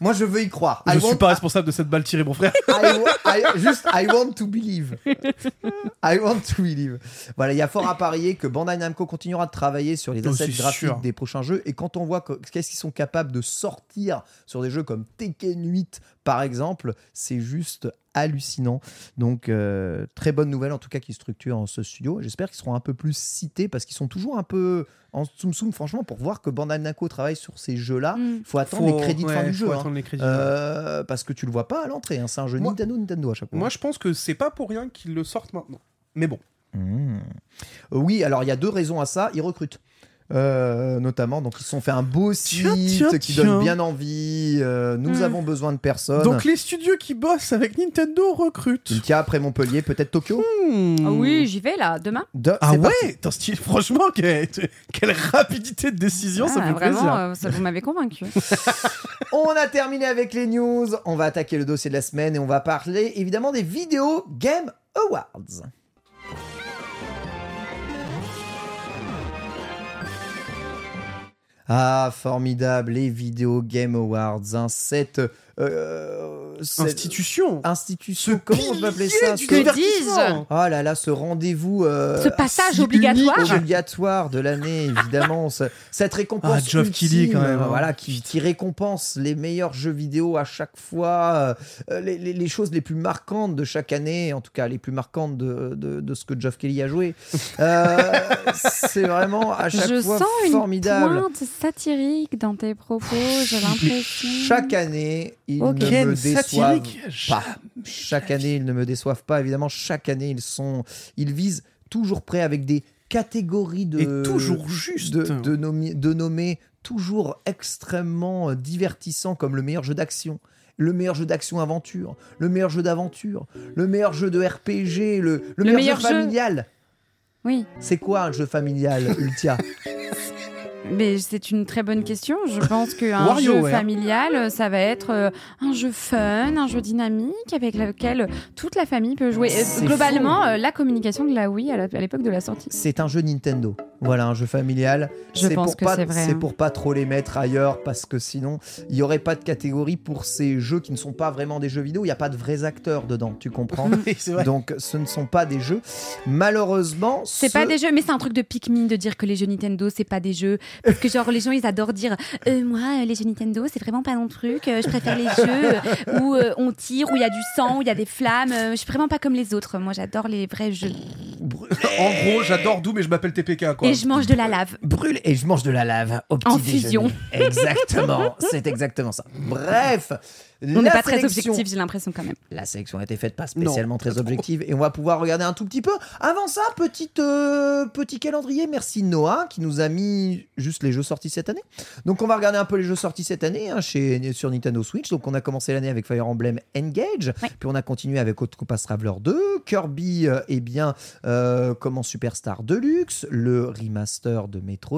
Speaker 1: Moi, je veux y croire. I
Speaker 3: je suis
Speaker 1: want-
Speaker 3: Ah, pas responsable de cette balle tirée, mon frère.
Speaker 1: I wa- I- juste, I want to believe. I want to believe. Voilà, il y a fort à parier que Bandai Namco continuera de travailler sur les
Speaker 3: Oh,
Speaker 1: assets
Speaker 3: c'est
Speaker 1: graphiques
Speaker 3: sûr.
Speaker 1: des prochains jeux. Et quand on voit que- qu'est-ce qu'ils sont capables de sortir sur des jeux comme Tekken 8, par exemple, c'est juste hallucinant. Donc, euh, très bonne nouvelle en tout cas qui structure en ce studio. J'espère qu'ils seront un peu plus cités parce qu'ils sont toujours un peu en soum-soum, franchement, pour voir que Bandai Namco travaille sur ces jeux-là.
Speaker 2: Mm.
Speaker 1: Il faut attendre les crédits de fin
Speaker 3: ouais,
Speaker 1: du jeu.
Speaker 3: faut
Speaker 1: hein.
Speaker 3: attendre les crédits.
Speaker 1: Euh, parce que tu le vois pas à l'entrée. hein. C'est un jeu
Speaker 3: Moi-
Speaker 1: Nintendo, Nintendo à chaque fois.
Speaker 3: Moi, je pense que c'est pas pour rien qu'ils le sortent maintenant. Mais bon.
Speaker 1: Mmh. Euh, Oui, alors il y a deux raisons à ça. Ils recrutent. Euh, notamment, donc ils se sont fait un beau site
Speaker 3: Tiens, tiens,
Speaker 1: qui
Speaker 3: tiens.
Speaker 1: donne bien envie. euh, nous
Speaker 2: Mmh.
Speaker 1: avons besoin de personnes.
Speaker 3: Donc les studios qui bossent avec Nintendo recrutent.
Speaker 1: Ilka après Montpellier, peut-être Tokyo.
Speaker 3: Hmm.
Speaker 2: Ah oui, j'y vais là, demain.
Speaker 1: De-
Speaker 3: Ah
Speaker 1: c'est
Speaker 3: ouais
Speaker 1: parti.
Speaker 3: Putain, Steve, Franchement, quelle, quelle rapidité de décision, ça
Speaker 2: Ah,
Speaker 3: fait
Speaker 2: vraiment,
Speaker 3: plaisir.
Speaker 2: euh, ça, vous m'avez convaincu.
Speaker 1: On a terminé avec les news. On va attaquer le dossier de la semaine et on va parler évidemment des vidéo Game Awards. Ah, formidable, les Video Game Awards. hein. cette, euh, cette
Speaker 3: Institution.
Speaker 2: Ah,
Speaker 1: institution, comment on peut appeler ça
Speaker 3: du
Speaker 1: ce-
Speaker 2: divertissement.
Speaker 1: Oh là là, ce rendez-vous. euh,
Speaker 2: Ce passage
Speaker 1: si
Speaker 2: obligatoire.
Speaker 1: unique, obligatoire de l'année, évidemment. ce- cette récompense.
Speaker 3: Ah, Geoff
Speaker 1: ultime,
Speaker 3: Keighley, quand même, hein.
Speaker 1: Voilà, qui, qui récompense les meilleurs jeux vidéo à chaque fois, euh, les, les- les choses les plus marquantes de chaque année, en tout cas les plus marquantes de, de- de ce que Geoff Kelly a joué. Euh, C'est vraiment à chaque
Speaker 2: Je
Speaker 1: fois
Speaker 2: sens une
Speaker 1: formidable.
Speaker 2: pointe satirique dans tes propos, j'ai l'impression.
Speaker 1: Chaque année, il
Speaker 2: Ok.
Speaker 1: ne me
Speaker 3: Ken
Speaker 1: déçoit
Speaker 3: satirique.
Speaker 1: pas. Chaque année, ils ne me déçoivent pas. Évidemment, chaque année, ils sont, ils visent toujours près avec des catégories de
Speaker 3: Et toujours juste.
Speaker 1: de, de nommer, de nommer toujours extrêmement euh, divertissant comme le meilleur jeu d'action, le meilleur jeu d'action aventure, le meilleur jeu d'aventure, le meilleur jeu de RPG, le, le meilleur,
Speaker 2: meilleur
Speaker 1: jeu
Speaker 2: jeu.
Speaker 1: familial.
Speaker 2: Oui,
Speaker 1: C'est quoi un jeu familial, Ultia
Speaker 2: mais c'est une très bonne question. Je pense qu'un
Speaker 3: Wario,
Speaker 2: jeu
Speaker 1: hein.
Speaker 3: ouais.
Speaker 2: familial, euh, ça va être euh, un jeu fun, un jeu dynamique avec lequel toute la famille peut jouer. Euh,
Speaker 1: C'est
Speaker 2: Globalement, euh, la communication de la Wii à la- à l'époque de la sortie.
Speaker 1: C'est un jeu Nintendo. Voilà, un jeu familial.
Speaker 2: Je
Speaker 1: C'est
Speaker 2: pense
Speaker 1: pour
Speaker 2: que
Speaker 1: pas-
Speaker 2: c'est vrai, hein.
Speaker 1: pour pas trop les mettre ailleurs parce que sinon, il y aurait pas de catégorie pour ces jeux qui ne sont pas vraiment des jeux vidéo. Il n'y a pas de vrais acteurs dedans, tu comprends
Speaker 3: Oui, c'est vrai.
Speaker 1: Donc, ce ne sont pas des jeux. Malheureusement,
Speaker 2: C'est
Speaker 1: ce-
Speaker 2: pas des jeux, mais c'est un truc de Pikmin de dire que les jeux Nintendo c'est pas des jeux. Parce que genre les gens ils adorent dire Euh, moi euh, les jeux Nintendo c'est vraiment pas mon truc. euh, je préfère les jeux euh, où euh, on tire, où il y a du sang, où il y a des flammes. euh, je suis vraiment pas comme les autres. Moi j'adore les vrais jeux.
Speaker 3: En gros, j'adore Doom et je m'appelle TPK. Quoi.
Speaker 2: Et je mange de la lave.
Speaker 1: brûle et je mange de la lave au petit
Speaker 2: En
Speaker 1: déjeuner.
Speaker 2: fusion.
Speaker 1: Exactement, c'est exactement ça. Bref,
Speaker 2: On n'est
Speaker 1: la
Speaker 2: pas très
Speaker 1: sélection-
Speaker 2: objectif, j'ai l'impression quand même.
Speaker 1: La sélection a été faite pas spécialement très objective et on va pouvoir regarder un tout petit peu. Avant ça, petite, euh, petit calendrier. Merci Noah qui nous a mis juste les jeux sortis cette année. Donc on va regarder un peu les jeux sortis cette année hein, chez, sur Nintendo Switch. Donc on a commencé l'année avec Fire Emblem Engage,
Speaker 2: Ouais.
Speaker 1: puis on a continué avec Hot Compass Traveler 2, Kirby euh, eh bien euh, comment Superstar Deluxe, le remaster de Metroid,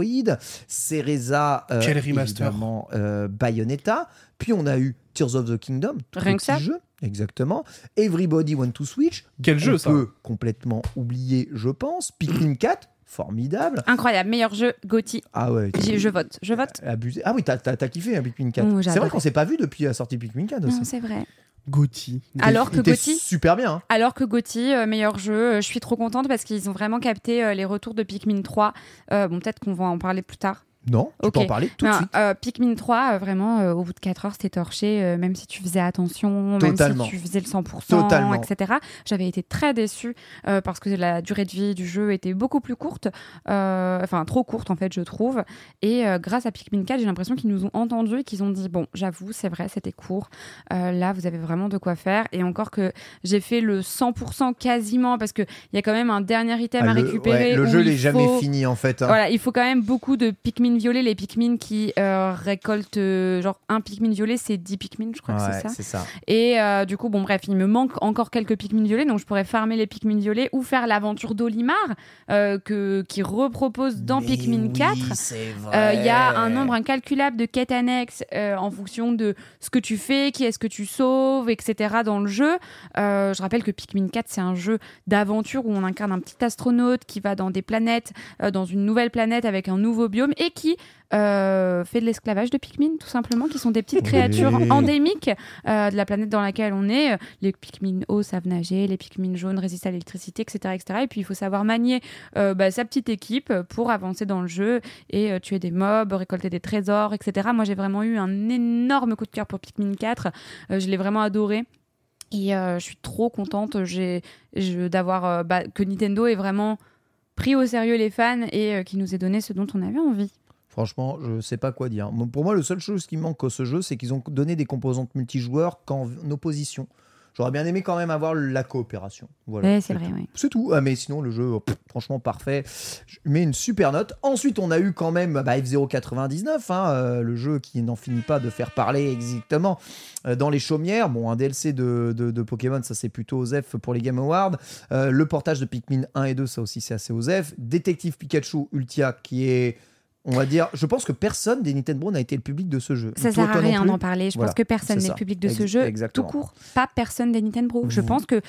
Speaker 1: Cereza, euh,
Speaker 3: Quel remaster
Speaker 1: évidemment, euh, Bayonetta, puis on a eu Tears of the Kingdom, tout
Speaker 2: Rien que
Speaker 1: petit
Speaker 2: ça.
Speaker 1: jeu, exactement. Everybody Want to Switch,
Speaker 3: Quel
Speaker 1: on
Speaker 3: jeu, ça
Speaker 1: peut complètement oublier, je pense. Pikmin 4, formidable.
Speaker 2: Incroyable, meilleur jeu, Gauthier.
Speaker 1: Ah ouais.
Speaker 2: J'ai- Je vote, je vote.
Speaker 1: Abusé. Ah oui, t'as t'as- t'as kiffé hein, Pikmin 4.
Speaker 2: Oh,
Speaker 1: c'est
Speaker 2: j'adore.
Speaker 1: vrai qu'on s'est pas vu depuis la sortie de Pikmin 4 aussi.
Speaker 2: Non, c'est vrai.
Speaker 3: Gauthier.
Speaker 2: Alors que
Speaker 1: Il était
Speaker 2: Gauthier,
Speaker 1: super bien. hein.
Speaker 2: Alors que Gauthier, euh, meilleur jeu, euh, je suis trop contente parce qu'ils ont vraiment capté euh, les retours de Pikmin 3. Euh, bon, peut-être qu'on va en parler plus tard.
Speaker 1: Non, tu peux
Speaker 2: Ok.
Speaker 1: en parler tout de
Speaker 2: Non,
Speaker 1: suite.
Speaker 2: euh, Pikmin 3, euh, vraiment, euh, au bout de 4 heures, c'était torché, euh, même si tu faisais attention,
Speaker 1: Totalement.
Speaker 2: même si tu faisais le 100%,
Speaker 1: Totalement.
Speaker 2: etc. J'avais été très déçue euh, parce que la durée de vie du jeu était beaucoup plus courte, euh, enfin trop courte en fait, je trouve. Et euh, grâce à Pikmin 4, j'ai l'impression qu'ils nous ont entendus et qu'ils ont dit, bon, j'avoue, c'est vrai, c'était court, Euh, là, vous avez vraiment de quoi faire. Et encore que j'ai fait le 100% quasiment, parce qu'il y a quand même un dernier item
Speaker 1: Ah,
Speaker 2: à
Speaker 1: le,
Speaker 2: récupérer.
Speaker 1: ouais, le
Speaker 2: où
Speaker 1: jeu, il
Speaker 2: il
Speaker 1: est jamais
Speaker 2: faut-
Speaker 1: fini en fait. hein.
Speaker 2: voilà, il faut quand même beaucoup de Pikmin Pikmin violets, les Pikmin qui euh, récoltent euh, genre un Pikmin violet, c'est 10 Pikmin, je crois que
Speaker 1: Ouais,
Speaker 2: c'est ça.
Speaker 1: c'est ça.
Speaker 2: Et euh, du coup, bon, bref, il me manque encore quelques Pikmin violets, donc je pourrais farmer les Pikmin violets ou faire l'aventure d'Olimar euh, que, qui repropose dans
Speaker 1: Mais
Speaker 2: Pikmin
Speaker 1: oui,
Speaker 2: 4.
Speaker 1: c'est
Speaker 2: Euh, Il y a
Speaker 1: vrai.
Speaker 2: un nombre incalculable de quêtes annexes euh, en fonction de ce que tu fais, qui est-ce que tu sauves, etc. dans le jeu. Euh, je rappelle que Pikmin 4, c'est un jeu d'aventure où on incarne un petit astronaute qui va dans des planètes, euh, dans une nouvelle planète avec un nouveau biome et qui euh, fait de l'esclavage de Pikmin, tout simplement, qui sont des petites
Speaker 3: Oui.
Speaker 2: créatures endémiques euh, de la planète dans laquelle on est. Les Pikmin hauts savent nager, les Pikmin jaunes résistent à l'électricité, etc., etc. Et puis il faut savoir manier euh, bah, sa petite équipe pour avancer dans le jeu et euh, tuer des mobs, récolter des trésors, etc. Moi, j'ai vraiment eu un énorme coup de cœur pour Pikmin 4. Euh, je l'ai vraiment adoré. Et euh, je suis trop contente j'ai, je- d'avoir euh, bah, que Nintendo ait vraiment pris au sérieux les fans et euh, qui nous ait donné ce dont on avait envie.
Speaker 1: Franchement, je sais pas quoi dire. Moi, Pour moi, le seul chose qui manque à ce jeu, c'est qu'ils ont donné des composantes multijoueurs qu'en en opposition. J'aurais bien aimé quand même avoir la coopération. Voilà.
Speaker 2: Ouais, c'est vrai,
Speaker 1: tout.
Speaker 2: ouais.
Speaker 1: C'est tout. Ah, mais sinon, le jeu, pff, franchement, parfait. Je mets une super note. Ensuite, on a eu quand même bah, F099, hein, euh, le jeu qui n'en finit pas de faire parler exactement euh, dans les chaumières. Bon, un DLC de, de- de Pokémon, ça c'est plutôt OZEF pour les Game Awards. Euh, le portage de Pikmin 1 et 2, ça aussi c'est assez OZEF. Détective Pikachu Ultia, qui est, on va dire, je pense que personne des Nintendo n'a été le public de ce jeu.
Speaker 2: Ça
Speaker 1: Toi,
Speaker 2: sert à
Speaker 1: toi non
Speaker 2: rien
Speaker 1: plus
Speaker 2: d'en parler. Je
Speaker 1: Voilà,
Speaker 2: pense que personne
Speaker 1: c'est
Speaker 2: n'est
Speaker 1: ça.
Speaker 2: public de ce
Speaker 1: Ex-
Speaker 2: jeu,
Speaker 1: exactement.
Speaker 2: tout court. Pas personne des Nintendo. Je
Speaker 1: Vous-
Speaker 2: pense que,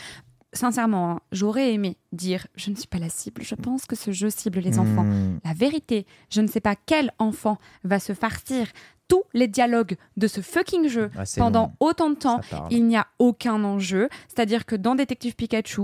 Speaker 2: sincèrement, hein, j'aurais aimé dire je ne suis pas la cible. Je pense que ce jeu cible les enfants.
Speaker 1: Mmh.
Speaker 2: La vérité, je ne sais pas quel enfant va se farcir tous les dialogues de ce fucking jeu
Speaker 1: Ah, c'est
Speaker 2: pendant
Speaker 1: long,
Speaker 2: autant de temps.
Speaker 1: ça parle.
Speaker 2: Il n'y a aucun enjeu. C'est-à-dire que dans Détective Pikachu,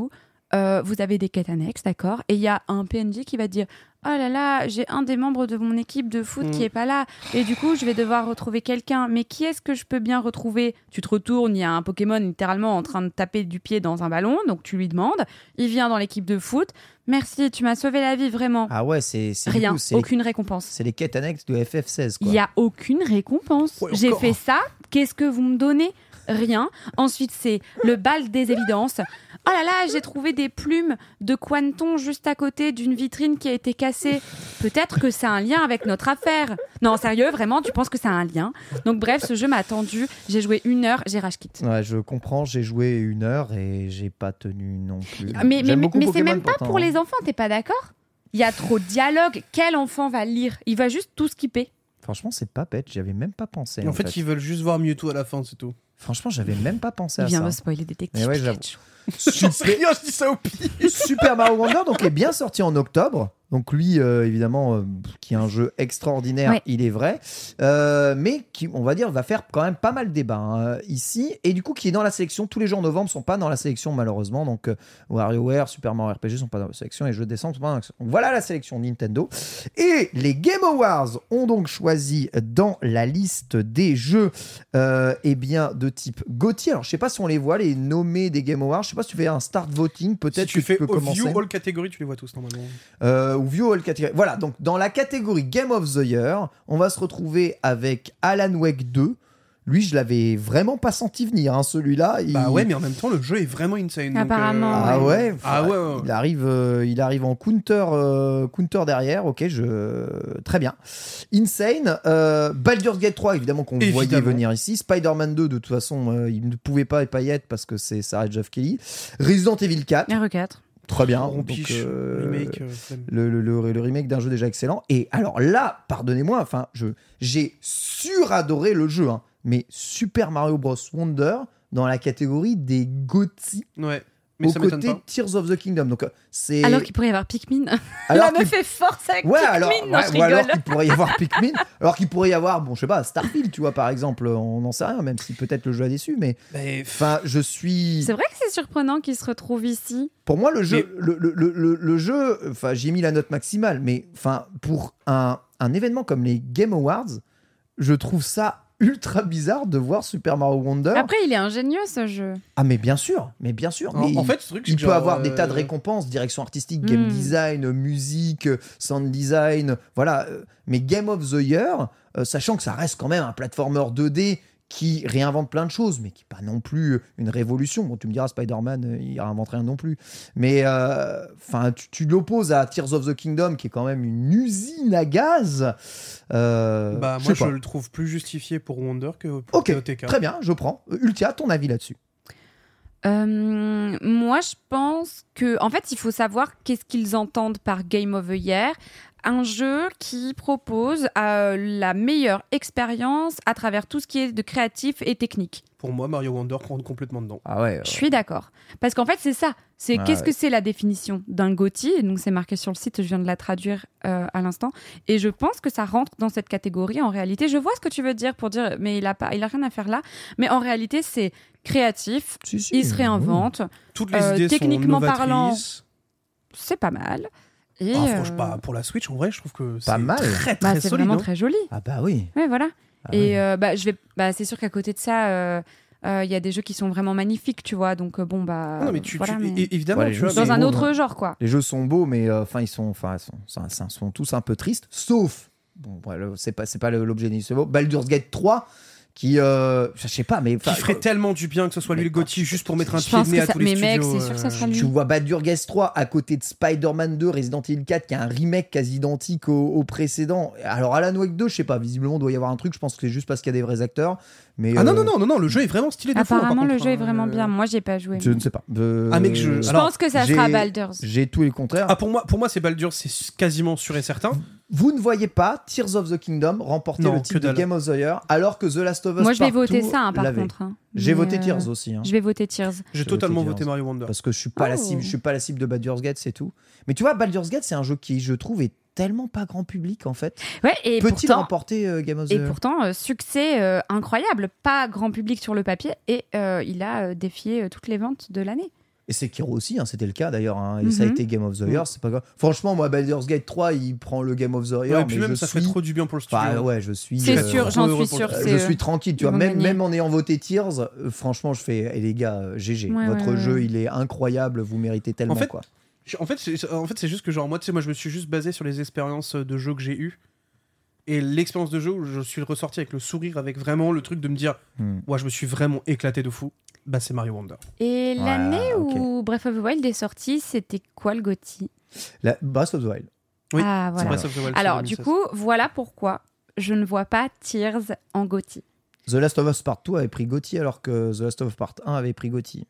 Speaker 2: euh, vous avez des quêtes annexes, d'accord Et il y a un PNJ qui va dire Oh là là, j'ai un des membres de mon équipe de foot
Speaker 3: Mm.
Speaker 2: qui est pas là. Et du coup, je vais devoir retrouver quelqu'un. Mais qui est-ce que je peux bien retrouver Tu te retournes, il y a un Pokémon littéralement en train de taper du pied dans un ballon. Donc tu lui demandes. Il vient dans l'équipe de foot. Merci, tu m'as sauvé la vie, vraiment.
Speaker 1: Ah ouais, c'est c'est du
Speaker 2: Rien,
Speaker 1: coup, c'est les-
Speaker 2: aucune récompense.
Speaker 1: c'est les quêtes annexes de FF16.
Speaker 2: Il
Speaker 1: Quoi.
Speaker 2: n'y a aucune récompense.
Speaker 1: Ouais,
Speaker 2: J'ai
Speaker 1: encore.
Speaker 2: fait ça, qu'est-ce que vous me donnez Rien. Ensuite, c'est le bal des évidences. Oh là là, j'ai trouvé des plumes de Quanton juste à côté d'une vitrine qui a été cassée. Peut-être que c'est un lien avec notre affaire. Non, sérieux, vraiment, tu penses que c'est un lien Donc bref, ce jeu m'a attendu. J'ai joué une heure, j'ai rage quitte.
Speaker 1: Ouais, je comprends, j'ai joué une heure et j'ai pas tenu non plus.
Speaker 2: Ah, Mais, mais,
Speaker 1: J'aime
Speaker 2: mais-
Speaker 1: beaucoup
Speaker 2: mais c'est
Speaker 1: Pokémon
Speaker 2: même pas
Speaker 1: pourtant,
Speaker 2: pour
Speaker 1: hein.
Speaker 2: les enfants, t'es pas d'accord Il y a trop de dialogue. Quel enfant va lire Il va juste tout skipper.
Speaker 1: Franchement, c'est pas bête, j'avais même pas pensé.
Speaker 3: Et en fait, ils veulent juste voir Mewtwo à la fin, c'est tout.
Speaker 1: Franchement, j'avais même pas pensé
Speaker 2: Il
Speaker 1: à
Speaker 2: vient
Speaker 1: ça.
Speaker 2: me spoiler Détective
Speaker 1: Mais ouais, j'avoue.
Speaker 2: Pikachu.
Speaker 3: J'en sais
Speaker 1: Super,
Speaker 3: rien, je dis ça au pire.
Speaker 1: Super Mario Wonder donc est bien sorti en octobre. Donc lui, euh, évidemment, euh, qui est un jeu extraordinaire,
Speaker 2: Ouais.
Speaker 1: il est vrai, Euh, mais qui, on va dire, va faire quand même pas mal débat hein, ici. Et du coup, qui est dans la sélection. Tous les jeux en novembre sont pas dans la sélection malheureusement. Donc euh, WarioWare, Super Mario RPG sont pas dans la sélection et jeux de décembre sont pas dans la sélection. Donc, Voilà la sélection Nintendo. Et les Game Awards ont donc choisi dans la liste des jeux euh, eh bien, de type Gauthier. Alors, je sais pas si on les voit, les nommés des Game Awards. Je sais pas si tu fais un start voting,
Speaker 3: Si
Speaker 1: peut-être
Speaker 3: tu
Speaker 1: que
Speaker 3: fais
Speaker 1: tu peux
Speaker 3: au
Speaker 1: commencer.
Speaker 3: view all catégories, tu les vois tous normalement.
Speaker 1: Euh, ou View All catégorie. Voilà, donc dans la catégorie Game of the Year, on va se retrouver avec Alan Wake 2. Lui, je l'avais vraiment pas senti venir, hein, celui-là. Il...
Speaker 3: Bah ouais, mais en même temps, le jeu est vraiment insane. donc,
Speaker 2: Apparemment,
Speaker 3: euh,
Speaker 1: Ah ouais,
Speaker 3: Ah ouais, ouais, ouais.
Speaker 1: Il arrive, euh, il arrive en counter, euh, counter derrière. Ok, je très bien. Insane, euh, Baldur's Gate 3 évidemment qu'on voyait
Speaker 3: Évidemment.
Speaker 1: venir ici. Spider-Man 2 de toute façon, euh, il ne pouvait pas pas y être parce que c'est Sarah Jeff Kelly. Resident Evil 4,
Speaker 2: Numéro 4.
Speaker 1: très bien.
Speaker 3: On
Speaker 1: Donc,
Speaker 3: piche,
Speaker 1: euh,
Speaker 3: remake, euh, flemme.
Speaker 1: le, le- le- le remake d'un jeu déjà excellent. Et alors là, pardonnez-moi, enfin, je j'ai suradoré le jeu, hein, mais Super Mario Bros Wonder dans la catégorie des GOTY
Speaker 3: Ouais, mais
Speaker 1: aux
Speaker 3: ça m'étonne
Speaker 1: côtés
Speaker 3: pas.
Speaker 1: Tears of the Kingdom. Donc euh, c'est
Speaker 2: Alors qu'il pourrait y avoir Pikmin.
Speaker 1: alors
Speaker 2: La
Speaker 1: qu'il-
Speaker 2: meuf est forte avec
Speaker 1: Ouais,
Speaker 2: Pikmin.
Speaker 1: alors,
Speaker 2: non,
Speaker 1: ouais,
Speaker 2: je
Speaker 1: ou
Speaker 2: rigole.
Speaker 1: alors qu'il pourrait y avoir Pikmin, alors qu'il pourrait y avoir, bon, je sais pas, Starfield, tu vois, par exemple, on n'en sait rien, même si peut-être le jeu a déçu, mais
Speaker 3: Mais f-
Speaker 1: enfin, je suis.
Speaker 2: C'est vrai que c'est surprenant qu'il se retrouve ici.
Speaker 1: Pour moi, le jeu, le, le- le- le- le jeu, enfin, j'ai mis la note maximale, mais enfin, pour un, un événement comme les Game Awards, je trouve ça ultra bizarre de voir Super Mario Wonder.
Speaker 2: Après, il est ingénieux ce jeu.
Speaker 1: Ah, mais bien sûr, mais bien sûr.
Speaker 3: en,
Speaker 1: mais
Speaker 3: en
Speaker 1: il-
Speaker 3: fait, ce truc, c'est
Speaker 1: il
Speaker 3: que
Speaker 1: peut
Speaker 3: genre,
Speaker 1: avoir des
Speaker 3: euh,
Speaker 1: tas de récompenses, direction artistique, game
Speaker 2: Hmm.
Speaker 1: design, musique, euh, sound design, voilà. euh, Mais Game of the Year, euh, sachant que ça reste quand même un platformer 2D qui réinvente plein de choses, mais qui n'est pas non plus euh, une révolution. Bon, tu me diras, Spider-Man, euh, il réinvente rien non plus. Mais euh, enfin, tu, tu l'opposes à Tears of the Kingdom, qui est quand même une usine à gaz. Euh,
Speaker 3: Bah,
Speaker 1: je
Speaker 3: moi,
Speaker 1: sais
Speaker 3: je
Speaker 1: pas.
Speaker 3: le trouve plus justifié pour Wonder que pour
Speaker 1: Ok,
Speaker 3: TOTK.
Speaker 1: Très bien, je prends. Euh, Ultia, ton avis là-dessus
Speaker 2: Euh, moi, je pense que, en fait, il faut savoir qu'est-ce qu'ils entendent par Game of the Year. Un jeu qui propose euh, la meilleure expérience à travers tout ce qui est de créatif et technique.
Speaker 3: Pour moi, Mario Wonder rentre complètement dedans.
Speaker 1: Ah ouais.
Speaker 2: Je suis d'accord. Parce qu'en fait, c'est ça. C'est
Speaker 1: Ah
Speaker 2: qu'est-ce
Speaker 1: ouais.
Speaker 2: que c'est la définition d'un GOTY Et Donc, c'est marqué sur le site, je viens de la traduire euh, à l'instant. Et je pense que ça rentre dans cette catégorie en réalité. Je vois ce que tu veux dire pour dire, mais il a, pas, il a rien à faire là. Mais en réalité, c'est créatif, il
Speaker 1: Hmm.
Speaker 2: se réinvente,
Speaker 3: Toutes les
Speaker 2: Euh,
Speaker 3: idées
Speaker 2: techniquement
Speaker 3: sont novatrices.
Speaker 2: parlant, c'est pas mal. Et,
Speaker 3: Ah,
Speaker 2: euh,
Speaker 3: franchement, pas- pour la Switch, en vrai, je trouve que c'est
Speaker 1: Pas mal.
Speaker 3: très,
Speaker 2: bah,
Speaker 3: très
Speaker 2: c'est
Speaker 3: solide.
Speaker 2: vraiment
Speaker 3: hein.
Speaker 2: très joli.
Speaker 1: Ah bah oui.
Speaker 2: Ouais, voilà.
Speaker 1: Ah oui.
Speaker 2: Et euh, bah, je vais, bah, c'est sûr qu'à côté de ça, euh, euh, il y a des jeux qui sont vraiment magnifiques, tu vois. Donc euh, bon, bah,
Speaker 3: hein.
Speaker 1: Ah
Speaker 3: Non, mais tu,
Speaker 2: voilà,
Speaker 3: tu-
Speaker 2: mais
Speaker 3: é- évidemment,
Speaker 1: Ouais, les
Speaker 3: tu
Speaker 1: jeux,
Speaker 3: vois,
Speaker 1: c'est
Speaker 2: dans
Speaker 3: mais-
Speaker 2: un
Speaker 1: beau,
Speaker 2: autre
Speaker 1: hein.
Speaker 2: genre, quoi.
Speaker 1: Les jeux sont beaux, mais euh, enfin ils sont, enfin ils sont, ça- ça- sont tous un peu tristes. Sauf, bon, ouais, le- c'est pas, c'est pas le- l'objet du ce mot. Baldur's Gate 3, qui, euh, je sais pas, mais enfin, euh,
Speaker 3: qui ferait tellement du bien que ce soit lui le Gotti juste pour mettre un
Speaker 2: euh, Je
Speaker 3: pied
Speaker 2: pense
Speaker 3: de nez
Speaker 2: que
Speaker 3: à
Speaker 2: ça-
Speaker 3: tous les
Speaker 2: mais mec,
Speaker 3: studios,
Speaker 2: c'est sûr que ça
Speaker 3: euh,
Speaker 2: sera
Speaker 1: tu vois Baldur's Gate 3 à côté de Spider-Man 2, Resident Evil 4, qui a un remake quasi identique au, au précédent. Alors Alan Wake 2, je sais pas, visiblement doit y avoir un truc. Je pense que c'est juste parce qu'il y a des vrais acteurs. Mais
Speaker 3: Ah non, non,
Speaker 1: euh,
Speaker 3: non, non, non, le jeu est vraiment stylé de fou, hein, par
Speaker 2: Apparemment, le
Speaker 3: contre,
Speaker 2: jeu est
Speaker 3: hein,
Speaker 2: vraiment
Speaker 3: euh,
Speaker 2: bien. Moi, j'ai pas joué.
Speaker 1: Je
Speaker 2: mais-
Speaker 1: ne sais pas. Euh,
Speaker 3: Ah, mec, je-
Speaker 2: Je
Speaker 3: Alors,
Speaker 2: pense que ça
Speaker 1: j'ai-
Speaker 2: sera Baldur's.
Speaker 1: J'ai tout les contraires.
Speaker 3: Ah, pour moi, pour moi c'est Baldur, c'est s- quasiment sûr et certain.
Speaker 1: Vous ne voyez pas Tears of the Kingdom remporter
Speaker 3: Non,
Speaker 1: le
Speaker 3: que
Speaker 1: titre de
Speaker 3: dalle.
Speaker 1: Game of the Year, alors que The Last of Us
Speaker 2: Moi, je vais
Speaker 1: Partout
Speaker 2: voter ça, hein, par
Speaker 1: l'avait.
Speaker 2: contre. hein.
Speaker 1: J'ai
Speaker 2: Mais,
Speaker 1: voté
Speaker 2: euh,
Speaker 1: Tears aussi. hein.
Speaker 2: Je vais voter Tears.
Speaker 3: J'ai
Speaker 1: Je
Speaker 3: totalement
Speaker 1: vais te
Speaker 3: voté
Speaker 1: dire,
Speaker 3: Mario Wonder.
Speaker 1: Parce que je suis pas la
Speaker 2: Oh.
Speaker 1: cible, je suis pas la cible de Baldur's Gate, c'est tout. Mais tu vois, Baldur's Gate, c'est un jeu qui, je trouve, est tellement pas grand public en fait.
Speaker 2: Ouais, et
Speaker 1: Peut-il
Speaker 2: pourtant,
Speaker 1: remporter euh, Game of the
Speaker 2: et
Speaker 1: Year
Speaker 2: pourtant euh, succès euh, incroyable. Pas grand public sur le papier. Et euh, il a euh, défié euh, toutes les ventes de l'année.
Speaker 1: Et c'est Sekiro aussi, hein, c'était le cas d'ailleurs. hein, et ça a
Speaker 2: Mhm.
Speaker 1: été Game of the Year, c'est pas grave. Franchement, moi, Baldur's Gate 3, il prend le Game of the Year.
Speaker 3: Ouais, et puis
Speaker 1: mais
Speaker 3: même,
Speaker 1: je
Speaker 3: ça
Speaker 1: suis...
Speaker 3: ferait trop du bien pour le studio.
Speaker 1: Bah ouais, je suis.
Speaker 2: C'est
Speaker 1: euh,
Speaker 2: sûr, j'en
Speaker 3: heureux
Speaker 2: suis
Speaker 3: pour le
Speaker 2: sûr.
Speaker 3: coup.
Speaker 1: Euh,
Speaker 2: c'est,
Speaker 1: je
Speaker 2: euh,
Speaker 1: suis tranquille, tu
Speaker 2: ils
Speaker 1: vois.
Speaker 2: vont
Speaker 1: Même,
Speaker 2: gagner.
Speaker 1: même en ayant voté Tears, euh, franchement, je fais. Et les gars, euh, GG.
Speaker 2: Ouais,
Speaker 1: Votre
Speaker 2: ouais, ouais,
Speaker 1: jeu,
Speaker 2: ouais.
Speaker 1: il est incroyable. Vous méritez tellement.
Speaker 3: En fait,
Speaker 1: quoi.
Speaker 3: Je- En fait, c'est en fait, c'est juste que genre moi, tu sais, moi, je me suis juste basé sur les expériences de jeu que j'ai eues. Et l'expérience de jeu où je suis ressorti avec le sourire, avec vraiment le truc de me dire,
Speaker 1: Hmm.
Speaker 3: ouais, je me suis vraiment éclaté de fou. Bah, c'est Mario Wonder.
Speaker 2: Et
Speaker 1: Ouais,
Speaker 2: l'année
Speaker 1: ok.
Speaker 2: où Breath of the Wild est sorti, c'était quoi le GOTY
Speaker 1: La Breath of the Wild.
Speaker 3: Oui,
Speaker 2: Ah
Speaker 3: C'est
Speaker 2: voilà.
Speaker 3: Breath of the Wild
Speaker 2: Alors
Speaker 3: sur
Speaker 2: du
Speaker 3: 2016.
Speaker 2: coup, voilà pourquoi je ne vois pas Tears en GOTY.
Speaker 1: The Last of Us Part 2 avait pris Gotti alors que The Last of Us Part 1 avait pris Gotti.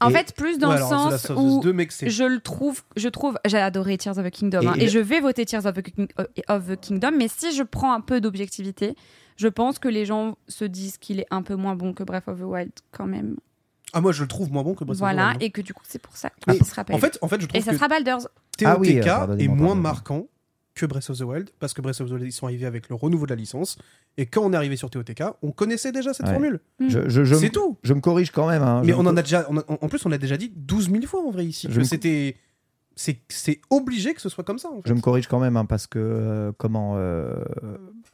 Speaker 2: En
Speaker 1: Et-
Speaker 2: fait, plus dans
Speaker 3: Ouais,
Speaker 2: le
Speaker 3: alors, The
Speaker 2: sens
Speaker 3: Last of Us
Speaker 2: où
Speaker 3: 2, mec, c'est
Speaker 2: je le trouve, je trouve, j'ai adoré Tears of the Kingdom
Speaker 1: Et-
Speaker 2: hein,
Speaker 1: et
Speaker 2: et,
Speaker 1: le-
Speaker 2: je vais voter Tears of the, King- euh, of the Kingdom, mais si je prends un peu d'objectivité, je pense que les gens se disent qu'il est un peu moins bon que Breath of the Wild quand même.
Speaker 3: Ah moi je le trouve moins bon que
Speaker 1: bah,
Speaker 3: Breath
Speaker 2: voilà,
Speaker 3: of the Wild.
Speaker 2: et que du coup c'est pour ça
Speaker 3: Mais
Speaker 2: qu'il se rappelle.
Speaker 3: En fait, en fait, je trouve
Speaker 2: et ça
Speaker 3: que
Speaker 2: sera Baldur's.
Speaker 3: TOTK
Speaker 1: Ah oui, euh, pardonnez-moi,
Speaker 3: est moins
Speaker 1: pardonnez-moi.
Speaker 3: marquant que Breath of the Wild parce que Breath of the Wild ils sont arrivés avec le renouveau de la licence et quand on est arrivé sur TOTK, on connaissait déjà cette
Speaker 1: Ouais.
Speaker 3: formule.
Speaker 2: Mm.
Speaker 1: Je, je, je
Speaker 3: C'est
Speaker 1: me,
Speaker 3: tout.
Speaker 1: je me corrige quand même. hein.
Speaker 3: Mais
Speaker 1: Je
Speaker 3: on
Speaker 1: me-
Speaker 3: en a déjà on a- en en plus on a déjà dit 12 000 fois en vrai ici
Speaker 1: Je
Speaker 3: que
Speaker 1: me-
Speaker 3: c'était c'est c'est obligé que ce soit comme ça en fait.
Speaker 1: Je me corrige quand même hein, parce que euh, comment euh,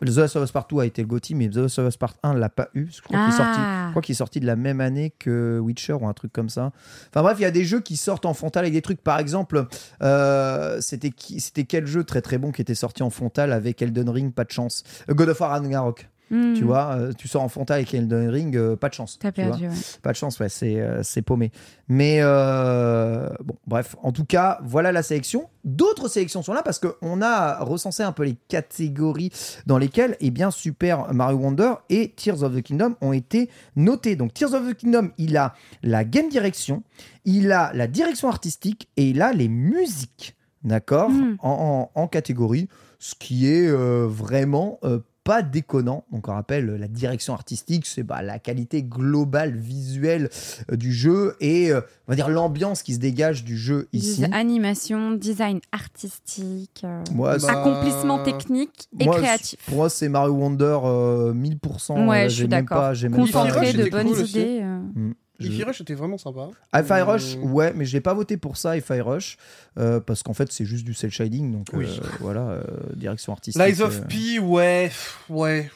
Speaker 1: The Last of Us Part 2 a été le Gotti, mais The Last of Us Part 1 l'a pas eu. parce que Je crois qu'il est sorti Je
Speaker 2: Ah.
Speaker 1: crois qu'il est sorti de la même année que Witcher ou un truc comme ça. Enfin bref, il y a des jeux qui sortent en frontal avec des trucs. Par exemple, euh, c'était qui- c'était quel jeu très très bon qui était sorti en frontal avec Elden Ring Pas de chance. Euh, God of War Ragnarok.
Speaker 2: Mm.
Speaker 1: Tu vois, euh, tu sors en frontal avec Elden Ring, euh, pas de chance.
Speaker 2: T'as
Speaker 1: tu vois.
Speaker 2: perdu. ouais.
Speaker 1: Pas de chance, ouais, c'est euh, c'est paumé. Mais euh, bon, bref, en tout cas, voilà la sélection. D'autres sélections sont là parce qu'on a recensé un peu les catégories dans lesquelles, eh bien, Super Mario Wonder et Tears of the Kingdom ont été notés. Donc, Tears of the Kingdom, il a la game direction, il a la direction artistique et il a les musiques, d'accord,
Speaker 2: Mm.
Speaker 1: en, en- en catégorie, ce qui est euh, vraiment euh, pas déconnant. Donc on rappelle, la direction artistique, c'est bah, la qualité globale visuelle euh, du jeu et euh, on va dire l'ambiance qui se dégage du jeu ici.
Speaker 2: Des Animation, design artistique, euh,
Speaker 1: Moi,
Speaker 3: Bah,
Speaker 2: accomplissement technique et
Speaker 1: moi,
Speaker 2: créatif.
Speaker 1: Pour moi, c'est Mario Wonder euh, 1000%. euh,
Speaker 2: Ouais, je
Speaker 1: j'ai
Speaker 2: suis
Speaker 1: même
Speaker 2: d'accord.
Speaker 1: pas- j'ai même pas-
Speaker 3: Ify
Speaker 2: Concentré
Speaker 3: Rush
Speaker 2: de
Speaker 3: était
Speaker 2: bonnes
Speaker 3: cool aussi.
Speaker 2: idées. euh.
Speaker 1: Hmm, je-
Speaker 3: Ify Rush était vraiment sympa.
Speaker 1: Ah, Fire
Speaker 3: Euh,
Speaker 1: Rush, ouais, mais j'ai pas voté pour ça, et Fire Rush, euh, parce qu'en fait, c'est juste du cel shading, donc
Speaker 3: Oui.
Speaker 1: euh, voilà, euh, direction artistique.
Speaker 3: Lies of
Speaker 1: euh,
Speaker 3: P, ouais, pff, ouais.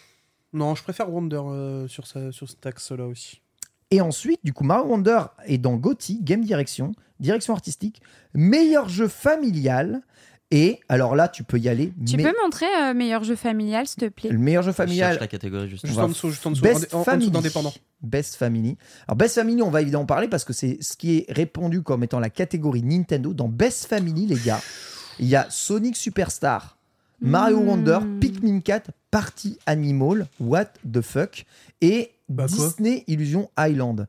Speaker 3: Non, je préfère Wonder euh, sur, sa- sur cet axe-là aussi.
Speaker 1: Et ensuite, du coup, Mario Wonder est dans Gotti, Game Direction, Direction Artistique, Meilleur Jeu Familial. Et alors là, tu peux y aller.
Speaker 2: Tu
Speaker 1: mais
Speaker 2: peux montrer euh, meilleur jeu familial, s'il te plaît
Speaker 1: le meilleur jeu
Speaker 4: Je cherche
Speaker 1: familial.
Speaker 4: la catégorie juste.
Speaker 1: On
Speaker 3: Juste
Speaker 1: va-
Speaker 3: en dessous, juste en dessous.
Speaker 1: Bah, Best
Speaker 3: en, en- en
Speaker 1: Family.
Speaker 3: dessous d'indépendant.
Speaker 1: Best Family. Alors, Best Family, on va évidemment parler parce que c'est ce qui est répondu comme étant la catégorie Nintendo. Dans Best Family, les gars, il y a Sonic Superstar, Mario
Speaker 2: Mmh.
Speaker 1: Wonder, Pikmin 4 Party Animal, What the fuck, et
Speaker 3: Bah, quoi
Speaker 1: Disney Illusion Island.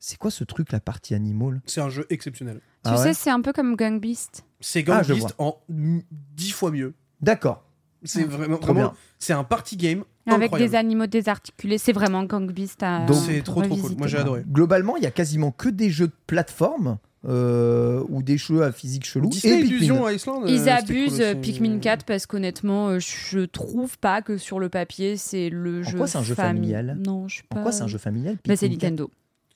Speaker 1: C'est quoi ce truc, la partie Animal
Speaker 3: C'est un jeu exceptionnel.
Speaker 2: Tu
Speaker 1: Ah
Speaker 2: sais,
Speaker 1: ouais
Speaker 2: c'est un peu comme Gang Beast.
Speaker 3: C'est
Speaker 1: Ah,
Speaker 3: Gang
Speaker 1: je
Speaker 3: Beast en m- dix fois mieux.
Speaker 1: D'accord,
Speaker 3: C'est vraiment,
Speaker 1: Ah, trop
Speaker 3: vraiment-
Speaker 1: bien.
Speaker 3: c'est un party game
Speaker 2: Avec des
Speaker 3: incroyable.
Speaker 2: animaux désarticulés. C'est vraiment Gang Beast à.
Speaker 1: Donc-
Speaker 3: C'est trop trop cool.
Speaker 2: revisiter.
Speaker 3: Moi j'ai adoré.
Speaker 1: Globalement, il y a quasiment que des jeux de plateforme euh, ou des jeux à physique chelou. et
Speaker 3: Disney
Speaker 1: Pikmin.
Speaker 3: Illusion à Islande. euh,
Speaker 2: Ils
Speaker 3: c'était
Speaker 2: abusent
Speaker 3: cool aussi.
Speaker 2: euh, Pikmin 4 parce qu'honnêtement, euh, je trouve pas que sur le papier, c'est le
Speaker 1: En
Speaker 2: jeu.
Speaker 1: quoi c'est un jeu
Speaker 2: fami-
Speaker 1: familial
Speaker 2: Non, je suis pas.
Speaker 1: En quoi c'est un jeu familial
Speaker 2: Bah, c'est
Speaker 1: Pikmin 4?
Speaker 2: Nintendo.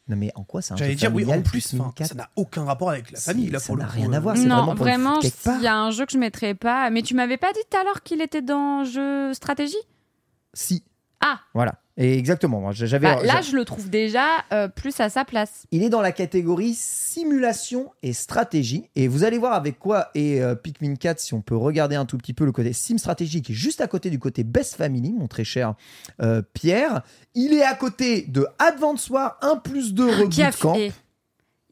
Speaker 1: Non mais en quoi c'est un jeu
Speaker 3: J'allais dire oui,
Speaker 1: familial
Speaker 3: en plus,
Speaker 1: Pikmin
Speaker 3: enfin,
Speaker 1: 4?
Speaker 3: ça n'a aucun rapport avec la
Speaker 1: C'est-
Speaker 3: famille là
Speaker 1: ça
Speaker 3: pour le
Speaker 1: n'a
Speaker 3: coup,
Speaker 1: rien
Speaker 3: euh.
Speaker 1: à voir, Ah, c'est
Speaker 2: Non,
Speaker 1: vraiment pour le
Speaker 2: vraiment,
Speaker 1: foutre quelque
Speaker 2: il y a un jeu que je mettrais pas. Mais tu m'avais pas dit tout à l'heure qu'il était dans jeu stratégie
Speaker 1: Si.
Speaker 2: Ah.
Speaker 1: Voilà. Et exactement. Moi, j'avais.
Speaker 2: Bah, Là, je le trouve déjà euh, plus à sa place.
Speaker 1: Il est dans la catégorie simulation et stratégie. Et vous allez voir avec quoi est euh, Pikmin 4, si on peut regarder un tout petit peu le côté sim stratégie, qui est juste à côté du côté Best Family, mon très cher euh, Pierre. Il est à côté de Advance War 1 plus 2 Reboot
Speaker 2: Ah, Qui a
Speaker 1: Camp.
Speaker 2: fait.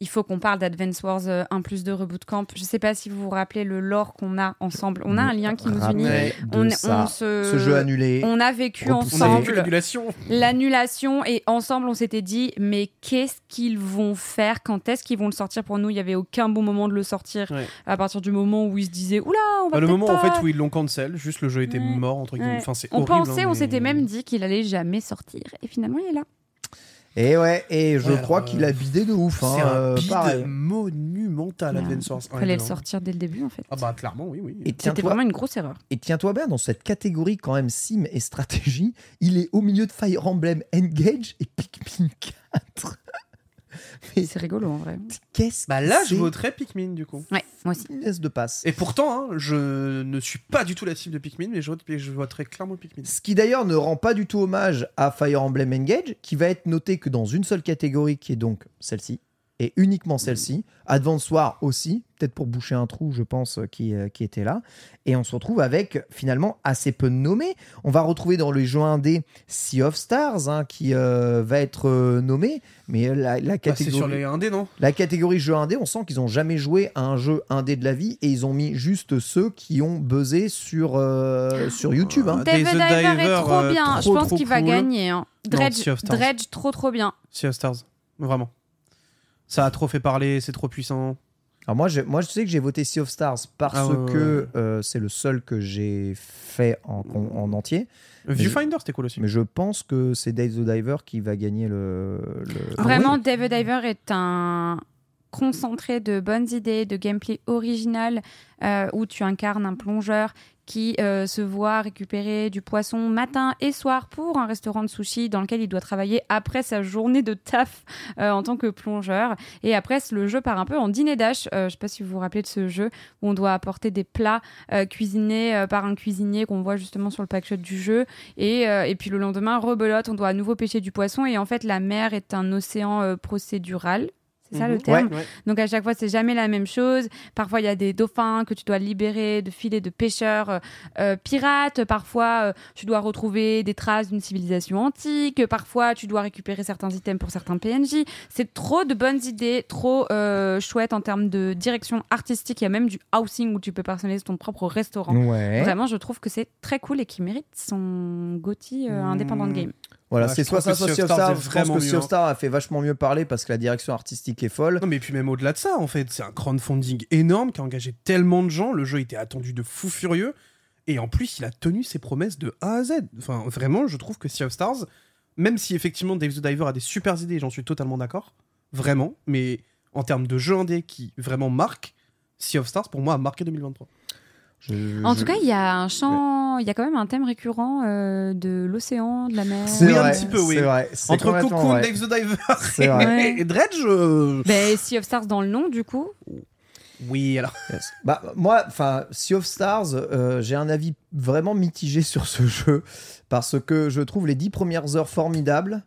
Speaker 2: Il faut qu'on parle d'Advance Wars euh, 1 plus 2 Reboot Camp. Je sais pas si vous vous rappelez le lore qu'on a ensemble. On a un lien qui nous
Speaker 1: Rappel
Speaker 2: unit.
Speaker 1: de
Speaker 2: On,
Speaker 1: ça.
Speaker 2: on se...
Speaker 1: Ce jeu annulé.
Speaker 2: On a vécu
Speaker 1: Repoussé.
Speaker 3: On a vécu
Speaker 2: ensemble
Speaker 3: l'annulation.
Speaker 2: l'annulation et ensemble on s'était dit mais qu'est-ce qu'ils vont faire Quand est-ce qu'ils vont le sortir pour nous Il y avait aucun bon moment de le sortir
Speaker 3: Ouais.
Speaker 2: à partir du moment où ils se disaient oula on va
Speaker 3: Bah, le
Speaker 2: peut-être
Speaker 3: moment en
Speaker 2: pas-
Speaker 3: fait où ils l'ont cancel, juste le jeu était
Speaker 2: Ouais.
Speaker 3: mort entre guillemets.
Speaker 2: Ouais.
Speaker 3: Enfin, c'est
Speaker 2: on
Speaker 3: horrible,
Speaker 2: pensait,
Speaker 3: hein,
Speaker 2: on
Speaker 3: mais-
Speaker 2: s'était même dit qu'il allait jamais sortir et finalement il est là.
Speaker 1: Et ouais, et je
Speaker 3: Ouais,
Speaker 1: crois
Speaker 3: alors,
Speaker 1: qu'il a bidé de ouf.
Speaker 3: C'est
Speaker 1: hein,
Speaker 3: un
Speaker 1: euh,
Speaker 3: bide
Speaker 1: pareil.
Speaker 3: monumental,
Speaker 2: Ouais.
Speaker 3: Advance Wars.
Speaker 2: Il
Speaker 3: Ouais,
Speaker 2: fallait le
Speaker 3: non.
Speaker 2: sortir dès le début en fait.
Speaker 3: Ah bah clairement, oui, oui.
Speaker 1: Et
Speaker 2: C'était
Speaker 1: tiens-toi
Speaker 2: vraiment une grosse erreur.
Speaker 1: Et tiens-toi bien, dans cette catégorie quand même sim et stratégie, il est au milieu de Fire Emblem Engage et Pikmin 4. Et-
Speaker 2: C'est rigolo en vrai.
Speaker 1: Qu'est-ce
Speaker 3: Bah là,
Speaker 1: que
Speaker 3: je
Speaker 1: c'est
Speaker 3: voterais Pikmin du coup.
Speaker 2: Ouais, moi aussi.
Speaker 1: finesse de passe.
Speaker 3: Et pourtant, hein, je ne suis pas du tout la cible de Pikmin, mais je, vote- je voterais clairement Pikmin.
Speaker 1: Ce qui d'ailleurs ne rend pas du tout hommage à Fire Emblem Engage, qui va être noté que dans une seule catégorie, qui est donc celle-ci, et uniquement celle-ci. Advance War aussi, peut-être pour boucher un trou, je pense, euh, qui, euh, qui était là. Et on se retrouve avec finalement assez peu de nommés. On va retrouver dans les jeux indés Sea of Stars, hein, qui euh, va être euh, nommé, mais euh, la, la
Speaker 3: Bah, c'est
Speaker 1: catégorie...
Speaker 3: sur les indés, non
Speaker 1: La catégorie jeu indé, on sent qu'ils n'ont jamais joué à un jeu indé de la vie et ils ont mis juste ceux qui ont buzzé sur, euh, sur YouTube. hein.
Speaker 3: Ah, Days
Speaker 2: David
Speaker 3: of
Speaker 2: Diver
Speaker 3: Diver,
Speaker 2: est trop
Speaker 3: euh,
Speaker 2: bien.
Speaker 3: trop,
Speaker 2: Je pense
Speaker 3: trop
Speaker 2: qu'il va
Speaker 3: cool.
Speaker 2: gagner. hein.
Speaker 3: Non,
Speaker 2: Dredge,
Speaker 3: Sea of Ah Stars.
Speaker 2: Dredge, trop trop bien.
Speaker 3: Sea of Stars, vraiment. Ça a trop fait parler, c'est trop puissant.
Speaker 1: Alors moi, j'ai- moi, je sais que j'ai voté Sea of Stars parce
Speaker 3: Ah ouais, ouais, Mmh.
Speaker 1: que euh, c'est le seul que j'ai fait en, en- en entier.
Speaker 3: Viewfinder, c'était cool aussi.
Speaker 1: Mais je pense que c'est Dave the Diver qui va gagner le. le-
Speaker 2: Vraiment, David Diver est un concentré de bonnes idées, de gameplay original, euh, où tu incarnes un plongeur qui euh, se voit récupérer du poisson matin et soir pour un restaurant de sushi dans lequel il doit travailler après sa journée de taf euh, en tant que plongeur. Et après, le jeu part un peu en dîner dash. Euh, je ne sais pas si vous vous rappelez de ce jeu où on doit apporter des plats euh, cuisinés euh, par un cuisinier qu'on voit justement sur le pack shot du jeu. Et, euh, et puis le lendemain, rebelote, on doit à nouveau pêcher du poisson. Et en fait, la mer est un océan euh, procédural. C'est ça le
Speaker 3: Mhm.
Speaker 1: Mmh.
Speaker 2: terme
Speaker 3: Ouais.
Speaker 2: donc à chaque fois, c'est jamais la même chose. Parfois, il y a des dauphins que tu dois libérer de filets de pêcheurs euh, euh, pirates. Parfois, euh, tu dois retrouver des traces d'une civilisation antique. Parfois, tu dois récupérer certains items pour certains PNJ. C'est trop de bonnes idées, trop euh, chouette en termes de direction artistique. Il y a même du housing où tu peux personnaliser ton propre restaurant.
Speaker 1: Ouais.
Speaker 2: Vraiment, je trouve que c'est très cool et qui mérite son Gotti
Speaker 3: Mmh.
Speaker 2: indépendant de game.
Speaker 1: Voilà,
Speaker 3: Ouais,
Speaker 1: c'est
Speaker 3: je
Speaker 1: soit
Speaker 3: trouve
Speaker 1: ça,
Speaker 3: que
Speaker 1: soit
Speaker 3: Sea of
Speaker 1: Sea of
Speaker 3: Stars
Speaker 1: Stars.
Speaker 3: est
Speaker 1: Je pense que
Speaker 3: vraiment
Speaker 1: Sea
Speaker 3: mieux,
Speaker 1: of
Speaker 3: hein.
Speaker 1: Stars a fait vachement mieux parler parce que la direction artistique est folle.
Speaker 3: Non, mais puis même au-delà de ça, en fait, c'est un crowdfunding énorme qui a engagé tellement de gens. Le jeu était attendu de fou furieux. Et en plus, il a tenu ses promesses de A à Z. Enfin, vraiment, je trouve que Sea of Stars, même si effectivement Dave the Diver a des super idées, j'en suis totalement d'accord, vraiment, mais en termes de jeu indé qui vraiment marque, Sea of Stars, pour moi, a marqué 2023.
Speaker 1: Je-
Speaker 2: En
Speaker 1: je-
Speaker 2: tout cas, il y a un champ, il y a quand même un thème récurrent euh, de l'océan, de la mer.
Speaker 1: C'est
Speaker 3: Oui, un
Speaker 1: vrai,
Speaker 3: petit peu, oui.
Speaker 1: c'est vrai, c'est
Speaker 3: Entre
Speaker 1: complètement
Speaker 3: Cocoon,
Speaker 1: vrai.
Speaker 3: Dave the Diver
Speaker 1: C'est
Speaker 3: et,
Speaker 1: vrai.
Speaker 3: et Dredge, euh,
Speaker 2: Ben, sea of Stars dans le nom, du coup.
Speaker 3: oui, alors.
Speaker 1: Yes. Bah, moi, enfin, Sea of Stars, euh, j'ai un avis vraiment mitigé sur ce jeu parce que je trouve les dix premières heures formidables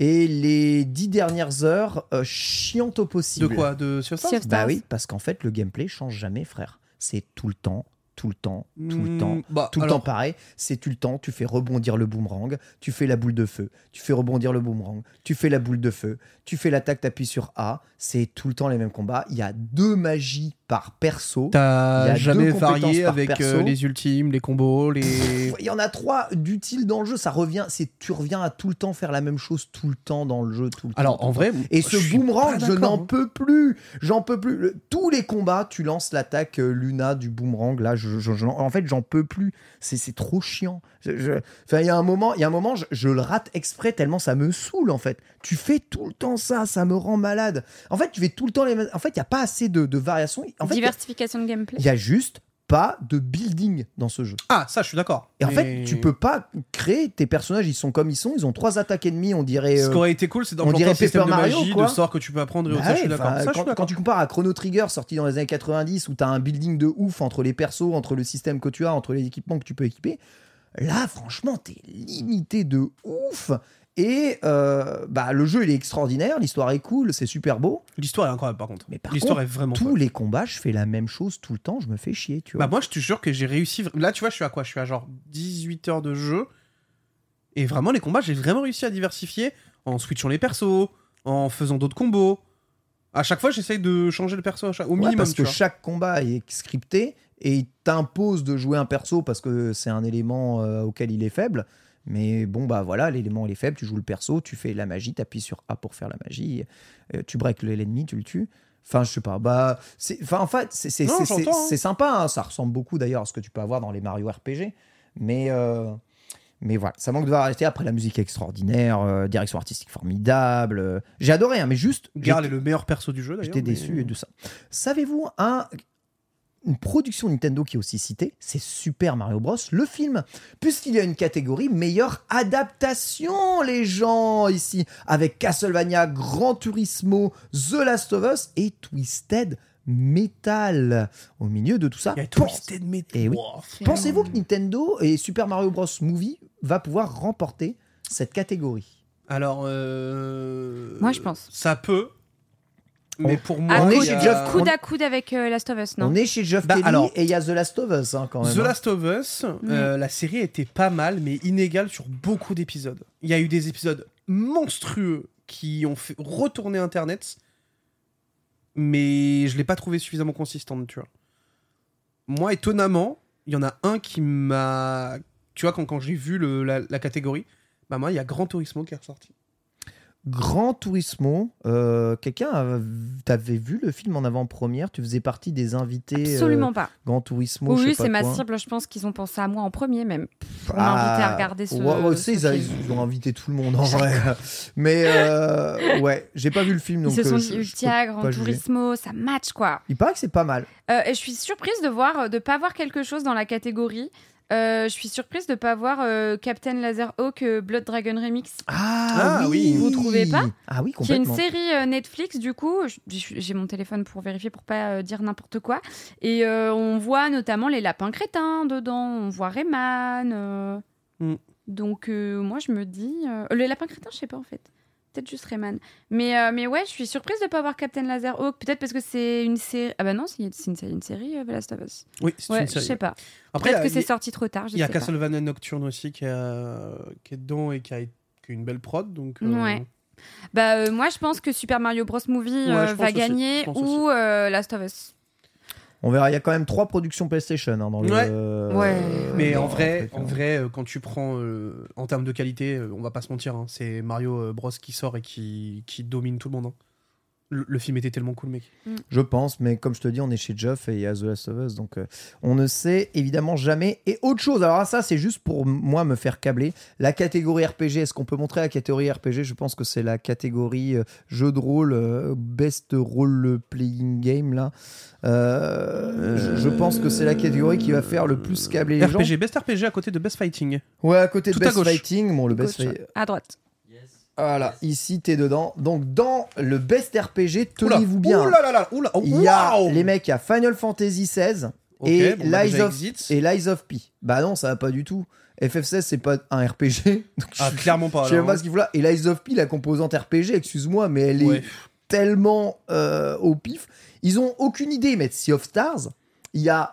Speaker 1: et les dix dernières heures euh, chiantes au
Speaker 3: De
Speaker 1: possible.
Speaker 3: quoi De Sea of Stars
Speaker 2: Sea of Stars.
Speaker 1: Bah oui, parce qu'en fait, le gameplay change jamais, frère. C'est tout le temps tout le temps, tout le
Speaker 3: Mm,
Speaker 1: temps,
Speaker 3: bah,
Speaker 1: tout le
Speaker 3: alors,
Speaker 1: temps pareil. C'est tout le temps, tu fais rebondir le boomerang, tu fais la boule de feu, tu fais rebondir le boomerang, tu fais la boule de feu, tu fais l'attaque, t'appuies sur A. C'est tout le temps les mêmes combats. Il y a deux magies par perso. Il y a
Speaker 3: T'as
Speaker 1: deux
Speaker 3: jamais
Speaker 1: compétences
Speaker 3: varié
Speaker 1: par
Speaker 3: avec euh,
Speaker 1: perso.
Speaker 3: les ultimes, les combos, les.
Speaker 1: Il y en a trois d'utiles dans le jeu. Ça revient, c'est tu reviens à tout le temps faire la même chose tout le temps dans le jeu. Tout le temps, tout
Speaker 3: Alors
Speaker 1: le
Speaker 3: en vrai,
Speaker 1: Et ce
Speaker 3: suis
Speaker 1: boomerang,
Speaker 3: pas
Speaker 1: je
Speaker 3: d'accord,
Speaker 1: n'en
Speaker 3: hein.
Speaker 1: peux plus. J'en peux plus. Le- tous les combats, tu lances l'attaque euh, Luna du boomerang. Là, je, je- je- en fait, j'en peux plus. C'est c'est trop chiant. Je- je- enfin, il y a un moment, il y a un moment, je, je le rate exprès tellement ça me saoule. En fait, tu fais tout le temps ça, ça me rend malade. En fait, tu fais tout le temps les. mêmes- En fait, il y a pas assez de, de variations. En fait, il y a-
Speaker 2: Diversification de gameplay.
Speaker 1: il y a juste pas de building dans ce jeu.
Speaker 3: Ah, ça, je suis d'accord.
Speaker 1: Et en fait,
Speaker 3: Mais-
Speaker 1: tu peux pas créer tes personnages. Ils sont comme ils sont. Ils ont trois attaques ennemies. On dirait.
Speaker 3: Ce
Speaker 1: euh,
Speaker 3: qui aurait été cool, c'est
Speaker 1: on
Speaker 3: d'implanter
Speaker 1: dirait
Speaker 3: un système
Speaker 1: Paper
Speaker 3: de
Speaker 1: Mario,
Speaker 3: magie,
Speaker 1: quoi.
Speaker 3: de sorts que tu peux apprendre et
Speaker 1: Bah
Speaker 3: autres. Ça, je suis
Speaker 1: ouais,
Speaker 3: d'accord.
Speaker 1: enfin,
Speaker 3: Ça, je suis
Speaker 1: quand, quand
Speaker 3: d'accord.
Speaker 1: tu compares à Chrono Trigger sorti dans les années 90 où t'as un building de ouf entre les persos, entre le système que tu as, entre les équipements que tu peux équiper, là franchement t'es limité de ouf. Et euh, bah, le jeu il est extraordinaire, l'histoire est cool, c'est super beau,
Speaker 3: L'histoire est incroyable, par contre.
Speaker 1: mais par
Speaker 3: L'histoire
Speaker 1: contre
Speaker 3: est vraiment
Speaker 1: tous
Speaker 3: folle.
Speaker 1: les combats je fais la même chose tout le temps, je me fais chier, tu vois.
Speaker 3: Bah moi je te jure que j'ai réussi. vr- Là tu vois je suis à quoi Je suis à genre 18 heures de jeu. Et vraiment les combats j'ai vraiment réussi à diversifier en switchant les persos, en faisant d'autres combos. À chaque fois j'essaye de changer le perso à chaque- au
Speaker 1: Ouais,
Speaker 3: minimum.
Speaker 1: parce
Speaker 3: tu
Speaker 1: que
Speaker 3: vois.
Speaker 1: chaque combat est scripté et il t'impose de jouer un perso parce que c'est un élément euh, auquel il est faible. Mais bon, bah voilà, l'élément il est faible, tu joues le perso, tu fais la magie, t'appuies sur A pour faire la magie, euh, tu breaks le- l'ennemi, tu le tues. Enfin, je sais pas, bah. c'est- Enfin, en fait, c'est c'est-
Speaker 3: Non,
Speaker 1: c'est-
Speaker 3: j'entends, hein.
Speaker 1: c'est- c'est sympa, hein, ça ressemble beaucoup d'ailleurs à ce que tu peux avoir dans les Mario RPG. Mais. euh, mais voilà, ça manque de variété. Après, la musique est extraordinaire, euh, direction artistique formidable. euh, J'ai adoré, hein, mais juste.
Speaker 3: Garl est le meilleur perso du jeu d'ailleurs.
Speaker 1: J'étais
Speaker 3: mais-
Speaker 1: déçu et de ça. Savez-vous un- une production Nintendo qui est aussi citée C'est Super Mario Bros. le film, puisqu'il y a une catégorie meilleure adaptation, les gens ici, avec Castlevania, Gran Turismo, The Last of Us et Twisted Metal. Au milieu de tout ça,
Speaker 3: Il y a
Speaker 1: pense-
Speaker 3: Twisted Metal.
Speaker 1: Eh oui.
Speaker 3: Wow.
Speaker 1: pensez-vous que Nintendo et Super Mario Bros. Movie va pouvoir remporter cette catégorie
Speaker 3: Alors euh...
Speaker 2: Moi, je pense.
Speaker 3: Ça peut. Mais pour moi,
Speaker 2: Ah,
Speaker 1: on est
Speaker 3: il
Speaker 1: chez
Speaker 3: y a-
Speaker 1: Jeff Koons.
Speaker 2: Coude à coude avec euh, Last of Us, non
Speaker 1: On est chez Geoff
Speaker 3: Bah,
Speaker 1: Kelly
Speaker 3: alors-
Speaker 1: et il y a The Last of Us hein, quand même.
Speaker 3: The
Speaker 1: hein.
Speaker 3: Last of Us,
Speaker 2: Mm.
Speaker 3: euh, la série était pas mal, mais inégale sur beaucoup d'épisodes. Il y a eu des épisodes monstrueux qui ont fait retourner Internet, mais je l'ai pas trouvé suffisamment consistante, tu vois. Moi, étonnamment, il y en a un qui m'a... Tu vois, quand, quand j'ai vu le- la, la catégorie, bah moi, il y a Grand Turismo qui est ressorti.
Speaker 1: Grand Turismo, euh, quelqu'un, a- t'avais vu le film en avant-première Tu faisais partie des invités. euh,
Speaker 2: Absolument pas.
Speaker 1: Grand Turismo, je sais
Speaker 2: Oui,
Speaker 1: pas
Speaker 2: c'est ma
Speaker 1: quoi. Ah,
Speaker 2: cible. Je pense qu'ils ont pensé à moi en premier, même.
Speaker 1: On
Speaker 2: m'a invité à regarder ce- ce
Speaker 1: ils, a-
Speaker 2: film.
Speaker 1: ils ont invité tout le monde en vrai. Mais euh, ouais, j'ai pas vu le film
Speaker 2: Ils
Speaker 1: donc.
Speaker 2: se sont
Speaker 1: euh,
Speaker 2: dit
Speaker 1: je- je
Speaker 2: Ultia,
Speaker 1: peux
Speaker 2: Grand
Speaker 1: pas juger.
Speaker 2: Turismo, ça match quoi.
Speaker 1: Il paraît que c'est pas mal.
Speaker 2: Euh, et je suis surprise de voir de pas voir quelque chose dans la catégorie. Euh, je suis surprise de pas voir euh, Captain Laserhawk euh, Blood Dragon Remix,
Speaker 1: Ah,
Speaker 3: Ah
Speaker 1: oui.
Speaker 3: oui.
Speaker 2: Vous trouvez pas
Speaker 1: Ah oui,
Speaker 2: qui est une
Speaker 1: complètement.
Speaker 2: série euh, Netflix. Du coup, Je- je- j'ai mon téléphone pour vérifier pour pas euh, dire n'importe quoi. Et euh, on voit notamment les lapins crétins dedans. On voit Rayman. euh.
Speaker 3: Mm.
Speaker 2: Donc euh, moi je me dis euh, les lapins crétins, je sais pas en fait. Peut-être juste Rayman. Mais, euh, mais ouais, je suis surprise de pas voir Captain Laserhawk. Peut-être parce que c'est une série. Ah bah non, c'est c'est une, c'est une série, euh, The Last of Us.
Speaker 3: Oui, c'est
Speaker 2: Ouais,
Speaker 3: une
Speaker 2: je
Speaker 3: série.
Speaker 2: sais pas.
Speaker 3: Après,
Speaker 2: Peut-être que
Speaker 3: il y a-
Speaker 2: c'est sorti trop tard, je
Speaker 3: Il y a
Speaker 2: sais pas.
Speaker 3: Castlevania Nocturne aussi qui, a- qui est dedans et qui a, qui a une belle prod, donc... euh,
Speaker 2: Ouais. Bah, euh, moi, je pense que Super Mario Bros. Movie
Speaker 3: je
Speaker 2: euh,
Speaker 3: pense
Speaker 2: va
Speaker 3: aussi,
Speaker 2: gagner
Speaker 3: je pense
Speaker 2: ou euh, Last of Us.
Speaker 1: On verra. Il y a quand même trois productions PlayStation hein, dans le.
Speaker 3: Ouais.
Speaker 2: Ouais.
Speaker 3: Mais
Speaker 1: dans
Speaker 3: en
Speaker 1: le
Speaker 3: vrai,
Speaker 1: truc,
Speaker 3: en
Speaker 1: hein.
Speaker 3: vrai, euh, quand tu prends euh, en termes de qualité, euh, on va pas se mentir, hein, c'est Mario euh, Bros qui sort et qui, qui domine tout le monde. hein. Le, le film était tellement cool, mec.
Speaker 1: Je pense, mais comme je te dis, on est chez Geoff et il y a The Last of Us, donc euh, on ne sait évidemment jamais. Et autre chose, alors ça c'est juste pour m- moi me faire câbler. La catégorie RPG, est-ce qu'on peut montrer la catégorie RPG Je pense que c'est la catégorie euh, jeu de rôle, euh, best role playing game là. Euh, je, je pense que c'est la catégorie qui va faire le plus câbler les
Speaker 3: RPG,
Speaker 1: gens.
Speaker 3: best RPG à côté de Best Fighting.
Speaker 1: Ouais, à côté de
Speaker 3: Tout à
Speaker 1: best
Speaker 3: gauche.
Speaker 1: fighting, bon le
Speaker 3: Bah,
Speaker 1: best
Speaker 2: Gauche,
Speaker 1: Fight-
Speaker 2: à droite.
Speaker 1: Voilà, ici t'es dedans. Donc dans le best RPG, tenez-vous bien.
Speaker 3: Ouh là là là, ouh là, oh,
Speaker 1: Il y a
Speaker 3: waouh
Speaker 1: les mecs, il y a Final Fantasy XVI
Speaker 3: Ok,
Speaker 1: et,
Speaker 3: bon, bah,
Speaker 1: Lies
Speaker 3: déjà
Speaker 1: of,
Speaker 3: exit.
Speaker 1: et Lies of P. Bah non, ça va pas du tout. FF16, c'est pas un RPG. Donc
Speaker 3: Ah,
Speaker 1: je-
Speaker 3: clairement pas.
Speaker 1: je sais
Speaker 3: alors,
Speaker 1: pas
Speaker 3: hein.
Speaker 1: ce qu'il faut là. Et Lies of P, la composante RPG, excuse-moi, mais elle
Speaker 3: Ouais.
Speaker 1: est tellement euh, au pif. Ils ont aucune idée, mais Sea of Stars, il y a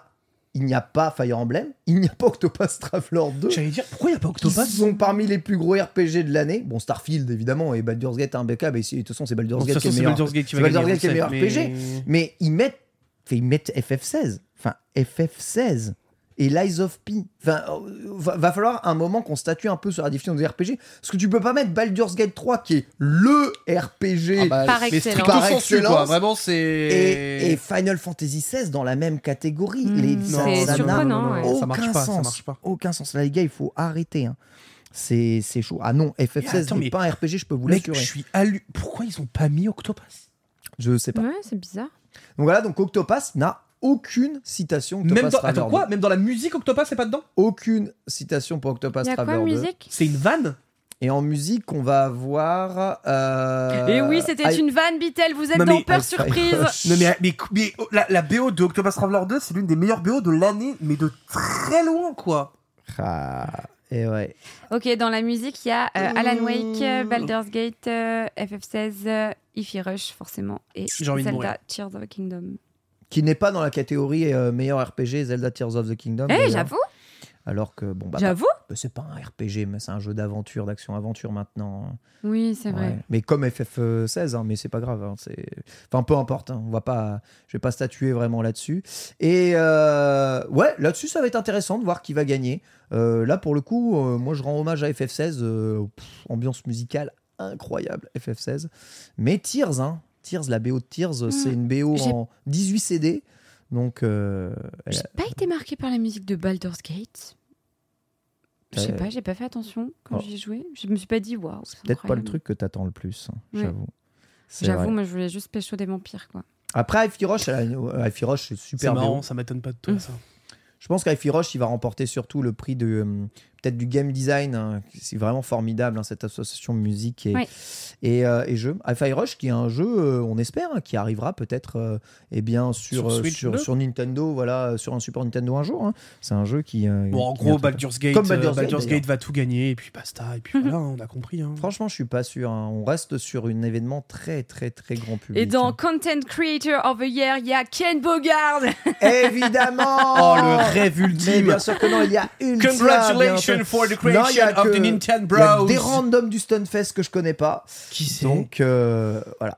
Speaker 1: il n'y a pas Fire Emblem, il n'y a pas Octopath Traveler 2.
Speaker 3: J'allais dire, pourquoi il n'y a pas
Speaker 1: Qui
Speaker 3: Octopass
Speaker 1: sont parmi les plus gros RPG de l'année. Bon, Starfield évidemment et Baldur's Gate impeccable. Et c'est- de toute façon, c'est Baldur's
Speaker 3: Bon, De
Speaker 1: Gate
Speaker 3: toute
Speaker 1: qui est
Speaker 3: façon, c'est
Speaker 1: meilleur.
Speaker 3: Baldur's Gate qui
Speaker 1: C'est
Speaker 3: va
Speaker 1: Baldur's
Speaker 3: gagner,
Speaker 1: Gate qui est
Speaker 3: on le
Speaker 1: meilleur
Speaker 3: sait, mais-
Speaker 1: Mais ils mettent, enfin, ils mettent FF16, enfin FF16 et Lies of P. Enfin, euh, va, va falloir un moment qu'on statue un peu sur la définition des RPG, parce que tu peux pas mettre Baldur's Gate 3 qui est LE RPG
Speaker 6: Ah bah,
Speaker 2: Par
Speaker 6: mais
Speaker 2: excellence.
Speaker 6: stricto
Speaker 1: Par
Speaker 6: sensu, quoi.
Speaker 1: excellence.
Speaker 6: Vraiment, c'est.
Speaker 1: et, et Final Fantasy XVI dans la même catégorie. Les-
Speaker 2: Mmh,
Speaker 1: ça-
Speaker 2: c'est
Speaker 1: ça n'a
Speaker 2: surprenant, ouais.
Speaker 1: aucun
Speaker 3: ça marche pas,
Speaker 1: sens.
Speaker 3: ça marche pas.
Speaker 1: Aucun sens. Là, les gars, il faut arrêter. hein. C'est c'est chaud. Ah non,
Speaker 3: Mais
Speaker 1: FF16
Speaker 3: attends,
Speaker 1: n'est
Speaker 3: mais-
Speaker 1: pas un RPG, je peux vous
Speaker 3: Mec, je
Speaker 1: l'assurer.
Speaker 3: suis allu. Pourquoi ils ont pas mis Octopass
Speaker 1: Je sais pas.
Speaker 2: Ouais, c'est bizarre.
Speaker 1: Donc voilà, donc Octopass n'a aucune citation.
Speaker 6: Même
Speaker 1: Octopass
Speaker 6: dans,
Speaker 1: Traveler
Speaker 6: attends, quoi Même dans la musique, Octopass, c'est pas dedans
Speaker 1: 2. Aucune citation pour Octopass
Speaker 2: Il y a quoi
Speaker 1: Traveler
Speaker 2: en
Speaker 1: 2.
Speaker 2: musique
Speaker 3: C'est une vanne
Speaker 1: Et en musique, on va avoir. euh,
Speaker 2: Et oui, c'était
Speaker 1: I-
Speaker 2: une vanne, Bitel. Vous êtes
Speaker 3: Non,
Speaker 2: dans
Speaker 3: mais-
Speaker 2: Peur
Speaker 1: I-
Speaker 2: Surprise.
Speaker 3: Non mais, mais, mais, oh, la, la BO de Octopus Traveler 2, c'est l'une des meilleures BO de l'année, mais de très loin quoi.
Speaker 1: Ah, et ouais.
Speaker 2: Ok, dans la musique, il y a euh, Alan Wake, euh, Baldur's Gate, euh, FF16, euh, If Rush, forcément, et
Speaker 3: J'ai envie de mourir.
Speaker 2: Zelda Tears of the Kingdom.
Speaker 1: Qui n'est pas dans la catégorie euh, meilleur RPG Zelda Tears of the Kingdom.
Speaker 2: Eh,
Speaker 1: d'ailleurs.
Speaker 2: j'avoue,
Speaker 1: Alors que, bon, bah.
Speaker 2: j'avoue.
Speaker 1: Bah, c'est pas un RPG, mais c'est un jeu d'aventure, d'action-aventure maintenant. hein.
Speaker 2: Oui, c'est vrai.
Speaker 1: Ouais. Mais comme FF16, hein, mais c'est pas grave. hein, c'est... Enfin, peu importe. hein, on va pas... Je vais pas statuer vraiment là-dessus. Et euh, ouais, là-dessus, ça va être intéressant de voir qui va gagner. Euh, là, pour le coup, euh, moi, je rends hommage à FF16. euh, pff, ambiance musicale incroyable, FF16. Mais Tears, hein, Tears, la BO de Tears, c'est une BO
Speaker 2: Hmm. j'ai-
Speaker 1: en 18 CD. Donc, euh, elle-
Speaker 2: J'ai pas été marquée par la musique de Baldur's Gate. Je sais
Speaker 1: Euh,
Speaker 2: pas, j'ai pas fait attention quand
Speaker 1: oh.
Speaker 2: j'y ai joué. Je me suis pas dit, waouh.
Speaker 1: c'est
Speaker 2: c'est
Speaker 1: peut-être pas le
Speaker 2: incroyable.
Speaker 1: truc que t'attends le plus, hein,
Speaker 2: Ouais.
Speaker 1: j'avoue. C'est vrai.
Speaker 2: J'avoue, moi, je voulais juste pécho des vampires, quoi.
Speaker 1: Après, Ivy Roche, elle a- euh, Ivy Roche, c'est
Speaker 3: C'est
Speaker 1: super
Speaker 3: marrant,
Speaker 1: bien.
Speaker 3: ça m'étonne pas de toi
Speaker 2: Mm.
Speaker 3: ça.
Speaker 1: Je pense qu'Ivy Roche, il va remporter surtout le prix de euh, peut-être du game design. hein. C'est vraiment formidable, hein, cette association musique et,
Speaker 2: Ouais.
Speaker 1: et, euh, et jeu. Hi-Fi Rush, qui est un jeu, euh, on espère, hein, qui arrivera peut-être euh, eh bien, sur,
Speaker 3: Sur
Speaker 1: euh,
Speaker 3: Switch
Speaker 1: sur,
Speaker 3: 2.
Speaker 1: sur Nintendo, voilà, euh, sur un support Nintendo un jour. hein. C'est un jeu qui. euh,
Speaker 3: Bon, en
Speaker 1: qui
Speaker 3: gros, bah,
Speaker 1: vient tout-
Speaker 3: Baldur's Gate,
Speaker 1: Comme
Speaker 3: Mmh. Comme
Speaker 1: Baldur's
Speaker 3: Baldur's,
Speaker 1: Gate,
Speaker 3: Gate va tout gagner, et puis basta, et puis
Speaker 2: Mhm.
Speaker 3: voilà, on a compris. Hein.
Speaker 1: Franchement, je suis pas sûr. hein. On reste sur un événement très, très, très grand public.
Speaker 2: Et dans
Speaker 1: hein.
Speaker 2: Content Creator of the Year, il y a Ken Bogard.
Speaker 1: Évidemment
Speaker 3: Oh, le rêve
Speaker 1: Mais
Speaker 3: ultime
Speaker 1: bien sûr que non, il y a une
Speaker 3: Congratulations for the
Speaker 1: Non, il y
Speaker 3: creation
Speaker 1: a
Speaker 3: of
Speaker 1: que-
Speaker 3: the Nintendo
Speaker 1: Il y a
Speaker 3: Bros
Speaker 1: des randoms du Stunfest que je connais pas.
Speaker 3: Qui c'est
Speaker 1: Donc, euh, voilà.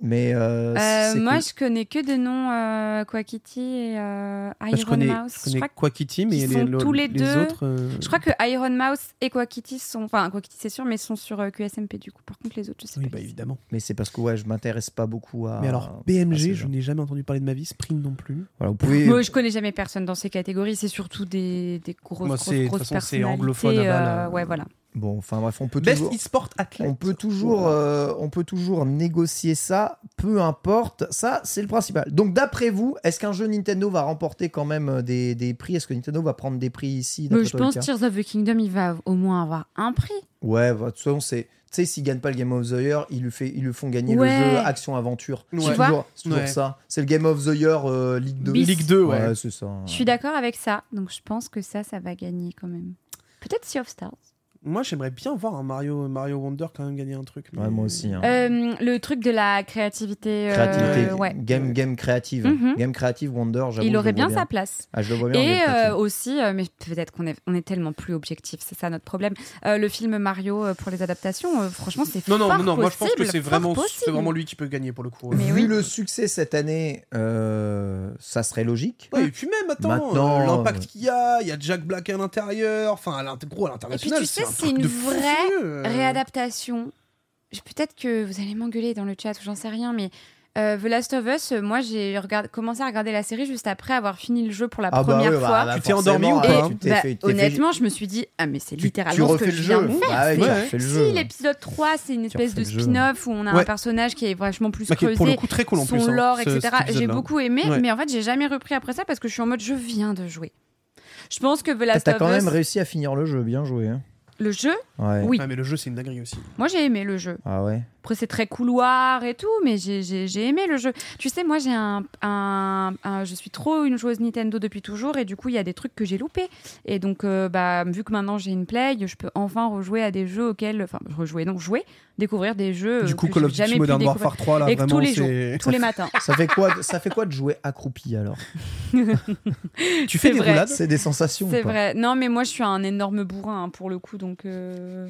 Speaker 1: Mais euh,
Speaker 2: Euh,
Speaker 1: c'est
Speaker 2: moi,
Speaker 1: cool.
Speaker 2: je connais que des noms euh, Quackity et euh, Iron
Speaker 3: Bah, je connais,
Speaker 2: Mouse.
Speaker 3: je
Speaker 2: Je
Speaker 3: connais
Speaker 2: crois, que-
Speaker 3: Quackity, mais
Speaker 2: ils
Speaker 3: les,
Speaker 2: sont
Speaker 3: le-
Speaker 2: tous les
Speaker 3: les
Speaker 2: deux.
Speaker 3: autres. euh,
Speaker 2: je crois que Iron Mouse et Quackity sont. Enfin, Quackity, c'est sûr, mais sont sur euh, QSMP du coup. Par contre, les autres, je sais
Speaker 3: Oui,
Speaker 2: pas.
Speaker 3: bah évidemment.
Speaker 1: Mais c'est parce que ouais, je m'intéresse pas beaucoup à.
Speaker 3: Mais alors,
Speaker 1: à ces
Speaker 3: BMG, je
Speaker 1: gens.
Speaker 3: n'ai jamais entendu parler de ma vie, Sprint non plus.
Speaker 1: Voilà, vous pouvez.
Speaker 2: Moi, je connais jamais personne dans ces catégories. C'est surtout des, des grosses,
Speaker 3: Moi,
Speaker 2: grosses,
Speaker 3: c'est- de toute
Speaker 2: grosses
Speaker 3: façon, c'est
Speaker 2: personnalités.
Speaker 3: anglophone à Bâle, euh.
Speaker 2: ouais, voilà.
Speaker 1: Bon, enfin bref, on peut
Speaker 3: Best
Speaker 1: toujours.
Speaker 3: e-sport athlète.
Speaker 1: On peut, toujours, euh, on peut toujours négocier ça, peu importe. Ça, c'est le principal. Donc, d'après vous, est-ce qu'un jeu Nintendo va remporter quand même euh, des, des prix Est-ce que Nintendo va prendre des prix ici
Speaker 2: Mais
Speaker 1: d'après
Speaker 2: je
Speaker 1: toi,
Speaker 2: pense
Speaker 1: Lucas
Speaker 2: Tears of the Kingdom, il va au moins avoir un prix.
Speaker 1: Ouais, bah, de toute façon, c'est. Tu sais, s'ils gagnent pas le Game of the Year, ils lui, fait, ils lui font gagner
Speaker 2: Ouais.
Speaker 1: le jeu action-aventure.
Speaker 3: Tu
Speaker 1: C'est
Speaker 3: vois
Speaker 1: toujours, c'est toujours
Speaker 3: Ouais.
Speaker 1: ça. C'est le Game of the Year euh, Ligue 2.
Speaker 2: Bis.
Speaker 3: Ligue 2, ouais.
Speaker 1: Ouais, c'est ça.
Speaker 2: Je suis d'accord avec ça. Donc, je pense que ça, ça va gagner quand même. Peut-être Sea of Stars.
Speaker 3: Moi, j'aimerais bien voir un Mario, Mario Wonder quand même gagner un truc. mais-
Speaker 1: Ouais, moi aussi. hein.
Speaker 2: Euh, le truc de la créativité. euh,
Speaker 1: Créativité,
Speaker 2: ouais.
Speaker 1: game, game créative.
Speaker 2: Mhm.
Speaker 1: Game créative, Wonder, j'avoue.
Speaker 2: Il
Speaker 1: je
Speaker 2: aurait
Speaker 1: le vois
Speaker 2: bien sa place.
Speaker 1: Ah, je le vois bien. en
Speaker 2: Et
Speaker 1: game
Speaker 2: euh,
Speaker 1: créative.
Speaker 2: aussi, euh, mais peut-être qu'on est, on est tellement plus objectif, c'est ça notre problème. Euh, le film Mario euh, pour les adaptations, euh, franchement, c'est
Speaker 3: Non, non,
Speaker 2: fort
Speaker 3: non, non, moi je pense que
Speaker 2: possible,
Speaker 3: c'est
Speaker 2: fort
Speaker 3: vraiment, c'est
Speaker 2: possible.
Speaker 3: vraiment lui qui peut gagner pour le coup. ouais.
Speaker 2: oh, Mais
Speaker 1: Vu
Speaker 2: oui.
Speaker 1: le succès cette année, euh, ça serait logique.
Speaker 3: Ouais, et puis même, attends,
Speaker 1: Maintenant,
Speaker 3: euh, l'impact
Speaker 1: euh,
Speaker 3: qu'il y a, il y a Jack Black à l'intérieur, enfin, à l'int- gros, à
Speaker 2: Et
Speaker 3: l'international.
Speaker 2: puis, tu sais,
Speaker 3: un
Speaker 2: c'est
Speaker 3: truc
Speaker 2: une
Speaker 3: de fou
Speaker 2: vraie
Speaker 3: furieux, euh.
Speaker 2: Réadaptation. Je- Peut-être que vous allez m'engueuler dans le chat ou j'en sais rien, mais euh, The Last of Us, euh, moi j'ai regard- commencé à regarder la série juste après avoir fini le jeu pour
Speaker 1: Ah
Speaker 2: la première
Speaker 1: oui,
Speaker 2: fois.
Speaker 3: Tu t'es
Speaker 1: bah, forcément,
Speaker 3: endormi ou
Speaker 1: ah,
Speaker 3: pas
Speaker 2: Et
Speaker 1: tu t'es
Speaker 2: bah,
Speaker 1: fait- tu t'es fait-
Speaker 2: honnêtement, je me suis dit, ah mais c'est
Speaker 1: tu-
Speaker 2: littéralement
Speaker 1: tu
Speaker 2: ce
Speaker 1: refais
Speaker 2: que
Speaker 1: le
Speaker 2: je viens
Speaker 1: jeu.
Speaker 2: de faire.
Speaker 1: Bah ouais, tu
Speaker 3: c'est-
Speaker 1: refais le
Speaker 2: Si
Speaker 1: jeu.
Speaker 2: l'épisode 3, c'est une espèce
Speaker 1: refais
Speaker 2: de
Speaker 1: le jeu.
Speaker 2: spin-off où on a un
Speaker 3: Ouais.
Speaker 2: personnage qui est vachement plus
Speaker 3: Bah, qui est
Speaker 2: creusé,
Speaker 3: pour le coup très cool en
Speaker 2: son
Speaker 3: plus. hein,
Speaker 2: lore,
Speaker 3: ce- cet
Speaker 2: etc. J'ai
Speaker 3: épisode-là.
Speaker 2: beaucoup aimé,
Speaker 3: Ouais.
Speaker 2: mais en fait, j'ai jamais repris après ça parce que je suis en mode je viens de jouer. Je pense que The Last
Speaker 1: T'as
Speaker 2: of
Speaker 1: quand
Speaker 2: Us,
Speaker 1: même réussi à finir le jeu, bien joué. hein.
Speaker 2: le jeu,
Speaker 1: Ouais.
Speaker 2: Oui.
Speaker 3: Ouais, mais le jeu, c'est une dinguerie aussi.
Speaker 2: moi j'ai aimé le jeu.
Speaker 1: Ah ouais.
Speaker 2: Après, c'est très couloir et tout, mais j'ai j'ai- j'ai aimé le jeu. Tu sais, moi, j'ai un, un- un- Je suis trop une joueuse Nintendo depuis toujours, et du coup, il y a des trucs que j'ai loupés. Et donc, euh, bah, vu que maintenant j'ai une Play, je peux enfin rejouer à des jeux auxquels. Enfin, rejouer, non, jouer, découvrir des jeux. euh,
Speaker 3: Du coup,
Speaker 2: que
Speaker 3: Call of
Speaker 2: j'ai jamais
Speaker 3: Duty
Speaker 2: pu
Speaker 3: Modern
Speaker 2: découvrir
Speaker 3: Warfare 3, là,
Speaker 2: Et que
Speaker 3: vraiment,
Speaker 2: tous les
Speaker 3: c'est.
Speaker 2: tous les matins.
Speaker 1: Ça fait, quoi de, ça fait quoi de jouer accroupi alors
Speaker 3: Tu fais
Speaker 2: C'est
Speaker 3: des
Speaker 2: vrai.
Speaker 3: roulades
Speaker 1: C'est des sensations ou
Speaker 2: C'est
Speaker 1: pas
Speaker 2: vrai. Non, mais moi, je suis un énorme bourrin hein, pour le coup. Donc, euh,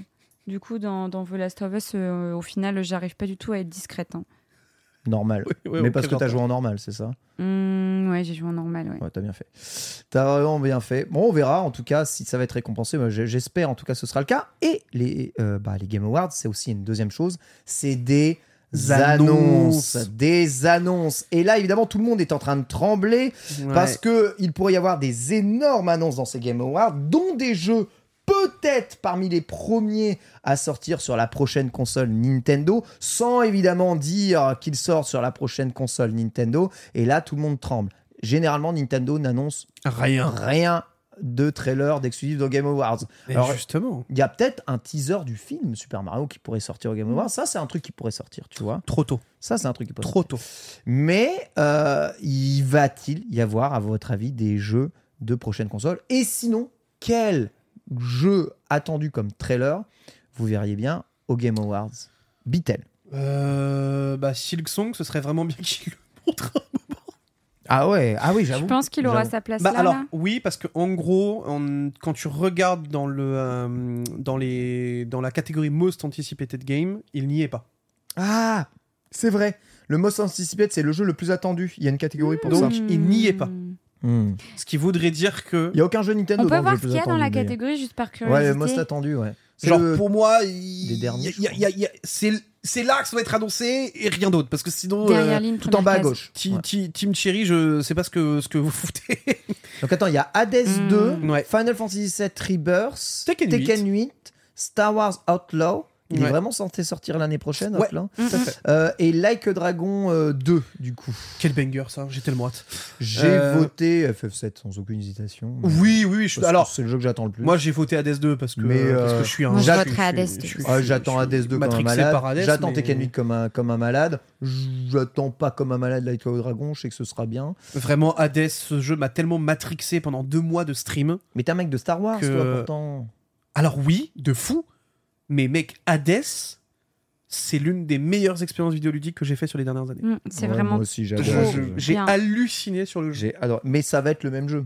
Speaker 2: du coup, dans, dans The Last of Us, euh, au final, j'arrive pas du tout à être discrète. Hein.
Speaker 1: Normal.
Speaker 3: Oui, oui,
Speaker 1: Mais
Speaker 3: ok,
Speaker 1: parce que t'as
Speaker 3: j'entends.
Speaker 1: joué en normal, c'est ça
Speaker 2: Hmm, ouais, j'ai joué en normal. Ouais.
Speaker 1: Ouais, t'as bien fait. T'as vraiment bien fait. Bon, on verra en tout cas si ça va être récompensé. Moi, j'- J'espère en tout cas ce sera le cas. Et les, euh, bah, les Game Awards, c'est aussi une deuxième chose. C'est des annonces.
Speaker 3: Annonces.
Speaker 1: Des annonces. Et là, évidemment, tout le monde est en train de trembler parce que il pourrait y avoir des énormes annonces dans ces Game Awards, dont des jeux peut-être parmi les premiers à sortir sur la prochaine console Nintendo, sans évidemment dire qu'ils sortent sur la prochaine console Nintendo. Et là, tout le monde tremble. Généralement, Nintendo n'annonce
Speaker 3: Rien.
Speaker 1: rien de trailer d'exclusif dans Game Awards.
Speaker 3: Ah, Mais
Speaker 1: Alors-
Speaker 3: justement.
Speaker 1: Il y a peut-être un teaser du film Super Mario qui pourrait sortir au Game Awards. Ça, c'est un truc qui pourrait sortir, tu vois.
Speaker 3: Trop tôt.
Speaker 1: Ça, c'est un truc qui pourrait
Speaker 3: Trop tôt.
Speaker 1: mais euh, y va-t-il y avoir, à votre avis, des jeux de prochaine console Et sinon, quel jeu attendu comme trailer vous verriez bien au Game Awards Beatle.
Speaker 3: Euh, bah, Silksong, ce serait vraiment bien qu'il le montre.
Speaker 1: Ah ouais, ah oui,
Speaker 2: Je
Speaker 1: j'avoue.
Speaker 2: pense qu'il aura
Speaker 1: J'avoue.
Speaker 2: sa place
Speaker 3: Bah,
Speaker 2: là.
Speaker 3: alors,
Speaker 2: là.
Speaker 3: oui, parce que en gros, on- quand tu regardes dans, le, euh, dans, les, dans la catégorie Most Anticipated Game, il n'y est pas.
Speaker 1: Ah, c'est vrai. Le Most Anticipated, c'est le jeu le plus attendu. Il y a une catégorie pour
Speaker 3: Donc,
Speaker 1: ça.
Speaker 3: il n'y est pas.
Speaker 2: Hmm.
Speaker 1: Hmm.
Speaker 3: Ce qui voudrait dire que.
Speaker 1: Il n'y a aucun jeu Nintendo
Speaker 2: On
Speaker 1: dans
Speaker 2: peut
Speaker 1: le
Speaker 2: voir
Speaker 1: jeu
Speaker 2: ce
Speaker 1: plus
Speaker 2: qu'il y a dans la
Speaker 1: attendu, d'ailleurs.
Speaker 2: catégorie juste par
Speaker 1: Ouais,
Speaker 2: curiosité.
Speaker 1: le Most attendu, ouais. C'est
Speaker 3: Genre,
Speaker 1: le-
Speaker 3: pour moi, il-
Speaker 1: des derniers,
Speaker 3: il y a-
Speaker 1: je
Speaker 3: il y a- il y a- c'est l- c'est là que ça va être annoncé et rien d'autre. Parce que sinon. euh,
Speaker 2: Derrière ligne,
Speaker 1: tout en
Speaker 2: première
Speaker 1: bas à
Speaker 2: case.
Speaker 1: gauche.
Speaker 3: Ti-
Speaker 1: Ouais.
Speaker 3: ti- Team Cherry, je sais pas ce que, ce que vous foutez.
Speaker 1: Donc attends, il y a Hades
Speaker 2: Hmm.
Speaker 1: 2,
Speaker 3: Ouais.
Speaker 1: Final Fantasy VII Rebirth,
Speaker 3: Tekken
Speaker 1: 8, Star Wars Outlaw. Il est
Speaker 3: Ouais.
Speaker 1: vraiment censé sortir l'année prochaine,
Speaker 3: Ouais.
Speaker 1: Outlaw.
Speaker 2: Mm, mm.
Speaker 1: Euh, et Like a Dragon euh, 2, du coup.
Speaker 3: Quel banger ça, j'étais le moite.
Speaker 1: J'ai
Speaker 3: Euh,
Speaker 1: voté FF7 sans aucune hésitation.
Speaker 3: Oui, oui, je-
Speaker 1: Parce que
Speaker 3: alors
Speaker 1: c'est le jeu que j'attends le plus.
Speaker 3: moi j'ai voté Hades 2 parce que,
Speaker 1: Mais, euh,
Speaker 3: parce que je suis un
Speaker 2: Moi, je
Speaker 3: je suis-
Speaker 2: voterai Hades
Speaker 3: je suis-
Speaker 2: 2.
Speaker 3: je suis-
Speaker 1: Ah, j'attends
Speaker 3: je
Speaker 1: Hades
Speaker 3: suis
Speaker 1: 2 comme un
Speaker 3: matrixé
Speaker 1: malade.
Speaker 3: par Hades,
Speaker 1: J'attends
Speaker 3: mais-
Speaker 1: Tekken 8 comme un, comme un malade. J'attends pas comme un malade Like a Dragon. Je sais que ce sera bien.
Speaker 3: Vraiment, Hades, ce jeu m'a tellement matrixé pendant deux mois de stream.
Speaker 1: Mais t'es un mec de Star Wars,
Speaker 3: Que-
Speaker 1: toi, pourtant.
Speaker 3: Alors oui, de fou, mais mec, Hades, c'est l'une des meilleures expériences vidéoludiques que j'ai fait sur les dernières années.
Speaker 2: Mm, C'est
Speaker 1: Ouais,
Speaker 2: vraiment.
Speaker 1: Moi aussi,
Speaker 3: Je-
Speaker 1: j'adore.
Speaker 2: Trop
Speaker 3: je-
Speaker 1: ce jeu.
Speaker 3: J'ai
Speaker 2: bien.
Speaker 3: halluciné sur le jeu.
Speaker 1: J'ai adoré. Mais ça va être le même jeu.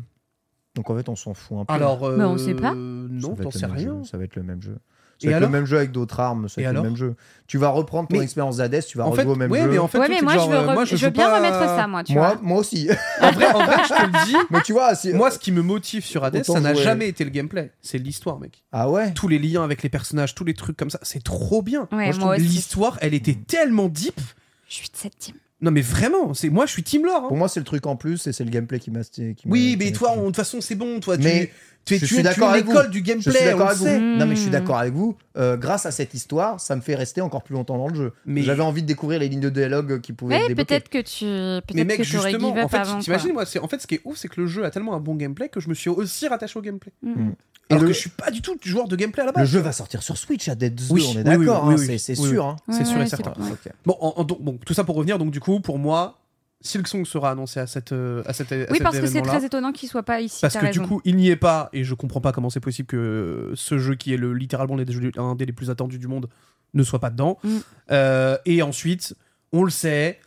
Speaker 1: Donc en fait, on s'en fout un peu.
Speaker 3: Alors, euh,
Speaker 2: Mais on sait pas.
Speaker 1: Ça
Speaker 3: Non,
Speaker 1: va
Speaker 3: t'en
Speaker 1: être le
Speaker 3: sais
Speaker 1: même
Speaker 3: rien.
Speaker 1: jeu, ça va être le même jeu.
Speaker 3: Et
Speaker 1: C'est le
Speaker 3: alors
Speaker 1: même jeu avec d'autres armes, c'est
Speaker 3: Et
Speaker 1: le
Speaker 3: alors
Speaker 1: même jeu. Tu vas reprendre ton
Speaker 3: Mais-
Speaker 1: expérience d'Hades, tu vas
Speaker 3: En fait,
Speaker 1: rejouer au même
Speaker 3: ouais,
Speaker 1: jeu.
Speaker 3: mais en fait,
Speaker 2: ouais,
Speaker 3: toi,
Speaker 2: mais
Speaker 3: t'es
Speaker 2: moi,
Speaker 3: genre,
Speaker 2: je veux,
Speaker 3: euh,
Speaker 2: re-
Speaker 3: moi,
Speaker 2: je
Speaker 3: joue
Speaker 2: veux bien
Speaker 3: pas-
Speaker 2: remettre ça, moi, tu
Speaker 1: moi,
Speaker 2: vois.
Speaker 1: moi aussi.
Speaker 3: En vrai, en vrai, je te le dis,
Speaker 1: mais tu vois, si...
Speaker 3: moi, ce qui me motive sur Hades,
Speaker 1: euh, Autant
Speaker 3: ça n'a
Speaker 1: jouer.
Speaker 3: jamais été le gameplay, c'est l'histoire, mec.
Speaker 1: ah ouais.
Speaker 3: Tous les liens avec les personnages, tous les trucs comme ça, c'est trop bien.
Speaker 2: Ouais,
Speaker 3: je
Speaker 2: moi
Speaker 3: trouve
Speaker 2: aussi.
Speaker 3: l'histoire, elle était tellement deep.
Speaker 2: Je suis de cette team.
Speaker 3: Non, mais vraiment, c'est moi, je suis Team Lore. hein.
Speaker 1: Pour moi, c'est le truc en plus et c'est le gameplay qui m'a. qui m'a-
Speaker 3: Oui,
Speaker 1: qui
Speaker 3: mais
Speaker 1: m'a-
Speaker 3: toi, on- de toute façon, c'est bon, toi, tu,
Speaker 1: Mais
Speaker 3: tu es,
Speaker 1: je
Speaker 3: tu
Speaker 1: suis
Speaker 3: es- tu
Speaker 1: d'accord
Speaker 3: es
Speaker 1: avec
Speaker 3: l'école
Speaker 1: vous.
Speaker 3: du
Speaker 1: Je suis
Speaker 3: gameplay, on
Speaker 1: d'accord
Speaker 3: le
Speaker 1: avec vous.
Speaker 3: sait. Hmm.
Speaker 1: Non, mais je suis
Speaker 2: Mm.
Speaker 1: d'accord avec vous. Euh, grâce à cette histoire, ça me fait rester encore plus longtemps dans le jeu.
Speaker 3: Mais-
Speaker 1: J'avais envie de découvrir les lignes de dialogue qui pouvaient être
Speaker 2: Ouais,
Speaker 1: débloquées.
Speaker 2: peut-être que tu.
Speaker 3: Mais
Speaker 2: Peut-être
Speaker 3: mec,
Speaker 2: que tu aurais
Speaker 3: justement,
Speaker 2: give
Speaker 3: en
Speaker 2: up
Speaker 3: fait,
Speaker 2: avant. quoi.
Speaker 3: t'imagines, moi, c'est en fait, ce qui est ouf, c'est que le jeu a tellement un bon gameplay que je me suis aussi rattaché au gameplay.
Speaker 2: Mm.
Speaker 1: Et
Speaker 3: Alors
Speaker 1: le-
Speaker 3: que je suis pas du tout du joueur de gameplay à la
Speaker 1: Le
Speaker 3: base.
Speaker 1: jeu va sortir sur Switch à Dead 2, on
Speaker 3: Oui,
Speaker 1: est
Speaker 3: oui, oui,
Speaker 1: d'accord,
Speaker 3: oui,
Speaker 1: hein,
Speaker 3: oui,
Speaker 1: c'est c'est
Speaker 3: oui,
Speaker 1: sûr. hein.
Speaker 3: C'est sûr et
Speaker 2: ouais,
Speaker 3: certain.
Speaker 2: ouais.
Speaker 1: Ok.
Speaker 3: Bon, en- en- donc- bon, tout ça pour revenir, donc du coup, pour moi, Silksong sera annoncé à cette euh, à cet, à
Speaker 2: Oui,
Speaker 3: cet
Speaker 2: parce que c'est
Speaker 3: événement-là.
Speaker 2: très étonnant qu'il soit pas ici.
Speaker 3: Parce
Speaker 2: t'as
Speaker 3: que
Speaker 2: raison.
Speaker 3: du coup, il n'y est pas, et je comprends pas comment c'est possible que ce jeu qui est le, littéralement l'un des jeux- un des les plus attendus du monde ne soit pas dedans.
Speaker 2: Mm.
Speaker 3: Euh, et ensuite, on le sait,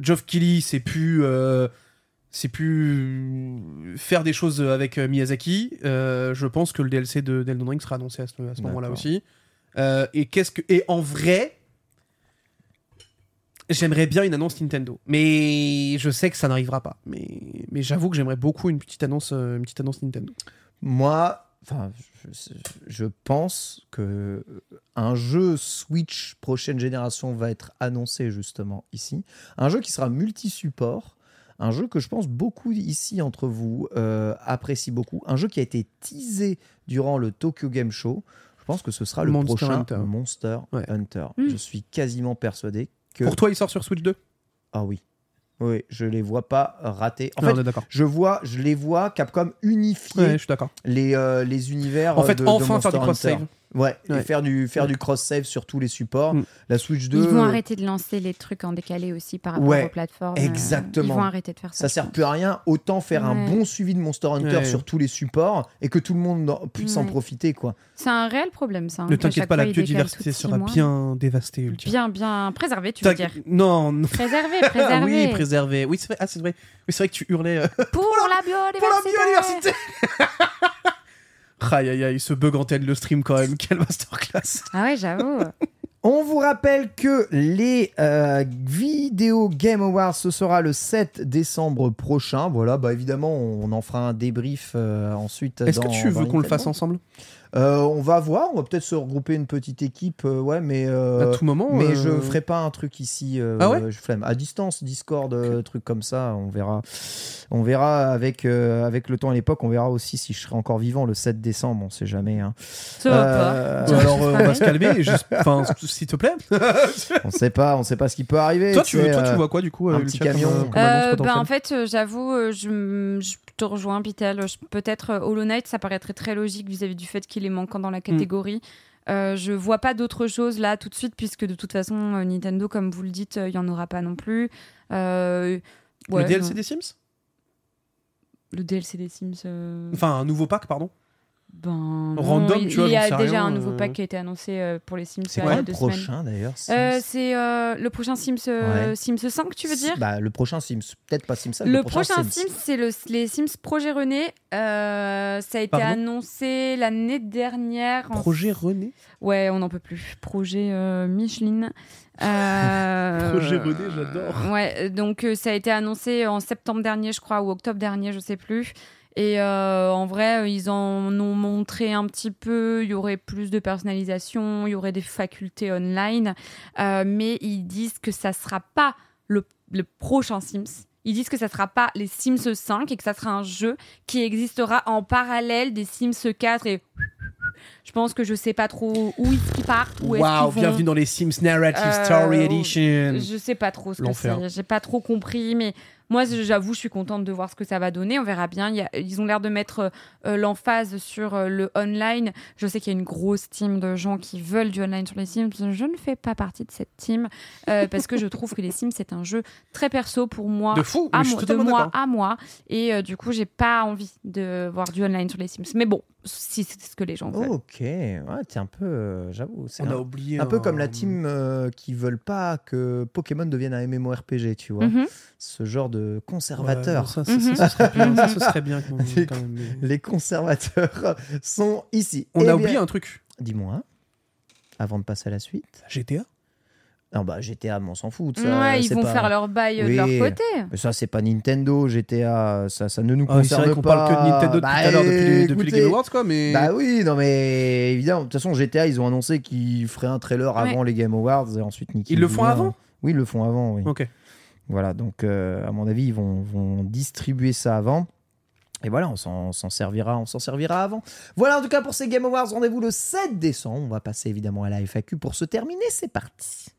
Speaker 3: Geoff Keighley, c'est plus, euh, c'est plus faire des choses avec euh, Miyazaki. Euh, je pense que le DLC de d'Elden Ring sera annoncé à ce, à ce moment-là
Speaker 1: D'accord.
Speaker 3: aussi. Euh, et qu'est-ce que et en vrai, j'aimerais bien une annonce Nintendo, mais je sais que ça n'arrivera pas. Mais mais j'avoue que j'aimerais beaucoup une petite annonce, euh, une petite annonce Nintendo.
Speaker 1: Moi, enfin, je, je pense que un jeu Switch prochaine génération va être annoncé justement ici. Un jeu qui sera multi-support. Un jeu que je pense beaucoup ici entre vous euh, apprécie beaucoup. Un jeu qui a été teasé durant le Tokyo Game Show. Je pense que ce sera le
Speaker 3: Monster
Speaker 1: prochain
Speaker 3: Hunter.
Speaker 1: Monster
Speaker 3: Ouais.
Speaker 1: Hunter.
Speaker 2: Mm.
Speaker 1: Je suis quasiment persuadé que.
Speaker 3: Pour toi, il sort sur Switch 2.
Speaker 1: Ah oui. Oui, je les vois pas rater. En
Speaker 3: Ouais, Ah, on
Speaker 1: fait,
Speaker 3: est d'accord.
Speaker 1: je, vois, je les vois Capcom unifier
Speaker 3: Ouais, je suis d'accord.
Speaker 1: les, euh, les univers
Speaker 3: En
Speaker 1: euh,
Speaker 3: fait,
Speaker 1: de, de
Speaker 3: enfin
Speaker 1: Monster
Speaker 3: faire du cross
Speaker 1: Hunter.
Speaker 3: save.
Speaker 1: Ouais, et
Speaker 3: Ouais.
Speaker 1: faire du, faire du cross-save sur tous les supports.
Speaker 3: Mm.
Speaker 1: La Switch 2.
Speaker 2: Ils vont
Speaker 1: euh,
Speaker 2: arrêter de lancer les trucs en décalé aussi par rapport
Speaker 1: Ouais,
Speaker 2: aux plateformes. euh,
Speaker 1: exactement.
Speaker 2: Ils vont arrêter de faire ça.
Speaker 1: ça sert plus à rien. Autant faire un
Speaker 2: Ouais.
Speaker 1: bon suivi de Monster Hunter
Speaker 3: Ouais.
Speaker 1: sur tous tous les supports et que tout le monde en- puisse en
Speaker 2: Ouais.
Speaker 1: profiter, quoi.
Speaker 2: C'est un réel problème, ça. hein,
Speaker 3: Ne
Speaker 2: qu'à
Speaker 3: t'inquiète
Speaker 2: chaque
Speaker 3: pas, la
Speaker 2: fois, ils décalent tout
Speaker 3: biodiversité
Speaker 2: de six
Speaker 3: sera
Speaker 2: mois.
Speaker 3: bien dévastée, ultimement.
Speaker 2: bien, bien préservé, tu veux
Speaker 3: T'inqui-
Speaker 2: dire.
Speaker 3: Non, non.
Speaker 2: Préservé,
Speaker 3: Ah
Speaker 2: préservé.
Speaker 3: oui, préservé. Oui, c'est vrai. Ah, c'est vrai. Oui, c'est vrai que tu hurlais euh,
Speaker 2: pour, la biodiversité.
Speaker 3: pour la biodiversité. aïe, aïe, aïe, ce bug antenne le stream quand même. Quelle masterclass.
Speaker 2: Ah ouais, j'avoue.
Speaker 1: On vous rappelle que les euh, Vidéo Game Awards, ce sera le 7 décembre prochain. Voilà, bah évidemment, on en fera un débrief euh, ensuite.
Speaker 3: Est-ce
Speaker 1: dans-
Speaker 3: que tu
Speaker 1: dans
Speaker 3: veux qu'on le
Speaker 1: Nintendo.
Speaker 3: fasse hein ensemble
Speaker 1: Euh, On va voir, on va peut-être se regrouper une petite équipe, euh, ouais, mais. euh,
Speaker 3: À tout moment
Speaker 1: Mais
Speaker 3: euh,
Speaker 1: je ferai pas un truc ici, euh,
Speaker 3: Ah ouais
Speaker 1: je flemme. À distance, Discord, euh, truc comme ça, on verra. On verra avec, euh, avec le temps et l'époque, on verra aussi si je serai encore vivant le 7 décembre, on sait jamais. hein.
Speaker 2: Ça va pas.
Speaker 1: Euh,
Speaker 3: Ou alors euh, on va se calmer. et juste- Enfin, s'il te plaît.
Speaker 1: on sait pas, on sait pas ce qui peut arriver.
Speaker 3: toi, tu,
Speaker 1: sais,
Speaker 3: veux- toi,
Speaker 1: euh,
Speaker 3: tu vois quoi du coup
Speaker 1: un
Speaker 3: euh,
Speaker 1: petit
Speaker 3: Ultia, comme,
Speaker 1: camion.
Speaker 3: euh, comme
Speaker 2: Euh,
Speaker 3: annonce
Speaker 2: bah, en
Speaker 3: potentielle
Speaker 2: fait, euh, j'avoue, euh, je, m- je te rejoins, Pitel. Je- Peut-être euh, Hollow Knight, ça paraîtrait très logique vis-à-vis du fait qu'il est manquant dans la
Speaker 3: Mm.
Speaker 2: catégorie. Euh, je vois pas d'autre chose là tout de suite, puisque de toute façon, euh, Nintendo, comme vous le dites, euh, il y en aura pas non plus. Euh, ouais,
Speaker 3: Le DLC
Speaker 2: non.
Speaker 3: des Sims
Speaker 2: Le DLC des Sims. euh,
Speaker 3: Enfin, un nouveau pack, pardon.
Speaker 2: ben, non,
Speaker 3: random,
Speaker 2: il,
Speaker 3: tu vois,
Speaker 2: Il y
Speaker 3: j'en
Speaker 2: a
Speaker 3: sais
Speaker 2: déjà
Speaker 3: rien,
Speaker 2: un nouveau
Speaker 3: euh.
Speaker 2: pack qui a été annoncé euh, pour les Sims
Speaker 1: C'est
Speaker 2: là,
Speaker 1: quoi
Speaker 2: il y a
Speaker 1: le
Speaker 2: deux semaines.
Speaker 1: prochain d'ailleurs
Speaker 2: Euh,
Speaker 1: Sims
Speaker 2: C'est euh, le prochain Sims, euh,
Speaker 1: Ouais.
Speaker 2: Sims 5, tu veux
Speaker 1: Si-
Speaker 2: dire
Speaker 1: bah, Le prochain Sims, peut-être pas Sims. ça,
Speaker 2: Le, prochain, Sims, c'est le- les Sims Projet René. Euh, ça a été
Speaker 3: Pardon
Speaker 2: annoncé l'année dernière. en-
Speaker 3: Projet René.
Speaker 2: Ouais, on n'en peut plus. Projet euh, Micheline. Euh,
Speaker 3: Projet René, j'adore.
Speaker 2: Ouais, donc euh, ça a été annoncé en septembre dernier, je crois, ou octobre dernier, je sais plus. Et euh, en vrai, euh, ils en ont montré un petit peu. Il y aurait plus de personnalisation, il y aurait des facultés online. Euh, mais ils disent que ça sera pas le, le prochain Sims. Ils disent que ça sera pas les Sims 5 et que ça sera un jeu qui existera en parallèle des Sims 4 et je pense que je sais pas trop où est-ce qu'ils partent, où
Speaker 3: Waouh,
Speaker 2: est-ce qu'ils vont.
Speaker 3: bienvenue dans les Sims Narrative
Speaker 2: Euh,
Speaker 3: Story
Speaker 2: ouais.
Speaker 3: Edition.
Speaker 2: Je sais pas trop ce que
Speaker 3: L'enfer.
Speaker 2: c'est. J'ai pas trop compris, mais moi, j'avoue, je suis contente de voir ce que ça va donner. On verra bien. Il y a- ils ont l'air de mettre euh, l'emphase sur euh, le online. Je sais qu'il y a une grosse team de gens qui veulent du online sur les Sims. Je ne fais pas partie de cette team euh, parce que je trouve que les Sims, c'est un jeu très perso pour moi.
Speaker 3: De fou, mais
Speaker 2: À
Speaker 3: je suis
Speaker 2: moi, Ah, de
Speaker 3: totalement
Speaker 2: moi
Speaker 3: d'accord.
Speaker 2: à moi et euh, du coup j'ai pas envie de voir du online sur les Sims mais bon si c'est ce que les gens
Speaker 3: Oh,
Speaker 2: veulent
Speaker 1: Ok, ouais, t'es un peu. euh, J'avoue, c'est
Speaker 3: On a
Speaker 1: un,
Speaker 3: oublié.
Speaker 1: un peu comme la team euh, qui veulent pas que Pokémon devienne un MMORPG, tu vois.
Speaker 2: Mhm.
Speaker 1: Ce genre de conservateurs.
Speaker 3: conservateur. ça, ça,
Speaker 2: Mhm.
Speaker 3: ça, ce serait bien, ça, ce serait bien qu'on-
Speaker 1: C'est-
Speaker 3: quand même, mais-
Speaker 1: Les conservateurs sont ici.
Speaker 3: On
Speaker 1: Eh
Speaker 3: a
Speaker 1: bien,
Speaker 3: oublié un truc.
Speaker 1: Dis-moi, avant de passer à la suite.
Speaker 3: GTA
Speaker 1: Non, bah GTA, mais on s'en fout. de Ça,
Speaker 2: ouais ils
Speaker 1: c'est
Speaker 2: vont
Speaker 1: pas-
Speaker 2: faire leur bail euh, de
Speaker 1: Oui.
Speaker 2: leur côté
Speaker 1: Mais ça, c'est pas Nintendo, GTA, ça, ça ne nous
Speaker 3: Ah oui, C'est
Speaker 1: concerne
Speaker 3: vrai qu'on
Speaker 1: pas.
Speaker 3: parle que de Nintendo depuis
Speaker 1: Bah,
Speaker 3: tout à l'heure, depuis, les- depuis les
Speaker 1: écoutez,
Speaker 3: Game Awards, quoi, mais.
Speaker 1: Bah oui, non mais évidemment, de toute façon GTA, ils ont annoncé qu'ils feraient un trailer avant les Game Awards et ensuite Nicky.
Speaker 3: Ils le font
Speaker 1: Jr.
Speaker 3: avant
Speaker 1: Oui, ils le font avant, oui.
Speaker 3: Ok.
Speaker 1: Voilà, donc euh, à mon avis, ils vont, vont distribuer ça avant. Et voilà, on s'en on s'en servira, on s'en servira avant. Voilà en tout cas pour ces Game Awards, rendez-vous le 7 décembre. On va passer évidemment à la FAQ pour se terminer, c'est parti.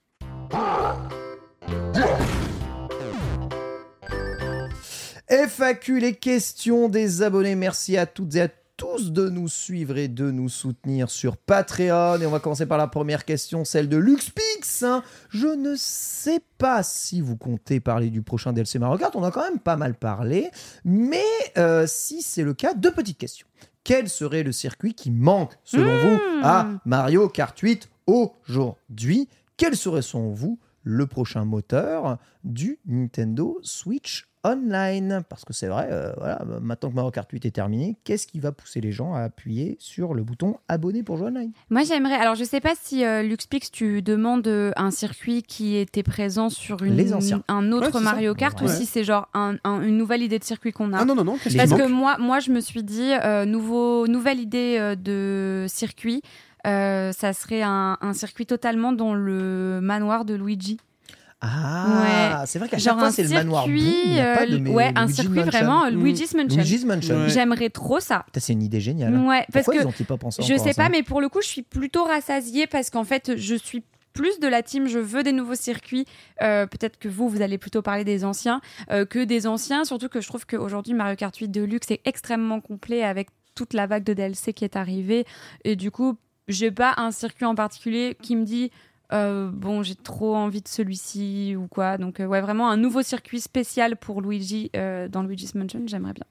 Speaker 1: FAQ, les questions des abonnés. Merci à toutes et à tous de nous suivre et de nous soutenir sur Patreon. Et on va commencer par la première question, celle de LuxPix. hein. Je ne sais pas si vous comptez parler du prochain DLC Mario Kart. On a quand même pas mal parlé. Mais euh, si c'est le cas, deux petites questions. Quel serait le circuit qui manque, selon vous, à Mario Kart 8 aujourd'hui Quel serait, selon vous, le prochain moteur du Nintendo Switch Online Parce que c'est vrai, euh, voilà, maintenant que Mario Kart 8 est terminé, qu'est-ce qui va pousser les gens à appuyer sur le bouton abonné pour jouer online
Speaker 2: Moi, j'aimerais. Alors, je sais pas si euh, LuxPix, tu demandes euh, un circuit qui était présent sur une,
Speaker 1: Les anciens.
Speaker 2: un autre
Speaker 3: Ouais, c'est ça.
Speaker 2: Mario Kart ou
Speaker 1: Ouais.
Speaker 2: si c'est genre un- un- une nouvelle idée de circuit qu'on a.
Speaker 3: Ah non, non, non, qu'est-ce
Speaker 1: Les
Speaker 3: qui
Speaker 2: Parce
Speaker 3: manque
Speaker 2: que moi, moi, je me suis dit, euh, nouveau, nouvelle idée euh, de circuit, euh, ça serait un, un circuit totalement dans le manoir de Luigi.
Speaker 1: Ah, c'est vrai qu'à chaque fois, c'est le manoir Blue, il n'y a pas
Speaker 2: euh,
Speaker 1: de mais
Speaker 2: ouais, un
Speaker 1: Luigi's
Speaker 2: circuit
Speaker 1: Mansion.
Speaker 2: vraiment euh,
Speaker 3: Mm.
Speaker 2: Luigi's Mansion.
Speaker 1: Luigi's Mansion.
Speaker 3: Ouais.
Speaker 2: J'aimerais trop ça.
Speaker 1: Putain, C'est une idée géniale. hein.
Speaker 2: Ouais, parce
Speaker 1: Pourquoi
Speaker 2: que
Speaker 1: ils ont pas pensé
Speaker 2: je
Speaker 1: encore à
Speaker 2: sais
Speaker 1: ça
Speaker 2: pas, mais pour le coup, je suis plutôt rassasiée parce qu'en fait, je suis plus de la team, je veux des nouveaux circuits. Euh, Peut-être que vous, vous allez plutôt parler des anciens euh, que des anciens. Surtout que je trouve qu'aujourd'hui, Mario Kart 8 Deluxe est extrêmement complet avec toute la vague de DLC qui est arrivée. Et du coup, j'ai pas un circuit en particulier qui me dit euh, bon j'ai trop envie de celui-ci ou quoi. Donc euh, ouais vraiment un nouveau circuit spécial pour Luigi euh, dans Luigi's Mansion, j'aimerais bien.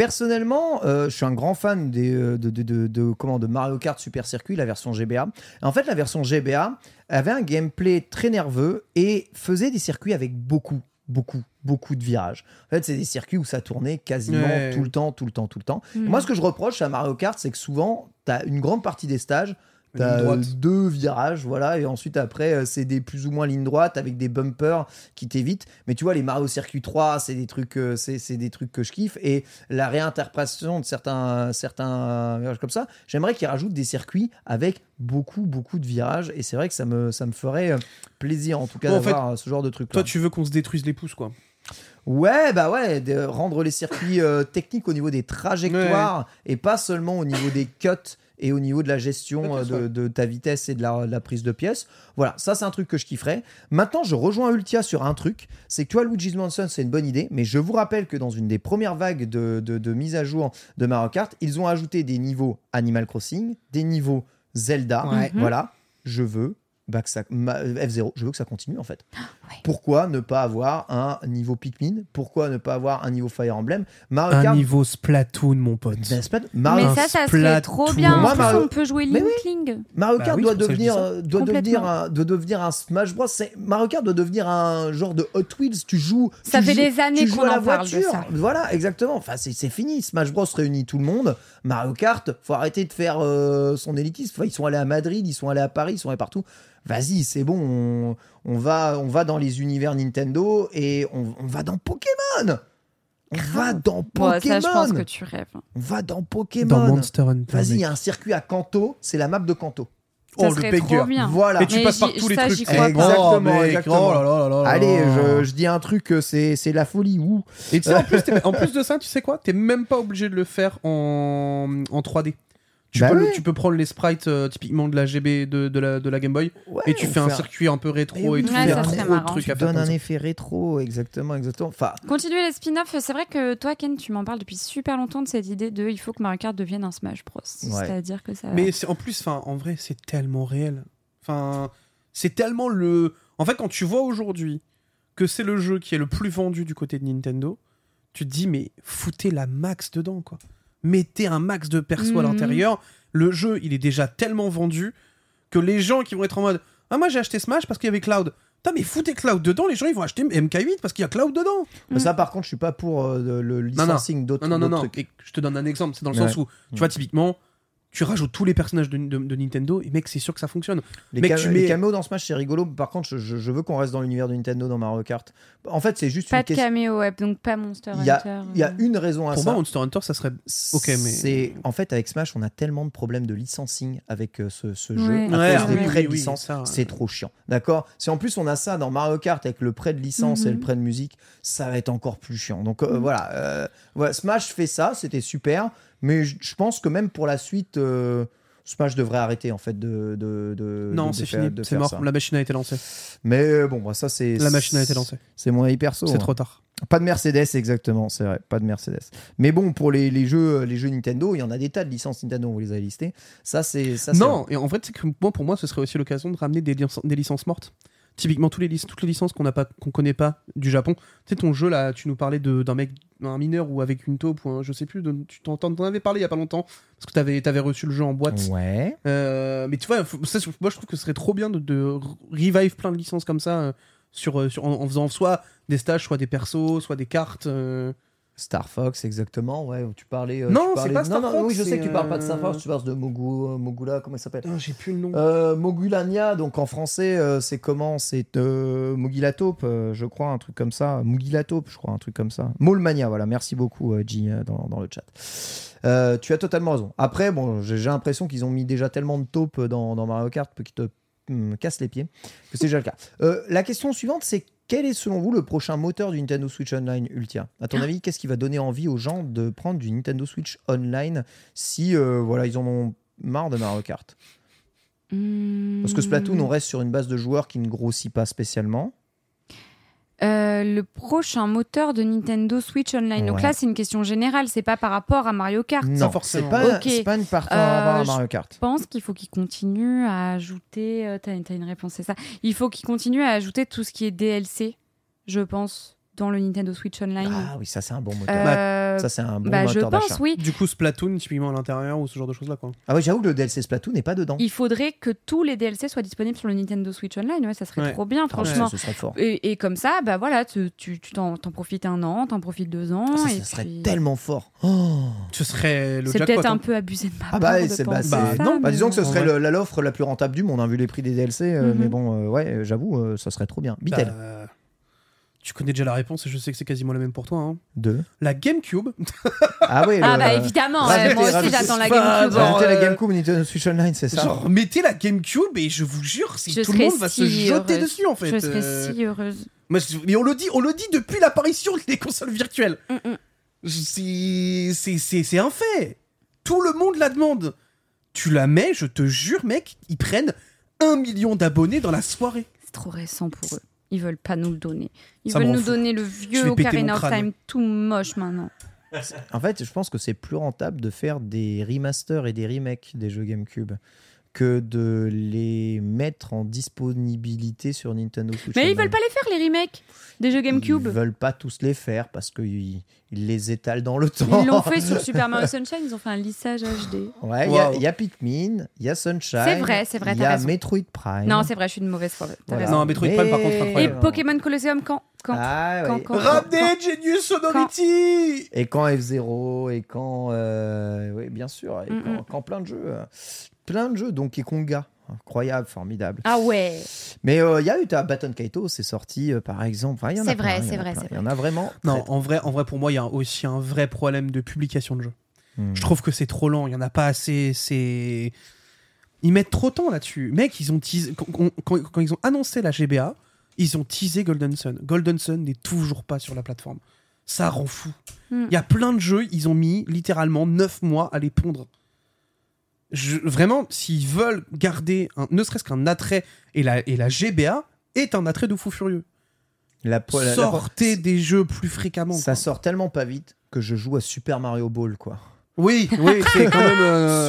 Speaker 1: Personnellement, euh, je suis un grand fan des, euh, de, de, de- de- comment, de Mario Kart Super Circuit, la version GBA. En fait, la version GBA avait un gameplay très nerveux et faisait des circuits avec beaucoup, beaucoup, beaucoup de virages. En fait, c'est des circuits où ça tournait quasiment
Speaker 3: Ouais.
Speaker 1: tout le temps, tout le temps, tout le temps.
Speaker 2: Mm.
Speaker 1: Moi, ce que je reproche à Mario Kart, c'est que souvent, tu as une grande partie des stages T'as
Speaker 3: Une droite.
Speaker 1: euh, deux virages, voilà, et ensuite après, euh, c'est des plus ou moins lignes droites avec des bumpers qui t'évitent. Mais tu vois, les Mario Circuit 3, c'est des trucs, euh, c'est c'est des trucs que je kiffe. Et la réinterprétation de certains, certains virages comme ça, j'aimerais qu'ils rajoutent des circuits avec beaucoup, beaucoup de virages. Et c'est vrai que ça me, ça me ferait euh, plaisir, en tout cas,
Speaker 3: Bon, en
Speaker 1: d'avoir euh, ce genre de truc.
Speaker 3: Toi, tu veux qu'on se détruise les pouces, quoi.
Speaker 1: Ouais, bah ouais, de rendre les circuits euh, techniques au niveau des trajectoires et pas seulement au niveau des cuts et au niveau de la gestion euh, de, de ta vitesse et de la, de la prise de pièces. Voilà, ça c'est un truc que je kifferais. Maintenant, je rejoins Ultia sur un truc, c'est que toi, Luigi's Mansion, c'est une bonne idée, mais je vous rappelle que dans une des premières vagues de, de, de mise à jour de Mario Kart, ils ont ajouté des niveaux Animal Crossing, des niveaux Zelda.
Speaker 2: Ouais. Mhm.
Speaker 1: Voilà, je veux bah, que ça, ma- F0, je veux que ça continue en fait. Pourquoi ne pas avoir un niveau Pikmin Pourquoi ne pas avoir un niveau Fire Emblem Mario Kart,
Speaker 3: niveau Splatoon, mon pote.
Speaker 1: n'est-ce pas Mario,
Speaker 2: Mais ça, ça serait
Speaker 3: Splatoon.
Speaker 2: trop bien.
Speaker 1: Moi,
Speaker 2: En plus,
Speaker 1: Mario-
Speaker 2: on peut jouer
Speaker 1: Mais oui.
Speaker 2: Linkling.
Speaker 1: Mario
Speaker 3: Bah
Speaker 1: Kart
Speaker 3: oui,
Speaker 1: doit
Speaker 3: c'est pour ça que je dis
Speaker 1: devenir
Speaker 3: ça.
Speaker 1: euh, doit
Speaker 2: Complètement.
Speaker 1: devenir un, doit devenir un Smash Bros. C'est- Mario Kart doit devenir un genre de Hot Wheels. Tu joues.
Speaker 2: Ça
Speaker 1: tu
Speaker 2: fait
Speaker 1: joues-
Speaker 2: des années
Speaker 1: tu joues
Speaker 2: qu'on
Speaker 1: à la
Speaker 2: en parle de
Speaker 1: voiture.
Speaker 2: ça.
Speaker 1: Voilà, exactement. Enfin, c'est c'est fini. Smash Bros réunit tout le monde. Mario Kart, faut arrêter de faire euh, son élitisme. Enfin, ils sont allés à Madrid, ils sont allés à Paris, ils sont allés partout. Vas-y, c'est bon. On, on va on va dans les univers Nintendo et on, on va dans Pokémon. On va dans
Speaker 2: Bon,
Speaker 1: Pokémon.
Speaker 2: ça, je pense que tu rêves. hein.
Speaker 1: On va dans
Speaker 3: Dans
Speaker 1: Pokémon.
Speaker 3: Monster Hunter.
Speaker 1: Vas-y, il
Speaker 3: mec.
Speaker 1: y a un circuit à Kanto. C'est la map de Kanto.
Speaker 2: Ça serait trop bien.
Speaker 1: Voilà.
Speaker 3: Et tu
Speaker 2: Mais
Speaker 3: passes par
Speaker 2: j'y-
Speaker 3: tous les
Speaker 2: ça,
Speaker 3: trucs.
Speaker 2: j'y
Speaker 3: quoi.
Speaker 2: crois pas.
Speaker 1: Exactement,
Speaker 3: Oh, mec,
Speaker 1: exactement.
Speaker 3: oh là là là là là.
Speaker 1: Allez, je, je dis un truc, euh, c'est c'est la folie. Ouh.
Speaker 3: Et tu sais, en plus, t'es- en plus de ça, tu sais quoi T'es même pas obligé de le faire en, en 3D. Tu,
Speaker 1: Bah
Speaker 3: peux, le-
Speaker 1: ouais.
Speaker 3: tu peux prendre les sprites euh, typiquement de la GB de, de, la, de la Game Boy
Speaker 1: Ouais,
Speaker 3: et tu
Speaker 1: on
Speaker 3: fais un
Speaker 1: fait
Speaker 3: circuit un peu
Speaker 1: Eh
Speaker 3: rétro
Speaker 1: oui,
Speaker 3: et tout.
Speaker 2: Ouais,
Speaker 3: Il y
Speaker 2: ça
Speaker 3: a
Speaker 2: serait
Speaker 3: trop de
Speaker 2: marrant.
Speaker 3: trucs
Speaker 1: Tu
Speaker 3: à faire.
Speaker 1: donnes
Speaker 3: comme
Speaker 1: un
Speaker 3: ça.
Speaker 1: effet rétro, exactement, exactement. Enfin,
Speaker 2: Continuer les spin-offs, c'est vrai que toi, Ken, tu m'en parles depuis super longtemps de cette idée de il faut que Mario Kart devienne un Smash Bros. C'est-à-dire que ça.
Speaker 3: Mais c'est- en plus, enfin, en vrai, c'est tellement réel. Enfin, c'est tellement le. En fait, quand tu vois aujourd'hui que c'est le jeu qui est le plus vendu du côté de Nintendo, tu te dis mais foutez la max dedans quoi. Mettez un max de perso à
Speaker 2: Mhm.
Speaker 3: l'intérieur. Le jeu, il est déjà tellement vendu que les gens qui vont être en mode ah moi j'ai acheté Smash parce qu'il y avait Cloud. Putain mais foutez Cloud dedans. Les gens ils vont acheter MK8 parce qu'il y a Cloud dedans.
Speaker 2: Mm.
Speaker 1: mais ça, par contre, je suis pas pour euh, le- le licensing d'autres
Speaker 3: Non non non
Speaker 1: d'autres
Speaker 3: non.
Speaker 1: trucs.
Speaker 3: Et je te donne un exemple. C'est dans le
Speaker 1: Ouais.
Speaker 3: sens où tu
Speaker 1: Mhm.
Speaker 3: vois typiquement. Tu rajoutes tous les personnages de- de- de Nintendo et mec, c'est sûr que ça fonctionne.
Speaker 1: Les,
Speaker 3: Mec,
Speaker 1: cam-
Speaker 3: tu
Speaker 1: les
Speaker 3: mets-
Speaker 1: caméos dans Smash, c'est rigolo. Par contre, je, je- je veux qu'on reste dans l'univers de Nintendo dans Mario Kart. En fait, c'est juste
Speaker 2: Pas
Speaker 1: une
Speaker 2: de
Speaker 1: question.
Speaker 2: caméo web, donc pas Monster
Speaker 1: Il y a-
Speaker 2: Hunter.
Speaker 1: Il y a
Speaker 2: euh.
Speaker 1: une raison à
Speaker 3: Pour
Speaker 1: ça.
Speaker 3: moi, Monster Hunter, ça serait. Ok, mais-
Speaker 1: C'est en fait avec Smash, on a tellement de problèmes de licensing avec euh, ce, ce jeu.
Speaker 2: Ouais.
Speaker 1: à
Speaker 2: Ouais,
Speaker 1: cause des
Speaker 2: ouais,
Speaker 1: prêts de
Speaker 3: ah oui, oui,
Speaker 1: licence,
Speaker 3: ça, ouais.
Speaker 1: c'est trop chiant. D'accord. Si en plus on a ça dans Mario Kart avec le prêt de licence et
Speaker 2: Mhm.
Speaker 1: le prêt de musique, ça va être encore plus chiant. Donc euh,
Speaker 2: Mhm.
Speaker 1: voilà, euh, voilà, Smash fait ça, c'était super, mais je je pense que même pour la suite. euh, Smash devrait arrêter en fait de. de, de-
Speaker 3: Non,
Speaker 1: de- de
Speaker 3: c'est
Speaker 1: faire-
Speaker 3: fini,
Speaker 1: de
Speaker 3: c'est
Speaker 1: faire
Speaker 3: mort.
Speaker 1: ça.
Speaker 3: La machine a été lancée.
Speaker 1: Mais euh, bon, bah, ça c'est.
Speaker 3: La machine a été lancée.
Speaker 1: C'est moins hyper perso.
Speaker 3: C'est
Speaker 1: hein.
Speaker 3: trop tard.
Speaker 1: Pas de Mercedes, exactement, c'est vrai, pas de Mercedes. Mais bon, pour les, les jeux, les jeux Nintendo, il y en a des tas de licences Nintendo, vous les avez listées. Ça, c'est. ça, c'est vrai.
Speaker 3: non, et en fait, c'est que moi, pour moi, ce serait aussi l'occasion de ramener des, lic- des licences mortes. Typiquement, tous les lic- toutes les licences qu'on n'a pas, qu'on connaît pas du Japon. Tu sais, ton jeu là, tu nous parlais de- d'un mec, un mineur ou avec une taupe ou un, je sais plus, de- tu t'en t'en avais parlé il y a pas longtemps parce que t'avais avais reçu le jeu en boîte.
Speaker 1: Ouais.
Speaker 3: Euh, mais tu vois, faut- ça, moi je trouve que ce serait trop bien de, de revive plein de licences comme ça euh, sur, euh, sur, en, en faisant soit des stages, soit des persos, soit des cartes. euh,
Speaker 1: Star Fox, exactement, ouais, où tu parlais. euh,
Speaker 3: Non,
Speaker 1: tu
Speaker 3: c'est
Speaker 1: parlais-
Speaker 3: pas Star
Speaker 1: non, non,
Speaker 3: Fox,
Speaker 1: oui, je sais
Speaker 3: c'est,
Speaker 1: que tu parles pas de Star
Speaker 3: euh,
Speaker 1: Fox, tu parles de Mogu, euh, Mogula, comment il s'appelle
Speaker 3: Putain, j'ai plus le nom.
Speaker 1: euh, Mogulania, donc en français, euh, c'est comment C'est euh, Mogilatope, euh, je crois, un truc comme ça. Mogilatope, je crois, un truc comme ça. Molmania, voilà, merci beaucoup, euh, G, euh, dans, dans le chat. Euh, tu as totalement raison. Après, bon, j'ai j'ai l'impression qu'ils ont mis déjà tellement de taupes dans, dans Mario Kart qu'ils te hum, cassent les pieds, que c'est déjà le cas. Euh, la question suivante, c'est quel est selon vous le prochain moteur du Nintendo Switch Online Ultia À ton avis, qu'est-ce qui va donner envie aux gens de prendre du Nintendo Switch Online si euh, voilà, ils en ont marre de Mario Kart
Speaker 2: Hmm.
Speaker 1: parce que Splatoon, on reste sur une base de joueurs qui ne grossit pas spécialement.
Speaker 2: euh, le prochain moteur de Nintendo Switch Online. Donc
Speaker 1: Ouais.
Speaker 2: là, c'est une question générale, c'est pas par rapport à Mario Kart.
Speaker 1: Non,
Speaker 3: forcément.
Speaker 1: c'est pas,
Speaker 2: Ok.
Speaker 1: c'est pas une partant
Speaker 2: Euh,
Speaker 1: avant à
Speaker 2: je-
Speaker 1: Mario Kart.
Speaker 2: Je pense qu'il faut qu'il continue à ajouter. euh, T'as t'as une réponse, c'est ça. Il faut qu'il continue à ajouter tout ce qui est DLC, je pense, dans le Nintendo Switch Online.
Speaker 1: Ah oui, ça c'est un bon moteur.
Speaker 2: Euh,
Speaker 1: ça c'est un bon
Speaker 2: bah, je
Speaker 1: moteur d'achat.
Speaker 2: pense, oui.
Speaker 3: Du coup, Splatoon, typiquement à l'intérieur ou ce genre de choses là, quoi.
Speaker 1: Ah oui, j'avoue que le DLC Splatoon n'est pas dedans.
Speaker 2: Il faudrait que tous les DLC soient disponibles sur le Nintendo Switch Online. Ouais, ça serait
Speaker 3: Ouais.
Speaker 2: trop bien,
Speaker 1: Ah ouais,
Speaker 2: franchement.
Speaker 1: ça, ce serait fort.
Speaker 2: Et, et comme ça, bah voilà, tu tu- tu t'en t'en profites un an, t'en profites deux ans.
Speaker 1: Ah, ça,
Speaker 2: et
Speaker 1: ça serait
Speaker 2: puis- euh,
Speaker 1: tellement fort. Oh.
Speaker 3: Ce serait le
Speaker 2: C'est
Speaker 3: jackpot.
Speaker 2: peut-être un
Speaker 3: hein.
Speaker 2: peu abusé de ma part.
Speaker 1: Ah bah,
Speaker 2: de
Speaker 1: c'est- bah,
Speaker 2: penser
Speaker 3: c'est-
Speaker 2: ça,
Speaker 3: non,
Speaker 1: Bah,
Speaker 2: mais-
Speaker 1: disons que ce
Speaker 3: En
Speaker 1: serait
Speaker 3: vrai.
Speaker 1: le- la- l'offre la plus rentable du monde, hein, vu les prix des DLC. euh,
Speaker 2: Mhm.
Speaker 1: Mais bon, euh, ouais, euh, j'avoue, euh, ça serait trop bien.
Speaker 3: Bah,
Speaker 1: Bitel.
Speaker 3: euh, tu connais déjà la réponse et je sais que c'est quasiment la même pour toi. hein.
Speaker 1: Deux.
Speaker 3: La GameCube.
Speaker 1: Ah ouais.
Speaker 2: Ah
Speaker 1: le-
Speaker 2: bah évidemment,
Speaker 1: Rajoutez-
Speaker 2: ouais, moi aussi
Speaker 1: rajoutez-
Speaker 2: j'attends la
Speaker 3: Enfin,
Speaker 2: GameCube.
Speaker 3: genre,
Speaker 1: Rajouter la
Speaker 3: euh,
Speaker 1: GameCube Nintendo Switch Online, c'est ça
Speaker 3: Genre, mettez la GameCube et je vous jure, c'est
Speaker 2: Je
Speaker 3: tout le
Speaker 2: serais
Speaker 3: monde va se
Speaker 2: si
Speaker 3: jeter
Speaker 2: heureuse.
Speaker 3: dessus en fait.
Speaker 2: Je serais
Speaker 3: Euh,
Speaker 2: si heureuse.
Speaker 3: moi, je- mais on le dit, on le dit depuis l'apparition des consoles virtuelles.
Speaker 2: Mm, mm.
Speaker 3: C'est c'est- c'est- c'est un fait. Tout le monde la demande. Tu la mets, je te jure, mec, ils prennent un million d'abonnés dans la soirée.
Speaker 2: C'est trop récent pour eux. Ils veulent pas nous le donner. Ils
Speaker 3: Ça
Speaker 2: veulent
Speaker 3: m'en
Speaker 2: nous
Speaker 3: fout.
Speaker 2: donner le
Speaker 3: Je vais
Speaker 2: vieux
Speaker 3: péter
Speaker 2: Ocarina
Speaker 3: mon
Speaker 2: of
Speaker 3: crâne.
Speaker 2: Time tout moche maintenant.
Speaker 1: En fait, je pense que c'est plus rentable de faire des remasters et des remakes des jeux GameCube que de les mettre en disponibilité sur Nintendo Switch.
Speaker 2: Mais ils
Speaker 1: Online.
Speaker 2: veulent pas les faire les remakes des jeux GameCube.
Speaker 1: Ils veulent pas tous les faire parce qu'ils ils les étalent dans le temps.
Speaker 2: Ils l'ont fait sur Super Mario Sunshine, ils ont fait un lissage HD.
Speaker 3: Ah,
Speaker 1: Ouais, il y a-
Speaker 3: Wow.
Speaker 1: il y, a Pikmin, il y a Sunshine.
Speaker 2: C'est vrai, c'est vrai,
Speaker 1: Il y
Speaker 2: t'as
Speaker 1: a
Speaker 2: raison.
Speaker 1: Metroid Prime.
Speaker 2: Non, c'est vrai, je suis une mauvaise foi. t'as
Speaker 1: Voilà.
Speaker 2: raison.
Speaker 3: Non, Metroid Prime, par contre,
Speaker 2: Et
Speaker 3: incroyable.
Speaker 2: Pokémon Colosseum quand, quand
Speaker 1: Ah,
Speaker 2: quand-
Speaker 1: ouais.
Speaker 2: quand- Ramenez
Speaker 3: Genius
Speaker 2: Sonority
Speaker 1: Et quand F0, et quand. euh, oui, bien sûr. Et
Speaker 2: Mm,
Speaker 1: quand,
Speaker 2: mm.
Speaker 1: quand plein de jeux. euh, Plein de jeux. Donkey Konga. Incroyable, formidable.
Speaker 2: Ah ouais
Speaker 1: Mais euh, il y a eu ta Baton Kaito, c'est sorti euh, par exemple. Enfin, il y en a
Speaker 2: C'est vrai,
Speaker 1: plein, il y en
Speaker 2: c'est
Speaker 1: a
Speaker 2: vrai,
Speaker 1: plein.
Speaker 2: c'est
Speaker 1: Il y en a vraiment.
Speaker 3: Non,
Speaker 1: très-
Speaker 3: en vrai, en vrai, pour moi, il y a aussi un vrai problème de publication de jeux.
Speaker 1: Hmm.
Speaker 3: Je trouve que c'est trop lent, il n'y en a pas assez. C'est... Ils mettent trop de temps là-dessus. Mec, ils ont teasé... quand, quand- quand- quand ils ont annoncé la GBA, ils ont teasé Golden Sun. Golden Sun n'est toujours pas sur la plateforme. Ça rend fou. Il
Speaker 2: Hmm.
Speaker 3: y a plein de jeux, ils ont mis littéralement 9 mois à les pondre. Je- vraiment, s'ils veulent garder un- ne serait-ce qu'un attrait, et la, et la GBA est un attrait de fou furieux.
Speaker 1: La po- la- la-
Speaker 3: Sortez des jeux plus fréquemment.
Speaker 1: Ça
Speaker 3: quoi.
Speaker 1: sort tellement pas vite que je joue à Super Mario Ball, quoi.
Speaker 3: Oui, oui, c'est quand même. euh,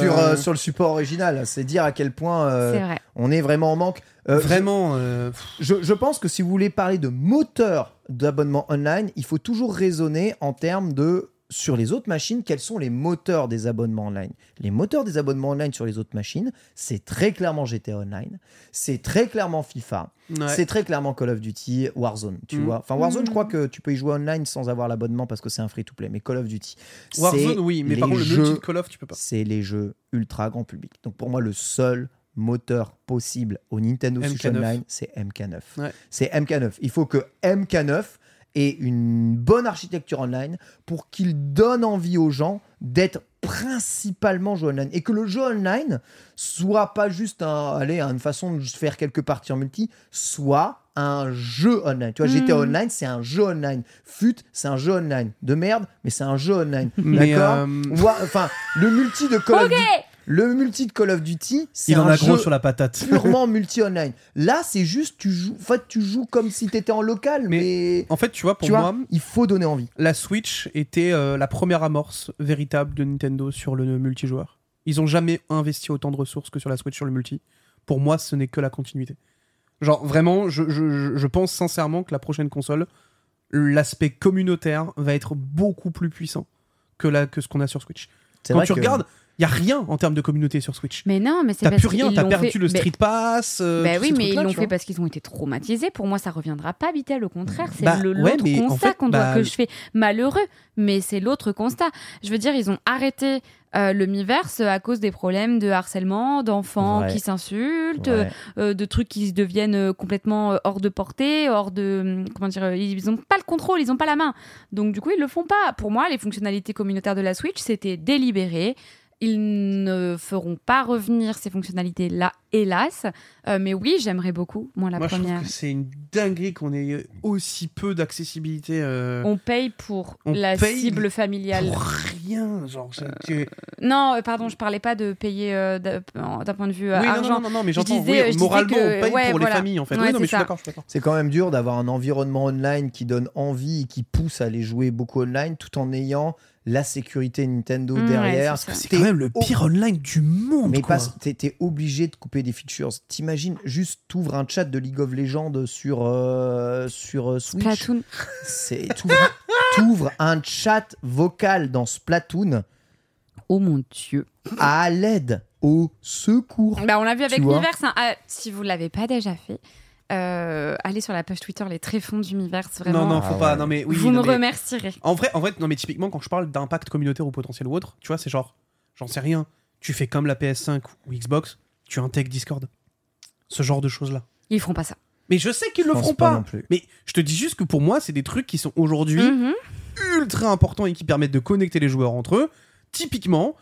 Speaker 1: Sur, euh, sur le support original. C'est dire à quel point euh,
Speaker 2: C'est vrai.
Speaker 1: on est vraiment en manque. Euh,
Speaker 3: Vraiment. euh,
Speaker 1: Je, je pense que si vous voulez parler de moteur d'abonnement online, il faut toujours raisonner en termes de sur les autres machines, quels sont les moteurs des abonnements online. Les moteurs des abonnements online sur les autres machines, c'est très clairement GTA Online, c'est très clairement FIFA,
Speaker 3: ouais.
Speaker 1: c'est très clairement Call of Duty, Warzone, tu
Speaker 3: Mhm.
Speaker 1: vois. Enfin Warzone, je
Speaker 2: Mhm.
Speaker 1: crois que tu peux y jouer online sans avoir l'abonnement parce que c'est un free-to-play, mais Call of Duty, c'est
Speaker 3: Warzone, oui, mais par
Speaker 1: les
Speaker 3: contre, le
Speaker 1: jeux-
Speaker 3: multi de Call of, tu peux pas.
Speaker 1: c'est les jeux ultra grand public. Donc pour moi, le seul moteur possible au Nintendo Switch
Speaker 3: MK9.
Speaker 1: Online, c'est MK9.
Speaker 3: Ouais.
Speaker 1: C'est MK9. Il faut que MK9 ait une bonne architecture online pour qu'il donne envie aux gens d'être principalement jeu online et que le jeu online soit pas juste un, allez, une façon de faire quelques parties en multi, soit un jeu online.
Speaker 3: Hmm.
Speaker 1: Tu vois,
Speaker 2: Mm.
Speaker 1: GTA Online, c'est un jeu online. FUT, c'est un jeu online. De merde, mais c'est un jeu online.
Speaker 3: Mais,
Speaker 1: D'accord
Speaker 3: euh,
Speaker 1: Wa- Enfin, le multi de Call of
Speaker 2: Ok.
Speaker 1: Duty. Le multi de Call of Duty, c'est
Speaker 3: Il en
Speaker 1: un
Speaker 3: a
Speaker 1: jeu
Speaker 3: gros sur la patate.
Speaker 1: purement multi-online. Là, c'est juste, tu joues, en fait, tu joues comme si t'étais en local, mais,
Speaker 3: Mais En fait, tu vois, pour
Speaker 1: tu vois,
Speaker 3: moi,
Speaker 1: il faut donner envie.
Speaker 3: la Switch était euh, la première amorce véritable de Nintendo sur le multijoueur. Ils ont jamais investi autant de ressources que sur la Switch sur le multi. Pour moi, ce n'est que la continuité. Genre, vraiment, je, je- je pense sincèrement que la prochaine console, l'aspect communautaire va être beaucoup plus puissant que, la, que ce qu'on a sur Switch.
Speaker 1: C'est
Speaker 3: Quand
Speaker 1: vrai
Speaker 3: tu
Speaker 1: que-
Speaker 3: regardes, il n'y a rien en termes de communauté sur Switch.
Speaker 2: Mais non, mais c'est
Speaker 3: T'as
Speaker 2: parce
Speaker 3: plus rien,
Speaker 2: qu'ils
Speaker 3: t'as
Speaker 2: l'ont
Speaker 3: perdu
Speaker 2: fait-
Speaker 3: le
Speaker 2: Mais-
Speaker 3: Street Pass. euh,
Speaker 2: Bah
Speaker 3: tous
Speaker 2: oui,
Speaker 3: ces
Speaker 2: mais ils
Speaker 3: trucs-là,
Speaker 2: l'ont
Speaker 3: tu
Speaker 2: fait
Speaker 3: vois.
Speaker 2: parce qu'ils ont été traumatisés. Pour moi, ça reviendra pas, Bitel. Au contraire, c'est
Speaker 3: Bah,
Speaker 2: le-
Speaker 3: ouais,
Speaker 2: l'autre
Speaker 3: mais en
Speaker 2: constat
Speaker 3: fait,
Speaker 2: qu'on doit
Speaker 3: bah,
Speaker 2: que je fais. Malheureux, mais c'est l'autre constat. Je veux dire, ils ont arrêté euh, le Miiverse à cause des problèmes de harcèlement, d'enfants
Speaker 1: Ouais.
Speaker 2: qui s'insultent,
Speaker 1: Ouais.
Speaker 2: euh, de trucs qui se deviennent euh, complètement euh, hors de portée, hors de hum, comment dire, euh, ils ont pas le contrôle, ils ont pas la main. Donc du coup, ils le font pas. Pour moi, les fonctionnalités communautaires de la Switch, c'était délibéré. Ils ne feront pas revenir ces fonctionnalités là hélas. Euh, mais oui, j'aimerais beaucoup, moi, la
Speaker 3: Moi, je
Speaker 2: première.
Speaker 3: trouve que c'est une dinguerie qu'on ait aussi peu d'accessibilité. euh,
Speaker 2: On paye pour
Speaker 3: On
Speaker 2: la
Speaker 3: paye
Speaker 2: cible familiale.
Speaker 3: pour rien, genre. c'est- tu-
Speaker 2: Non, euh, pardon, je parlais pas de payer euh, d'un d'un point de vue euh,
Speaker 3: oui, non,
Speaker 2: argent.
Speaker 3: non, non, non, non, mais j'entends.
Speaker 2: disais- je
Speaker 3: oui,
Speaker 2: disais
Speaker 3: moralement,
Speaker 2: que-
Speaker 3: on paye
Speaker 2: ouais,
Speaker 3: pour les
Speaker 2: voilà.
Speaker 3: familles, en fait.
Speaker 2: Ouais,
Speaker 3: oui, non, mais
Speaker 2: c'est
Speaker 3: je suis
Speaker 2: ça.
Speaker 3: d'accord, je suis d'accord.
Speaker 1: C'est quand même dur d'avoir un environnement online qui donne envie et qui pousse à aller jouer beaucoup online tout en ayant la sécurité Nintendo
Speaker 2: Mm, ouais,
Speaker 1: derrière.
Speaker 2: c'est ça.
Speaker 3: C'est
Speaker 1: T'es-
Speaker 3: quand même le
Speaker 1: oh.
Speaker 3: pire online du monde.
Speaker 1: Mais
Speaker 3: quoi.
Speaker 1: parce que t'es- t'es obligé de couper des features. T'imagines, juste t'ouvres un chat de League of Legends sur, euh, sur euh, Switch.
Speaker 2: Platoon.
Speaker 1: C'est- T'ouvres t'ouvres un chat vocal dans Splatoon
Speaker 2: Oh mon dieu.
Speaker 1: à l'aide, au secours.
Speaker 2: Bah, on l'a vu avec
Speaker 1: Tu vois.
Speaker 2: Miiverse. hein. Ah, si vous l'avez pas déjà fait, euh, allez sur la page Twitter Les Tréfonds du Miiverse. Vraiment,
Speaker 3: Non, non, faut
Speaker 1: Ah
Speaker 3: pas.
Speaker 1: ouais.
Speaker 3: Non, mais oui.
Speaker 2: vous
Speaker 3: non,
Speaker 2: me
Speaker 3: mais-
Speaker 2: remercierez.
Speaker 3: En vrai, en vrai, non, mais typiquement, quand je parle d'impact communautaire ou potentiel ou autre, tu vois, c'est genre, j'en sais rien. Tu fais comme la PS5 ou Xbox, tu intègres Discord. Ce genre de choses-là.
Speaker 2: Ils feront pas ça.
Speaker 3: Mais je sais qu'ils
Speaker 1: Je
Speaker 3: le
Speaker 1: pense
Speaker 3: feront pas.
Speaker 1: non plus.
Speaker 3: mais je te dis juste que pour moi, c'est des trucs qui sont aujourd'hui
Speaker 2: Mhm.
Speaker 3: ultra importants et qui permettent de connecter les joueurs entre eux. Typiquement,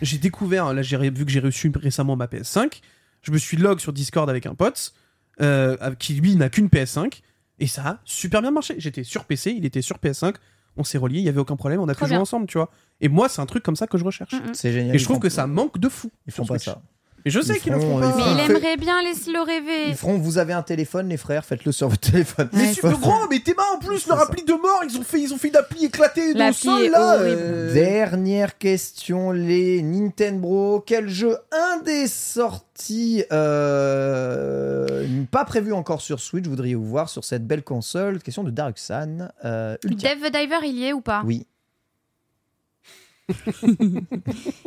Speaker 3: j'ai découvert, là, j'ai ré- vu que j'ai reçu récemment ma PS5, je me suis log sur Discord avec un pote euh, avec- qui, lui, n'a qu'une PS5 et ça a super bien marché. J'étais sur PC, il était sur PS5, on s'est relié, il n'y avait aucun problème, on a
Speaker 2: Trop
Speaker 3: pu jouer
Speaker 2: bien.
Speaker 3: ensemble, tu vois. Et moi, c'est un truc comme ça que je recherche.
Speaker 2: Mhm.
Speaker 1: C'est génial.
Speaker 3: Et
Speaker 1: ils
Speaker 3: je trouve
Speaker 1: font-
Speaker 3: que ça manque de fou.
Speaker 1: Ils font
Speaker 3: sur
Speaker 1: pas
Speaker 3: Switch.
Speaker 1: ça.
Speaker 3: Et je sais
Speaker 1: Ils
Speaker 3: qu'ils le
Speaker 1: feront-
Speaker 3: font
Speaker 1: ils
Speaker 3: pas.
Speaker 2: Mais
Speaker 1: feront-
Speaker 2: il
Speaker 1: Fait-
Speaker 2: aimerait bien, laisse-le rêver.
Speaker 1: Ils feront, vous avez un téléphone, les frères, faites-le sur votre téléphone.
Speaker 2: Ouais,
Speaker 3: Mais
Speaker 2: c'est
Speaker 3: sur le grand, mais Théma en plus,
Speaker 1: C'est
Speaker 3: leur
Speaker 1: ça.
Speaker 3: appli de mort, ils ont fait, ils ont fait une appli éclatée dans le
Speaker 2: L'appli
Speaker 3: sol
Speaker 2: est
Speaker 3: là.
Speaker 2: horrible.
Speaker 3: euh.
Speaker 1: Dernière question, les Nintendo. Quel jeu indé sorti, euh, pas prévu encore sur Switch, voudriez-vous voir sur cette belle console Question de Dark Sun. euh, Ultima.
Speaker 2: Dev the Diver, il y est ou pas
Speaker 1: Oui.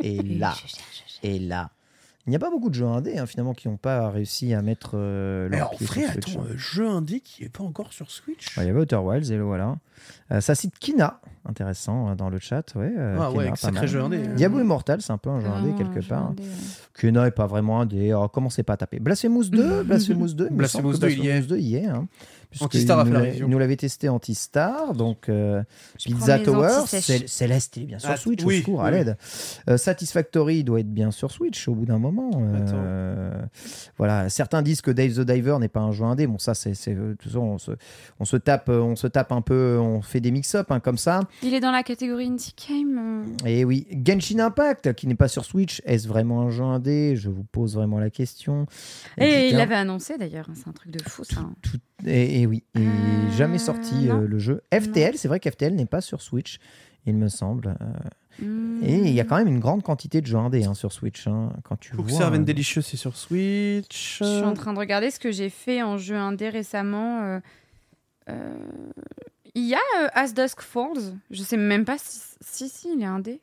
Speaker 1: et là,
Speaker 2: Je cherche, je cherche.
Speaker 1: et là. Il n'y a pas beaucoup de jeux indés, hein, finalement, qui n'ont pas réussi à mettre euh, leur
Speaker 3: Alors,
Speaker 1: pied sur
Speaker 3: frère,
Speaker 1: Switch.
Speaker 3: attends, euh, jeu indé qui est pas encore sur Switch.
Speaker 1: Ouais, Il y avait Outer Wilds, et le voilà. Euh, ça cite Kina, intéressant, hein, dans le chat. Ouais, euh,
Speaker 3: ah
Speaker 1: Kina,
Speaker 3: ouais,
Speaker 1: pas
Speaker 3: sacré
Speaker 1: mal.
Speaker 3: jeu indé.
Speaker 1: Diablo Immortal, c'est un peu Ah, un jeu indé
Speaker 2: Vraiment,
Speaker 1: quelque
Speaker 2: je
Speaker 1: part. hein.
Speaker 2: demandais, euh,
Speaker 1: Kena n'est pas vraiment indé. Alors commencez pas à taper. Blasphemous 2, Blasphemous 2, il me
Speaker 3: Blasphemous
Speaker 1: semble que
Speaker 3: 2, il y est.
Speaker 1: Blasphemous 2 il y est. hein. Puisque
Speaker 3: Antistar a
Speaker 1: il
Speaker 3: fait
Speaker 1: nous
Speaker 3: la
Speaker 1: l'a-
Speaker 3: révision.
Speaker 1: Il nous l'avait testé Antistar, donc euh,
Speaker 2: je prends
Speaker 1: Pizza
Speaker 2: mes
Speaker 1: Tower,
Speaker 2: antisèches.
Speaker 1: Cel- Celeste, il est bien sur
Speaker 3: Ah,
Speaker 1: Switch,
Speaker 3: oui,
Speaker 1: au secours, à
Speaker 3: oui.
Speaker 1: l'aide. Euh, Satisfactory, il doit être bien sur Switch au bout d'un moment. Euh, voilà, certains disent que Dave the Diver n'est pas un jeu indé. Bon, ça, c'est. c'est- euh, de toute façon, on se, on, se tape, euh, on se tape un peu, on fait des mix-up hein, comme ça.
Speaker 2: Il est dans la catégorie Indie Game. euh.
Speaker 1: Et Eh oui, Genshin Impact, qui n'est pas sur Switch, est-ce vraiment un jeu indé Je vous pose vraiment la question.
Speaker 2: Et Eh, il
Speaker 1: Etc.
Speaker 2: l'avait annoncé d'ailleurs, hein, c'est un truc de fou ça. hein.
Speaker 1: Et, et Eh, oui, et
Speaker 2: Euh,
Speaker 1: jamais sorti
Speaker 2: non.
Speaker 1: euh, le jeu. FTL, c'est vrai qu'FTL n'est pas sur Switch, il me semble. Euh, Et il y a
Speaker 2: Hmm.
Speaker 1: quand même une grande quantité de jeux indés hein, sur Switch. hein, quand tu vois,
Speaker 3: Observe
Speaker 1: euh,
Speaker 3: and Delicious, c'est sur Switch.
Speaker 2: Je suis en train de regarder ce que j'ai fait en jeu indé récemment. euh, euh, Il y a euh, As Dusk Falls. Je sais même pas si si, si il est indé.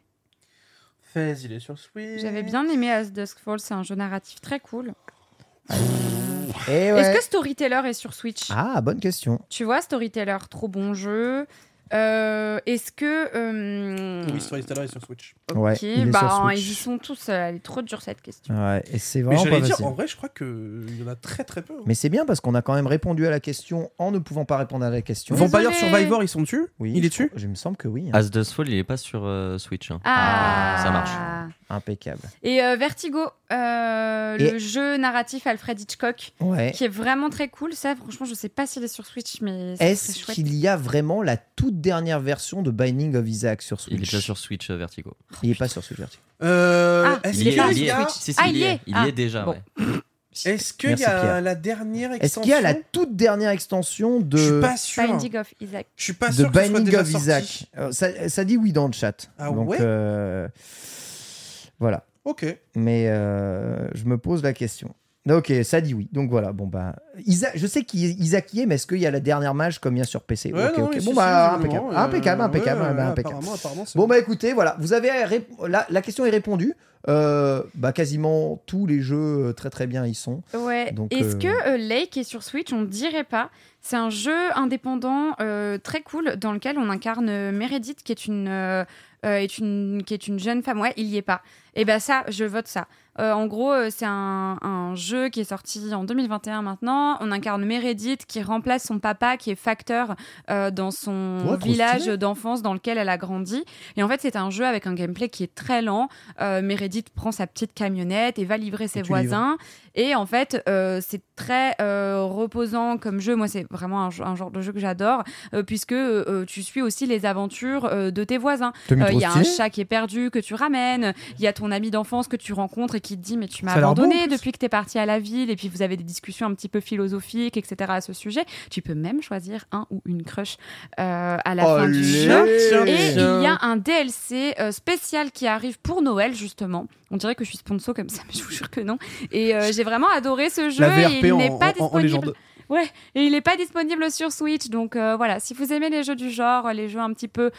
Speaker 3: Fez, il est sur Switch.
Speaker 1: Euh.
Speaker 2: J'avais bien aimé As Dusk Falls. C'est un jeu narratif très cool.
Speaker 1: eh ouais.
Speaker 2: Est-ce que Storyteller est sur Switch
Speaker 1: Ah, bonne question.
Speaker 2: Tu vois, Storyteller, trop bon jeu. Euh, Est-ce que euh,
Speaker 3: Oui, Story Stellar est sur Switch.
Speaker 2: ok,
Speaker 1: Ouais, il est
Speaker 2: bah,
Speaker 1: sur Switch.
Speaker 2: ils y sont tous. euh, Elle est trop dure cette question.
Speaker 1: Ouais, et c'est
Speaker 3: Mais
Speaker 1: vraiment
Speaker 3: j'allais
Speaker 1: pas
Speaker 3: dire,
Speaker 1: facile.
Speaker 3: en vrai, je crois qu'il y en a très très peu.
Speaker 1: Mais c'est bien parce qu'on a quand même répondu à la question en ne pouvant pas répondre à la question.
Speaker 2: Désolé.
Speaker 3: Vampire Survivor, ils sont dessus
Speaker 1: Oui,
Speaker 3: Il est
Speaker 1: je crois-
Speaker 3: dessus
Speaker 1: Je me semble que oui. hein.
Speaker 4: As Does Fall, il est pas sur euh, Switch. hein.
Speaker 2: Ah,
Speaker 4: Ça marche.
Speaker 1: Impeccable.
Speaker 2: Et euh, Vertigo, euh,
Speaker 1: Et-
Speaker 2: le jeu narratif Alfred Hitchcock,
Speaker 1: Ouais.
Speaker 2: qui est vraiment très cool. Ça, franchement, je sais pas s'il est sur Switch, mais c'est
Speaker 1: Est-ce
Speaker 2: chouette.
Speaker 1: qu'il y a vraiment la toute dernière version de Binding of Isaac sur Switch
Speaker 4: Il est déjà sur Switch euh, Vertigo.
Speaker 1: Il est pas sur Switch. Vertigo.
Speaker 3: Euh,
Speaker 2: Ah,
Speaker 3: Est-ce
Speaker 2: il est
Speaker 3: qu'il y
Speaker 2: pas
Speaker 3: a-
Speaker 2: sur
Speaker 3: il y a-
Speaker 2: Switch.
Speaker 4: Si, si,
Speaker 2: Ah,
Speaker 4: il
Speaker 2: il
Speaker 4: y
Speaker 2: y
Speaker 4: est.
Speaker 2: est.
Speaker 4: Il
Speaker 2: Ah,
Speaker 4: y est déjà.
Speaker 2: bon.
Speaker 4: ouais.
Speaker 3: Est-ce qu'il
Speaker 1: Merci,
Speaker 3: y a
Speaker 1: Pierre.
Speaker 3: la dernière extension
Speaker 1: Est-ce qu'il y a la toute dernière extension de
Speaker 3: Je suis pas sûr.
Speaker 2: Binding of Isaac.
Speaker 3: Je suis pas
Speaker 1: de
Speaker 3: sûr que ce soit
Speaker 1: Binding
Speaker 3: déjà
Speaker 1: of
Speaker 3: sorti.
Speaker 1: Isaac. Euh, Ça, ça dit oui dans le chat.
Speaker 3: Ah
Speaker 1: Donc,
Speaker 3: ouais
Speaker 1: euh, Voilà.
Speaker 3: Ok.
Speaker 1: Mais euh, je me pose la question. Ok, ça dit oui. Donc voilà, bon bah. Isa- je sais qu'Isaac y est, mais est-ce qu'il y a la dernière mage comme il y a sur PC
Speaker 3: Ouais,
Speaker 1: Ok,
Speaker 3: non,
Speaker 1: ok.
Speaker 3: mais
Speaker 1: Bon
Speaker 3: si,
Speaker 1: bah,
Speaker 3: si,
Speaker 1: impeccable.
Speaker 3: visiblement, euh,
Speaker 1: impeccable, impeccable,
Speaker 3: ouais,
Speaker 1: ah, bah,
Speaker 3: ouais,
Speaker 1: impeccable.
Speaker 3: apparemment, apparemment, c'est
Speaker 1: Bon
Speaker 3: bon.
Speaker 1: bah écoutez, voilà, vous avez rép- la, la question est répondue. Euh, bah quasiment tous les jeux euh, très très bien y sont.
Speaker 2: Ouais.
Speaker 1: Donc,
Speaker 2: Est-ce
Speaker 1: euh,
Speaker 2: que euh, Lake est sur Switch On dirait pas. C'est un jeu indépendant euh, très cool dans lequel on incarne euh, Meredith, qui est une, euh, euh, est une, qui est une jeune femme. Ouais, il y est pas. Et ben Eh ça, je vote ça. Euh, en gros, euh, c'est un, un jeu qui est sorti en 2021 maintenant. On incarne Meredith qui remplace son papa qui est facteur euh, dans son
Speaker 1: Ouais, trop
Speaker 2: village
Speaker 1: stylé.
Speaker 2: d'enfance dans lequel elle a grandi. Et en fait, c'est un jeu avec un gameplay qui est très lent. Euh, Meredith prend sa petite camionnette et va livrer ses
Speaker 1: tu
Speaker 2: voisins. Et en fait, euh, c'est très euh, reposant comme jeu. Moi, c'est vraiment un, jeu- un genre de jeu que j'adore euh, puisque euh, tu suis aussi les aventures euh, de tes voisins.
Speaker 6: T'as mis
Speaker 2: Euh,
Speaker 6: trop
Speaker 2: Il y a un
Speaker 6: stylé
Speaker 2: chat qui est perdu que tu ramènes. Il y a ton ami d'enfance que tu rencontres et qui te dit mais tu m'as
Speaker 3: Ça a l'air bon,
Speaker 2: abandonné
Speaker 3: en plus.
Speaker 2: depuis que t'es parti à la ville. Et puis vous avez des discussions un petit peu philosophiques, etc. À ce sujet, tu peux même choisir un ou une crush euh, à
Speaker 3: Oh
Speaker 2: la fin du
Speaker 1: Olé.
Speaker 2: jeu.
Speaker 1: Tiens,
Speaker 2: Et il
Speaker 1: tiens.
Speaker 2: y a un DLC euh, spécial qui arrive pour Noël justement. On dirait que je suis sponsor comme ça, mais je vous jure que non. Et euh, j'ai vraiment adoré ce jeu.
Speaker 3: La
Speaker 2: et il
Speaker 3: VRP en,
Speaker 2: n'est pas
Speaker 3: en- en- en
Speaker 2: disponible.
Speaker 3: légende.
Speaker 2: Et il n'est pas disponible sur Switch, donc euh, voilà, si vous aimez les jeux du genre, les jeux un petit peu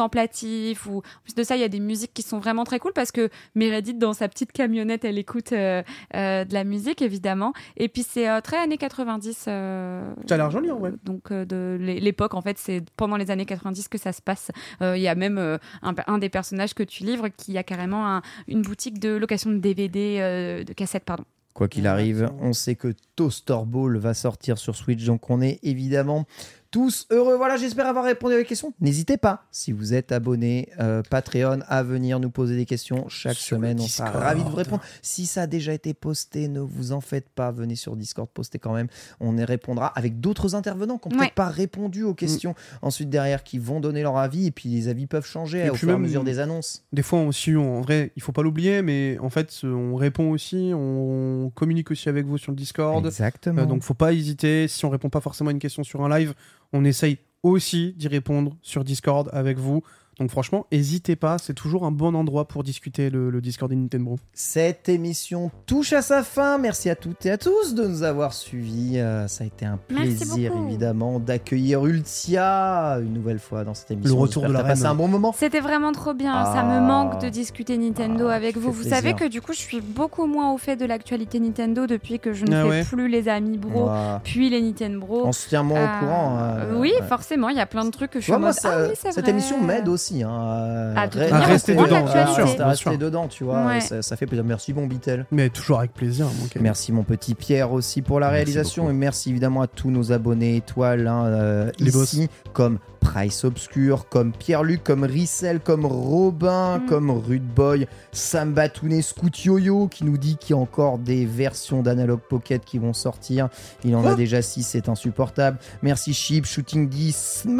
Speaker 2: contemplatifs, ou en plus de ça, il y a des musiques qui sont vraiment très cool parce que Meredith, dans sa petite camionnette, elle écoute euh, euh, de la musique, évidemment. Et puis c'est euh, très années 90. euh,
Speaker 3: T'as l'argent, Lyon, ouais.
Speaker 2: Donc euh, de l'é- l'époque, en fait, c'est pendant les années 90 que ça se passe. Euh, Il y a même euh, un, un des personnages que tu livres qui a carrément un- une boutique de location de DVD, euh, de cassettes, pardon.
Speaker 1: Quoi qu'il arrive, on sait que Toaster Ball va sortir sur Switch, donc on est évidemment tous heureux. Voilà, j'espère avoir répondu à vos questions. N'hésitez pas, si vous êtes abonné euh, Patreon, à venir nous poser des questions chaque
Speaker 3: Sur le
Speaker 1: semaine. On sera
Speaker 3: Discord.
Speaker 1: ravis de vous répondre. Si ça a déjà été posté, ne vous en faites pas. Venez sur Discord, postez quand même. On y répondra avec d'autres intervenants qui n'ont
Speaker 2: Ouais.
Speaker 1: peut-être pas répondu aux questions. Ensuite, derrière, qui vont donner leur avis. Et puis, les avis peuvent changer
Speaker 3: Mm. Et
Speaker 1: au
Speaker 3: puis
Speaker 1: fur et à
Speaker 3: même-
Speaker 1: mesure des annonces.
Speaker 3: Des fois aussi, on- en vrai, il faut pas l'oublier, mais en fait, ce- on répond aussi, on communique aussi avec vous sur le Discord.
Speaker 1: Exactement.
Speaker 3: Euh, donc faut pas hésiter. Si on répond pas forcément à une question sur un live, on essaye aussi d'y répondre sur Discord avec vous. Donc franchement, hésitez pas, c'est toujours un bon endroit pour discuter le, le Discord des Nintendo.
Speaker 1: Cette émission touche à sa fin. Merci à toutes et à tous de nous avoir suivis. Euh, ça a été un
Speaker 2: Merci
Speaker 1: plaisir,
Speaker 2: beaucoup.
Speaker 1: évidemment, d'accueillir Ultia une nouvelle fois dans cette émission.
Speaker 3: Le retour
Speaker 1: J'espère
Speaker 3: de
Speaker 1: que
Speaker 3: la
Speaker 1: t'as passé
Speaker 3: reine.
Speaker 1: un bon moment.
Speaker 2: C'était vraiment trop bien. Ça
Speaker 1: Ah.
Speaker 2: me manque de discuter Nintendo
Speaker 1: Ah,
Speaker 2: avec
Speaker 1: ça
Speaker 2: vous.
Speaker 1: fait
Speaker 2: Vous
Speaker 1: plaisir.
Speaker 2: savez que du coup, je suis beaucoup moins au fait de l'actualité Nintendo depuis que je ne
Speaker 3: Ah
Speaker 2: fais
Speaker 3: ouais.
Speaker 2: plus les amis bro,
Speaker 1: Ouah.
Speaker 2: puis les Nintendo bro.
Speaker 1: On se tient moins
Speaker 2: Euh,
Speaker 1: au courant. euh,
Speaker 2: oui,
Speaker 1: ouais.
Speaker 2: forcément, il y a plein de trucs que je
Speaker 1: Tu
Speaker 2: suis
Speaker 1: vois,
Speaker 2: en
Speaker 1: moi,
Speaker 2: mode,
Speaker 1: ça-
Speaker 2: ah oui, c'est
Speaker 1: cette
Speaker 2: vrai. Ah,
Speaker 1: émission m'aide aussi. Hein,
Speaker 2: À te
Speaker 1: ré-
Speaker 2: tenir
Speaker 3: au
Speaker 1: rester
Speaker 3: courant de
Speaker 1: dedans,
Speaker 3: l'actualité.
Speaker 1: à
Speaker 3: Bien sûr, bien
Speaker 1: rester
Speaker 3: sûr.
Speaker 1: dedans, tu vois.
Speaker 2: Ouais.
Speaker 1: et Ça, ça fait plaisir. Merci, bon Bitel.
Speaker 3: Mais toujours avec plaisir. mon Kevin.
Speaker 1: Merci mon petit Pierre aussi pour la
Speaker 4: Merci
Speaker 1: réalisation
Speaker 4: beaucoup.
Speaker 1: et merci évidemment à tous nos abonnés étoiles hein, euh,
Speaker 3: Les
Speaker 1: ici comme Price Obscur, comme Pierre-Luc, comme Rissel, comme Robin,
Speaker 2: Mm.
Speaker 1: comme Rude Boy, Sam Batounet, Scoot Yo-Yo qui nous dit qu'il y a encore des versions d'Analog Pocket qui vont sortir. Il en a
Speaker 3: Quoi
Speaker 1: déjà 6, c'est insupportable. Merci Chip, Shooting D,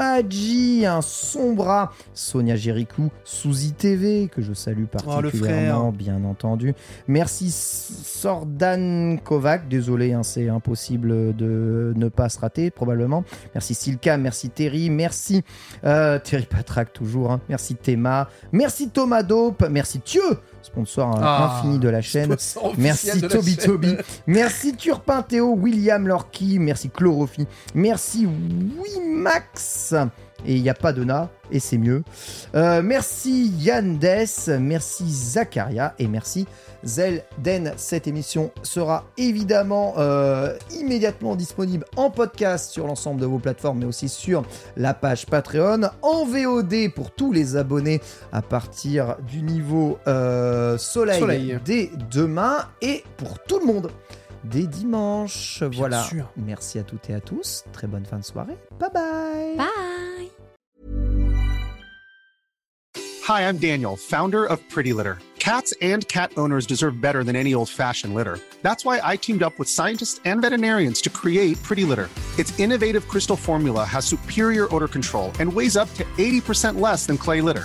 Speaker 1: Smadgy, un sombra, Sonia Jerichou, Suzy TV que je salue
Speaker 3: Oh, le frère.
Speaker 1: particulièrement bien entendu. Merci S- Sordan Kovac, désolé, hein, c'est impossible de ne pas se rater probablement. Merci Silka, merci Terry, merci euh, Terry Patrak toujours, hein. merci Théma, merci Thomas Dope, merci Thieu, sponsor euh,
Speaker 6: Ah.
Speaker 1: infini de la chaîne.
Speaker 6: Sponsor officiel
Speaker 1: Merci
Speaker 6: de la
Speaker 1: Toby
Speaker 6: chaîne.
Speaker 1: Toby, merci Turpin Théo, William Lorky, merci Chlorophy, merci Wimax, et il n'y a pas de na, et c'est mieux. Euh, merci Yann Dess, merci Zacharia, et merci Zelden. Cette émission sera évidemment euh, immédiatement disponible en podcast sur l'ensemble de vos plateformes, mais aussi sur la page Patreon, en VOD pour tous les abonnés à partir du niveau euh, soleil,
Speaker 3: Soleil.
Speaker 1: dès demain, et pour tout le monde dès dimanche. voilà.
Speaker 3: sûr.
Speaker 1: Merci à toutes et à tous. Très bonne fin de soirée. Bye bye.
Speaker 2: Bye.
Speaker 7: Hi, I'm Daniel, founder of Pretty Litter. Cats and cat owners deserve better than any old fashioned litter. That's why I teamed up with scientists and veterinarians to create Pretty Litter. Its innovative crystal formula has superior odor control and weighs up to 80% less than clay litter.